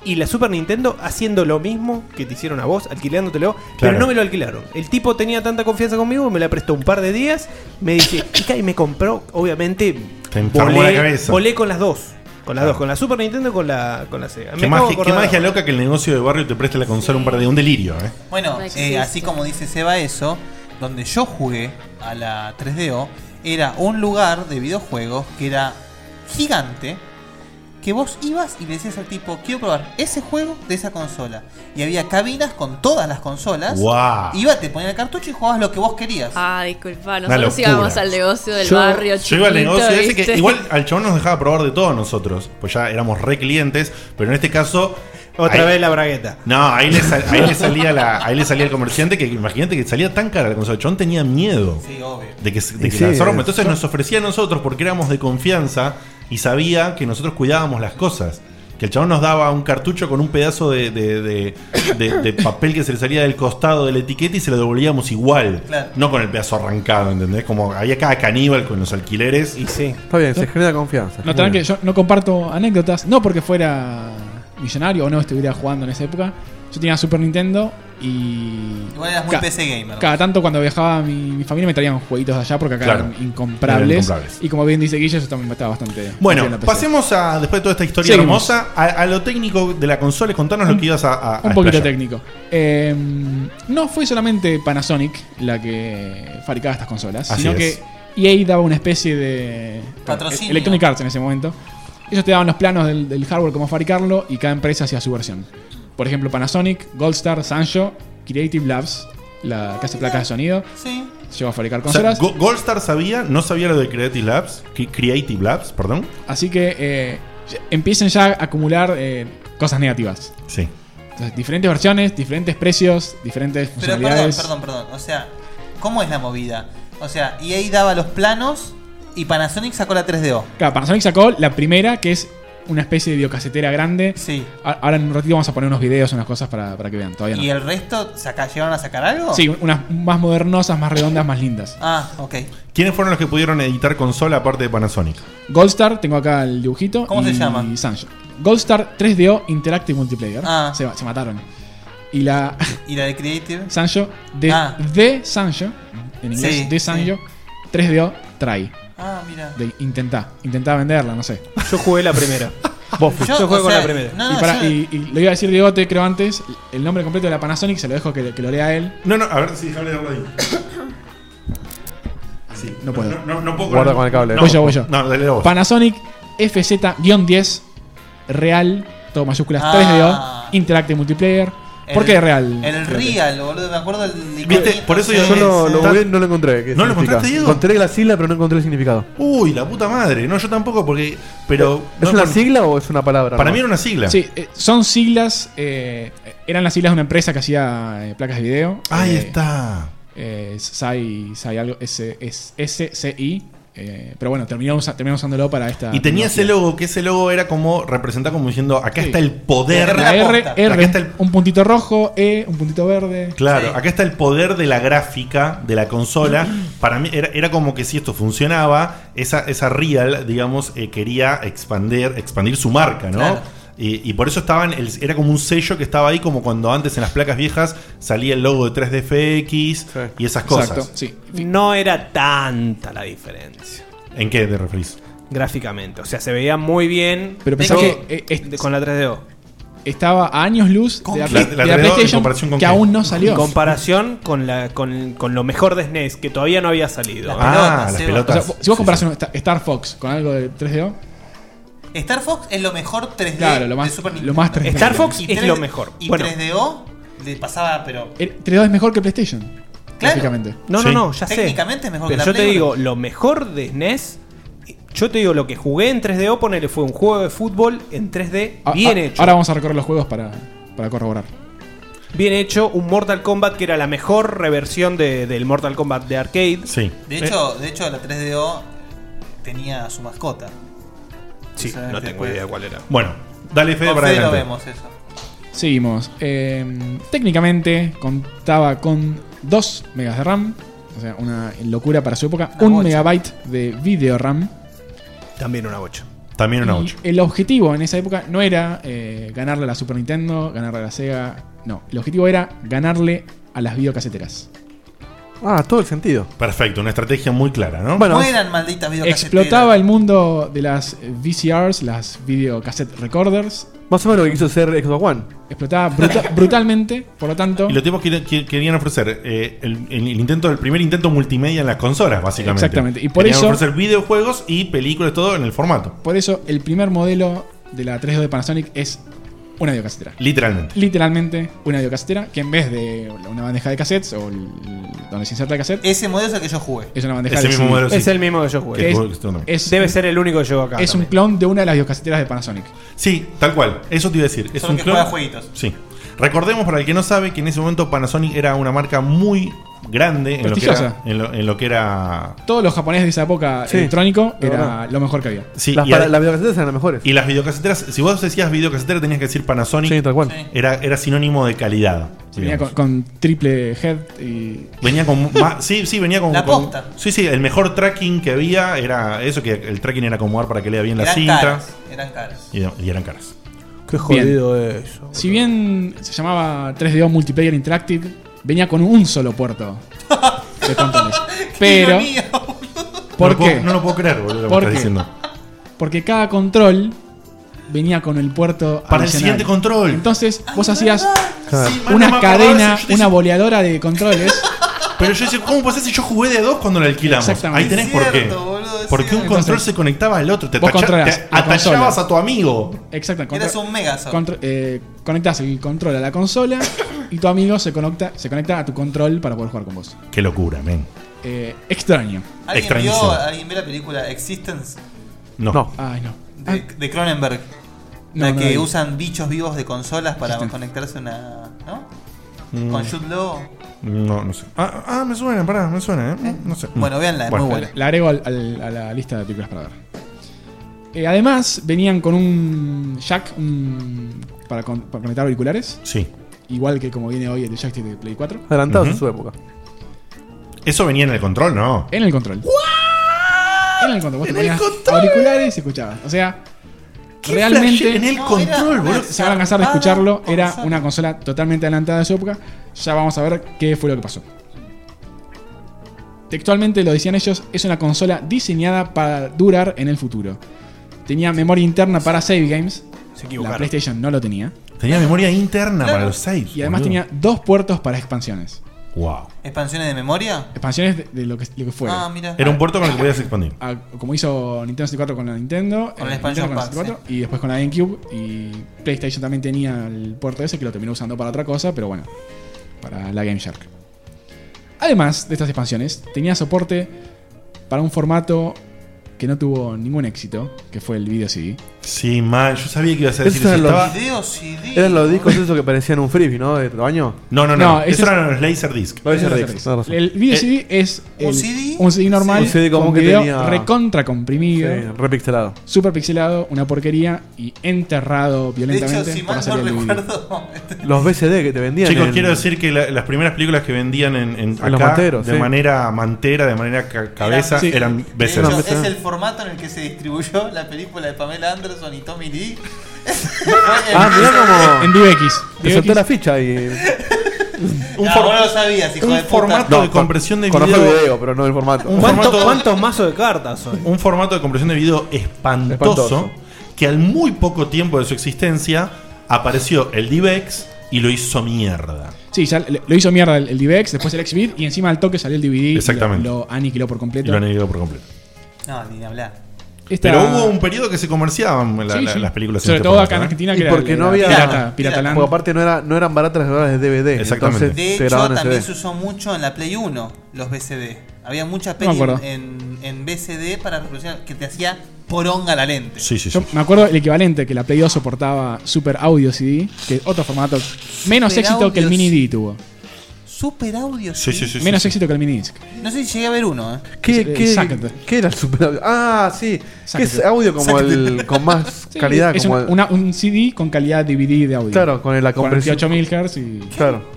Speaker 5: y la Super Nintendo haciendo lo mismo que te hicieron a vos, alquilándotelo, pero
Speaker 17: Claro.
Speaker 5: no me lo alquilaron. El tipo tenía tanta confianza conmigo, me la prestó un par de días, me dice, chica, y me compró, obviamente,
Speaker 3: Te enfermó la cabeza.
Speaker 5: volé con las dos. Con las dos, con la Super Nintendo y con la, con la Sega.
Speaker 3: Qué,
Speaker 5: Me acabo de
Speaker 3: magia, qué
Speaker 5: acordar.
Speaker 3: magia loca que el negocio de barrio te preste la consola un par de un delirio, eh.
Speaker 4: Bueno,
Speaker 5: No
Speaker 4: eh,
Speaker 5: existe.
Speaker 4: así como dice Seba eso, donde yo jugué a la 3DO, era un lugar de videojuegos que era gigante, que vos ibas y le decías al tipo, quiero probar ese juego de esa consola. Y había cabinas con todas las consolas.
Speaker 8: Guau.
Speaker 4: Iba, te ponían el cartucho y jugabas lo que vos querías.
Speaker 8: Ah, disculpa,
Speaker 3: Una
Speaker 8: nosotros
Speaker 3: locura.
Speaker 8: íbamos al negocio del
Speaker 3: Yo-
Speaker 8: barrio chiquito,
Speaker 3: Yo iba al negocio ese que
Speaker 8: ¿viste?
Speaker 3: igual al chabón nos dejaba probar de todo nosotros, pues ya éramos re clientes, pero en este caso
Speaker 5: Otra
Speaker 3: ahí-
Speaker 5: vez la bragueta.
Speaker 3: No, ahí le, sal- ahí le salía la, ahí le salía el comerciante que imagínate que salía tan cara la consola, el chabón tenía miedo. De que, se- de
Speaker 7: Y
Speaker 3: que
Speaker 7: sí,
Speaker 3: la zorra-
Speaker 7: es-
Speaker 3: Entonces nos ofrecía a nosotros porque éramos de confianza y sabía que nosotros cuidábamos las cosas. Que el chabón nos daba un cartucho con un pedazo de, de- de- de- de papel que se le salía del costado de la etiqueta y se lo devolvíamos igual.
Speaker 4: Claro.
Speaker 3: No con el pedazo arrancado, ¿entendés? Como había cada caníbal con los alquileres.
Speaker 5: Y sí.
Speaker 7: Está bien, se genera confianza.
Speaker 6: No,
Speaker 7: Muy
Speaker 6: también que yo no comparto anécdotas, no porque fuera millonario o no estuviera jugando en esa época. Yo tenía Super Nintendo y.
Speaker 4: Igual eras muy
Speaker 6: Ca-
Speaker 4: PC gamer.
Speaker 6: Cada tanto cuando viajaba mi, mi familia me traían jueguitos de allá porque acá
Speaker 3: Claro.
Speaker 6: eran incomprables.
Speaker 3: Eran incomprables.
Speaker 6: Y como bien dice Guille, yo también estaba bastante.
Speaker 3: Bueno,
Speaker 6: en la PC.
Speaker 3: pasemos a, después de toda esta historia
Speaker 6: Seguimos.
Speaker 3: hermosa, a, a lo técnico de la consola. Contanos lo que ibas a, a- a
Speaker 6: Un poquito
Speaker 3: explayar.
Speaker 6: técnico. Eh, no fue solamente Panasonic la que fabricaba estas consolas,
Speaker 3: Así
Speaker 6: sino
Speaker 3: es.
Speaker 6: que EA daba una especie de
Speaker 4: Patrocinio.
Speaker 6: Electronic Arts en ese momento. Ellos te daban los planos del, del hardware, cómo fabricarlo, y cada empresa hacía su versión. Por ejemplo, Panasonic, Goldstar, Sanjo, Creative Labs, la que hace placas de sonido,
Speaker 4: Sí.
Speaker 6: llegó a fabricar
Speaker 3: O sea,
Speaker 6: consolas.
Speaker 3: Go- Goldstar sabía, no sabía lo de Creative Labs, que- Creative Labs, perdón.
Speaker 6: Así que eh, ya- empiecen ya a acumular eh, cosas negativas.
Speaker 3: Sí.
Speaker 6: Entonces, diferentes versiones, diferentes precios, diferentes
Speaker 4: Pero perdón,
Speaker 6: funcionalidades.
Speaker 4: perdón, perdón. O sea, ¿cómo es la movida? O sea, y ahí daba los planos y Panasonic sacó la 3DO.
Speaker 6: Claro, Panasonic sacó la primera, que es una especie de videocasetera grande.
Speaker 4: Sí.
Speaker 6: Ahora en un ratito vamos a poner unos videos, unas cosas para, para que vean. Todavía no.
Speaker 4: ¿Y el resto saca- llegaron a sacar algo?
Speaker 6: Sí, unas más modernosas, más redondas, más lindas.
Speaker 4: Ah, ok.
Speaker 3: ¿Quiénes fueron los que pudieron editar consola aparte de Panasonic?
Speaker 6: Goldstar, tengo acá el dibujito. ¿Cómo se llama? Goldstar 3DO Interactive Multiplayer.
Speaker 4: Ah.
Speaker 6: Se, se mataron. Y la
Speaker 4: ¿Y la de Creative?
Speaker 6: Sanjo, de,
Speaker 4: Ah.
Speaker 6: de Sanjo, en inglés,
Speaker 4: Sí,
Speaker 6: de Sanjo, 3DO Try.
Speaker 4: Ah, mira.
Speaker 6: De intentá, intentá venderla, no sé.
Speaker 5: Yo jugué la primera.
Speaker 6: Vos fuiste.
Speaker 5: Yo, Yo jugué o con sea, la primera. no,
Speaker 6: y,
Speaker 5: no,
Speaker 6: pará,
Speaker 5: yo-
Speaker 6: y- y le iba a decir Diegote, creo antes, el nombre completo de la Panasonic, se lo dejo que, que lo lea él.
Speaker 3: No, no, a ver si déjame leerlo ahí. Sí,
Speaker 6: No puedo.
Speaker 3: No, no, no puedo
Speaker 7: Guarda con el cable.
Speaker 3: No,
Speaker 6: voy yo, voy yo.
Speaker 3: No, dale vos.
Speaker 6: Panasonic FZ-10 Real, todo mayúsculas
Speaker 4: Ah.
Speaker 6: 3DO, Interactive Multiplayer. ¿Por
Speaker 4: El-
Speaker 6: qué Real?
Speaker 4: El Real, boludo. Me acuerdo el
Speaker 3: ¿Viste? Por eso yo-
Speaker 7: yo lo, lo
Speaker 3: Está-
Speaker 7: googleé, no lo encontré. ¿qué
Speaker 3: ¿No lo
Speaker 7: significa?
Speaker 3: encontraste, Diego?
Speaker 7: Encontré la sigla, pero no encontré el significado.
Speaker 3: Uy, la puta madre. No, yo tampoco, porque. Pero.
Speaker 7: ¿Es
Speaker 3: no
Speaker 7: una
Speaker 3: con-
Speaker 7: sigla o es una palabra?
Speaker 3: Para
Speaker 7: nomás?
Speaker 3: mí era una sigla.
Speaker 6: Sí, eh, son siglas. eh, eran las siglas de una empresa que hacía eh, placas de video.
Speaker 3: Ahí
Speaker 6: Eh,
Speaker 3: está.
Speaker 6: Eh, Sai, Sai algo, S, S, SCI. eh, pero bueno, terminamos, terminamos usándolo para esta.
Speaker 3: Y
Speaker 7: Ah,
Speaker 3: tenía ese logo, que ese logo era como representar como diciendo, acá está el poder.
Speaker 6: La R, R,
Speaker 3: Acá está el-
Speaker 6: un puntito rojo, E, un puntito verde.
Speaker 3: claro, acá está el poder de la gráfica de la consola. Para mí era, era como que si esto funcionaba, esa, esa Real, digamos, eh, quería expandir, expandir su marca, ¿no?
Speaker 4: Claro.
Speaker 3: Y, y por eso estaban, el- era como un sello que estaba ahí, como cuando antes en las placas viejas salía el logo de 3DFX y esas cosas.
Speaker 5: No era tanta la diferencia.
Speaker 3: ¿En qué te referís?
Speaker 5: Gráficamente. O sea, se veía muy bien.
Speaker 6: Pero pensá
Speaker 5: con-
Speaker 6: que, eh,
Speaker 5: de- con la 3DO.
Speaker 6: Estaba a años luz de la,
Speaker 5: La-
Speaker 6: de la
Speaker 5: la 3DO en
Speaker 6: PlayStation
Speaker 5: comparación
Speaker 6: que
Speaker 5: con qué?
Speaker 6: aún no salió.
Speaker 5: En comparación con, la, con, con lo mejor de SNES, que todavía no había salido.
Speaker 6: Ah,
Speaker 3: Ah,
Speaker 6: O sea, si vos comparás un Star- Star Fox con algo de 3DO,
Speaker 4: Star Fox es lo mejor 3D
Speaker 6: Claro, lo más-
Speaker 4: de Super
Speaker 6: lo
Speaker 4: Nintendo.
Speaker 6: más 3D. Star Fox
Speaker 4: Y
Speaker 6: es lo mejor.
Speaker 4: Y
Speaker 6: Bueno.
Speaker 4: 3DO le pasaba, pero.
Speaker 6: el 3DO es mejor que PlayStation. Gráficamente.
Speaker 5: No, no, no, ya sé.
Speaker 4: Técnicamente es mejor
Speaker 5: Pero
Speaker 4: que la
Speaker 5: yo
Speaker 4: Play
Speaker 5: te
Speaker 4: uno.
Speaker 5: digo, lo mejor de SNES. Yo te digo, lo que jugué en 3DO, ponele, fue un juego de fútbol en 3D
Speaker 6: A-
Speaker 5: bien
Speaker 6: a-
Speaker 5: hecho.
Speaker 6: Ah, Ahora vamos a recorrer los juegos para, para corroborar.
Speaker 5: Bien hecho, un Mortal Kombat que era la mejor reversión de- del Mortal Kombat de arcade.
Speaker 3: Sí.
Speaker 4: De hecho, de hecho, la 3DO tenía su mascota.
Speaker 5: Sí,
Speaker 4: O sea,
Speaker 5: no
Speaker 4: que
Speaker 5: tengo
Speaker 4: después-
Speaker 5: idea cuál era.
Speaker 3: Bueno, dale fe
Speaker 4: Con
Speaker 3: para
Speaker 4: Fede lo
Speaker 3: adelante.
Speaker 4: vemos eso.
Speaker 6: Seguimos. Eh, técnicamente contaba con 2 megas de RAM. O sea, una locura para su época. un megabyte de video RAM.
Speaker 5: También una 8.
Speaker 3: También una
Speaker 6: Y
Speaker 3: 8.
Speaker 6: El objetivo en esa época no era eh, ganarle a la Super Nintendo, ganarle a la Sega. No, el objetivo era ganarle a las videocaseteras.
Speaker 7: Ah, todo el sentido.
Speaker 3: Perfecto, una estrategia muy clara, ¿no?
Speaker 6: Bueno,
Speaker 4: Mueran, malditas videocaseteras.
Speaker 6: Explotaba el mundo de las eh, VCRs, las videocassette recorders.
Speaker 7: Más o menos lo que quiso hacer Xbox One.
Speaker 6: Explotaba bruta- brutalmente, por lo tanto.
Speaker 3: Y los tipos que, que- querían ofrecer eh, el, el intento, el primer intento multimedia en las consolas, básicamente.
Speaker 6: Exactamente, y por
Speaker 3: Querían
Speaker 6: eso-
Speaker 3: ofrecer videojuegos y películas, todo en el formato.
Speaker 6: Por eso el primer modelo de la 3D de Panasonic es una videocasetera.
Speaker 3: Literalmente.
Speaker 6: Literalmente una videocasetera que en vez de una bandeja de cassettes o el- donde se inserta el cassette.
Speaker 4: Ese modelo es el que yo jugué.
Speaker 6: Es una bandeja
Speaker 3: Ese
Speaker 6: de
Speaker 3: mismo
Speaker 6: CD.
Speaker 3: modelo, sí.
Speaker 5: Es el mismo que yo jugué.
Speaker 6: Que es-
Speaker 5: Debe ser el único que llegó acá.
Speaker 6: Es un clon de una de las videocaseteras de Panasonic.
Speaker 3: Sí, tal cual. Eso te iba a decir. Es
Speaker 6: Solo
Speaker 3: un
Speaker 6: que
Speaker 3: clon.
Speaker 6: juega jueguitos.
Speaker 3: Sí. Recordemos para el que no sabe que en ese momento Panasonic era una marca muy grande en lo que
Speaker 6: Prestigiosa.
Speaker 3: era. En lo, en lo que era
Speaker 6: Todos los japoneses de esa época eh,
Speaker 3: Sí,
Speaker 6: electrónico
Speaker 3: la
Speaker 6: era
Speaker 3: verdad.
Speaker 6: lo mejor que había.
Speaker 3: Sí, Las y para- al- las
Speaker 7: videocaseteras eran las mejores.
Speaker 3: y las videocaseteras, si vos decías videocasetera tenías que decir Panasonic.
Speaker 7: Sí, tal cual.
Speaker 3: Era, era sinónimo de calidad.
Speaker 6: Venía con, con triple head y.
Speaker 3: Venía con. ma- sí, sí, venía con.
Speaker 6: La
Speaker 3: con-
Speaker 6: posta.
Speaker 3: sí, sí, el mejor tracking que había era eso, que el tracking era acomodar para que lea bien la
Speaker 4: Eran
Speaker 3: cinta.
Speaker 4: caras, eran caras.
Speaker 3: Y, y eran caras.
Speaker 5: Qué
Speaker 6: jodido
Speaker 5: eso.
Speaker 6: Si bien se llamaba 3DO Multiplayer Interactive, venía con un solo puerto de controles. Pero.
Speaker 3: ironía,
Speaker 6: ¿Por
Speaker 3: No lo
Speaker 6: qué?
Speaker 3: puedo- no lo puedo creer, boludo, lo que
Speaker 6: ¿Por
Speaker 3: estás
Speaker 6: qué?
Speaker 3: diciendo.
Speaker 6: Porque cada control venía con el puerto.
Speaker 3: Para el siguiente
Speaker 6: control. Entonces vos hacías
Speaker 3: Claro. Ah, Sí, mano, me
Speaker 6: una
Speaker 3: acordaba de
Speaker 6: cadena,
Speaker 3: eso, yo te
Speaker 6: una boleadora de controles.
Speaker 3: Pero yo decía, ¿cómo pasás si yo jugué de a dos cuando la alquilamos?
Speaker 6: Exactamente.
Speaker 3: Ahí tenés
Speaker 6: Es
Speaker 3: por qué.
Speaker 6: cierto,
Speaker 3: Porque un
Speaker 6: cierto.
Speaker 3: control
Speaker 6: Entonces,
Speaker 3: se conectaba al otro. Te,
Speaker 6: vos
Speaker 3: tacha-
Speaker 6: controlás
Speaker 3: te
Speaker 6: la
Speaker 3: atallabas
Speaker 6: consola.
Speaker 3: a tu amigo.
Speaker 6: Exacto.
Speaker 4: Eres un Megazord.
Speaker 6: contro- eh, conectás el control a la consola y tu amigo se conecta, se conecta a tu control para poder jugar con vos.
Speaker 3: Qué locura, men.
Speaker 6: Eh, extraño.
Speaker 4: ¿Alguien vio,
Speaker 6: Extrañísimo.
Speaker 4: ¿Alguien vio la película Existence? Ah,
Speaker 3: No.
Speaker 6: Ay, no.
Speaker 4: De, de Cronenberg.
Speaker 6: Ah. No,
Speaker 4: la
Speaker 6: no la
Speaker 4: que
Speaker 6: vi. Este.
Speaker 4: usan bichos vivos de consolas para conectarse a una. ¿No?
Speaker 3: Mm.
Speaker 4: Con Jude Law.
Speaker 3: No, no sé. Ah, ah, me suena, pará, me suena, ¿eh? No sé.
Speaker 4: Bueno, véanla, es muy buena.
Speaker 6: La agrego al- al- a la lista de películas para ver. Eh, además, venían con un jack un- para, con- para conectar auriculares.
Speaker 3: Sí.
Speaker 6: Igual que como viene hoy el jack de Play 4.
Speaker 3: Adelantados
Speaker 6: en
Speaker 3: a su época. Eso venía en el control, ¿no?
Speaker 6: En el control. En el control. Vos te
Speaker 3: En el
Speaker 6: ponías
Speaker 3: control.
Speaker 6: auriculares y escuchabas. O sea,
Speaker 3: ¿Qué
Speaker 6: realmente.
Speaker 3: flashé? En el No, era control, una boludo.
Speaker 6: Se van a cansar de
Speaker 3: zarpada
Speaker 6: escucharlo. Era una consola totalmente adelantada de su época. Ya vamos a ver qué fue lo que pasó. Textualmente lo decían ellos, es una consola diseñada para durar en el futuro. Tenía memoria interna para save games.
Speaker 3: Se
Speaker 6: La
Speaker 3: equivocaron.
Speaker 6: PlayStation no lo tenía.
Speaker 3: Tenía memoria interna
Speaker 6: Claro.
Speaker 3: para los saves.
Speaker 6: Y además
Speaker 3: boludo.
Speaker 6: tenía dos puertos para expansiones.
Speaker 3: Wow.
Speaker 4: ¿Expansiones de memoria?
Speaker 6: Expansiones de, de lo, que, lo que fuera.
Speaker 4: Ah, mira.
Speaker 3: Era un puerto con el que podías expandir.
Speaker 6: Ah, como hizo Nintendo 64 con la Nintendo,
Speaker 4: Con
Speaker 6: eh,
Speaker 4: la expansión
Speaker 6: Nintendo
Speaker 4: pack,
Speaker 6: y después con la GameCube y PlayStation también tenía el puerto ese que lo terminó usando para otra cosa, pero bueno, para la Game Shark. Además de estas expansiones, tenía soporte para un formato que no tuvo ningún éxito, que fue el video CD.
Speaker 3: Sí, mal, yo sabía que ibas a decir
Speaker 7: Esos eran
Speaker 3: eso.
Speaker 7: los-
Speaker 3: Estaba-
Speaker 4: Video CD.
Speaker 7: Eran los discos esos que parecían un frisbee, ¿no? De tu año.
Speaker 3: No, no, no.
Speaker 7: No,
Speaker 3: Esos
Speaker 7: esos-
Speaker 3: eran los Laserdisc.
Speaker 7: Laserdisc, tenés razón.
Speaker 6: El video
Speaker 7: Eh,
Speaker 6: CD es
Speaker 7: ¿un
Speaker 6: el-
Speaker 7: CD?
Speaker 6: un CD normal,
Speaker 7: Un CD como
Speaker 6: con
Speaker 7: que
Speaker 6: video
Speaker 7: tenía-
Speaker 6: recontra comprimido,
Speaker 7: Sí, repixelado.
Speaker 6: super pixelado, una porquería y enterrado
Speaker 4: De hecho,
Speaker 6: violentamente
Speaker 4: si
Speaker 6: por
Speaker 4: mal
Speaker 6: hacer
Speaker 4: no
Speaker 6: el DVD.
Speaker 4: recuerdo,
Speaker 7: Los BCD que te vendían.
Speaker 3: Chicos,
Speaker 7: en-
Speaker 3: quiero decir que la- las primeras películas que vendían en, en acá,
Speaker 7: los manteros,
Speaker 3: de
Speaker 7: sí.
Speaker 3: manera mantera, de manera ca- cabeza,
Speaker 7: sí.
Speaker 3: eran
Speaker 7: De
Speaker 4: De
Speaker 3: veces.
Speaker 4: hecho, es el formato en el que se distribuyó la película de Pamela Anderson y Tommy Lee.
Speaker 7: Ah, mirá como.
Speaker 6: En DivX.
Speaker 7: Te soltó la ficha y.
Speaker 4: Un no, vos lo sabías, hijo
Speaker 3: un
Speaker 4: de puta.
Speaker 3: formato de compresión de video.
Speaker 7: Conozco el video, pero no el formato.
Speaker 3: Un formato-
Speaker 5: mazos de cartas son?
Speaker 3: Un formato de compresión de video espantoso,
Speaker 7: Espantoso.
Speaker 3: que al muy poco tiempo de su existencia apareció el DivX y lo hizo mierda.
Speaker 6: Sí, ya le- lo hizo mierda el, el DivX, después el XBit y encima al toque salió el DVD. y lo-
Speaker 3: Exactamente.
Speaker 6: Lo, aniquiló por
Speaker 3: Y
Speaker 6: completo.
Speaker 3: lo anegó por completo.
Speaker 4: No, ni hablar.
Speaker 6: Esta-
Speaker 3: Pero hubo un periodo que se comerciaban la-
Speaker 6: Sí,
Speaker 3: la-
Speaker 6: sí.
Speaker 3: las películas.
Speaker 6: Sobre
Speaker 3: este
Speaker 6: todo
Speaker 3: formato,
Speaker 6: acá en
Speaker 3: ¿eh?
Speaker 6: Argentina,
Speaker 7: Y
Speaker 6: que
Speaker 7: porque
Speaker 6: era,
Speaker 7: no había.
Speaker 6: pirata, pirata land.
Speaker 7: Porque aparte no, era, no eran baratas las grabadoras de DVD.
Speaker 3: Exactamente.
Speaker 7: Entonces
Speaker 4: De
Speaker 7: te
Speaker 4: hecho,
Speaker 7: grababan en
Speaker 4: también
Speaker 7: CD.
Speaker 4: se usó mucho en la Play 1 los BCD. Había mucha
Speaker 6: No me
Speaker 4: peli
Speaker 6: acuerdo.
Speaker 4: en, en BCD para reproducir que te hacía poronga la lente.
Speaker 6: Yo me acuerdo el equivalente que la Play 2 soportaba Super Audio CD, que es otro formato menos
Speaker 4: Super
Speaker 6: éxito que el
Speaker 4: Audio
Speaker 6: Mini D tuvo.
Speaker 4: Super audio.
Speaker 6: menos éxito que el Mini Disc.
Speaker 4: No sé si llegué a ver uno, ¿eh?
Speaker 7: ¿Qué,
Speaker 6: Eh,
Speaker 7: qué,
Speaker 6: sácate.
Speaker 7: qué era el super audio? Ah, sí. Que es
Speaker 6: Sácate.
Speaker 7: audio como
Speaker 6: Sácate.
Speaker 7: el, con más
Speaker 6: Sí,
Speaker 7: calidad.
Speaker 6: es
Speaker 7: como
Speaker 6: un,
Speaker 7: el-
Speaker 6: una- un CD con calidad DVD de audio.
Speaker 7: Claro, con la compresión.
Speaker 6: 48.000 Hz y.
Speaker 7: Claro.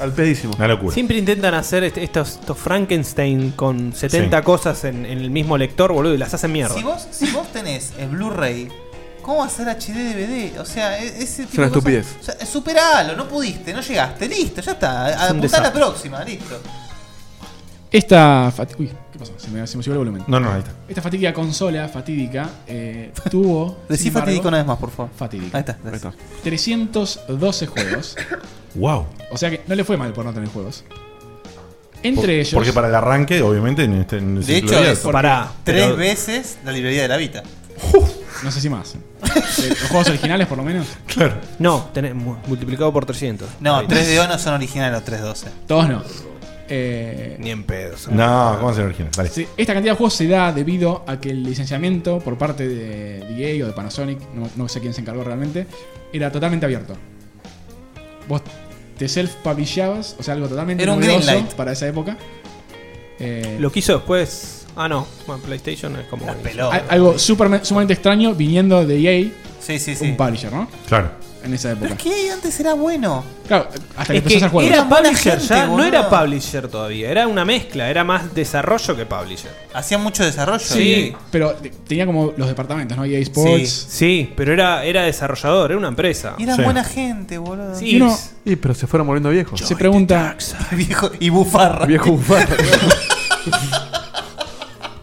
Speaker 7: Al pedísimo.
Speaker 3: Una locura.
Speaker 5: Siempre intentan hacer est- estos, estos Frankenstein con 70 cosas en, en el mismo lector, boludo, y las hacen mierda.
Speaker 4: Si vos, si vos tenés el Blu-ray, ¿cómo hacer HD DVD? O sea, e- ese tipo
Speaker 7: una
Speaker 4: de cosas-
Speaker 7: estupidez.
Speaker 4: O sea, superalo, no pudiste, no llegaste, listo, ya está.
Speaker 6: Es un
Speaker 4: Apuntá a la
Speaker 6: desastre.
Speaker 4: próxima, listo.
Speaker 6: Esta. fat- Uy, ¿qué pasó? Se me, se me subió el volumen.
Speaker 3: No, no, ahí está.
Speaker 6: Esta fatídica consola fatídica eh, tuvo.
Speaker 4: Decí
Speaker 6: sin embargo,
Speaker 4: fatídico una vez más, por favor.
Speaker 6: Fatídica.
Speaker 4: Ahí está, Ahí está.
Speaker 6: 312 juegos.
Speaker 3: Wow.
Speaker 6: O sea que no le fue mal por no tener juegos. Entre
Speaker 3: Por-
Speaker 6: ellos.
Speaker 3: Porque para el arranque, obviamente, en este- en el
Speaker 4: De
Speaker 3: ciclo
Speaker 4: hecho,
Speaker 3: abierto.
Speaker 4: es
Speaker 5: Pará,
Speaker 4: tres
Speaker 3: pero-
Speaker 4: veces la librería de la Vita.
Speaker 6: No sé si más. Eh, Los juegos originales, por lo menos.
Speaker 3: Claro.
Speaker 5: No, tenés mu- multiplicado por 300.
Speaker 4: No,
Speaker 5: Ahí.
Speaker 4: 3 de O no son originales los 312.
Speaker 6: Todos no. Eh,
Speaker 5: Ni en pedos.
Speaker 3: No, ¿cómo se original? Vale.
Speaker 6: Sí, esta cantidad de juegos se da debido a que el licenciamiento por parte de EA o de Panasonic, no, no sé quién se encargó realmente, era totalmente abierto. Vos te self-publishabas, o sea, algo totalmente
Speaker 4: Era un
Speaker 6: novedoso
Speaker 4: greenlight.
Speaker 6: para esa época. Eh,
Speaker 5: Lo que hizo después. Ah, no. Bueno, PlayStation es como.
Speaker 6: al- algo superme- sumamente extraño viniendo de EA,
Speaker 4: Sí, sí,
Speaker 6: un publisher, ¿no?
Speaker 3: Claro.
Speaker 6: En esa época.
Speaker 4: ¿Qué? Antes era bueno.
Speaker 6: Claro, hasta que
Speaker 5: Es
Speaker 6: empezó
Speaker 5: que
Speaker 6: a hacer juegos.
Speaker 5: era publisher
Speaker 4: gente,
Speaker 5: ya, no
Speaker 4: boludo.
Speaker 5: era publisher todavía, era una mezcla, era más desarrollo que publisher.
Speaker 4: Hacía mucho desarrollo. ¿eh?
Speaker 5: Sí,
Speaker 6: pero te- tenía como los departamentos, ¿no? EA Sports.
Speaker 5: Sí, sí, pero era, era desarrollador, era una empresa.
Speaker 4: Y eran buena gente, boludo.
Speaker 5: Sí.
Speaker 6: Y uno
Speaker 7: Y pero se fueron muriendo viejos.
Speaker 6: se pregunta,
Speaker 4: Viejo, y bufarra.
Speaker 7: Viejo bufarra.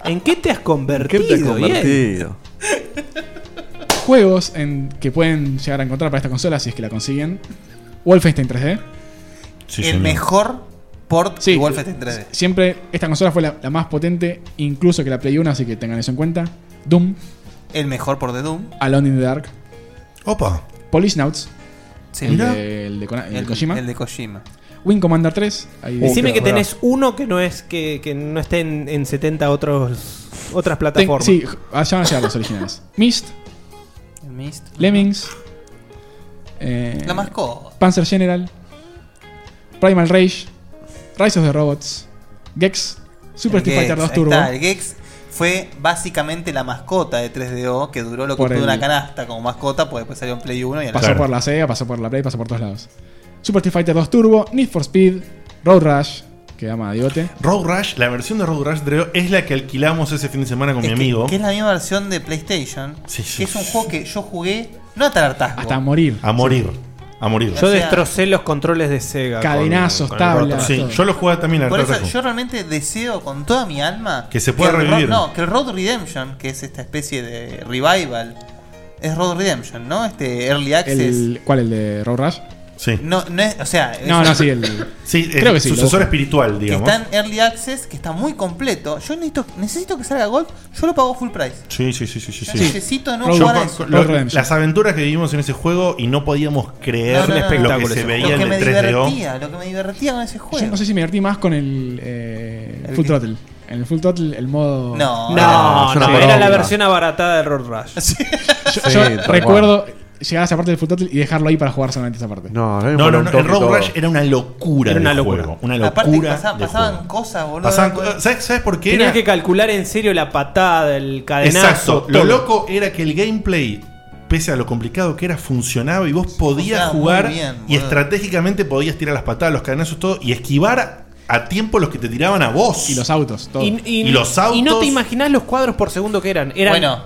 Speaker 5: ¿En qué te has convertido?
Speaker 7: ¿Qué te has
Speaker 5: Ian?
Speaker 7: convertido?
Speaker 6: juegos en, que pueden llegar a encontrar para esta consola si es que la consiguen. Wolfenstein 3D.
Speaker 4: el mejor port
Speaker 6: Sí.
Speaker 4: de Wolfenstein 3D.
Speaker 6: Siempre esta consola fue la, la más potente, incluso que la Play 1, así que tengan eso en cuenta. Doom,
Speaker 4: El mejor port de Doom.
Speaker 6: Alone in the Dark,
Speaker 3: Opa.
Speaker 6: Policenauts,
Speaker 4: Sí.
Speaker 6: el,
Speaker 4: Mirá.
Speaker 6: de, el de Kona- el de
Speaker 4: El-
Speaker 6: Kojima,
Speaker 4: el de Kojima.
Speaker 6: Wing Commander 3. ahí-
Speaker 5: Decime que tenés uno que no es que, que no esté en, en 70 otros otras
Speaker 6: Ten-
Speaker 5: plataformas.
Speaker 6: sí, allá van a llegar los originales. Mist,
Speaker 4: El Mist.
Speaker 6: Lemmings, eh,
Speaker 4: La mascota.
Speaker 6: Panzer General, Primal Rage, Rise of the Robots, Gex, Super
Speaker 4: El
Speaker 6: Street Fighter
Speaker 4: Gex,
Speaker 6: 2
Speaker 4: ahí
Speaker 6: Turbo.
Speaker 4: está, el Gex fue básicamente la mascota de 3DO que duró lo que
Speaker 6: Por
Speaker 4: tuvo
Speaker 6: el-
Speaker 4: una canasta como mascota, pues después salió en Play 1 y en
Speaker 6: Pasó por la Sega, pasó por la Play, pasó por todos lados. Super Street Fighter 2 Turbo, Need for Speed, Road Rush, que ama a Diote.
Speaker 3: Road Rush, la versión de Road Rush Dreo es la que alquilamos ese fin de semana con mi amigo.
Speaker 4: Que es la misma versión de PlayStation. Que es un juego que yo jugué, no a tartartasco.
Speaker 6: Hasta morir.
Speaker 3: A morir. A morir.
Speaker 5: Yo destrocé los controles de Sega. con-
Speaker 6: Cadenazos,
Speaker 5: con el
Speaker 6: tablas.
Speaker 5: roto.
Speaker 3: Sí, yo lo jugaba también al
Speaker 4: Por eso
Speaker 3: Tartajo.
Speaker 4: yo realmente deseo con toda mi alma
Speaker 3: Que se pueda
Speaker 4: el Ro-
Speaker 3: revivir.
Speaker 4: no, que el Road Redemption, que es esta especie de revival, es Road Redemption, ¿no? Este Early Access.
Speaker 6: El, ¿Cuál? ¿El de Road Rush?
Speaker 3: Sí.
Speaker 4: No, no es, o sea, es
Speaker 6: No,
Speaker 4: un-
Speaker 6: no, sí, el. creo que sí, lo busco.
Speaker 4: Que está en Early Access, que está muy completo. Yo necesito, necesito que salga Golf, yo lo pago full price.
Speaker 3: Sí, sí, sí, sí, sí.
Speaker 4: Yo
Speaker 3: sí.
Speaker 4: necesito no
Speaker 3: Yo
Speaker 4: jugar a
Speaker 3: con-
Speaker 4: eso.
Speaker 3: con- lo- las aventuras que vivimos en ese juego y no podíamos
Speaker 4: No,
Speaker 3: creer
Speaker 4: no, no, no.
Speaker 3: lo que se veía
Speaker 4: Lo que
Speaker 3: en
Speaker 4: me
Speaker 3: el 3DO.
Speaker 4: divertía, lo que me divertía con ese
Speaker 6: Yo
Speaker 4: juego.
Speaker 6: no sé si me divertí más con el, eh, Full Throttle. En el Full Throttle, el modo.
Speaker 4: No,
Speaker 5: No,
Speaker 6: yo
Speaker 5: no,
Speaker 6: no.
Speaker 5: era la versión abaratada de Road Rush.
Speaker 6: Yo, yo recuerdo llegar a esa parte del Full Throttle y dejarlo ahí para jugar solamente esa parte.
Speaker 7: No,
Speaker 3: No, no, no, el Road Rush era una locura.
Speaker 5: Era una
Speaker 3: de
Speaker 5: locura.
Speaker 3: juego, una
Speaker 4: Aparte
Speaker 3: locura.
Speaker 4: pasa-
Speaker 3: de
Speaker 4: pasaban
Speaker 3: juego.
Speaker 4: cosas, boludo.
Speaker 3: Pasaban co- ¿sabes, ¿Sabes por qué
Speaker 5: Tenías
Speaker 3: era?
Speaker 5: que calcular en serio la patada, el cadenazo.
Speaker 3: Exacto. Lo
Speaker 5: todo.
Speaker 3: loco era que el gameplay, pese a lo complicado que era, funcionaba y vos podías
Speaker 4: Funcionaba muy
Speaker 3: jugar
Speaker 4: bien, boludo.
Speaker 3: y estratégicamente podías tirar las patadas, los cadenazos, todo y esquivar a tiempo los que te tiraban a vos. Y los
Speaker 6: autos,
Speaker 5: Y, y-
Speaker 3: Y los autos.
Speaker 5: y no te imaginás los cuadros por segundo que eran. eran
Speaker 4: Bueno,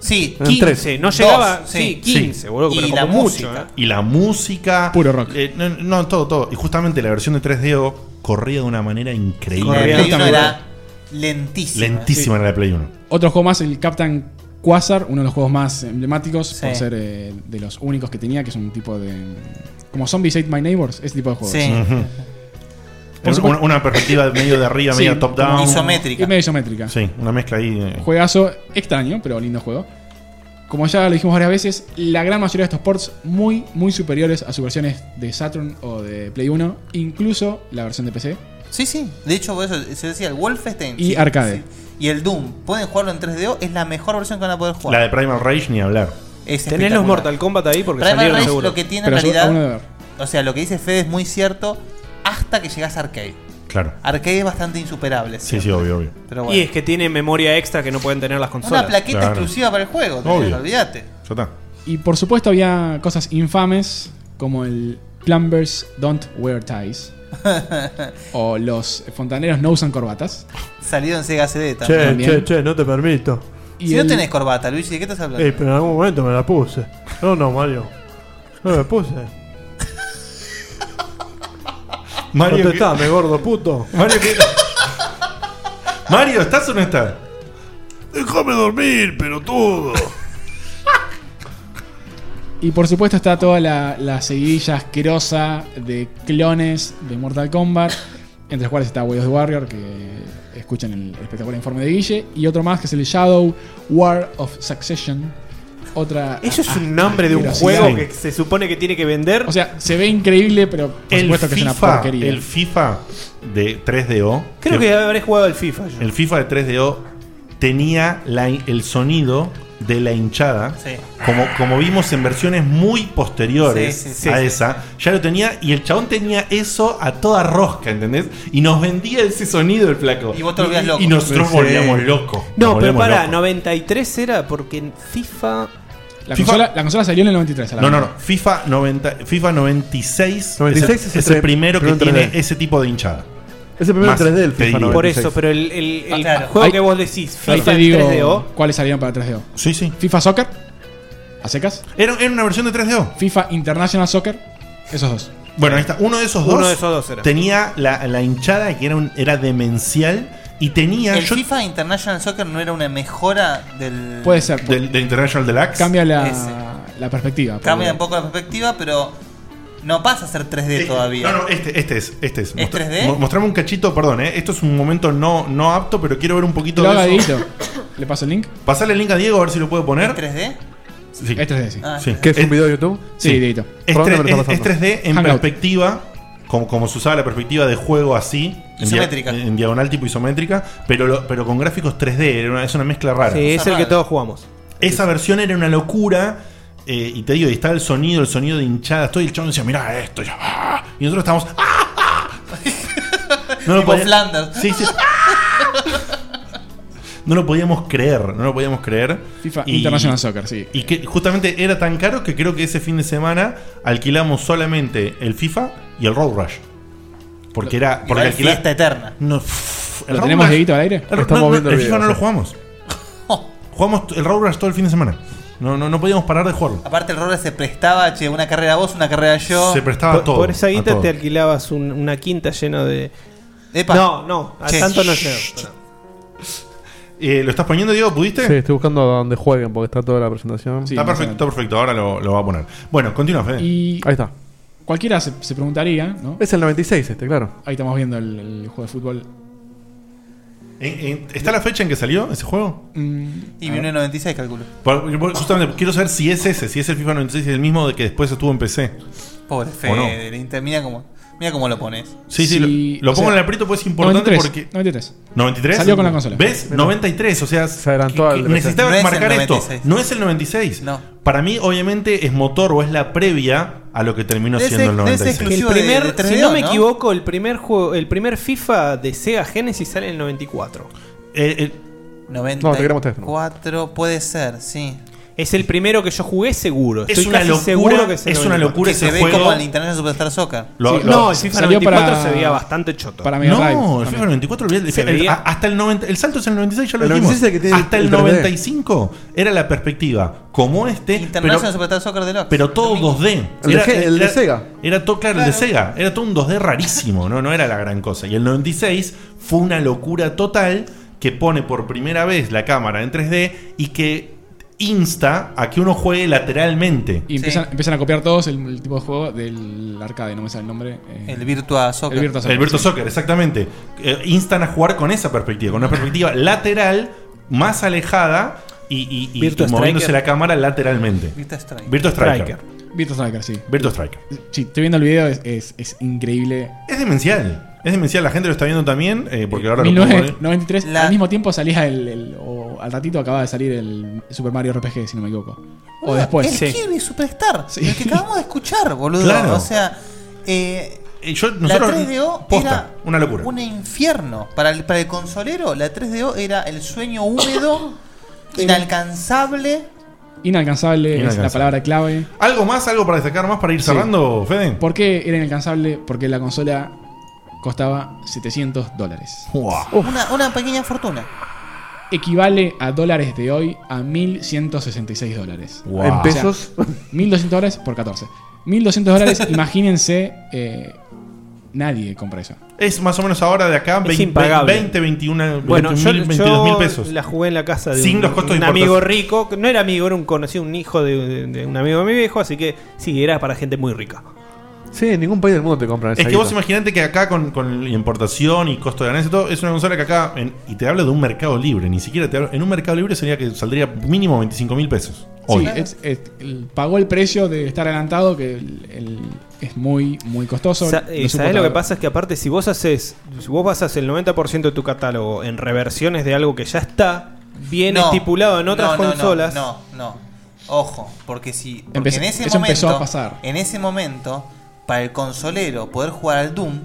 Speaker 4: sí,
Speaker 3: Eran
Speaker 5: 15.
Speaker 3: tres.
Speaker 5: No llegaba. sí, 15, boludo. Pero como mucho. ¿eh?
Speaker 3: Y la música. eh,
Speaker 6: Puro rock.
Speaker 3: no, no, todo, todo. Y justamente la versión de 3DO corría de una manera increíble.
Speaker 4: Corría La de Play uno era lentísima.
Speaker 3: Lentísima
Speaker 6: Sí.
Speaker 3: era la Play 1.
Speaker 6: Otro juego más, el Captain Quasar, uno de los juegos más emblemáticos, por
Speaker 4: Sí.
Speaker 6: ser eh, de los únicos que tenía, que es un tipo de. Como Zombies Ate My Neighbors, ese tipo de juegos.
Speaker 4: Sí. Ujú.
Speaker 6: Por
Speaker 3: Una-
Speaker 6: supuesto-
Speaker 3: una perspectiva de medio de arriba, medio top down. Isométrica.
Speaker 6: Es medio isométrica.
Speaker 3: Sí, una mezcla ahí. eh.
Speaker 6: Juegazo extraño, pero lindo juego. Como ya lo dijimos varias veces, la gran mayoría de estos ports muy, muy superiores a sus versiones de Saturn o de Play 1, incluso la versión de PC.
Speaker 4: Sí, sí. De hecho, por eso se decía el Wolfenstein.
Speaker 6: Y
Speaker 4: sí,
Speaker 6: arcade.
Speaker 4: sí. Y el Doom. Pueden jugarlo en 3DO. Es la mejor versión que van a poder jugar.
Speaker 3: La de Primal Rage, ni hablar.
Speaker 4: Es
Speaker 5: Tenés los
Speaker 4: espectacular.
Speaker 5: Mortal Kombat ahí porque
Speaker 4: Primal
Speaker 5: salieron
Speaker 4: Rage
Speaker 5: seguro.
Speaker 4: lo que tiene en realidad. O sea, lo que dice Fede es muy cierto. Hasta que llegas a arcade.
Speaker 3: Claro.
Speaker 4: Arcade es bastante insuperable.
Speaker 3: Sí, sí, obvio, obvio.
Speaker 4: Pero
Speaker 5: Y
Speaker 4: bueno.
Speaker 5: es que tiene memoria extra que no pueden tener las consolas.
Speaker 4: Una plaqueta exclusiva para el juego.
Speaker 5: Obvio.
Speaker 4: tenés, Olvídate.
Speaker 3: Ya está.
Speaker 6: Y por supuesto había cosas infames como el Plumbers Don't Wear Ties o los fontaneros no usan corbatas.
Speaker 4: Salido en Sega CD
Speaker 9: Che,
Speaker 4: también.
Speaker 9: che, che, no te permito. Eh,
Speaker 4: Si no tenés corbata, Luigi, ¿de qué estás hablando?
Speaker 9: Ey, pero en algún momento me la puse. No, no, Mario. No me puse.
Speaker 3: Mario,
Speaker 9: Mario,
Speaker 3: que-
Speaker 9: está, me gordo puto.
Speaker 3: Mario, Mario, ¿estás o no estás?
Speaker 15: Déjame dormir, pelotudo.
Speaker 6: Y por supuesto está toda la, la seguidilla asquerosa de clones de Mortal Kombat, entre los cuales está Way of the Warrior, que escuchan el espectacular informe de Guille, y otro más que es el Shadow War of Succession. Otra
Speaker 5: Eso
Speaker 4: Ah,
Speaker 5: es un nombre de un
Speaker 6: asquerosidad.
Speaker 5: juego que se supone que tiene que vender.
Speaker 6: O sea, se ve increíble, pero por
Speaker 3: El
Speaker 6: supuesto que es una
Speaker 3: FIFA,
Speaker 6: porquería.
Speaker 3: el FIFA de 3DO.
Speaker 5: Creo que habré jugado al FIFA. yo.
Speaker 3: El FIFA de 3DO tenía la- el sonido de la hinchada,
Speaker 5: Sí.
Speaker 3: como, como vimos en versiones muy posteriores
Speaker 5: Sí, sí, sí,
Speaker 3: a
Speaker 5: sí.
Speaker 3: esa, ya lo tenía y el chabón tenía eso a toda rosca, ¿entendés? Y nos vendía ese sonido el flaco.
Speaker 4: Y vos te volvías loco.
Speaker 3: Y nosotros
Speaker 4: Sí.
Speaker 3: volvíamos locos. nos
Speaker 5: No, pero
Speaker 3: volvíamos
Speaker 5: pará,
Speaker 3: locos.
Speaker 5: 93 era porque en FIFA.
Speaker 6: La, consola, la consola salió en el 93. a la
Speaker 3: No, no,
Speaker 6: vez.
Speaker 3: no. FIFA, 90, FIFA 96,
Speaker 7: 96
Speaker 3: es, el,
Speaker 7: es
Speaker 3: es
Speaker 7: el
Speaker 3: el primero que
Speaker 7: primer
Speaker 3: tiene
Speaker 7: 3D.
Speaker 3: ese tipo de hinchada.
Speaker 7: Es el primero
Speaker 3: Más,
Speaker 7: 3D del
Speaker 3: te
Speaker 7: FIFA
Speaker 3: diría.
Speaker 5: Por eso, pero el, el- el juego
Speaker 6: Ahí-
Speaker 5: que vos decís,
Speaker 6: Ahí
Speaker 5: FIFA
Speaker 6: te
Speaker 5: en
Speaker 6: digo
Speaker 5: 3DO.
Speaker 6: cuáles salieron para 3DO.
Speaker 3: Sí, sí.
Speaker 6: FIFA Soccer, a secas.
Speaker 3: Era, una versión de 3DO.
Speaker 6: FIFA International Soccer, esos dos.
Speaker 3: Bueno, ahí está. Uno de esos dos,
Speaker 6: Uno de esos dos era.
Speaker 3: tenía la, la hinchada que era, un- era demencial y tenía.
Speaker 4: El
Speaker 3: yo-
Speaker 4: FIFA International Soccer no era una mejora del.
Speaker 6: Puede ser.
Speaker 3: Del, del International Deluxe.
Speaker 6: Cambia
Speaker 4: Ese.
Speaker 6: la, la perspectiva.
Speaker 4: Cambia un poco la perspectiva, pero no pasa a ser 3D todavía.
Speaker 3: No, no, este, este es. Este es. Mostra-
Speaker 4: 3D?
Speaker 3: mo- Mostrame un cachito, perdón, eh. Esto es un momento no, no apto, pero quiero ver un poquito
Speaker 6: Lo haga
Speaker 3: de eso.
Speaker 6: Dieguito. ¿Le paso el link? Este
Speaker 3: Pasale el link a Diego a ver si lo puede poner.
Speaker 4: ¿Es 3D?
Speaker 3: Sí.
Speaker 6: Es 3D, sí.
Speaker 4: Ah,
Speaker 3: Sí.
Speaker 7: ¿Qué
Speaker 9: Eh,
Speaker 7: es un video de YouTube?
Speaker 6: Sí, Dieguito.
Speaker 3: Es,
Speaker 7: ¿Por dónde
Speaker 3: tres-
Speaker 7: me lo
Speaker 3: es-
Speaker 7: está
Speaker 3: es
Speaker 7: pasando?
Speaker 3: 3D en
Speaker 7: Hangout.
Speaker 3: perspectiva, como, como se usaba la perspectiva de juego así. en dia-
Speaker 4: Isométrica.
Speaker 3: En, diagonal tipo isométrica, pero, lo- pero con gráficos 3D. Era una- es una mezcla rara.
Speaker 5: Sí, es el que todos jugamos.
Speaker 3: Esa versión era una locura. eh, y te digo, y estaba el sonido, el sonido de hinchada. Todo y el chabón decía, mirá esto. ya, ah", Y nosotros estábamos. "Ah, ah". No lo
Speaker 4: Tipo
Speaker 3: podía-
Speaker 4: Flanders.
Speaker 3: Sí, sí. No lo podíamos creer, no lo podíamos creer.
Speaker 6: FIFA International Soccer, sí.
Speaker 3: Y que justamente era tan caro que creo que ese fin de semana alquilamos solamente el FIFA y el Road Rush. Porque era. Porque
Speaker 4: Igual fiesta eterna.
Speaker 3: No,
Speaker 4: ¿Lo tenemos, Dieguito, al aire?
Speaker 3: Estamos
Speaker 4: Estamos
Speaker 3: no,
Speaker 4: viendo
Speaker 3: el
Speaker 4: el
Speaker 3: FIFA
Speaker 4: video,
Speaker 3: no lo
Speaker 4: sí.
Speaker 3: jugamos.
Speaker 4: Oh.
Speaker 3: jugamos t- el Road Rush todo el fin de semana. No, no, no podíamos parar de jugarlo.
Speaker 4: Aparte, el Roller se prestaba, che, una carrera vos, una carrera yo.
Speaker 3: Se prestaba
Speaker 4: Por-
Speaker 3: todo.
Speaker 4: por
Speaker 5: esa
Speaker 4: a
Speaker 5: guita
Speaker 4: todo.
Speaker 5: te alquilabas un- una quinta llena de.
Speaker 4: Epa.
Speaker 5: No, no, a
Speaker 4: Che.
Speaker 5: tanto no llego.
Speaker 3: Eh, ¿Lo estás poniendo, Diego? ¿Pudiste?
Speaker 7: Sí, estoy buscando donde jueguen porque está toda la presentación.
Speaker 3: está perfecto, está perfecto. Ahora lo, lo va a poner. Bueno, continúa, Fede.
Speaker 6: Y-
Speaker 7: Ahí está.
Speaker 6: Cualquiera se, se preguntaría, ¿no?
Speaker 7: Es el 96 este, claro.
Speaker 6: Ahí estamos viendo el, el juego de fútbol.
Speaker 3: ¿En- en- ¿Está la fecha en que salió ese juego?
Speaker 6: Mm,
Speaker 4: Y 1996, calculo.
Speaker 3: Por- por- Justamente, quiero saber si es ese, si es el FIFA 96 el mismo de que después estuvo en PC.
Speaker 4: Pobre
Speaker 3: ¿O no?
Speaker 4: Fede, le inter- mira cómo, mira cómo lo pones.
Speaker 3: Sí, sí, lo, lo
Speaker 6: o
Speaker 3: pongo
Speaker 6: sea,
Speaker 3: en el aprieto porque es importante
Speaker 6: 93,
Speaker 3: porque.
Speaker 6: 93.
Speaker 3: 93.
Speaker 6: Salió con la consola.
Speaker 3: ¿Ves?
Speaker 6: Mira.
Speaker 3: 93, o sea. Se
Speaker 7: adelantó al-
Speaker 3: Necesitaba
Speaker 7: No es el
Speaker 3: marcar esto.
Speaker 7: 96.
Speaker 3: No es el 96.
Speaker 4: No.
Speaker 3: Para mí, obviamente, es motor o es la previa a lo que terminó siendo el 96.
Speaker 5: El primer, si no me equivoco, el primer juego, el primer FIFA de Sega Genesis sale en el 94.
Speaker 3: Eh,
Speaker 7: No, te queremos tener.
Speaker 4: 94 puede ser, sí.
Speaker 5: Es el primero que yo jugué seguro.
Speaker 4: Es
Speaker 5: Estoy
Speaker 4: una
Speaker 5: casi
Speaker 4: locura-
Speaker 5: seguro que el
Speaker 4: es una
Speaker 5: 94.
Speaker 4: locura Que se ese ve juego. como el International Superstar Soccer.
Speaker 5: Sí, no, el FIFA 94 se veía bastante choto.
Speaker 3: no, el FIFA 94 olvidate, el
Speaker 5: Se
Speaker 3: FIFA- el-
Speaker 5: veía-
Speaker 3: a- hasta el 90, el salto es el 96 ya lo
Speaker 7: El
Speaker 3: dijimos.
Speaker 7: 96 es el que tiene
Speaker 3: hasta el,
Speaker 7: el 3D.
Speaker 3: 95 era la perspectiva como este, pero,
Speaker 4: International Superstar Soccer Deluxe.
Speaker 3: pero todo 2D.
Speaker 7: El de Ge- el de Sega.
Speaker 3: Era todo claro, el de Sega, era todo un 2D rarísimo, no no era la gran cosa. Y el 96 fue una locura total que pone por primera vez la cámara en 3D y que insta a que uno juegue lateralmente.
Speaker 6: Y empiezan, empiezan a copiar todos el, el tipo de juego del arcade, no me sale el nombre. eh.
Speaker 4: El Virtua Soccer.
Speaker 6: El Virtua Soccer.
Speaker 3: El Virtua
Speaker 6: sí.
Speaker 3: Soccer, exactamente. Eh, instan a jugar con esa perspectiva, con una perspectiva lateral, más alejada y, y- y-
Speaker 6: Virtua
Speaker 3: y moviéndose
Speaker 6: Striker.
Speaker 3: la cámara lateralmente.
Speaker 4: Virtua Striker.
Speaker 3: Virtua Striker.
Speaker 6: Virtua Striker, sí.
Speaker 3: Virtua Striker.
Speaker 6: Sí, estoy viendo el video, es, es- es increíble.
Speaker 3: Es demencial. Es demencial, la gente lo está viendo también, eh, porque ahora lo pongo, eh.
Speaker 6: 1993, al mismo tiempo salía el, el- o al ratito acababa de salir el Super Mario RPG, si no me equivoco. O después.
Speaker 4: El Kirby Superstar. El que acabamos de escuchar, boludo.
Speaker 6: Claro.
Speaker 4: O sea, eh,
Speaker 3: Eh, yo-
Speaker 4: la
Speaker 3: nosotros-
Speaker 4: 3DO
Speaker 3: posta,
Speaker 4: era
Speaker 3: una locura.
Speaker 4: un infierno. Para el, para el consolero, la 3DO era el sueño húmedo, inalcanzable.
Speaker 6: Inalcanzable, es la
Speaker 3: Inalcanzable.
Speaker 6: palabra clave.
Speaker 3: ¿Algo más, algo para destacar más para ir
Speaker 6: Sí.
Speaker 3: cerrando, Fede?
Speaker 6: ¿Por qué era inalcanzable? Porque la consola costaba 700 dólares.
Speaker 4: Una, una pequeña fortuna.
Speaker 6: Equivale a dólares de hoy a 1.166 dólares.
Speaker 7: Wow. ¿En pesos?
Speaker 6: O sea, 1.200 dólares por 14. 1.200 dólares, imagínense, eh, nadie compra eso.
Speaker 3: Es más o menos ahora de acá,
Speaker 6: Es
Speaker 3: 20,
Speaker 6: impagable.
Speaker 3: 20, 21,
Speaker 5: Bueno, yo,
Speaker 3: 22
Speaker 5: yo
Speaker 3: mil pesos.
Speaker 5: la jugué en la casa de
Speaker 3: Sin
Speaker 5: un,
Speaker 3: los costos
Speaker 5: un
Speaker 3: de
Speaker 5: amigo
Speaker 3: importación.
Speaker 5: rico. que No era amigo, era un conocido, un hijo de, de- de un amigo de mi viejo, así que sí, era para gente muy rica.
Speaker 7: Sí, en ningún país del mundo te
Speaker 4: Ah,
Speaker 7: compran esa
Speaker 3: Es que vos
Speaker 7: guita.
Speaker 3: imaginate que acá con, con la importación y costo de ganancia y todo, es una consola que acá, en- y te hablo de un mercado libre, ni siquiera te hablo, en un mercado libre sería que saldría mínimo 25 mil pesos. Hoy.
Speaker 6: Sí, es- es- el- pagó el precio de estar adelantado, que el- el- es muy, muy costoso.
Speaker 5: Sa-
Speaker 6: No
Speaker 5: eh,
Speaker 6: supo
Speaker 5: ¿Sabés lo que
Speaker 6: traer-
Speaker 5: pasa? Es que aparte, si vos haces, si vos basas el 90% de tu catálogo en reversiones de algo que ya está bien
Speaker 4: No,
Speaker 5: estipulado en otras
Speaker 4: no, no, no,
Speaker 5: consolas.
Speaker 4: No, no, Ojo, porque si. Porque
Speaker 5: Empezó-
Speaker 4: en ese
Speaker 5: eso
Speaker 4: momento,
Speaker 5: empezó a pasar.
Speaker 4: En ese momento, para el consolero poder jugar al Doom,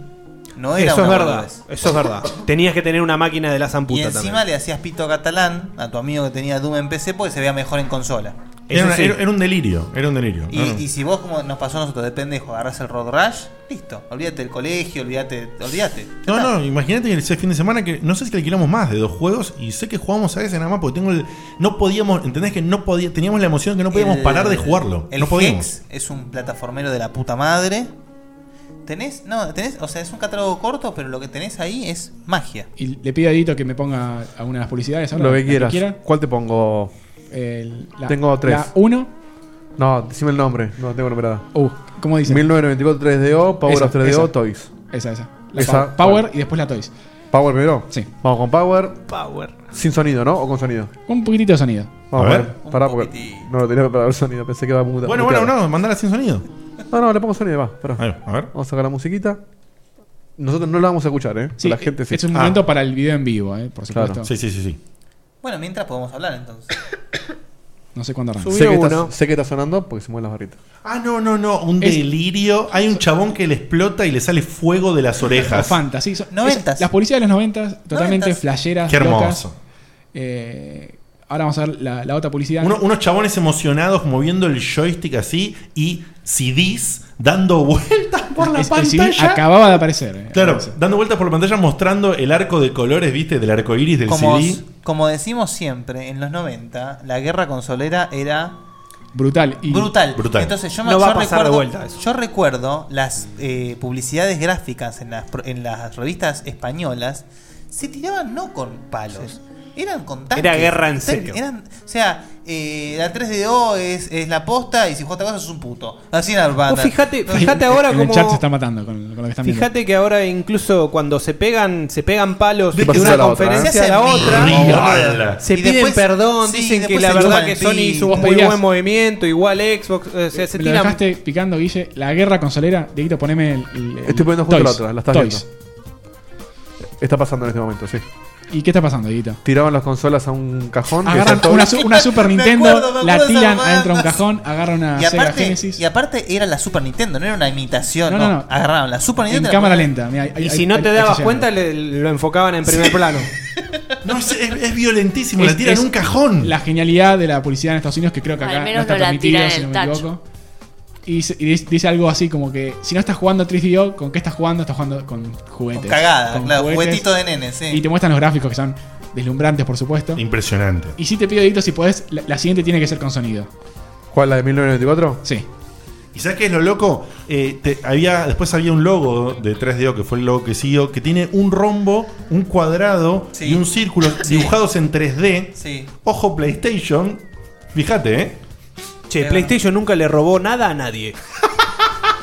Speaker 4: no era
Speaker 5: Eso es
Speaker 4: una
Speaker 5: verdad,
Speaker 4: boludez.
Speaker 5: eso es verdad. Tenías que tener una máquina de la
Speaker 4: Y
Speaker 5: zamputa
Speaker 4: encima le hacías pito catalán a tu amigo que tenía Doom en PC porque se veía mejor en consola.
Speaker 3: Era, una- era- era un delirio, era un delirio. Ah.
Speaker 4: Y,
Speaker 3: No,
Speaker 5: Mm.
Speaker 3: no.
Speaker 4: y si vos, como nos pasó a nosotros, de pendejo, agarrás el Road Rush, listo. Olvídate del colegio, olvídate. olvídate.
Speaker 3: No, no, imagínate que ese fin de semana que no sé si alquilamos más de dos juegos y sé que jugamos a ese nada más porque tengo el. No podíamos, ¿entendés que no podía, teníamos la emoción que no podíamos
Speaker 4: El-
Speaker 3: parar de jugarlo?
Speaker 4: El
Speaker 3: no podíamos.
Speaker 4: Hex es un plataformero de la puta madre. Tenés, no, tenés, o sea, es un catálogo corto, pero lo que tenés ahí es magia.
Speaker 6: Y le pido a Edito que me ponga alguna de las publicidades. ahora,
Speaker 7: Lo
Speaker 6: la
Speaker 7: que quieras. ¿Cuál te pongo?
Speaker 6: El- la-
Speaker 7: tengo tres.
Speaker 6: La 1.
Speaker 7: No, decime el nombre. No, tengo numerada.
Speaker 6: Uh, ¿cómo dice?
Speaker 7: 1994 3DO, Power
Speaker 6: Esa,
Speaker 7: of 3DO,
Speaker 6: esa.
Speaker 7: Toys.
Speaker 6: Esa, esa. La Power- Power y después la Toys.
Speaker 7: ¿Power primero?
Speaker 6: Sí.
Speaker 7: Vamos con Power.
Speaker 5: Power.
Speaker 7: Sin sonido, ¿no? ¿O con sonido?
Speaker 6: Un poquitito de sonido.
Speaker 7: Vamos
Speaker 6: A
Speaker 7: a
Speaker 6: ver.
Speaker 7: ver. Pará, porque no lo tenía preparado el sonido. Pensé que iba a mudar.
Speaker 3: Bueno, bueno, no, mandala sin sonido.
Speaker 7: No, Ah, no, le pongo sonido, va. Pará.
Speaker 3: A ver.
Speaker 7: Vamos a sacar la musiquita. Nosotros no la vamos a escuchar, ¿eh?
Speaker 6: Sí,
Speaker 7: la gente sí.
Speaker 6: Es un momento para el video en vivo, eh, por
Speaker 7: Claro.
Speaker 6: supuesto.
Speaker 7: Sí,
Speaker 3: Ah. sí, sí.
Speaker 4: Bueno, mientras podemos hablar entonces.
Speaker 6: No sé cuándo arranca. Eh,
Speaker 7: Sé que, está, sé que está sonando porque se mueven las barritas.
Speaker 3: Ah, no, no, no, un
Speaker 6: Es-
Speaker 3: delirio. Hay un chabón que le explota y le sale fuego de las orejas.
Speaker 6: Fanta, sí, son- es- las publicidades de los 90 totalmente
Speaker 3: Noventas.
Speaker 6: flasheras.
Speaker 3: Qué hermoso.
Speaker 6: locas. Eh, ahora vamos a ver la, la otra publicidad.
Speaker 3: Uno- unos chabones emocionados moviendo el joystick así y CDs dando vueltas por la
Speaker 6: Es- el CD
Speaker 3: pantalla.
Speaker 6: acababa de aparecer. eh.
Speaker 3: Claro, dando vueltas por la pantalla mostrando el arco de colores, viste, del arco iris del
Speaker 4: Como,
Speaker 3: CD.
Speaker 4: como decimos siempre, en los 90, la guerra consolera era
Speaker 6: Brutal. y-
Speaker 4: brutal. Entonces yo, me-
Speaker 5: No va a
Speaker 4: yo
Speaker 5: pasar de
Speaker 4: recuerdo,
Speaker 5: vuelta eso.
Speaker 4: yo recuerdo las eh, publicidades gráficas en las, pro- en las revistas españolas se tiraban no con palos. Eran con tanques.
Speaker 5: Era guerra en
Speaker 4: Tan-
Speaker 5: serio.
Speaker 4: eran- o sea, eh, la 3DO es, es la posta y si juega otra cosa es un puto. Así era la banda.
Speaker 5: Vos fijate- fijate ahora
Speaker 6: en
Speaker 5: como-
Speaker 6: el chat se está matando con, con lo que están viendo.
Speaker 5: Fíjate que ahora incluso cuando se pegan, se pegan palos de
Speaker 6: Pasás
Speaker 5: una
Speaker 6: a la otra,
Speaker 5: conferencia
Speaker 6: ¿eh?
Speaker 5: a la
Speaker 6: Se hacen
Speaker 5: otra,
Speaker 6: mierda.
Speaker 5: se
Speaker 6: Y
Speaker 5: piden
Speaker 6: después-
Speaker 5: perdón,
Speaker 6: sí,
Speaker 5: dicen que
Speaker 6: después
Speaker 5: la
Speaker 6: se
Speaker 5: verdad
Speaker 6: chupan
Speaker 5: que
Speaker 6: el
Speaker 5: Sony
Speaker 6: pito.
Speaker 5: hizo
Speaker 6: Vos
Speaker 5: un muy
Speaker 6: podías-
Speaker 5: buen movimiento, igual Xbox, o sea, se
Speaker 6: Me lo
Speaker 5: tiran
Speaker 6: dejaste picando, Guille. La guerra consolera. Dieguito, poneme el. el- el
Speaker 7: Estoy poniendo justo
Speaker 6: Toys.
Speaker 7: la otra, la estás
Speaker 6: Toys.
Speaker 7: viendo. Está pasando en este momento, sí.
Speaker 6: ¿Y qué está pasando, Dieguito?
Speaker 7: Tiraban las consolas a un cajón. y
Speaker 6: Agarran
Speaker 7: están todos-
Speaker 6: una, su- una Super
Speaker 4: Me
Speaker 6: Nintendo,
Speaker 4: acuerdo, me
Speaker 6: la
Speaker 4: acuerdo de
Speaker 6: tiran
Speaker 4: esas
Speaker 6: adentro de un
Speaker 4: bandas.
Speaker 6: cajón, agarran una
Speaker 4: Y
Speaker 6: Sega
Speaker 4: aparte,
Speaker 6: Genesis.
Speaker 4: y aparte era la Super Nintendo, no era una imitación.
Speaker 6: No,
Speaker 4: No,
Speaker 6: no, no.
Speaker 4: Agarraban la Super
Speaker 6: En
Speaker 4: Nintendo. y la
Speaker 6: cámara
Speaker 4: ponían-
Speaker 6: lenta. Mira, ahí-
Speaker 5: y
Speaker 6: ahí-
Speaker 5: si no
Speaker 6: ahí-
Speaker 5: te
Speaker 6: ahí
Speaker 5: dabas
Speaker 6: se
Speaker 5: cuenta, le- Eh, lo enfocaban en primer plano.
Speaker 3: No, es, es- es violentísimo, la
Speaker 6: Es-
Speaker 3: tiran
Speaker 6: es
Speaker 3: en un cajón.
Speaker 6: La genialidad de la publicidad en Estados Unidos, que creo que
Speaker 8: Al
Speaker 6: acá no
Speaker 8: menos
Speaker 6: está
Speaker 8: no la
Speaker 6: permitido,
Speaker 8: tiran en
Speaker 6: si
Speaker 8: el
Speaker 6: no me
Speaker 8: tacho.
Speaker 6: equivoco. Y, dice- y dice- dice algo así como que si no estás jugando a 3DO, ¿con qué estás jugando? Estás jugando con juguetes.
Speaker 4: Con cagada,
Speaker 6: Con
Speaker 4: claro,
Speaker 6: juguetes.
Speaker 4: juguetito de nene, sí.
Speaker 6: Y te muestran los gráficos que son deslumbrantes, por supuesto.
Speaker 3: Impresionante.
Speaker 6: Y si te pido, Edito, si podés, la, la siguiente tiene que ser con sonido.
Speaker 7: ¿Cuál, la de 1994?
Speaker 6: Sí.
Speaker 3: ¿Y sabes qué es lo loco? Eh, te- había, después había un logo de 3DO, que fue el logo que siguió, que tiene un rombo, un cuadrado y un círculo dibujados en 3D.
Speaker 4: Sí.
Speaker 3: Ojo PlayStation. Fíjate, ¿eh?
Speaker 5: Che, PlayStation nunca le robó nada a nadie.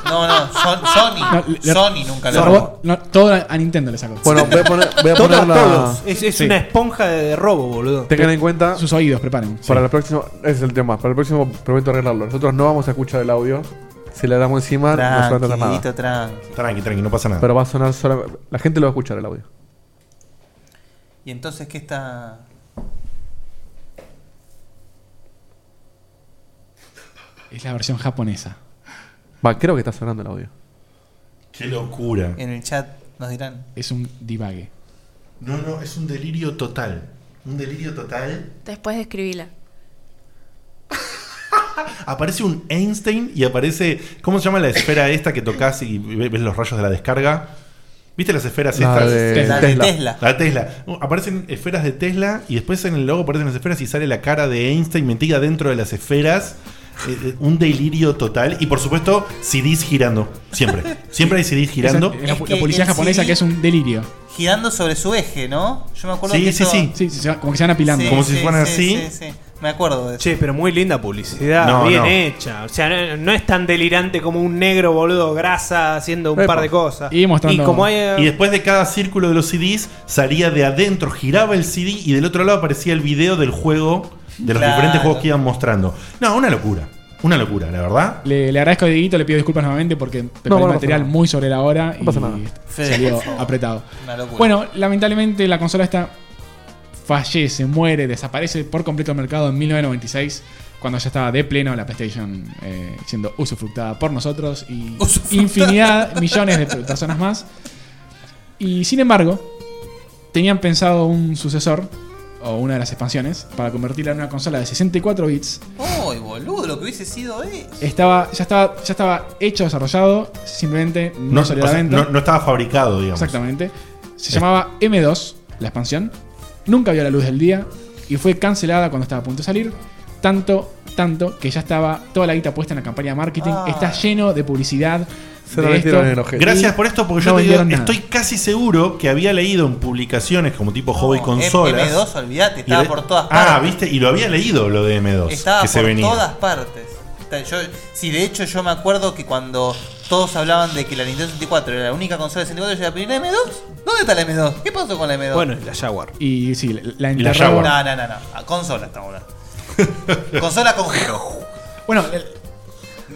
Speaker 4: No, no, Son- Sony.
Speaker 6: No, le-
Speaker 4: Ah, Sony nunca
Speaker 6: le
Speaker 4: lo
Speaker 6: robó- no, todo a- a Nintendo le sacó.
Speaker 7: Bueno, voy a poner, voy a
Speaker 5: Todos,
Speaker 7: poner la-
Speaker 5: todos. Es, es
Speaker 7: Sí.
Speaker 5: una esponja de, de robo, boludo.
Speaker 7: Tengan en cuenta.
Speaker 6: Sus oídos, preparen.
Speaker 7: Para la próxima. Ese es el tema. Para el próximo prometo arreglarlo. Nosotros no vamos a escuchar el audio. Si le damos encima, no suena tan nada.
Speaker 4: Tranquilito, tranqui.
Speaker 3: Tranqui, tranqui, no pasa nada.
Speaker 7: Pero va a sonar solamente. La gente lo va a escuchar el audio.
Speaker 4: Y entonces, ¿qué está...?
Speaker 6: Es la versión japonesa.
Speaker 7: Va, creo que está sonando el audio.
Speaker 3: Qué locura.
Speaker 4: En el chat nos dirán.
Speaker 6: Es un divague.
Speaker 3: No, no, es un delirio total. Un delirio total.
Speaker 8: Después describíla.
Speaker 3: Aparece un Einstein y aparece. ¿Cómo se llama la esfera esta que tocas y ve- ves los rayos de la descarga? ¿Viste las esferas
Speaker 7: La
Speaker 3: estas?
Speaker 7: de La de Tesla. Tesla.
Speaker 3: La de Tesla. No, Aparecen esferas de Tesla y después en el logo aparecen las esferas y sale la cara de Einstein metida dentro de las esferas. Eh, eh, un delirio total. Y por supuesto, CDs girando. Siempre. Siempre hay CDs girando.
Speaker 6: Esa- la, la publicidad
Speaker 4: el
Speaker 6: japonesa
Speaker 4: CD
Speaker 6: que es un delirio.
Speaker 4: Girando sobre su eje, ¿no? Yo me acuerdo
Speaker 6: Sí,
Speaker 4: que
Speaker 6: sí,
Speaker 4: eso-
Speaker 6: sí. Sí, sí, se va- como que se van apilando. Como si fueran así.
Speaker 4: sí, sí. Me acuerdo de eso.
Speaker 5: Che, pero muy linda publicidad,
Speaker 6: No,
Speaker 5: bien
Speaker 6: no.
Speaker 5: hecha. O sea, no, no es tan delirante como un negro, boludo, grasa, haciendo un
Speaker 3: Epa.
Speaker 5: par de cosas. Y como hay, eh,
Speaker 3: Y después de cada círculo de los CDs salía de adentro, giraba el CD y del otro lado aparecía el video del juego, de los
Speaker 6: Claro.
Speaker 3: diferentes juegos que iban mostrando. No, una locura. Una locura, la verdad.
Speaker 6: Le, le agradezco a Dieguito, le pido disculpas nuevamente porque preparé
Speaker 3: bueno, no
Speaker 6: el
Speaker 3: pasa
Speaker 6: material
Speaker 3: nada.
Speaker 6: muy sobre la hora y
Speaker 3: pasa nada.
Speaker 6: salió
Speaker 3: Sí.
Speaker 6: apretado.
Speaker 3: Una locura.
Speaker 6: Bueno, lamentablemente la consola esta fallece, muere, desaparece por completo del mercado en 1996 cuando ya estaba de pleno la PlayStation eh, siendo usufructada por nosotros y infinidad, millones de personas más. Y sin embargo, tenían pensado un sucesor o una de las expansiones para convertirla en una consola de 64 bits
Speaker 4: Uy, boludo, lo que hubiese sido es...
Speaker 6: estaba, ya estaba, ya estaba hecho, desarrollado, simplemente no,
Speaker 3: No,
Speaker 6: salió a
Speaker 3: o
Speaker 6: la
Speaker 3: sea,
Speaker 6: venta.
Speaker 3: no- no estaba fabricado, digamos.
Speaker 6: Exactamente. Se llamaba M2, la expansión. Nunca vio la luz del día y fue cancelada cuando estaba a punto de salir. Tanto, tanto que ya estaba toda la guita puesta en la campaña de marketing.
Speaker 4: Ah.
Speaker 6: Está lleno de publicidad.
Speaker 7: Se
Speaker 6: de
Speaker 7: la
Speaker 6: esto.
Speaker 7: metieron en el ojete.
Speaker 3: Gracias
Speaker 6: Y
Speaker 3: por esto, porque
Speaker 6: no
Speaker 3: yo te digo,
Speaker 6: vendieron nada.
Speaker 3: estoy casi seguro que había leído en publicaciones como tipo Hobby Consolas.
Speaker 4: M2, olvídate,
Speaker 3: y
Speaker 4: estaba
Speaker 3: le-
Speaker 4: por todas
Speaker 3: Ah,
Speaker 4: partes.
Speaker 3: viste, y lo había leído lo de M2.
Speaker 4: Estaba
Speaker 3: que se
Speaker 4: por
Speaker 3: venía.
Speaker 4: todas partes. Está- Yo, sí, de hecho yo me acuerdo que cuando todos hablaban de que la Nintendo 64 era la única consola de 64, yo decía, ¿pero ¿y la M2? ¿Dónde está la M2? ¿Qué pasó con la M2?
Speaker 5: Bueno, y la Jaguar.
Speaker 6: Y sí, la- la
Speaker 4: no,
Speaker 6: enterraron.
Speaker 4: no, no, no. A consola estamos hablando. consola con giro.
Speaker 6: Bueno,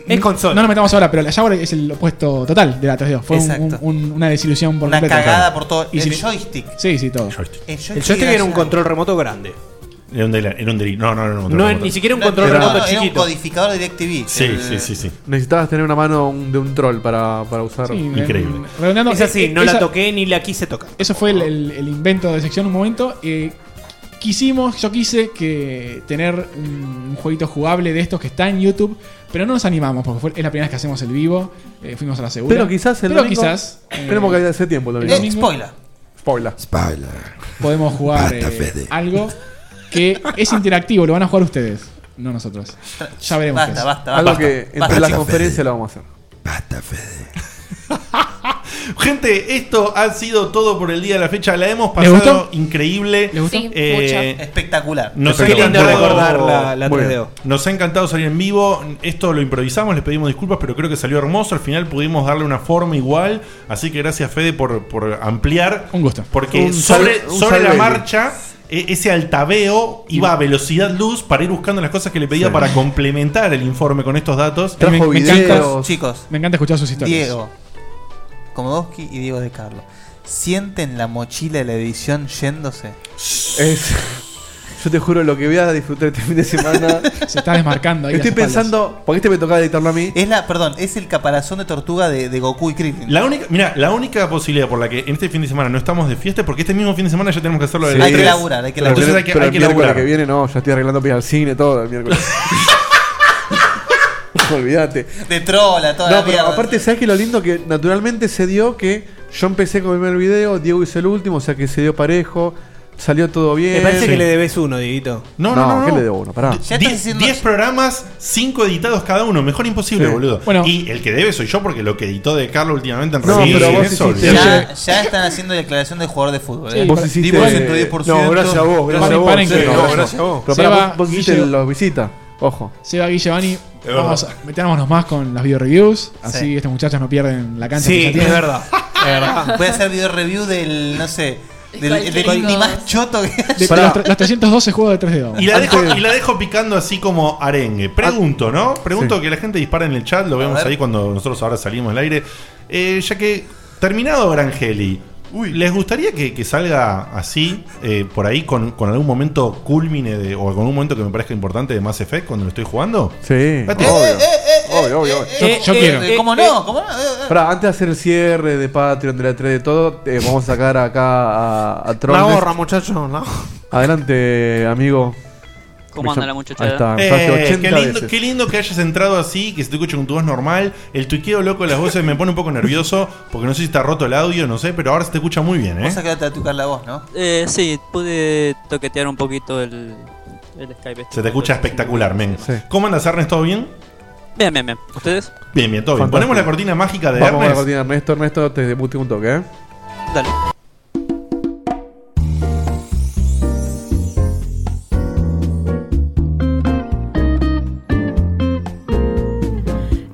Speaker 5: es consola.
Speaker 6: No lo metamos ahora, pero la Jaguar es el opuesto total de la 3D. Fue un-
Speaker 4: Exacto.
Speaker 6: un- un- una desilusión por
Speaker 4: Una
Speaker 6: completo.
Speaker 4: cagada por todo.
Speaker 6: Y
Speaker 4: el
Speaker 6: si-
Speaker 4: joystick.
Speaker 6: Sí, sí, todo.
Speaker 4: El
Speaker 5: El joystick era un control remoto grande.
Speaker 3: Era un delirio. Era un delirio. No, no, no, no.
Speaker 5: No, ni siquiera un control
Speaker 7: Era-
Speaker 5: remoto
Speaker 7: no,
Speaker 4: Era un
Speaker 5: chiquito.
Speaker 4: codificador de DirecTV. El-
Speaker 3: sí.
Speaker 7: Necesitabas tener una mano un- de un troll para, para usar.
Speaker 6: Sí, Increíble. Redondeando,
Speaker 5: es así,
Speaker 6: eh,
Speaker 5: no
Speaker 6: esa-
Speaker 5: la toqué ni la quise tocar.
Speaker 6: Eso fue el, el- el invento de sección un momento. eh, Quisimos, yo quise que tener un un jueguito jugable de estos que está en YouTube, pero no nos animamos porque fue, es la primera vez que hacemos el vivo, eh, fuimos a la segunda.
Speaker 7: Pero quizás el
Speaker 6: Pero
Speaker 7: domingo-
Speaker 6: quizás. eh,
Speaker 7: Esperemos que hace tiempo el
Speaker 6: el
Speaker 7: domingo.
Speaker 6: domingo
Speaker 7: Spoiler. Spoiler.
Speaker 6: Spoiler. Podemos jugar
Speaker 7: Basta,
Speaker 6: eh,
Speaker 7: Fede.
Speaker 6: algo que es interactivo, lo van a jugar ustedes, no nosotros. Ya veremos. qué es.
Speaker 7: Algo que entre las conferencias lo vamos a hacer.
Speaker 3: Gente, esto ha sido todo por el día de la fecha. La hemos
Speaker 4: ¿Les
Speaker 3: pasado increíble.
Speaker 4: Sí,
Speaker 3: Eh,
Speaker 4: mucho. Espectacular.
Speaker 3: Nos ha
Speaker 4: Qué lindo
Speaker 3: encantado
Speaker 4: recordar la- la
Speaker 3: Muy bien.
Speaker 4: 3DO.
Speaker 3: Nos ha encantado salir en vivo. Esto lo improvisamos, les pedimos disculpas, pero creo que salió hermoso. Al final pudimos darle una forma igual. Así que gracias, Fede, por, por ampliar.
Speaker 6: Un gusto.
Speaker 3: Porque
Speaker 6: Un
Speaker 3: sobre,
Speaker 6: sal- un
Speaker 3: sobre la
Speaker 6: salve.
Speaker 3: marcha, e- ese altabeo iba a velocidad luz para ir buscando las cosas que le pedía para complementar el informe con estos datos.
Speaker 6: Me- me encanta-
Speaker 4: Chicos.
Speaker 6: Me encanta escuchar sus historias.
Speaker 4: Diego Komodowski y Diego de Carlo. ¿Sienten la mochila de la edición yéndose?
Speaker 7: Es- yo te juro, lo que voy a disfrutar este fin de semana.
Speaker 6: Se está desmarcando ahí
Speaker 7: Estoy
Speaker 6: las espaldas.
Speaker 7: pensando, porque este me tocaba editarlo a mí.
Speaker 4: Es la, perdón, es el caparazón de tortuga de, de Goku y Krillin.
Speaker 3: La única, mira, la única posibilidad por la que en este fin de semana no estamos de fiesta es porque este mismo fin de semana ya tenemos que hacerlo de
Speaker 7: Sí.
Speaker 3: las tres.
Speaker 7: Pero
Speaker 3: Entonces
Speaker 7: el-
Speaker 3: hay que,
Speaker 7: pero
Speaker 3: hay
Speaker 7: el
Speaker 3: que
Speaker 7: miércoles
Speaker 3: laburar.
Speaker 7: que viene, no, ya estoy arreglando para ir al cine, todo el miércoles. Olvídate.
Speaker 4: De trola, toda
Speaker 7: No,
Speaker 4: la
Speaker 7: pero
Speaker 4: mierda.
Speaker 7: aparte, ¿sabes qué lo lindo? Que naturalmente se dio que yo empecé con el primer video, Diego hizo el último, o sea que se dio parejo, salió todo bien.
Speaker 5: Me parece que le debes uno, Dieguito.
Speaker 7: Eh, No, no, no, no. ¿qué le debo uno? Pará.
Speaker 3: Die- 10 programas, 5 editados cada uno. Mejor imposible,
Speaker 7: Sí.
Speaker 3: boludo. y el que debe soy yo porque lo que editó de Carlos últimamente en
Speaker 7: No,
Speaker 3: realidad
Speaker 7: pero vos hiciste-
Speaker 3: olvidate.
Speaker 4: Ya, ya están haciendo declaración de jugador de fútbol. ¿eh?
Speaker 7: Sí, vos hiciste- No, gracias a vos, gracias a vos, sí, no, gracias a vos. Pero pará,
Speaker 6: Seba,
Speaker 7: vos- vos hiciste
Speaker 6: Guille-
Speaker 7: los visitas, ojo.
Speaker 6: Seba Guillevani,
Speaker 7: verdad.
Speaker 6: vamos, a- metámonos más con las video reviews. Así
Speaker 4: Sí.
Speaker 6: estos muchachos no pierden la cancha.
Speaker 4: Sí,
Speaker 6: que ya
Speaker 4: es
Speaker 6: tienen.
Speaker 4: verdad. Voy a hacer video review del, no sé, del,
Speaker 6: Cualquier
Speaker 4: del indie
Speaker 6: cosa.
Speaker 4: más choto que
Speaker 6: De- de los, tre- los 312 juegos de 3D. vamos.
Speaker 3: Y la, dejo, y la dejo picando así como arengue. Pregunto, ¿no?
Speaker 7: Ah,
Speaker 3: Pregunto que la gente dispara en el chat, lo vemos
Speaker 4: ver.
Speaker 3: ahí cuando nosotros ahora salimos al aire. Eh, ya que terminado Grangeli, ¿les gustaría que, que salga así, eh, por ahí, con, con algún momento culmine de- o con un momento que me parezca importante de Mass Effect cuando lo estoy jugando?
Speaker 7: Sí.
Speaker 3: Date.
Speaker 7: Obvio, obvio, obvio.
Speaker 4: eh, eh, eh, ¿Cómo no? ¿Cómo no? Eh, eh.
Speaker 7: Pará, antes de hacer el cierre de Patreon, de la 3 de todo, eh, vamos a sacar acá a, a Troll.
Speaker 9: La gorra, muchachos, la gorra.
Speaker 7: Adelante, amigo.
Speaker 14: ¿Cómo anda la muchachada?
Speaker 7: Ahí está,
Speaker 3: Eh,
Speaker 7: entraste 80
Speaker 3: qué, lindo,
Speaker 7: veces.
Speaker 3: qué lindo que hayas entrado así, que se te escuche con tu voz normal. El tuiqueo loco de las voces me pone un poco nervioso, porque no sé si está roto el audio, no sé, pero ahora se te escucha muy bien, ¿eh?
Speaker 4: Vos acá te va a tocar la voz, ¿no?
Speaker 14: Eh, sí, pude toquetear un poquito el, el Skype. este.
Speaker 3: Se te escucha espectacular, men. ¿Cómo andas, Ernest? ¿Todo bien?
Speaker 14: Bien, bien, bien. ¿Ustedes?
Speaker 3: Bien, bien, todo bien.
Speaker 7: Fantástico.
Speaker 3: Ponemos la cortina mágica de
Speaker 7: Vamos a la
Speaker 3: Ernest.
Speaker 7: cortina de Ernesto, Ernesto, te debute un toque, ¿eh?
Speaker 14: Dale.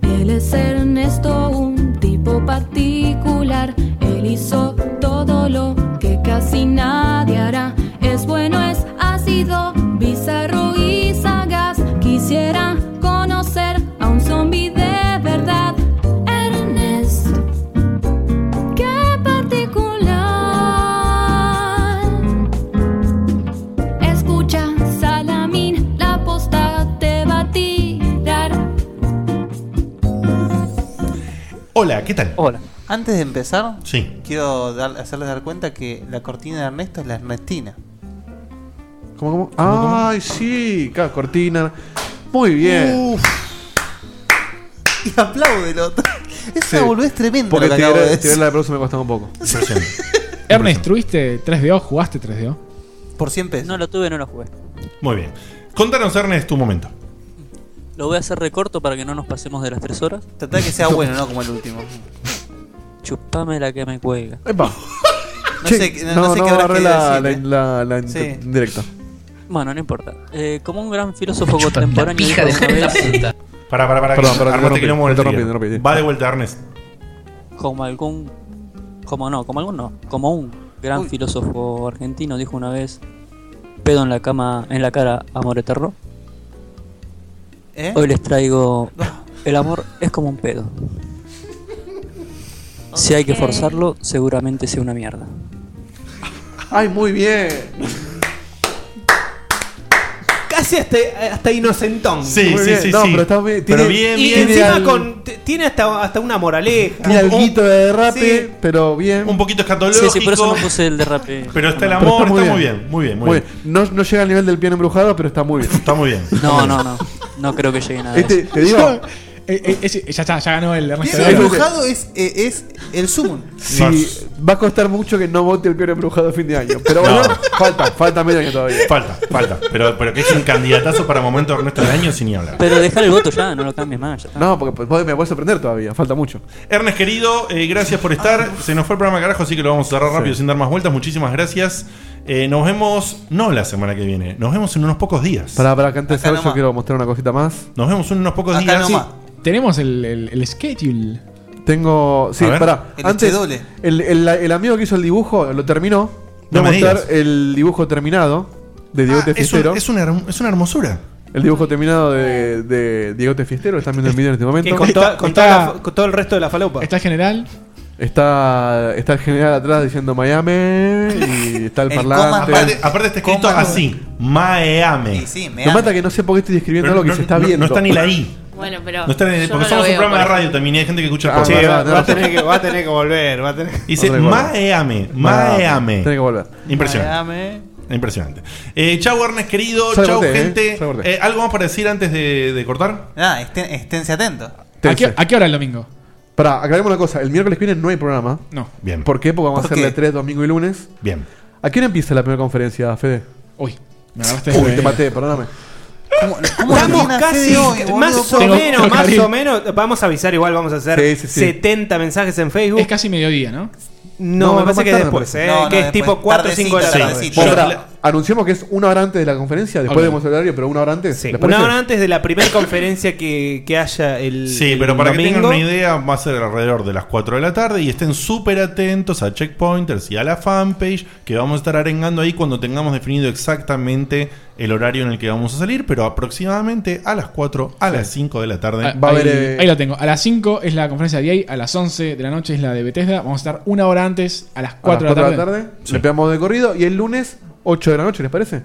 Speaker 1: Él es Ernesto, un tipo particular. Él hizo todo lo que casi nadie hará. Es bueno, es ácido, bizarro y sagaz. Quisiera conocer a un zombi de verdad. Ernesto, qué particular. Escucha, Salamín, la posta te va a tirar.
Speaker 3: Hola, ¿qué tal?
Speaker 14: Hola.
Speaker 4: Antes de empezar,
Speaker 3: Sí.
Speaker 4: quiero dar- hacerles dar cuenta que la cortina de Ernesto es la Ernestina.
Speaker 7: ¿Cómo, cómo? Ay, sí, acá, cortina. Muy bien.
Speaker 4: Uh, Y aplaude el otro. Es
Speaker 7: Sí.
Speaker 4: una boludez tremenda.
Speaker 7: Porque
Speaker 4: lo que acabo de
Speaker 7: tirar
Speaker 4: decir.
Speaker 7: tirar la de brazos me costaba un poco.
Speaker 6: Ernest, ¿tuviste 3DO? ¿Jugaste 3DO?
Speaker 4: Por 100 pesos.
Speaker 14: No lo tuve, no lo jugué.
Speaker 3: Muy bien. Contanos, Ernest, tu momento.
Speaker 14: Lo voy a hacer recorto para que no nos pasemos de las tres horas.
Speaker 4: Trata de que sea bueno, no como el último.
Speaker 14: Chupame la que me cuelga.
Speaker 7: Epa.
Speaker 4: No sé, qué- no, no sé qué habrás
Speaker 7: agarré
Speaker 4: querido
Speaker 7: la,
Speaker 4: decir.
Speaker 7: la,
Speaker 4: ¿eh?
Speaker 7: la, la int-
Speaker 4: Sí.
Speaker 7: indirecta.
Speaker 14: Bueno, no importa. Eh, como un gran filósofo contemporáneo dijo una vez,
Speaker 3: Para, para, para.
Speaker 7: Perdón, perdón,
Speaker 3: Armaste
Speaker 7: te
Speaker 3: quilombo
Speaker 7: rompí,
Speaker 3: en el
Speaker 7: te rompí,
Speaker 3: trío.
Speaker 7: te rompí, sí.
Speaker 3: Va de vuelta, Ernest.
Speaker 14: como algún... Como no, como algún no. Como un gran filósofo argentino dijo una vez, pedo en la cama, en la cara, amor eterno.
Speaker 4: ¿Eh?
Speaker 14: Hoy les traigo... El amor es como un pedo. Si hay que
Speaker 4: Ok.
Speaker 14: forzarlo, seguramente sea una mierda.
Speaker 7: Ay, muy bien.
Speaker 5: parece hasta, hasta inocentón.
Speaker 3: Sí, sí, sí, sí. Pero bien,
Speaker 5: y
Speaker 3: bien.
Speaker 5: encima
Speaker 3: Tiene
Speaker 5: con, t- tiene hasta, hasta una moraleja. Oh.
Speaker 7: Tiene alguito de derrape,
Speaker 5: Sí.
Speaker 7: pero bien.
Speaker 3: Un poquito escatológico.
Speaker 14: Sí, sí, por eso no puse el derrape.
Speaker 3: Pero está el amor, está muy bien, muy bien, muy bien.
Speaker 7: No, no llega al nivel del piano embrujado, pero está muy bien.
Speaker 3: Está muy bien.
Speaker 14: No, no, no. No creo que llegue nada. de
Speaker 7: Este,
Speaker 14: eso.
Speaker 7: te digo,
Speaker 6: Eh, eh, ese- ya está, ya ganó el Ernesto.
Speaker 4: Piano
Speaker 6: Guerrero.
Speaker 4: embrujado es, eh, es el sumo.
Speaker 7: si- va a costar mucho que no vote el piano embrujado a fin de año. Pero bueno, falta, falta medio año todavía.
Speaker 3: Falta, falta. Pero, pero que es un candidatazo para momento Ernesto del año sin ni hablar.
Speaker 14: Pero dejar el voto ya, no lo cambies más. Ya está.
Speaker 7: No, porque vos me puedes sorprender todavía, falta mucho.
Speaker 3: Ernest, querido, eh, gracias por estar. Se nos fue el programa carajo, así que lo vamos a cerrar rápido sin dar más vueltas. Muchísimas gracias. Eh, nos vemos, no la semana que viene, nos vemos en unos pocos días.
Speaker 7: Para, para que antes de
Speaker 3: Acá
Speaker 7: cerrar, yo
Speaker 3: nomás.
Speaker 7: quiero mostrar una cosita más.
Speaker 3: Nos vemos en unos pocos
Speaker 7: Acá
Speaker 3: días.
Speaker 7: nomás.
Speaker 6: Tenemos el, el, el schedule.
Speaker 7: Tengo. Sí,
Speaker 6: A ver.
Speaker 7: pará.
Speaker 6: El
Speaker 7: Antes,
Speaker 6: doble.
Speaker 7: el, el- el amigo que hizo el dibujo lo terminó. Voy
Speaker 3: No
Speaker 7: a
Speaker 3: me
Speaker 7: mostrar
Speaker 3: digas. Ah,
Speaker 7: el dibujo terminado de Diegote
Speaker 3: es, un-
Speaker 7: Fiestero.
Speaker 3: es una, herm- es una hermosura.
Speaker 7: El dibujo terminado de, de Diegote Fiestero. Están viendo el video en este momento.
Speaker 5: Que con, toda- con toda la fa- con todo el resto de la falopa.
Speaker 6: Está general.
Speaker 7: Está, está el general atrás diciendo Miami y está el,
Speaker 5: El
Speaker 7: parlante.
Speaker 3: Aparte, aparte está escrito así: Maeame.
Speaker 7: Lo mata que no sé por qué estoy describiendo
Speaker 3: Pero
Speaker 7: lo que
Speaker 3: no-
Speaker 7: se está
Speaker 3: no- no
Speaker 7: viendo.
Speaker 3: está ni la I.
Speaker 8: Bueno, pero.
Speaker 3: No está en el-
Speaker 8: yo
Speaker 3: porque
Speaker 8: no
Speaker 3: somos
Speaker 8: lo
Speaker 3: un
Speaker 8: veo,
Speaker 3: programa de
Speaker 8: por
Speaker 3: radio también, hay gente que
Speaker 7: Ah,
Speaker 3: escucha
Speaker 5: Ah, Sí,
Speaker 3: podcast.
Speaker 5: va, va a tener que, va a tener que volver. Va a tener...
Speaker 3: Dice
Speaker 5: Otra cosa.
Speaker 3: Maeame, Maeame.
Speaker 7: Tiene que volver.
Speaker 3: Impresionante. Impresionante. Eh, chau, Ernest, querido.
Speaker 4: Se
Speaker 3: chau,
Speaker 4: corté, eh.
Speaker 3: gente.
Speaker 4: Se corté.
Speaker 3: Eh, ¿Algo más para decir antes de, de cortar?
Speaker 4: Ah, estén, esténse atentos.
Speaker 7: ¿A qué-
Speaker 6: ¿A qué hora el domingo?
Speaker 7: Pará, aclaremos una cosa. El miércoles que viene no hay programa.
Speaker 6: No.
Speaker 3: Bien.
Speaker 7: ¿Por qué? Porque vamos
Speaker 6: ¿Por
Speaker 7: a hacer
Speaker 6: qué?
Speaker 7: tres domingo y lunes.
Speaker 3: Bien.
Speaker 7: ¿A qué hora empieza la primera conferencia, Fede?
Speaker 6: Uy, me agarraste
Speaker 7: Uy,
Speaker 6: de-
Speaker 7: te maté, perdóname.
Speaker 5: Estamos casi más o
Speaker 6: Tengo-
Speaker 5: menos,
Speaker 6: tengo
Speaker 5: más
Speaker 6: que abrir.
Speaker 5: o menos. Vamos a avisar igual, vamos a hacer
Speaker 6: Sí, sí, sí.
Speaker 5: 70 mensajes en Facebook. Es
Speaker 6: casi mediodía, ¿no?
Speaker 5: No,
Speaker 7: No,
Speaker 5: me
Speaker 7: no,
Speaker 5: parece
Speaker 7: más
Speaker 5: que
Speaker 7: tarde, pues.
Speaker 5: después,
Speaker 7: me
Speaker 5: ¿eh?
Speaker 7: parece. No, no,
Speaker 5: que es
Speaker 7: después.
Speaker 5: tipo 4 o 5 de la tarde.
Speaker 7: Bueno, pará, anunciamos que es una hora antes de la conferencia, después
Speaker 5: Ok.
Speaker 7: vemos el horario, pero una hora antes. ¿les parece?
Speaker 5: Una hora antes de la primera conferencia que, que haya el.
Speaker 3: Sí,
Speaker 5: el
Speaker 3: pero para que tengan
Speaker 5: domingo.
Speaker 3: una idea, va a ser alrededor de las 4 de la tarde y estén súper atentos a Checkpointers y a la fanpage que vamos a estar arengando ahí cuando tengamos definido exactamente el horario en el que vamos a salir, pero aproximadamente a las 4 a
Speaker 6: Sí.
Speaker 3: las 5 de la tarde.
Speaker 6: Ah, ahí,
Speaker 7: eh,
Speaker 3: eh,
Speaker 6: ahí lo tengo. A las 5 es la conferencia de EA, a las 11 de la noche es la de Bethesda. Vamos a estar una hora antes, a las
Speaker 7: A las
Speaker 6: 4
Speaker 7: 4
Speaker 6: de la tarde.
Speaker 7: le pegamos de corrido y el lunes 8 de la noche, ¿les parece?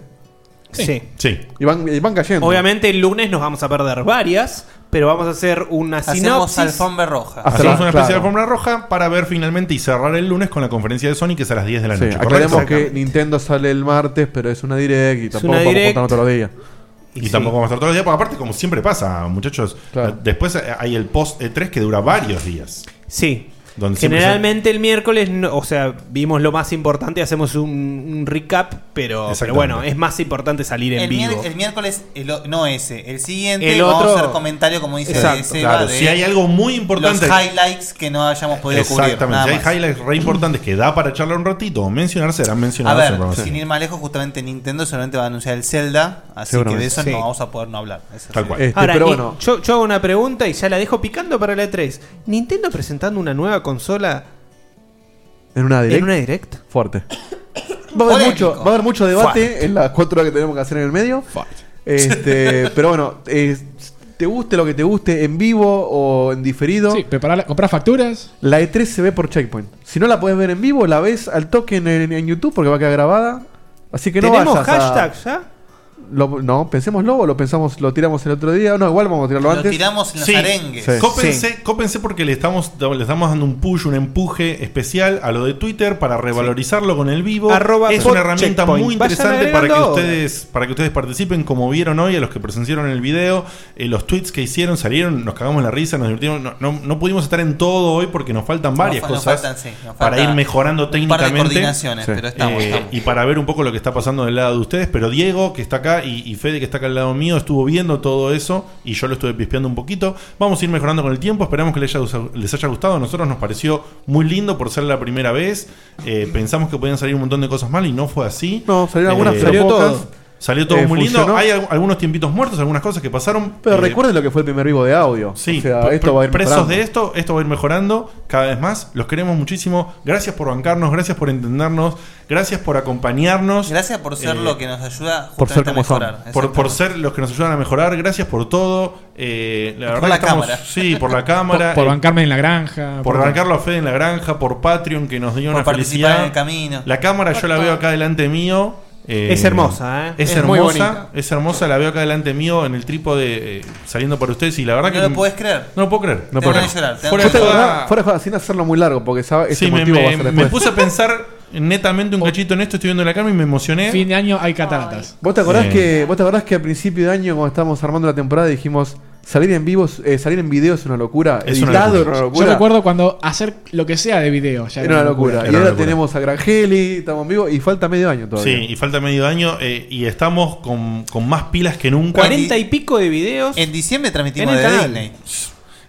Speaker 5: Sí.
Speaker 3: Sí.
Speaker 7: Y van, y van cayendo.
Speaker 5: Obviamente el lunes nos vamos a perder varias, pero vamos a hacer una
Speaker 4: Hacemos
Speaker 5: sinopsis. Ah,
Speaker 4: alfombra roja.
Speaker 3: Hacemos una especie de alfombra roja para ver finalmente y cerrar el lunes con la conferencia de Sony que es a las 10 de la
Speaker 7: Sí,
Speaker 3: noche.
Speaker 7: aclaremos
Speaker 3: ¿correcto?
Speaker 7: que Nintendo sale el martes, pero es una direct y tampoco
Speaker 3: una
Speaker 7: vamos a
Speaker 3: direct.
Speaker 7: contar otro día.
Speaker 3: Y tampoco vamos a estar todos los días, porque aparte, como siempre pasa, muchachos, eh, después eh, hay el post E3 que dura varios días.
Speaker 5: Sí.
Speaker 3: Donde siempre
Speaker 5: Generalmente el miércoles, no- o sea, vimos lo más importante, hacemos un, un recap, pero, pero
Speaker 3: Exactamente.
Speaker 5: bueno, es más importante salir en
Speaker 4: El, mier-
Speaker 5: vivo.
Speaker 4: el miércoles, el o- no ese, el siguiente,
Speaker 5: El
Speaker 4: vamos
Speaker 5: otro-
Speaker 4: a hacer comentario como dice
Speaker 5: Exacto.
Speaker 4: Seba
Speaker 5: Claro,
Speaker 4: de
Speaker 5: si hay algo muy importante-
Speaker 4: Los highlights que no hayamos podido cubrir.
Speaker 3: Exactamente.
Speaker 4: nada
Speaker 3: Si hay
Speaker 4: más.
Speaker 3: highlights re importantes que da para charlar un ratito o mencionar, serán
Speaker 4: A
Speaker 3: mencionados en el
Speaker 4: ver,
Speaker 3: programa.
Speaker 4: sin ir más lejos, justamente Nintendo solamente va a anunciar el Zelda, así que
Speaker 3: Seguramente.
Speaker 4: de eso
Speaker 3: Sí.
Speaker 4: no vamos a poder no hablar. Eso
Speaker 3: Tal
Speaker 4: sí.
Speaker 3: cual.
Speaker 7: Este,
Speaker 5: Ahora, ni- yo, yo hago una pregunta y ya la dejo picando para la E3. ¿Nintendo presentando una nueva consola
Speaker 7: En una direct.
Speaker 5: en una direct?
Speaker 7: Fuerte. Va a haber mucho, va a haber mucho debate en las cuatro horas que tenemos que hacer en el medio. Este, pero bueno, eh, te guste lo que te guste, en vivo o en diferido. Sí,
Speaker 6: comprar facturas.
Speaker 7: La E3 se ve por Checkpoint. Si no la puedes ver en vivo, la ves al toque en, en- en YouTube porque va a quedar grabada. Así que no
Speaker 5: ¿Tenemos
Speaker 7: vayas a-
Speaker 5: hashtag ya?
Speaker 7: Lo- no, pensémoslo o lo pensamos, lo tiramos el otro día. No, igual vamos a tirarlo
Speaker 4: Lo
Speaker 7: antes.
Speaker 4: tiramos en los
Speaker 3: Sí.
Speaker 4: arengues.
Speaker 7: Sí.
Speaker 3: Cópense, cópense porque le estamos, le estamos dando un push, un empuje especial a lo de Twitter para revalorizarlo con el vivo.
Speaker 5: Arroba
Speaker 3: es
Speaker 5: pod
Speaker 3: una herramienta
Speaker 5: checkpoint.
Speaker 3: muy
Speaker 5: Vayan
Speaker 3: interesante para que
Speaker 5: agregando ahora.
Speaker 3: ustedes para que ustedes participen, como vieron hoy, a los que presenciaron el video, eh, los tweets que hicieron salieron, nos cagamos la risa, nos divertimos. No, no- no pudimos estar en todo hoy porque nos faltan varias
Speaker 4: fa- nos
Speaker 3: cosas
Speaker 4: faltan, sí, nos
Speaker 3: para
Speaker 4: falta
Speaker 3: ir mejorando
Speaker 4: un par de
Speaker 3: técnicamente Eh,
Speaker 4: coordinaciones, pero estamos, estamos.
Speaker 3: y para ver un poco lo que está pasando del lado de ustedes. Pero Diego, que está acá, y, y Fede, que está acá al lado mío, estuvo viendo todo eso y yo lo estuve pispeando un poquito. Vamos a ir mejorando con el tiempo. Esperamos que les haya, gusa- les haya gustado. A nosotros nos pareció muy lindo por ser la primera vez. Eh, pensamos que podían salir un montón de cosas mal y no fue así. Eh,
Speaker 7: No, salieron algunas, pero
Speaker 3: salió
Speaker 7: pocas.
Speaker 3: todo. Salió todo
Speaker 7: Eh,
Speaker 3: muy lindo.
Speaker 7: funcionó.
Speaker 3: Hay al- algunos tiempitos muertos, algunas cosas que pasaron.
Speaker 7: Pero
Speaker 3: eh,
Speaker 7: recuerden lo que fue el primer vivo de audio.
Speaker 3: Sí,
Speaker 7: o sea,
Speaker 3: pre-
Speaker 7: esto va a ir
Speaker 3: presos
Speaker 7: mejorando.
Speaker 3: de esto, esto va a ir mejorando cada vez más. Los queremos muchísimo. Gracias por bancarnos, gracias por entendernos, gracias por acompañarnos.
Speaker 4: Gracias por ser
Speaker 3: Eh,
Speaker 4: lo que nos ayuda
Speaker 7: por ser
Speaker 4: justamente a
Speaker 7: como son.
Speaker 4: mejorar.
Speaker 3: Por, por ser los que nos ayudan a mejorar, gracias por todo. Eh, la
Speaker 4: Por
Speaker 3: verdad
Speaker 4: la
Speaker 3: que estamos-
Speaker 4: cámara.
Speaker 3: Sí, por la cámara.
Speaker 6: Por, por
Speaker 3: eh,
Speaker 6: bancarme en la granja.
Speaker 3: por bancarlo a Fede en la granja, por Patreon que nos dio
Speaker 4: Por
Speaker 3: una
Speaker 4: participar
Speaker 3: felicidad.
Speaker 4: en el camino.
Speaker 3: La cámara yo la veo acá delante mío. Eh,
Speaker 5: Es hermosa, ¿eh?
Speaker 3: Es,
Speaker 5: Es muy
Speaker 3: hermosa,
Speaker 5: bonita.
Speaker 3: es hermosa, la veo acá delante mío en el trípode eh, saliendo por ustedes y la verdad
Speaker 4: No
Speaker 3: que...
Speaker 4: lo podés creer.
Speaker 3: No lo puedo creer.
Speaker 4: No Te puedo van a creer. llorar, te van a
Speaker 3: Fuera de
Speaker 4: llorar.
Speaker 3: joda,
Speaker 7: Fuera de joda, sin hacerlo muy largo, porque sabe, este
Speaker 3: sí, me,
Speaker 7: motivo
Speaker 3: me-
Speaker 7: va a ser
Speaker 3: me
Speaker 7: después.
Speaker 3: puse a pensar netamente un cachito en esto, estoy viendo la cama y me emocioné.
Speaker 6: Fin de año hay cataratas.
Speaker 7: ¿Vos te acordás
Speaker 3: Sí.
Speaker 7: que vos te acordás que a principio de año cuando estábamos armando la temporada dijimos salir en vivos, eh, salir en video es una locura,
Speaker 3: Es una
Speaker 7: editado
Speaker 3: locura.
Speaker 7: era una
Speaker 6: Yo
Speaker 7: locura.
Speaker 6: recuerdo cuando hacer lo que sea de video. Ya
Speaker 7: era una locura.
Speaker 3: Era
Speaker 7: Y
Speaker 3: una
Speaker 7: ahora
Speaker 3: locura.
Speaker 7: tenemos a Grangeli, estamos en vivo y falta medio año todavía.
Speaker 3: Sí, y falta medio año eh, y estamos con, con más pilas que nunca.
Speaker 5: 40 y pico de videos.
Speaker 4: En diciembre transmitimos
Speaker 5: en el
Speaker 4: de
Speaker 5: canal.
Speaker 4: Disney.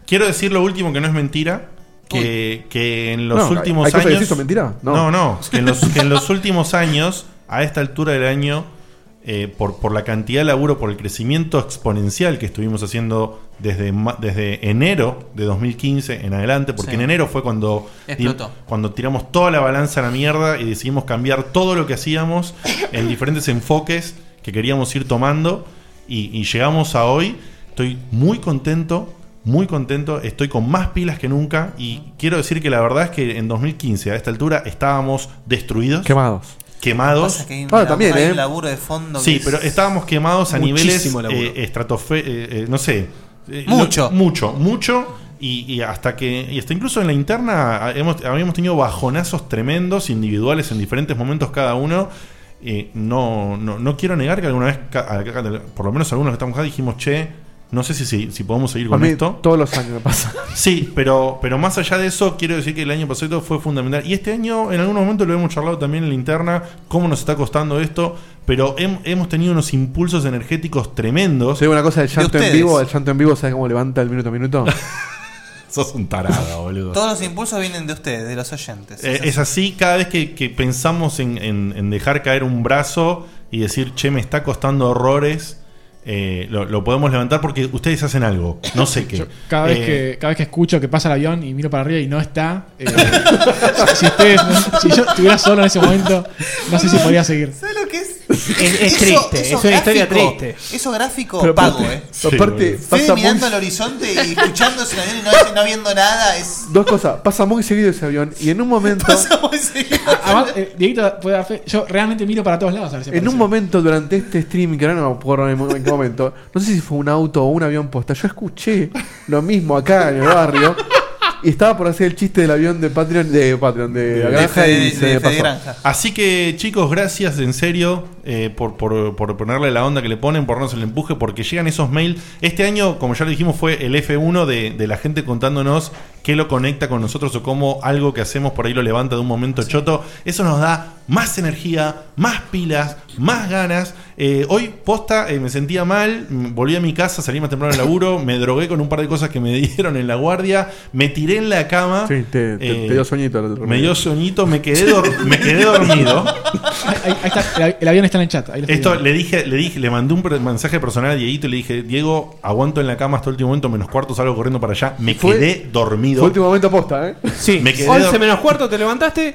Speaker 3: Quiero decir lo último que no es mentira. Que, que en los
Speaker 7: No,
Speaker 3: últimos
Speaker 7: ¿hay cosas que
Speaker 3: años.
Speaker 7: sí son mentira? No.
Speaker 3: no. que, en los, que en los últimos años, a esta altura del año, eh, por, por la cantidad de laburo, por el crecimiento exponencial que estuvimos haciendo desde, ma- desde enero de 2015 en adelante, porque
Speaker 4: Sí.
Speaker 3: en enero fue cuando,
Speaker 4: Explotó.
Speaker 3: cuando tiramos toda la balanza a la mierda y decidimos cambiar todo lo que hacíamos en diferentes enfoques que queríamos ir tomando y, y llegamos a hoy. Estoy muy contento, muy contento, estoy con más pilas que nunca y quiero decir que la verdad es que en 2015 a esta altura estábamos destruidos.
Speaker 7: Quemados.
Speaker 3: Quemados.
Speaker 4: que hay un Ah, lab- también, hay ¿eh? un laburo de fondo que
Speaker 3: Sí,
Speaker 4: es-
Speaker 3: pero estábamos quemados a niveles
Speaker 4: Muchísimo laburo.
Speaker 3: eh, estratofe- eh, eh, no sé. eh,
Speaker 4: Mucho.
Speaker 3: lo- mucho, mucho. Y, y hasta que. Y hasta incluso en la interna ah, hemos, habíamos tenido bajonazos tremendos, individuales en diferentes momentos cada uno. Eh, no, no, no quiero negar que alguna vez, ca- a- a- por lo menos algunos que estamos acá, dijimos, che, no sé si, si, si podemos seguir
Speaker 7: A
Speaker 3: con
Speaker 7: mí
Speaker 3: esto.
Speaker 7: todos los años me pasa.
Speaker 3: Sí, pero, pero más allá de eso, quiero decir que el año pasado fue fundamental. Y este año, en algún momento lo hemos charlado también en la interna, cómo nos está costando esto, pero hem- hemos tenido unos impulsos energéticos tremendos.
Speaker 7: Soy una cosa del llanto en
Speaker 3: ustedes.
Speaker 7: vivo, el llanto en vivo, ¿sabes cómo levanta el minuto a minuto?
Speaker 3: Sos un tarado, boludo.
Speaker 4: Todos los impulsos vienen de ustedes, de los oyentes.
Speaker 3: Eh, es así, cada vez que, que pensamos en, en- en dejar caer un brazo y decir, che, me está costando horrores, eh, lo, lo podemos levantar porque ustedes hacen algo, no sé qué.
Speaker 6: Cada vez,
Speaker 3: Eh,
Speaker 6: que, cada vez que escucho que pasa el avión y miro para arriba y no está, eh, si, si ustedes no- si yo estuviera solo en ese momento, no sé si podría seguir.
Speaker 4: ¿Sabes lo que es?
Speaker 5: Es- es triste, es una historia triste.
Speaker 4: Eso gráfico
Speaker 6: Pero
Speaker 4: pago,
Speaker 6: aparte-
Speaker 4: eh.
Speaker 7: Sí, aparte, boludo.
Speaker 4: Fede
Speaker 7: pasa
Speaker 4: mirando
Speaker 7: muy-
Speaker 4: al horizonte y escuchando ese avión y no, no viendo nada. Es
Speaker 7: Dos cosas, pasa muy seguido ese avión y en un momento
Speaker 6: Además, eh, Dieguito puede dar fe, yo realmente miro para todos lados a ver si
Speaker 7: En un
Speaker 6: aparece.
Speaker 7: momento durante este streaming, que ahora no me acuerdo en mo- en qué momento, no sé si fue un auto o un avión posta, yo escuché lo mismo acá en el barrio y estaba por hacer el chiste del avión de Patreon, de Patreon, Eh, de, la granja y se me pasó.
Speaker 3: Así que chicos, gracias en serio eh, por, por- por ponerle la onda que le ponen, por darnos el empuje, porque llegan esos mails. Este año, como ya lo dijimos, fue el F1 de, de la gente contándonos qué lo conecta con nosotros o cómo algo que hacemos por ahí lo levanta de un momento choto. Eso nos da más energía, más pilas, más ganas. Eh, hoy posta eh, me sentía mal, mm, volví a mi casa, salí más temprano del laburo, me drogué con un par de cosas que me dieron en la guardia, me tiré en la cama.
Speaker 7: Sí, te, te-
Speaker 3: Eh,
Speaker 7: te dio soñito. el otro
Speaker 3: me
Speaker 7: día.
Speaker 3: dio soñito, me quedé, dor- me quedé dormido.
Speaker 6: Ahí, ahí- ahí está, el, avi- el avión está en el chat. ahí lo estoy
Speaker 3: Esto
Speaker 6: viendo.
Speaker 3: le dije, le dije, le mandé un per- mensaje personal a Dieguito y le dije, Diego, aguanto en la cama hasta el último momento, menos cuarto salgo corriendo para allá. Me
Speaker 7: Fue-
Speaker 3: quedé dormido.
Speaker 7: Fue último momento posta, ¿eh?
Speaker 5: Sí,
Speaker 3: me quedé,
Speaker 5: 11
Speaker 3: dor-
Speaker 5: menos cuarto, te levantaste.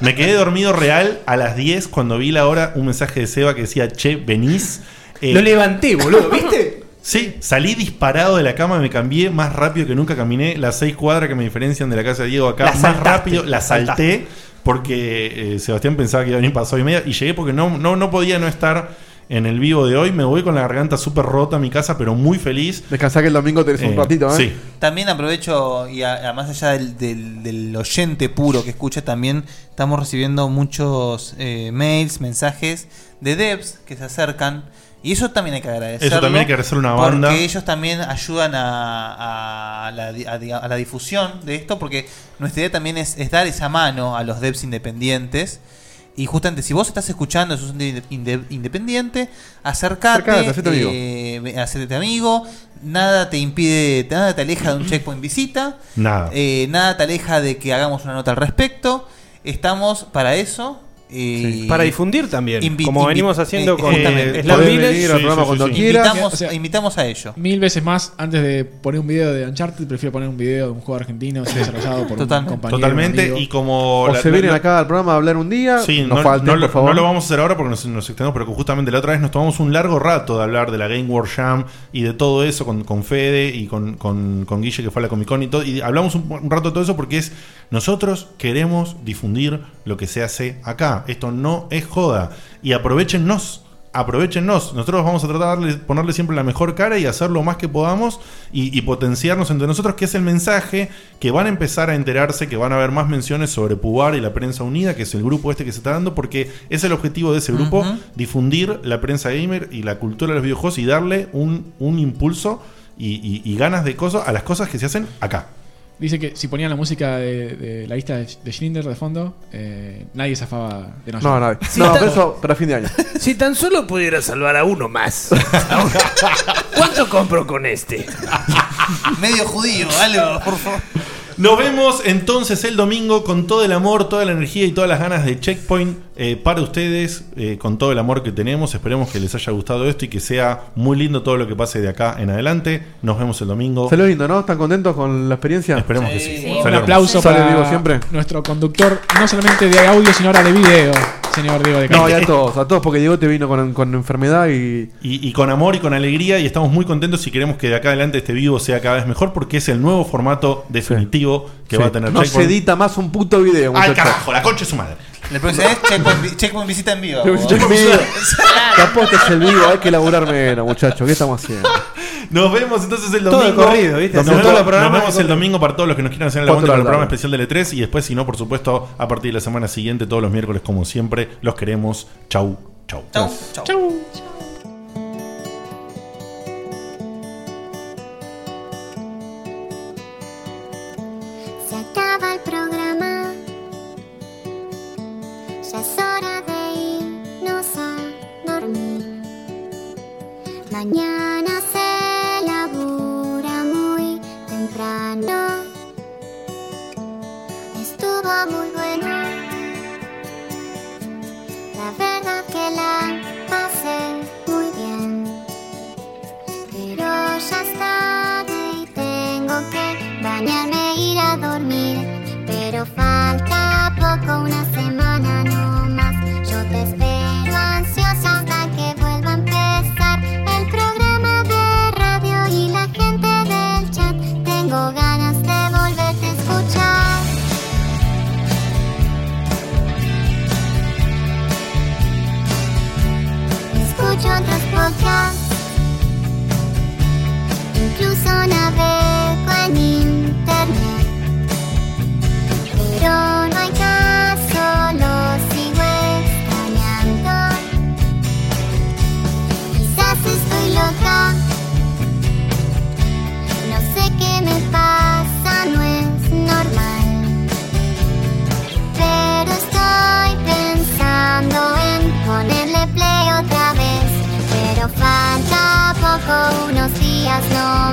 Speaker 3: me quedé dormido real a las 10 cuando vi la hora un mensaje de Seba que decía, che, venís. Eh,
Speaker 5: Lo levanté, boludo, ¿viste?
Speaker 3: Sí, salí disparado de la cama, me cambié más rápido que nunca caminé. Las seis cuadras que me diferencian de la casa de Diego acá,
Speaker 5: La
Speaker 3: más
Speaker 5: saltaste,
Speaker 3: rápido, la
Speaker 5: la
Speaker 3: salté porque eh, Sebastián pensaba que iba a venir pasado y media y llegué porque no, no, no podía no estar en el vivo de hoy. Me voy con la garganta súper rota a mi casa, pero muy feliz.
Speaker 7: Descansá que el domingo tenés un ratito, ¿eh?
Speaker 3: Sí.
Speaker 4: También aprovecho, y a- a más allá del, del- del oyente puro que escucha, también estamos recibiendo muchos eh, mails, mensajes de devs que se acercan. Y eso también hay que agradecer.
Speaker 3: Eso también hay que agradecer una banda.
Speaker 4: Porque ellos también ayudan a, a la, di- a di- a la difusión de esto, porque nuestra idea también es, es dar esa mano a los devs independientes. Y justamente, si vos estás escuchando, sos un dev inde- independiente, acercate,
Speaker 7: Acercate, hacete amigo.
Speaker 4: eh, ve- hacete amigo, nada te impide, nada te aleja de un checkpoint visita,
Speaker 5: Ah.
Speaker 3: Nada.
Speaker 4: eh, nada te aleja de que hagamos una nota al respecto, estamos para eso. eh,
Speaker 5: Para difundir también,
Speaker 4: invi-
Speaker 5: como
Speaker 4: invi-
Speaker 5: venimos haciendo
Speaker 4: eh,
Speaker 5: con
Speaker 4: justamente.
Speaker 5: Slam Podés Village. venir al programa
Speaker 7: cuando
Speaker 5: quieras.
Speaker 4: Invitamos,
Speaker 6: O sea,
Speaker 4: invitamos a ello.
Speaker 6: Mil veces más, antes de poner un video de Uncharted, prefiero poner un video de un juego argentino desarrollado por un
Speaker 4: Totalmente.
Speaker 6: compañero.
Speaker 3: Totalmente,
Speaker 6: un amigo.
Speaker 3: y como...
Speaker 7: O
Speaker 3: la-
Speaker 7: se
Speaker 3: la-
Speaker 7: vienen
Speaker 3: la-
Speaker 7: acá al programa a hablar un día,
Speaker 3: Sí,
Speaker 7: nos
Speaker 3: no,
Speaker 7: falten,
Speaker 3: no lo-
Speaker 7: por favor.
Speaker 3: no lo vamos a hacer ahora porque nos, nos extendemos, pero justamente la otra vez nos tomamos un largo rato de hablar de la Game World Jam y de todo eso con, con Fede y con, con- con Guille que fue a la Comic Con y todo. Y hablamos un, un rato de todo eso porque es nosotros queremos difundir lo que se hace acá. verdad. Esto no es joda. Y aprovechenos. Aprovechenos. Nosotros vamos a tratar de ponerle siempre la mejor cara y hacer lo más que podamos y, y potenciarnos entre nosotros, que es el mensaje que van a empezar a enterarse, que van a haber más menciones sobre Pubar y la prensa unida, que es el grupo este que se está dando, porque es el objetivo de ese grupo,
Speaker 2: Ujú.
Speaker 3: difundir la prensa gamer y la cultura de los videojuegos y darle un, un impulso y, y- y ganas de cosas a las cosas que se hacen acá.
Speaker 6: Dice que si ponían la música de, de la lista de de Schindler de fondo, eh, nadie zafaba de
Speaker 7: No,
Speaker 6: nosotros.
Speaker 7: no, no, pero eso para fin de año.
Speaker 10: Si tan solo pudiera salvar a uno más. ¿Cuánto compro con este?
Speaker 4: Medio judío, algo, por favor.
Speaker 3: Nos vemos entonces el domingo con todo el amor, toda la energía y todas las ganas de Checkpoint eh, para ustedes, eh, con todo el amor que tenemos. Esperemos que les haya gustado esto y que sea muy lindo todo lo que pase de acá en adelante. Nos vemos el domingo.
Speaker 7: Salió lindo, ¿no? ¿Están contentos con la experiencia?
Speaker 3: Esperemos que sí. Sí.
Speaker 6: Un aplauso
Speaker 7: Sale
Speaker 6: para
Speaker 7: vivo siempre.
Speaker 6: nuestro conductor, no solamente de audio, sino ahora de video, señor Diego de
Speaker 7: No, y
Speaker 6: Castro.
Speaker 7: a todos, a todos, porque Diego te vino con, con enfermedad y.
Speaker 3: Y, y con amor y con alegría y estamos muy contentos y queremos que de acá adelante este vivo sea cada vez mejor porque es el nuevo formato definitivo
Speaker 7: Sí.
Speaker 3: que va a tener
Speaker 7: No se edita más un puto video,
Speaker 3: Al
Speaker 7: muchachos.
Speaker 3: carajo, la concha de su madre.
Speaker 4: La próxima es Checkpoint, vi- Checkpoint visita en vivo.
Speaker 7: Checkpoint visita. Capaz que es el vivo, hay que laburar menos, muchachos. ¿Qué estamos haciendo?
Speaker 3: Nos vemos entonces el
Speaker 7: Todo
Speaker 3: domingo.
Speaker 7: corrido, ¿viste? Hacemos
Speaker 3: Nos, vemos,
Speaker 7: todo el
Speaker 3: nos
Speaker 7: programa
Speaker 3: vemos el
Speaker 7: corrido.
Speaker 3: domingo para todos los que nos quieran hacer el
Speaker 7: Cuatro
Speaker 3: aguante
Speaker 7: de
Speaker 3: con
Speaker 7: la
Speaker 3: el programa
Speaker 7: tarde.
Speaker 3: especial de L3. Y después, si no, por supuesto, a partir de la semana siguiente, todos los miércoles, como siempre, los queremos. Chau, chau. Chau.
Speaker 6: Chau.
Speaker 21: Se acaba el programa. Ya es hora de irnos a dormir. Mañana se labura muy temprano. Estuvo muy bueno. La verdad que la pasé muy bien. Pero ya es tarde y tengo que bañarme e ir a dormir. Pero falta poco, una semana no más. Yo te espero ansiosa hasta que vuelva a empezar el programa de radio y la gente del chat. Tengo ganas de volverte a escuchar. Escucho otros podcasts. Incluso navego en internet. Pero no hay caso, lo sigo extrañando. Quizás estoy loca. No sé qué me pasa, no es normal. Pero estoy pensando en ponerle play otra vez. Pero falta poco, unos días no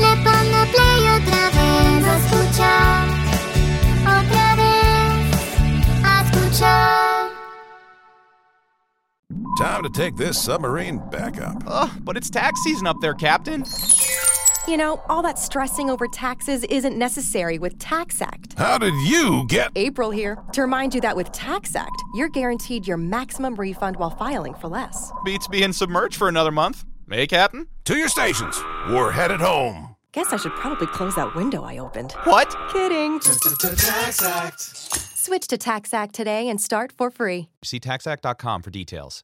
Speaker 21: Le pongo play otra vez a escuchar. Otra vez a escuchar.
Speaker 22: Time to take this submarine back up.
Speaker 23: Ugh, but it's tax season up there, Captain.
Speaker 24: You know, all that stressing over taxes isn't necessary with Tax Act.
Speaker 22: How did you get?
Speaker 24: April here to remind you that with Tax Act, you're guaranteed your maximum refund while filing for less.
Speaker 23: Beats being submerged for another month. Eh, Captain?
Speaker 22: To your stations. We're headed home.
Speaker 24: Guess I should probably close that window I opened.
Speaker 23: What?
Speaker 24: Kidding. Switch to Tax Act today and start for free.
Speaker 23: See taxact.com for details.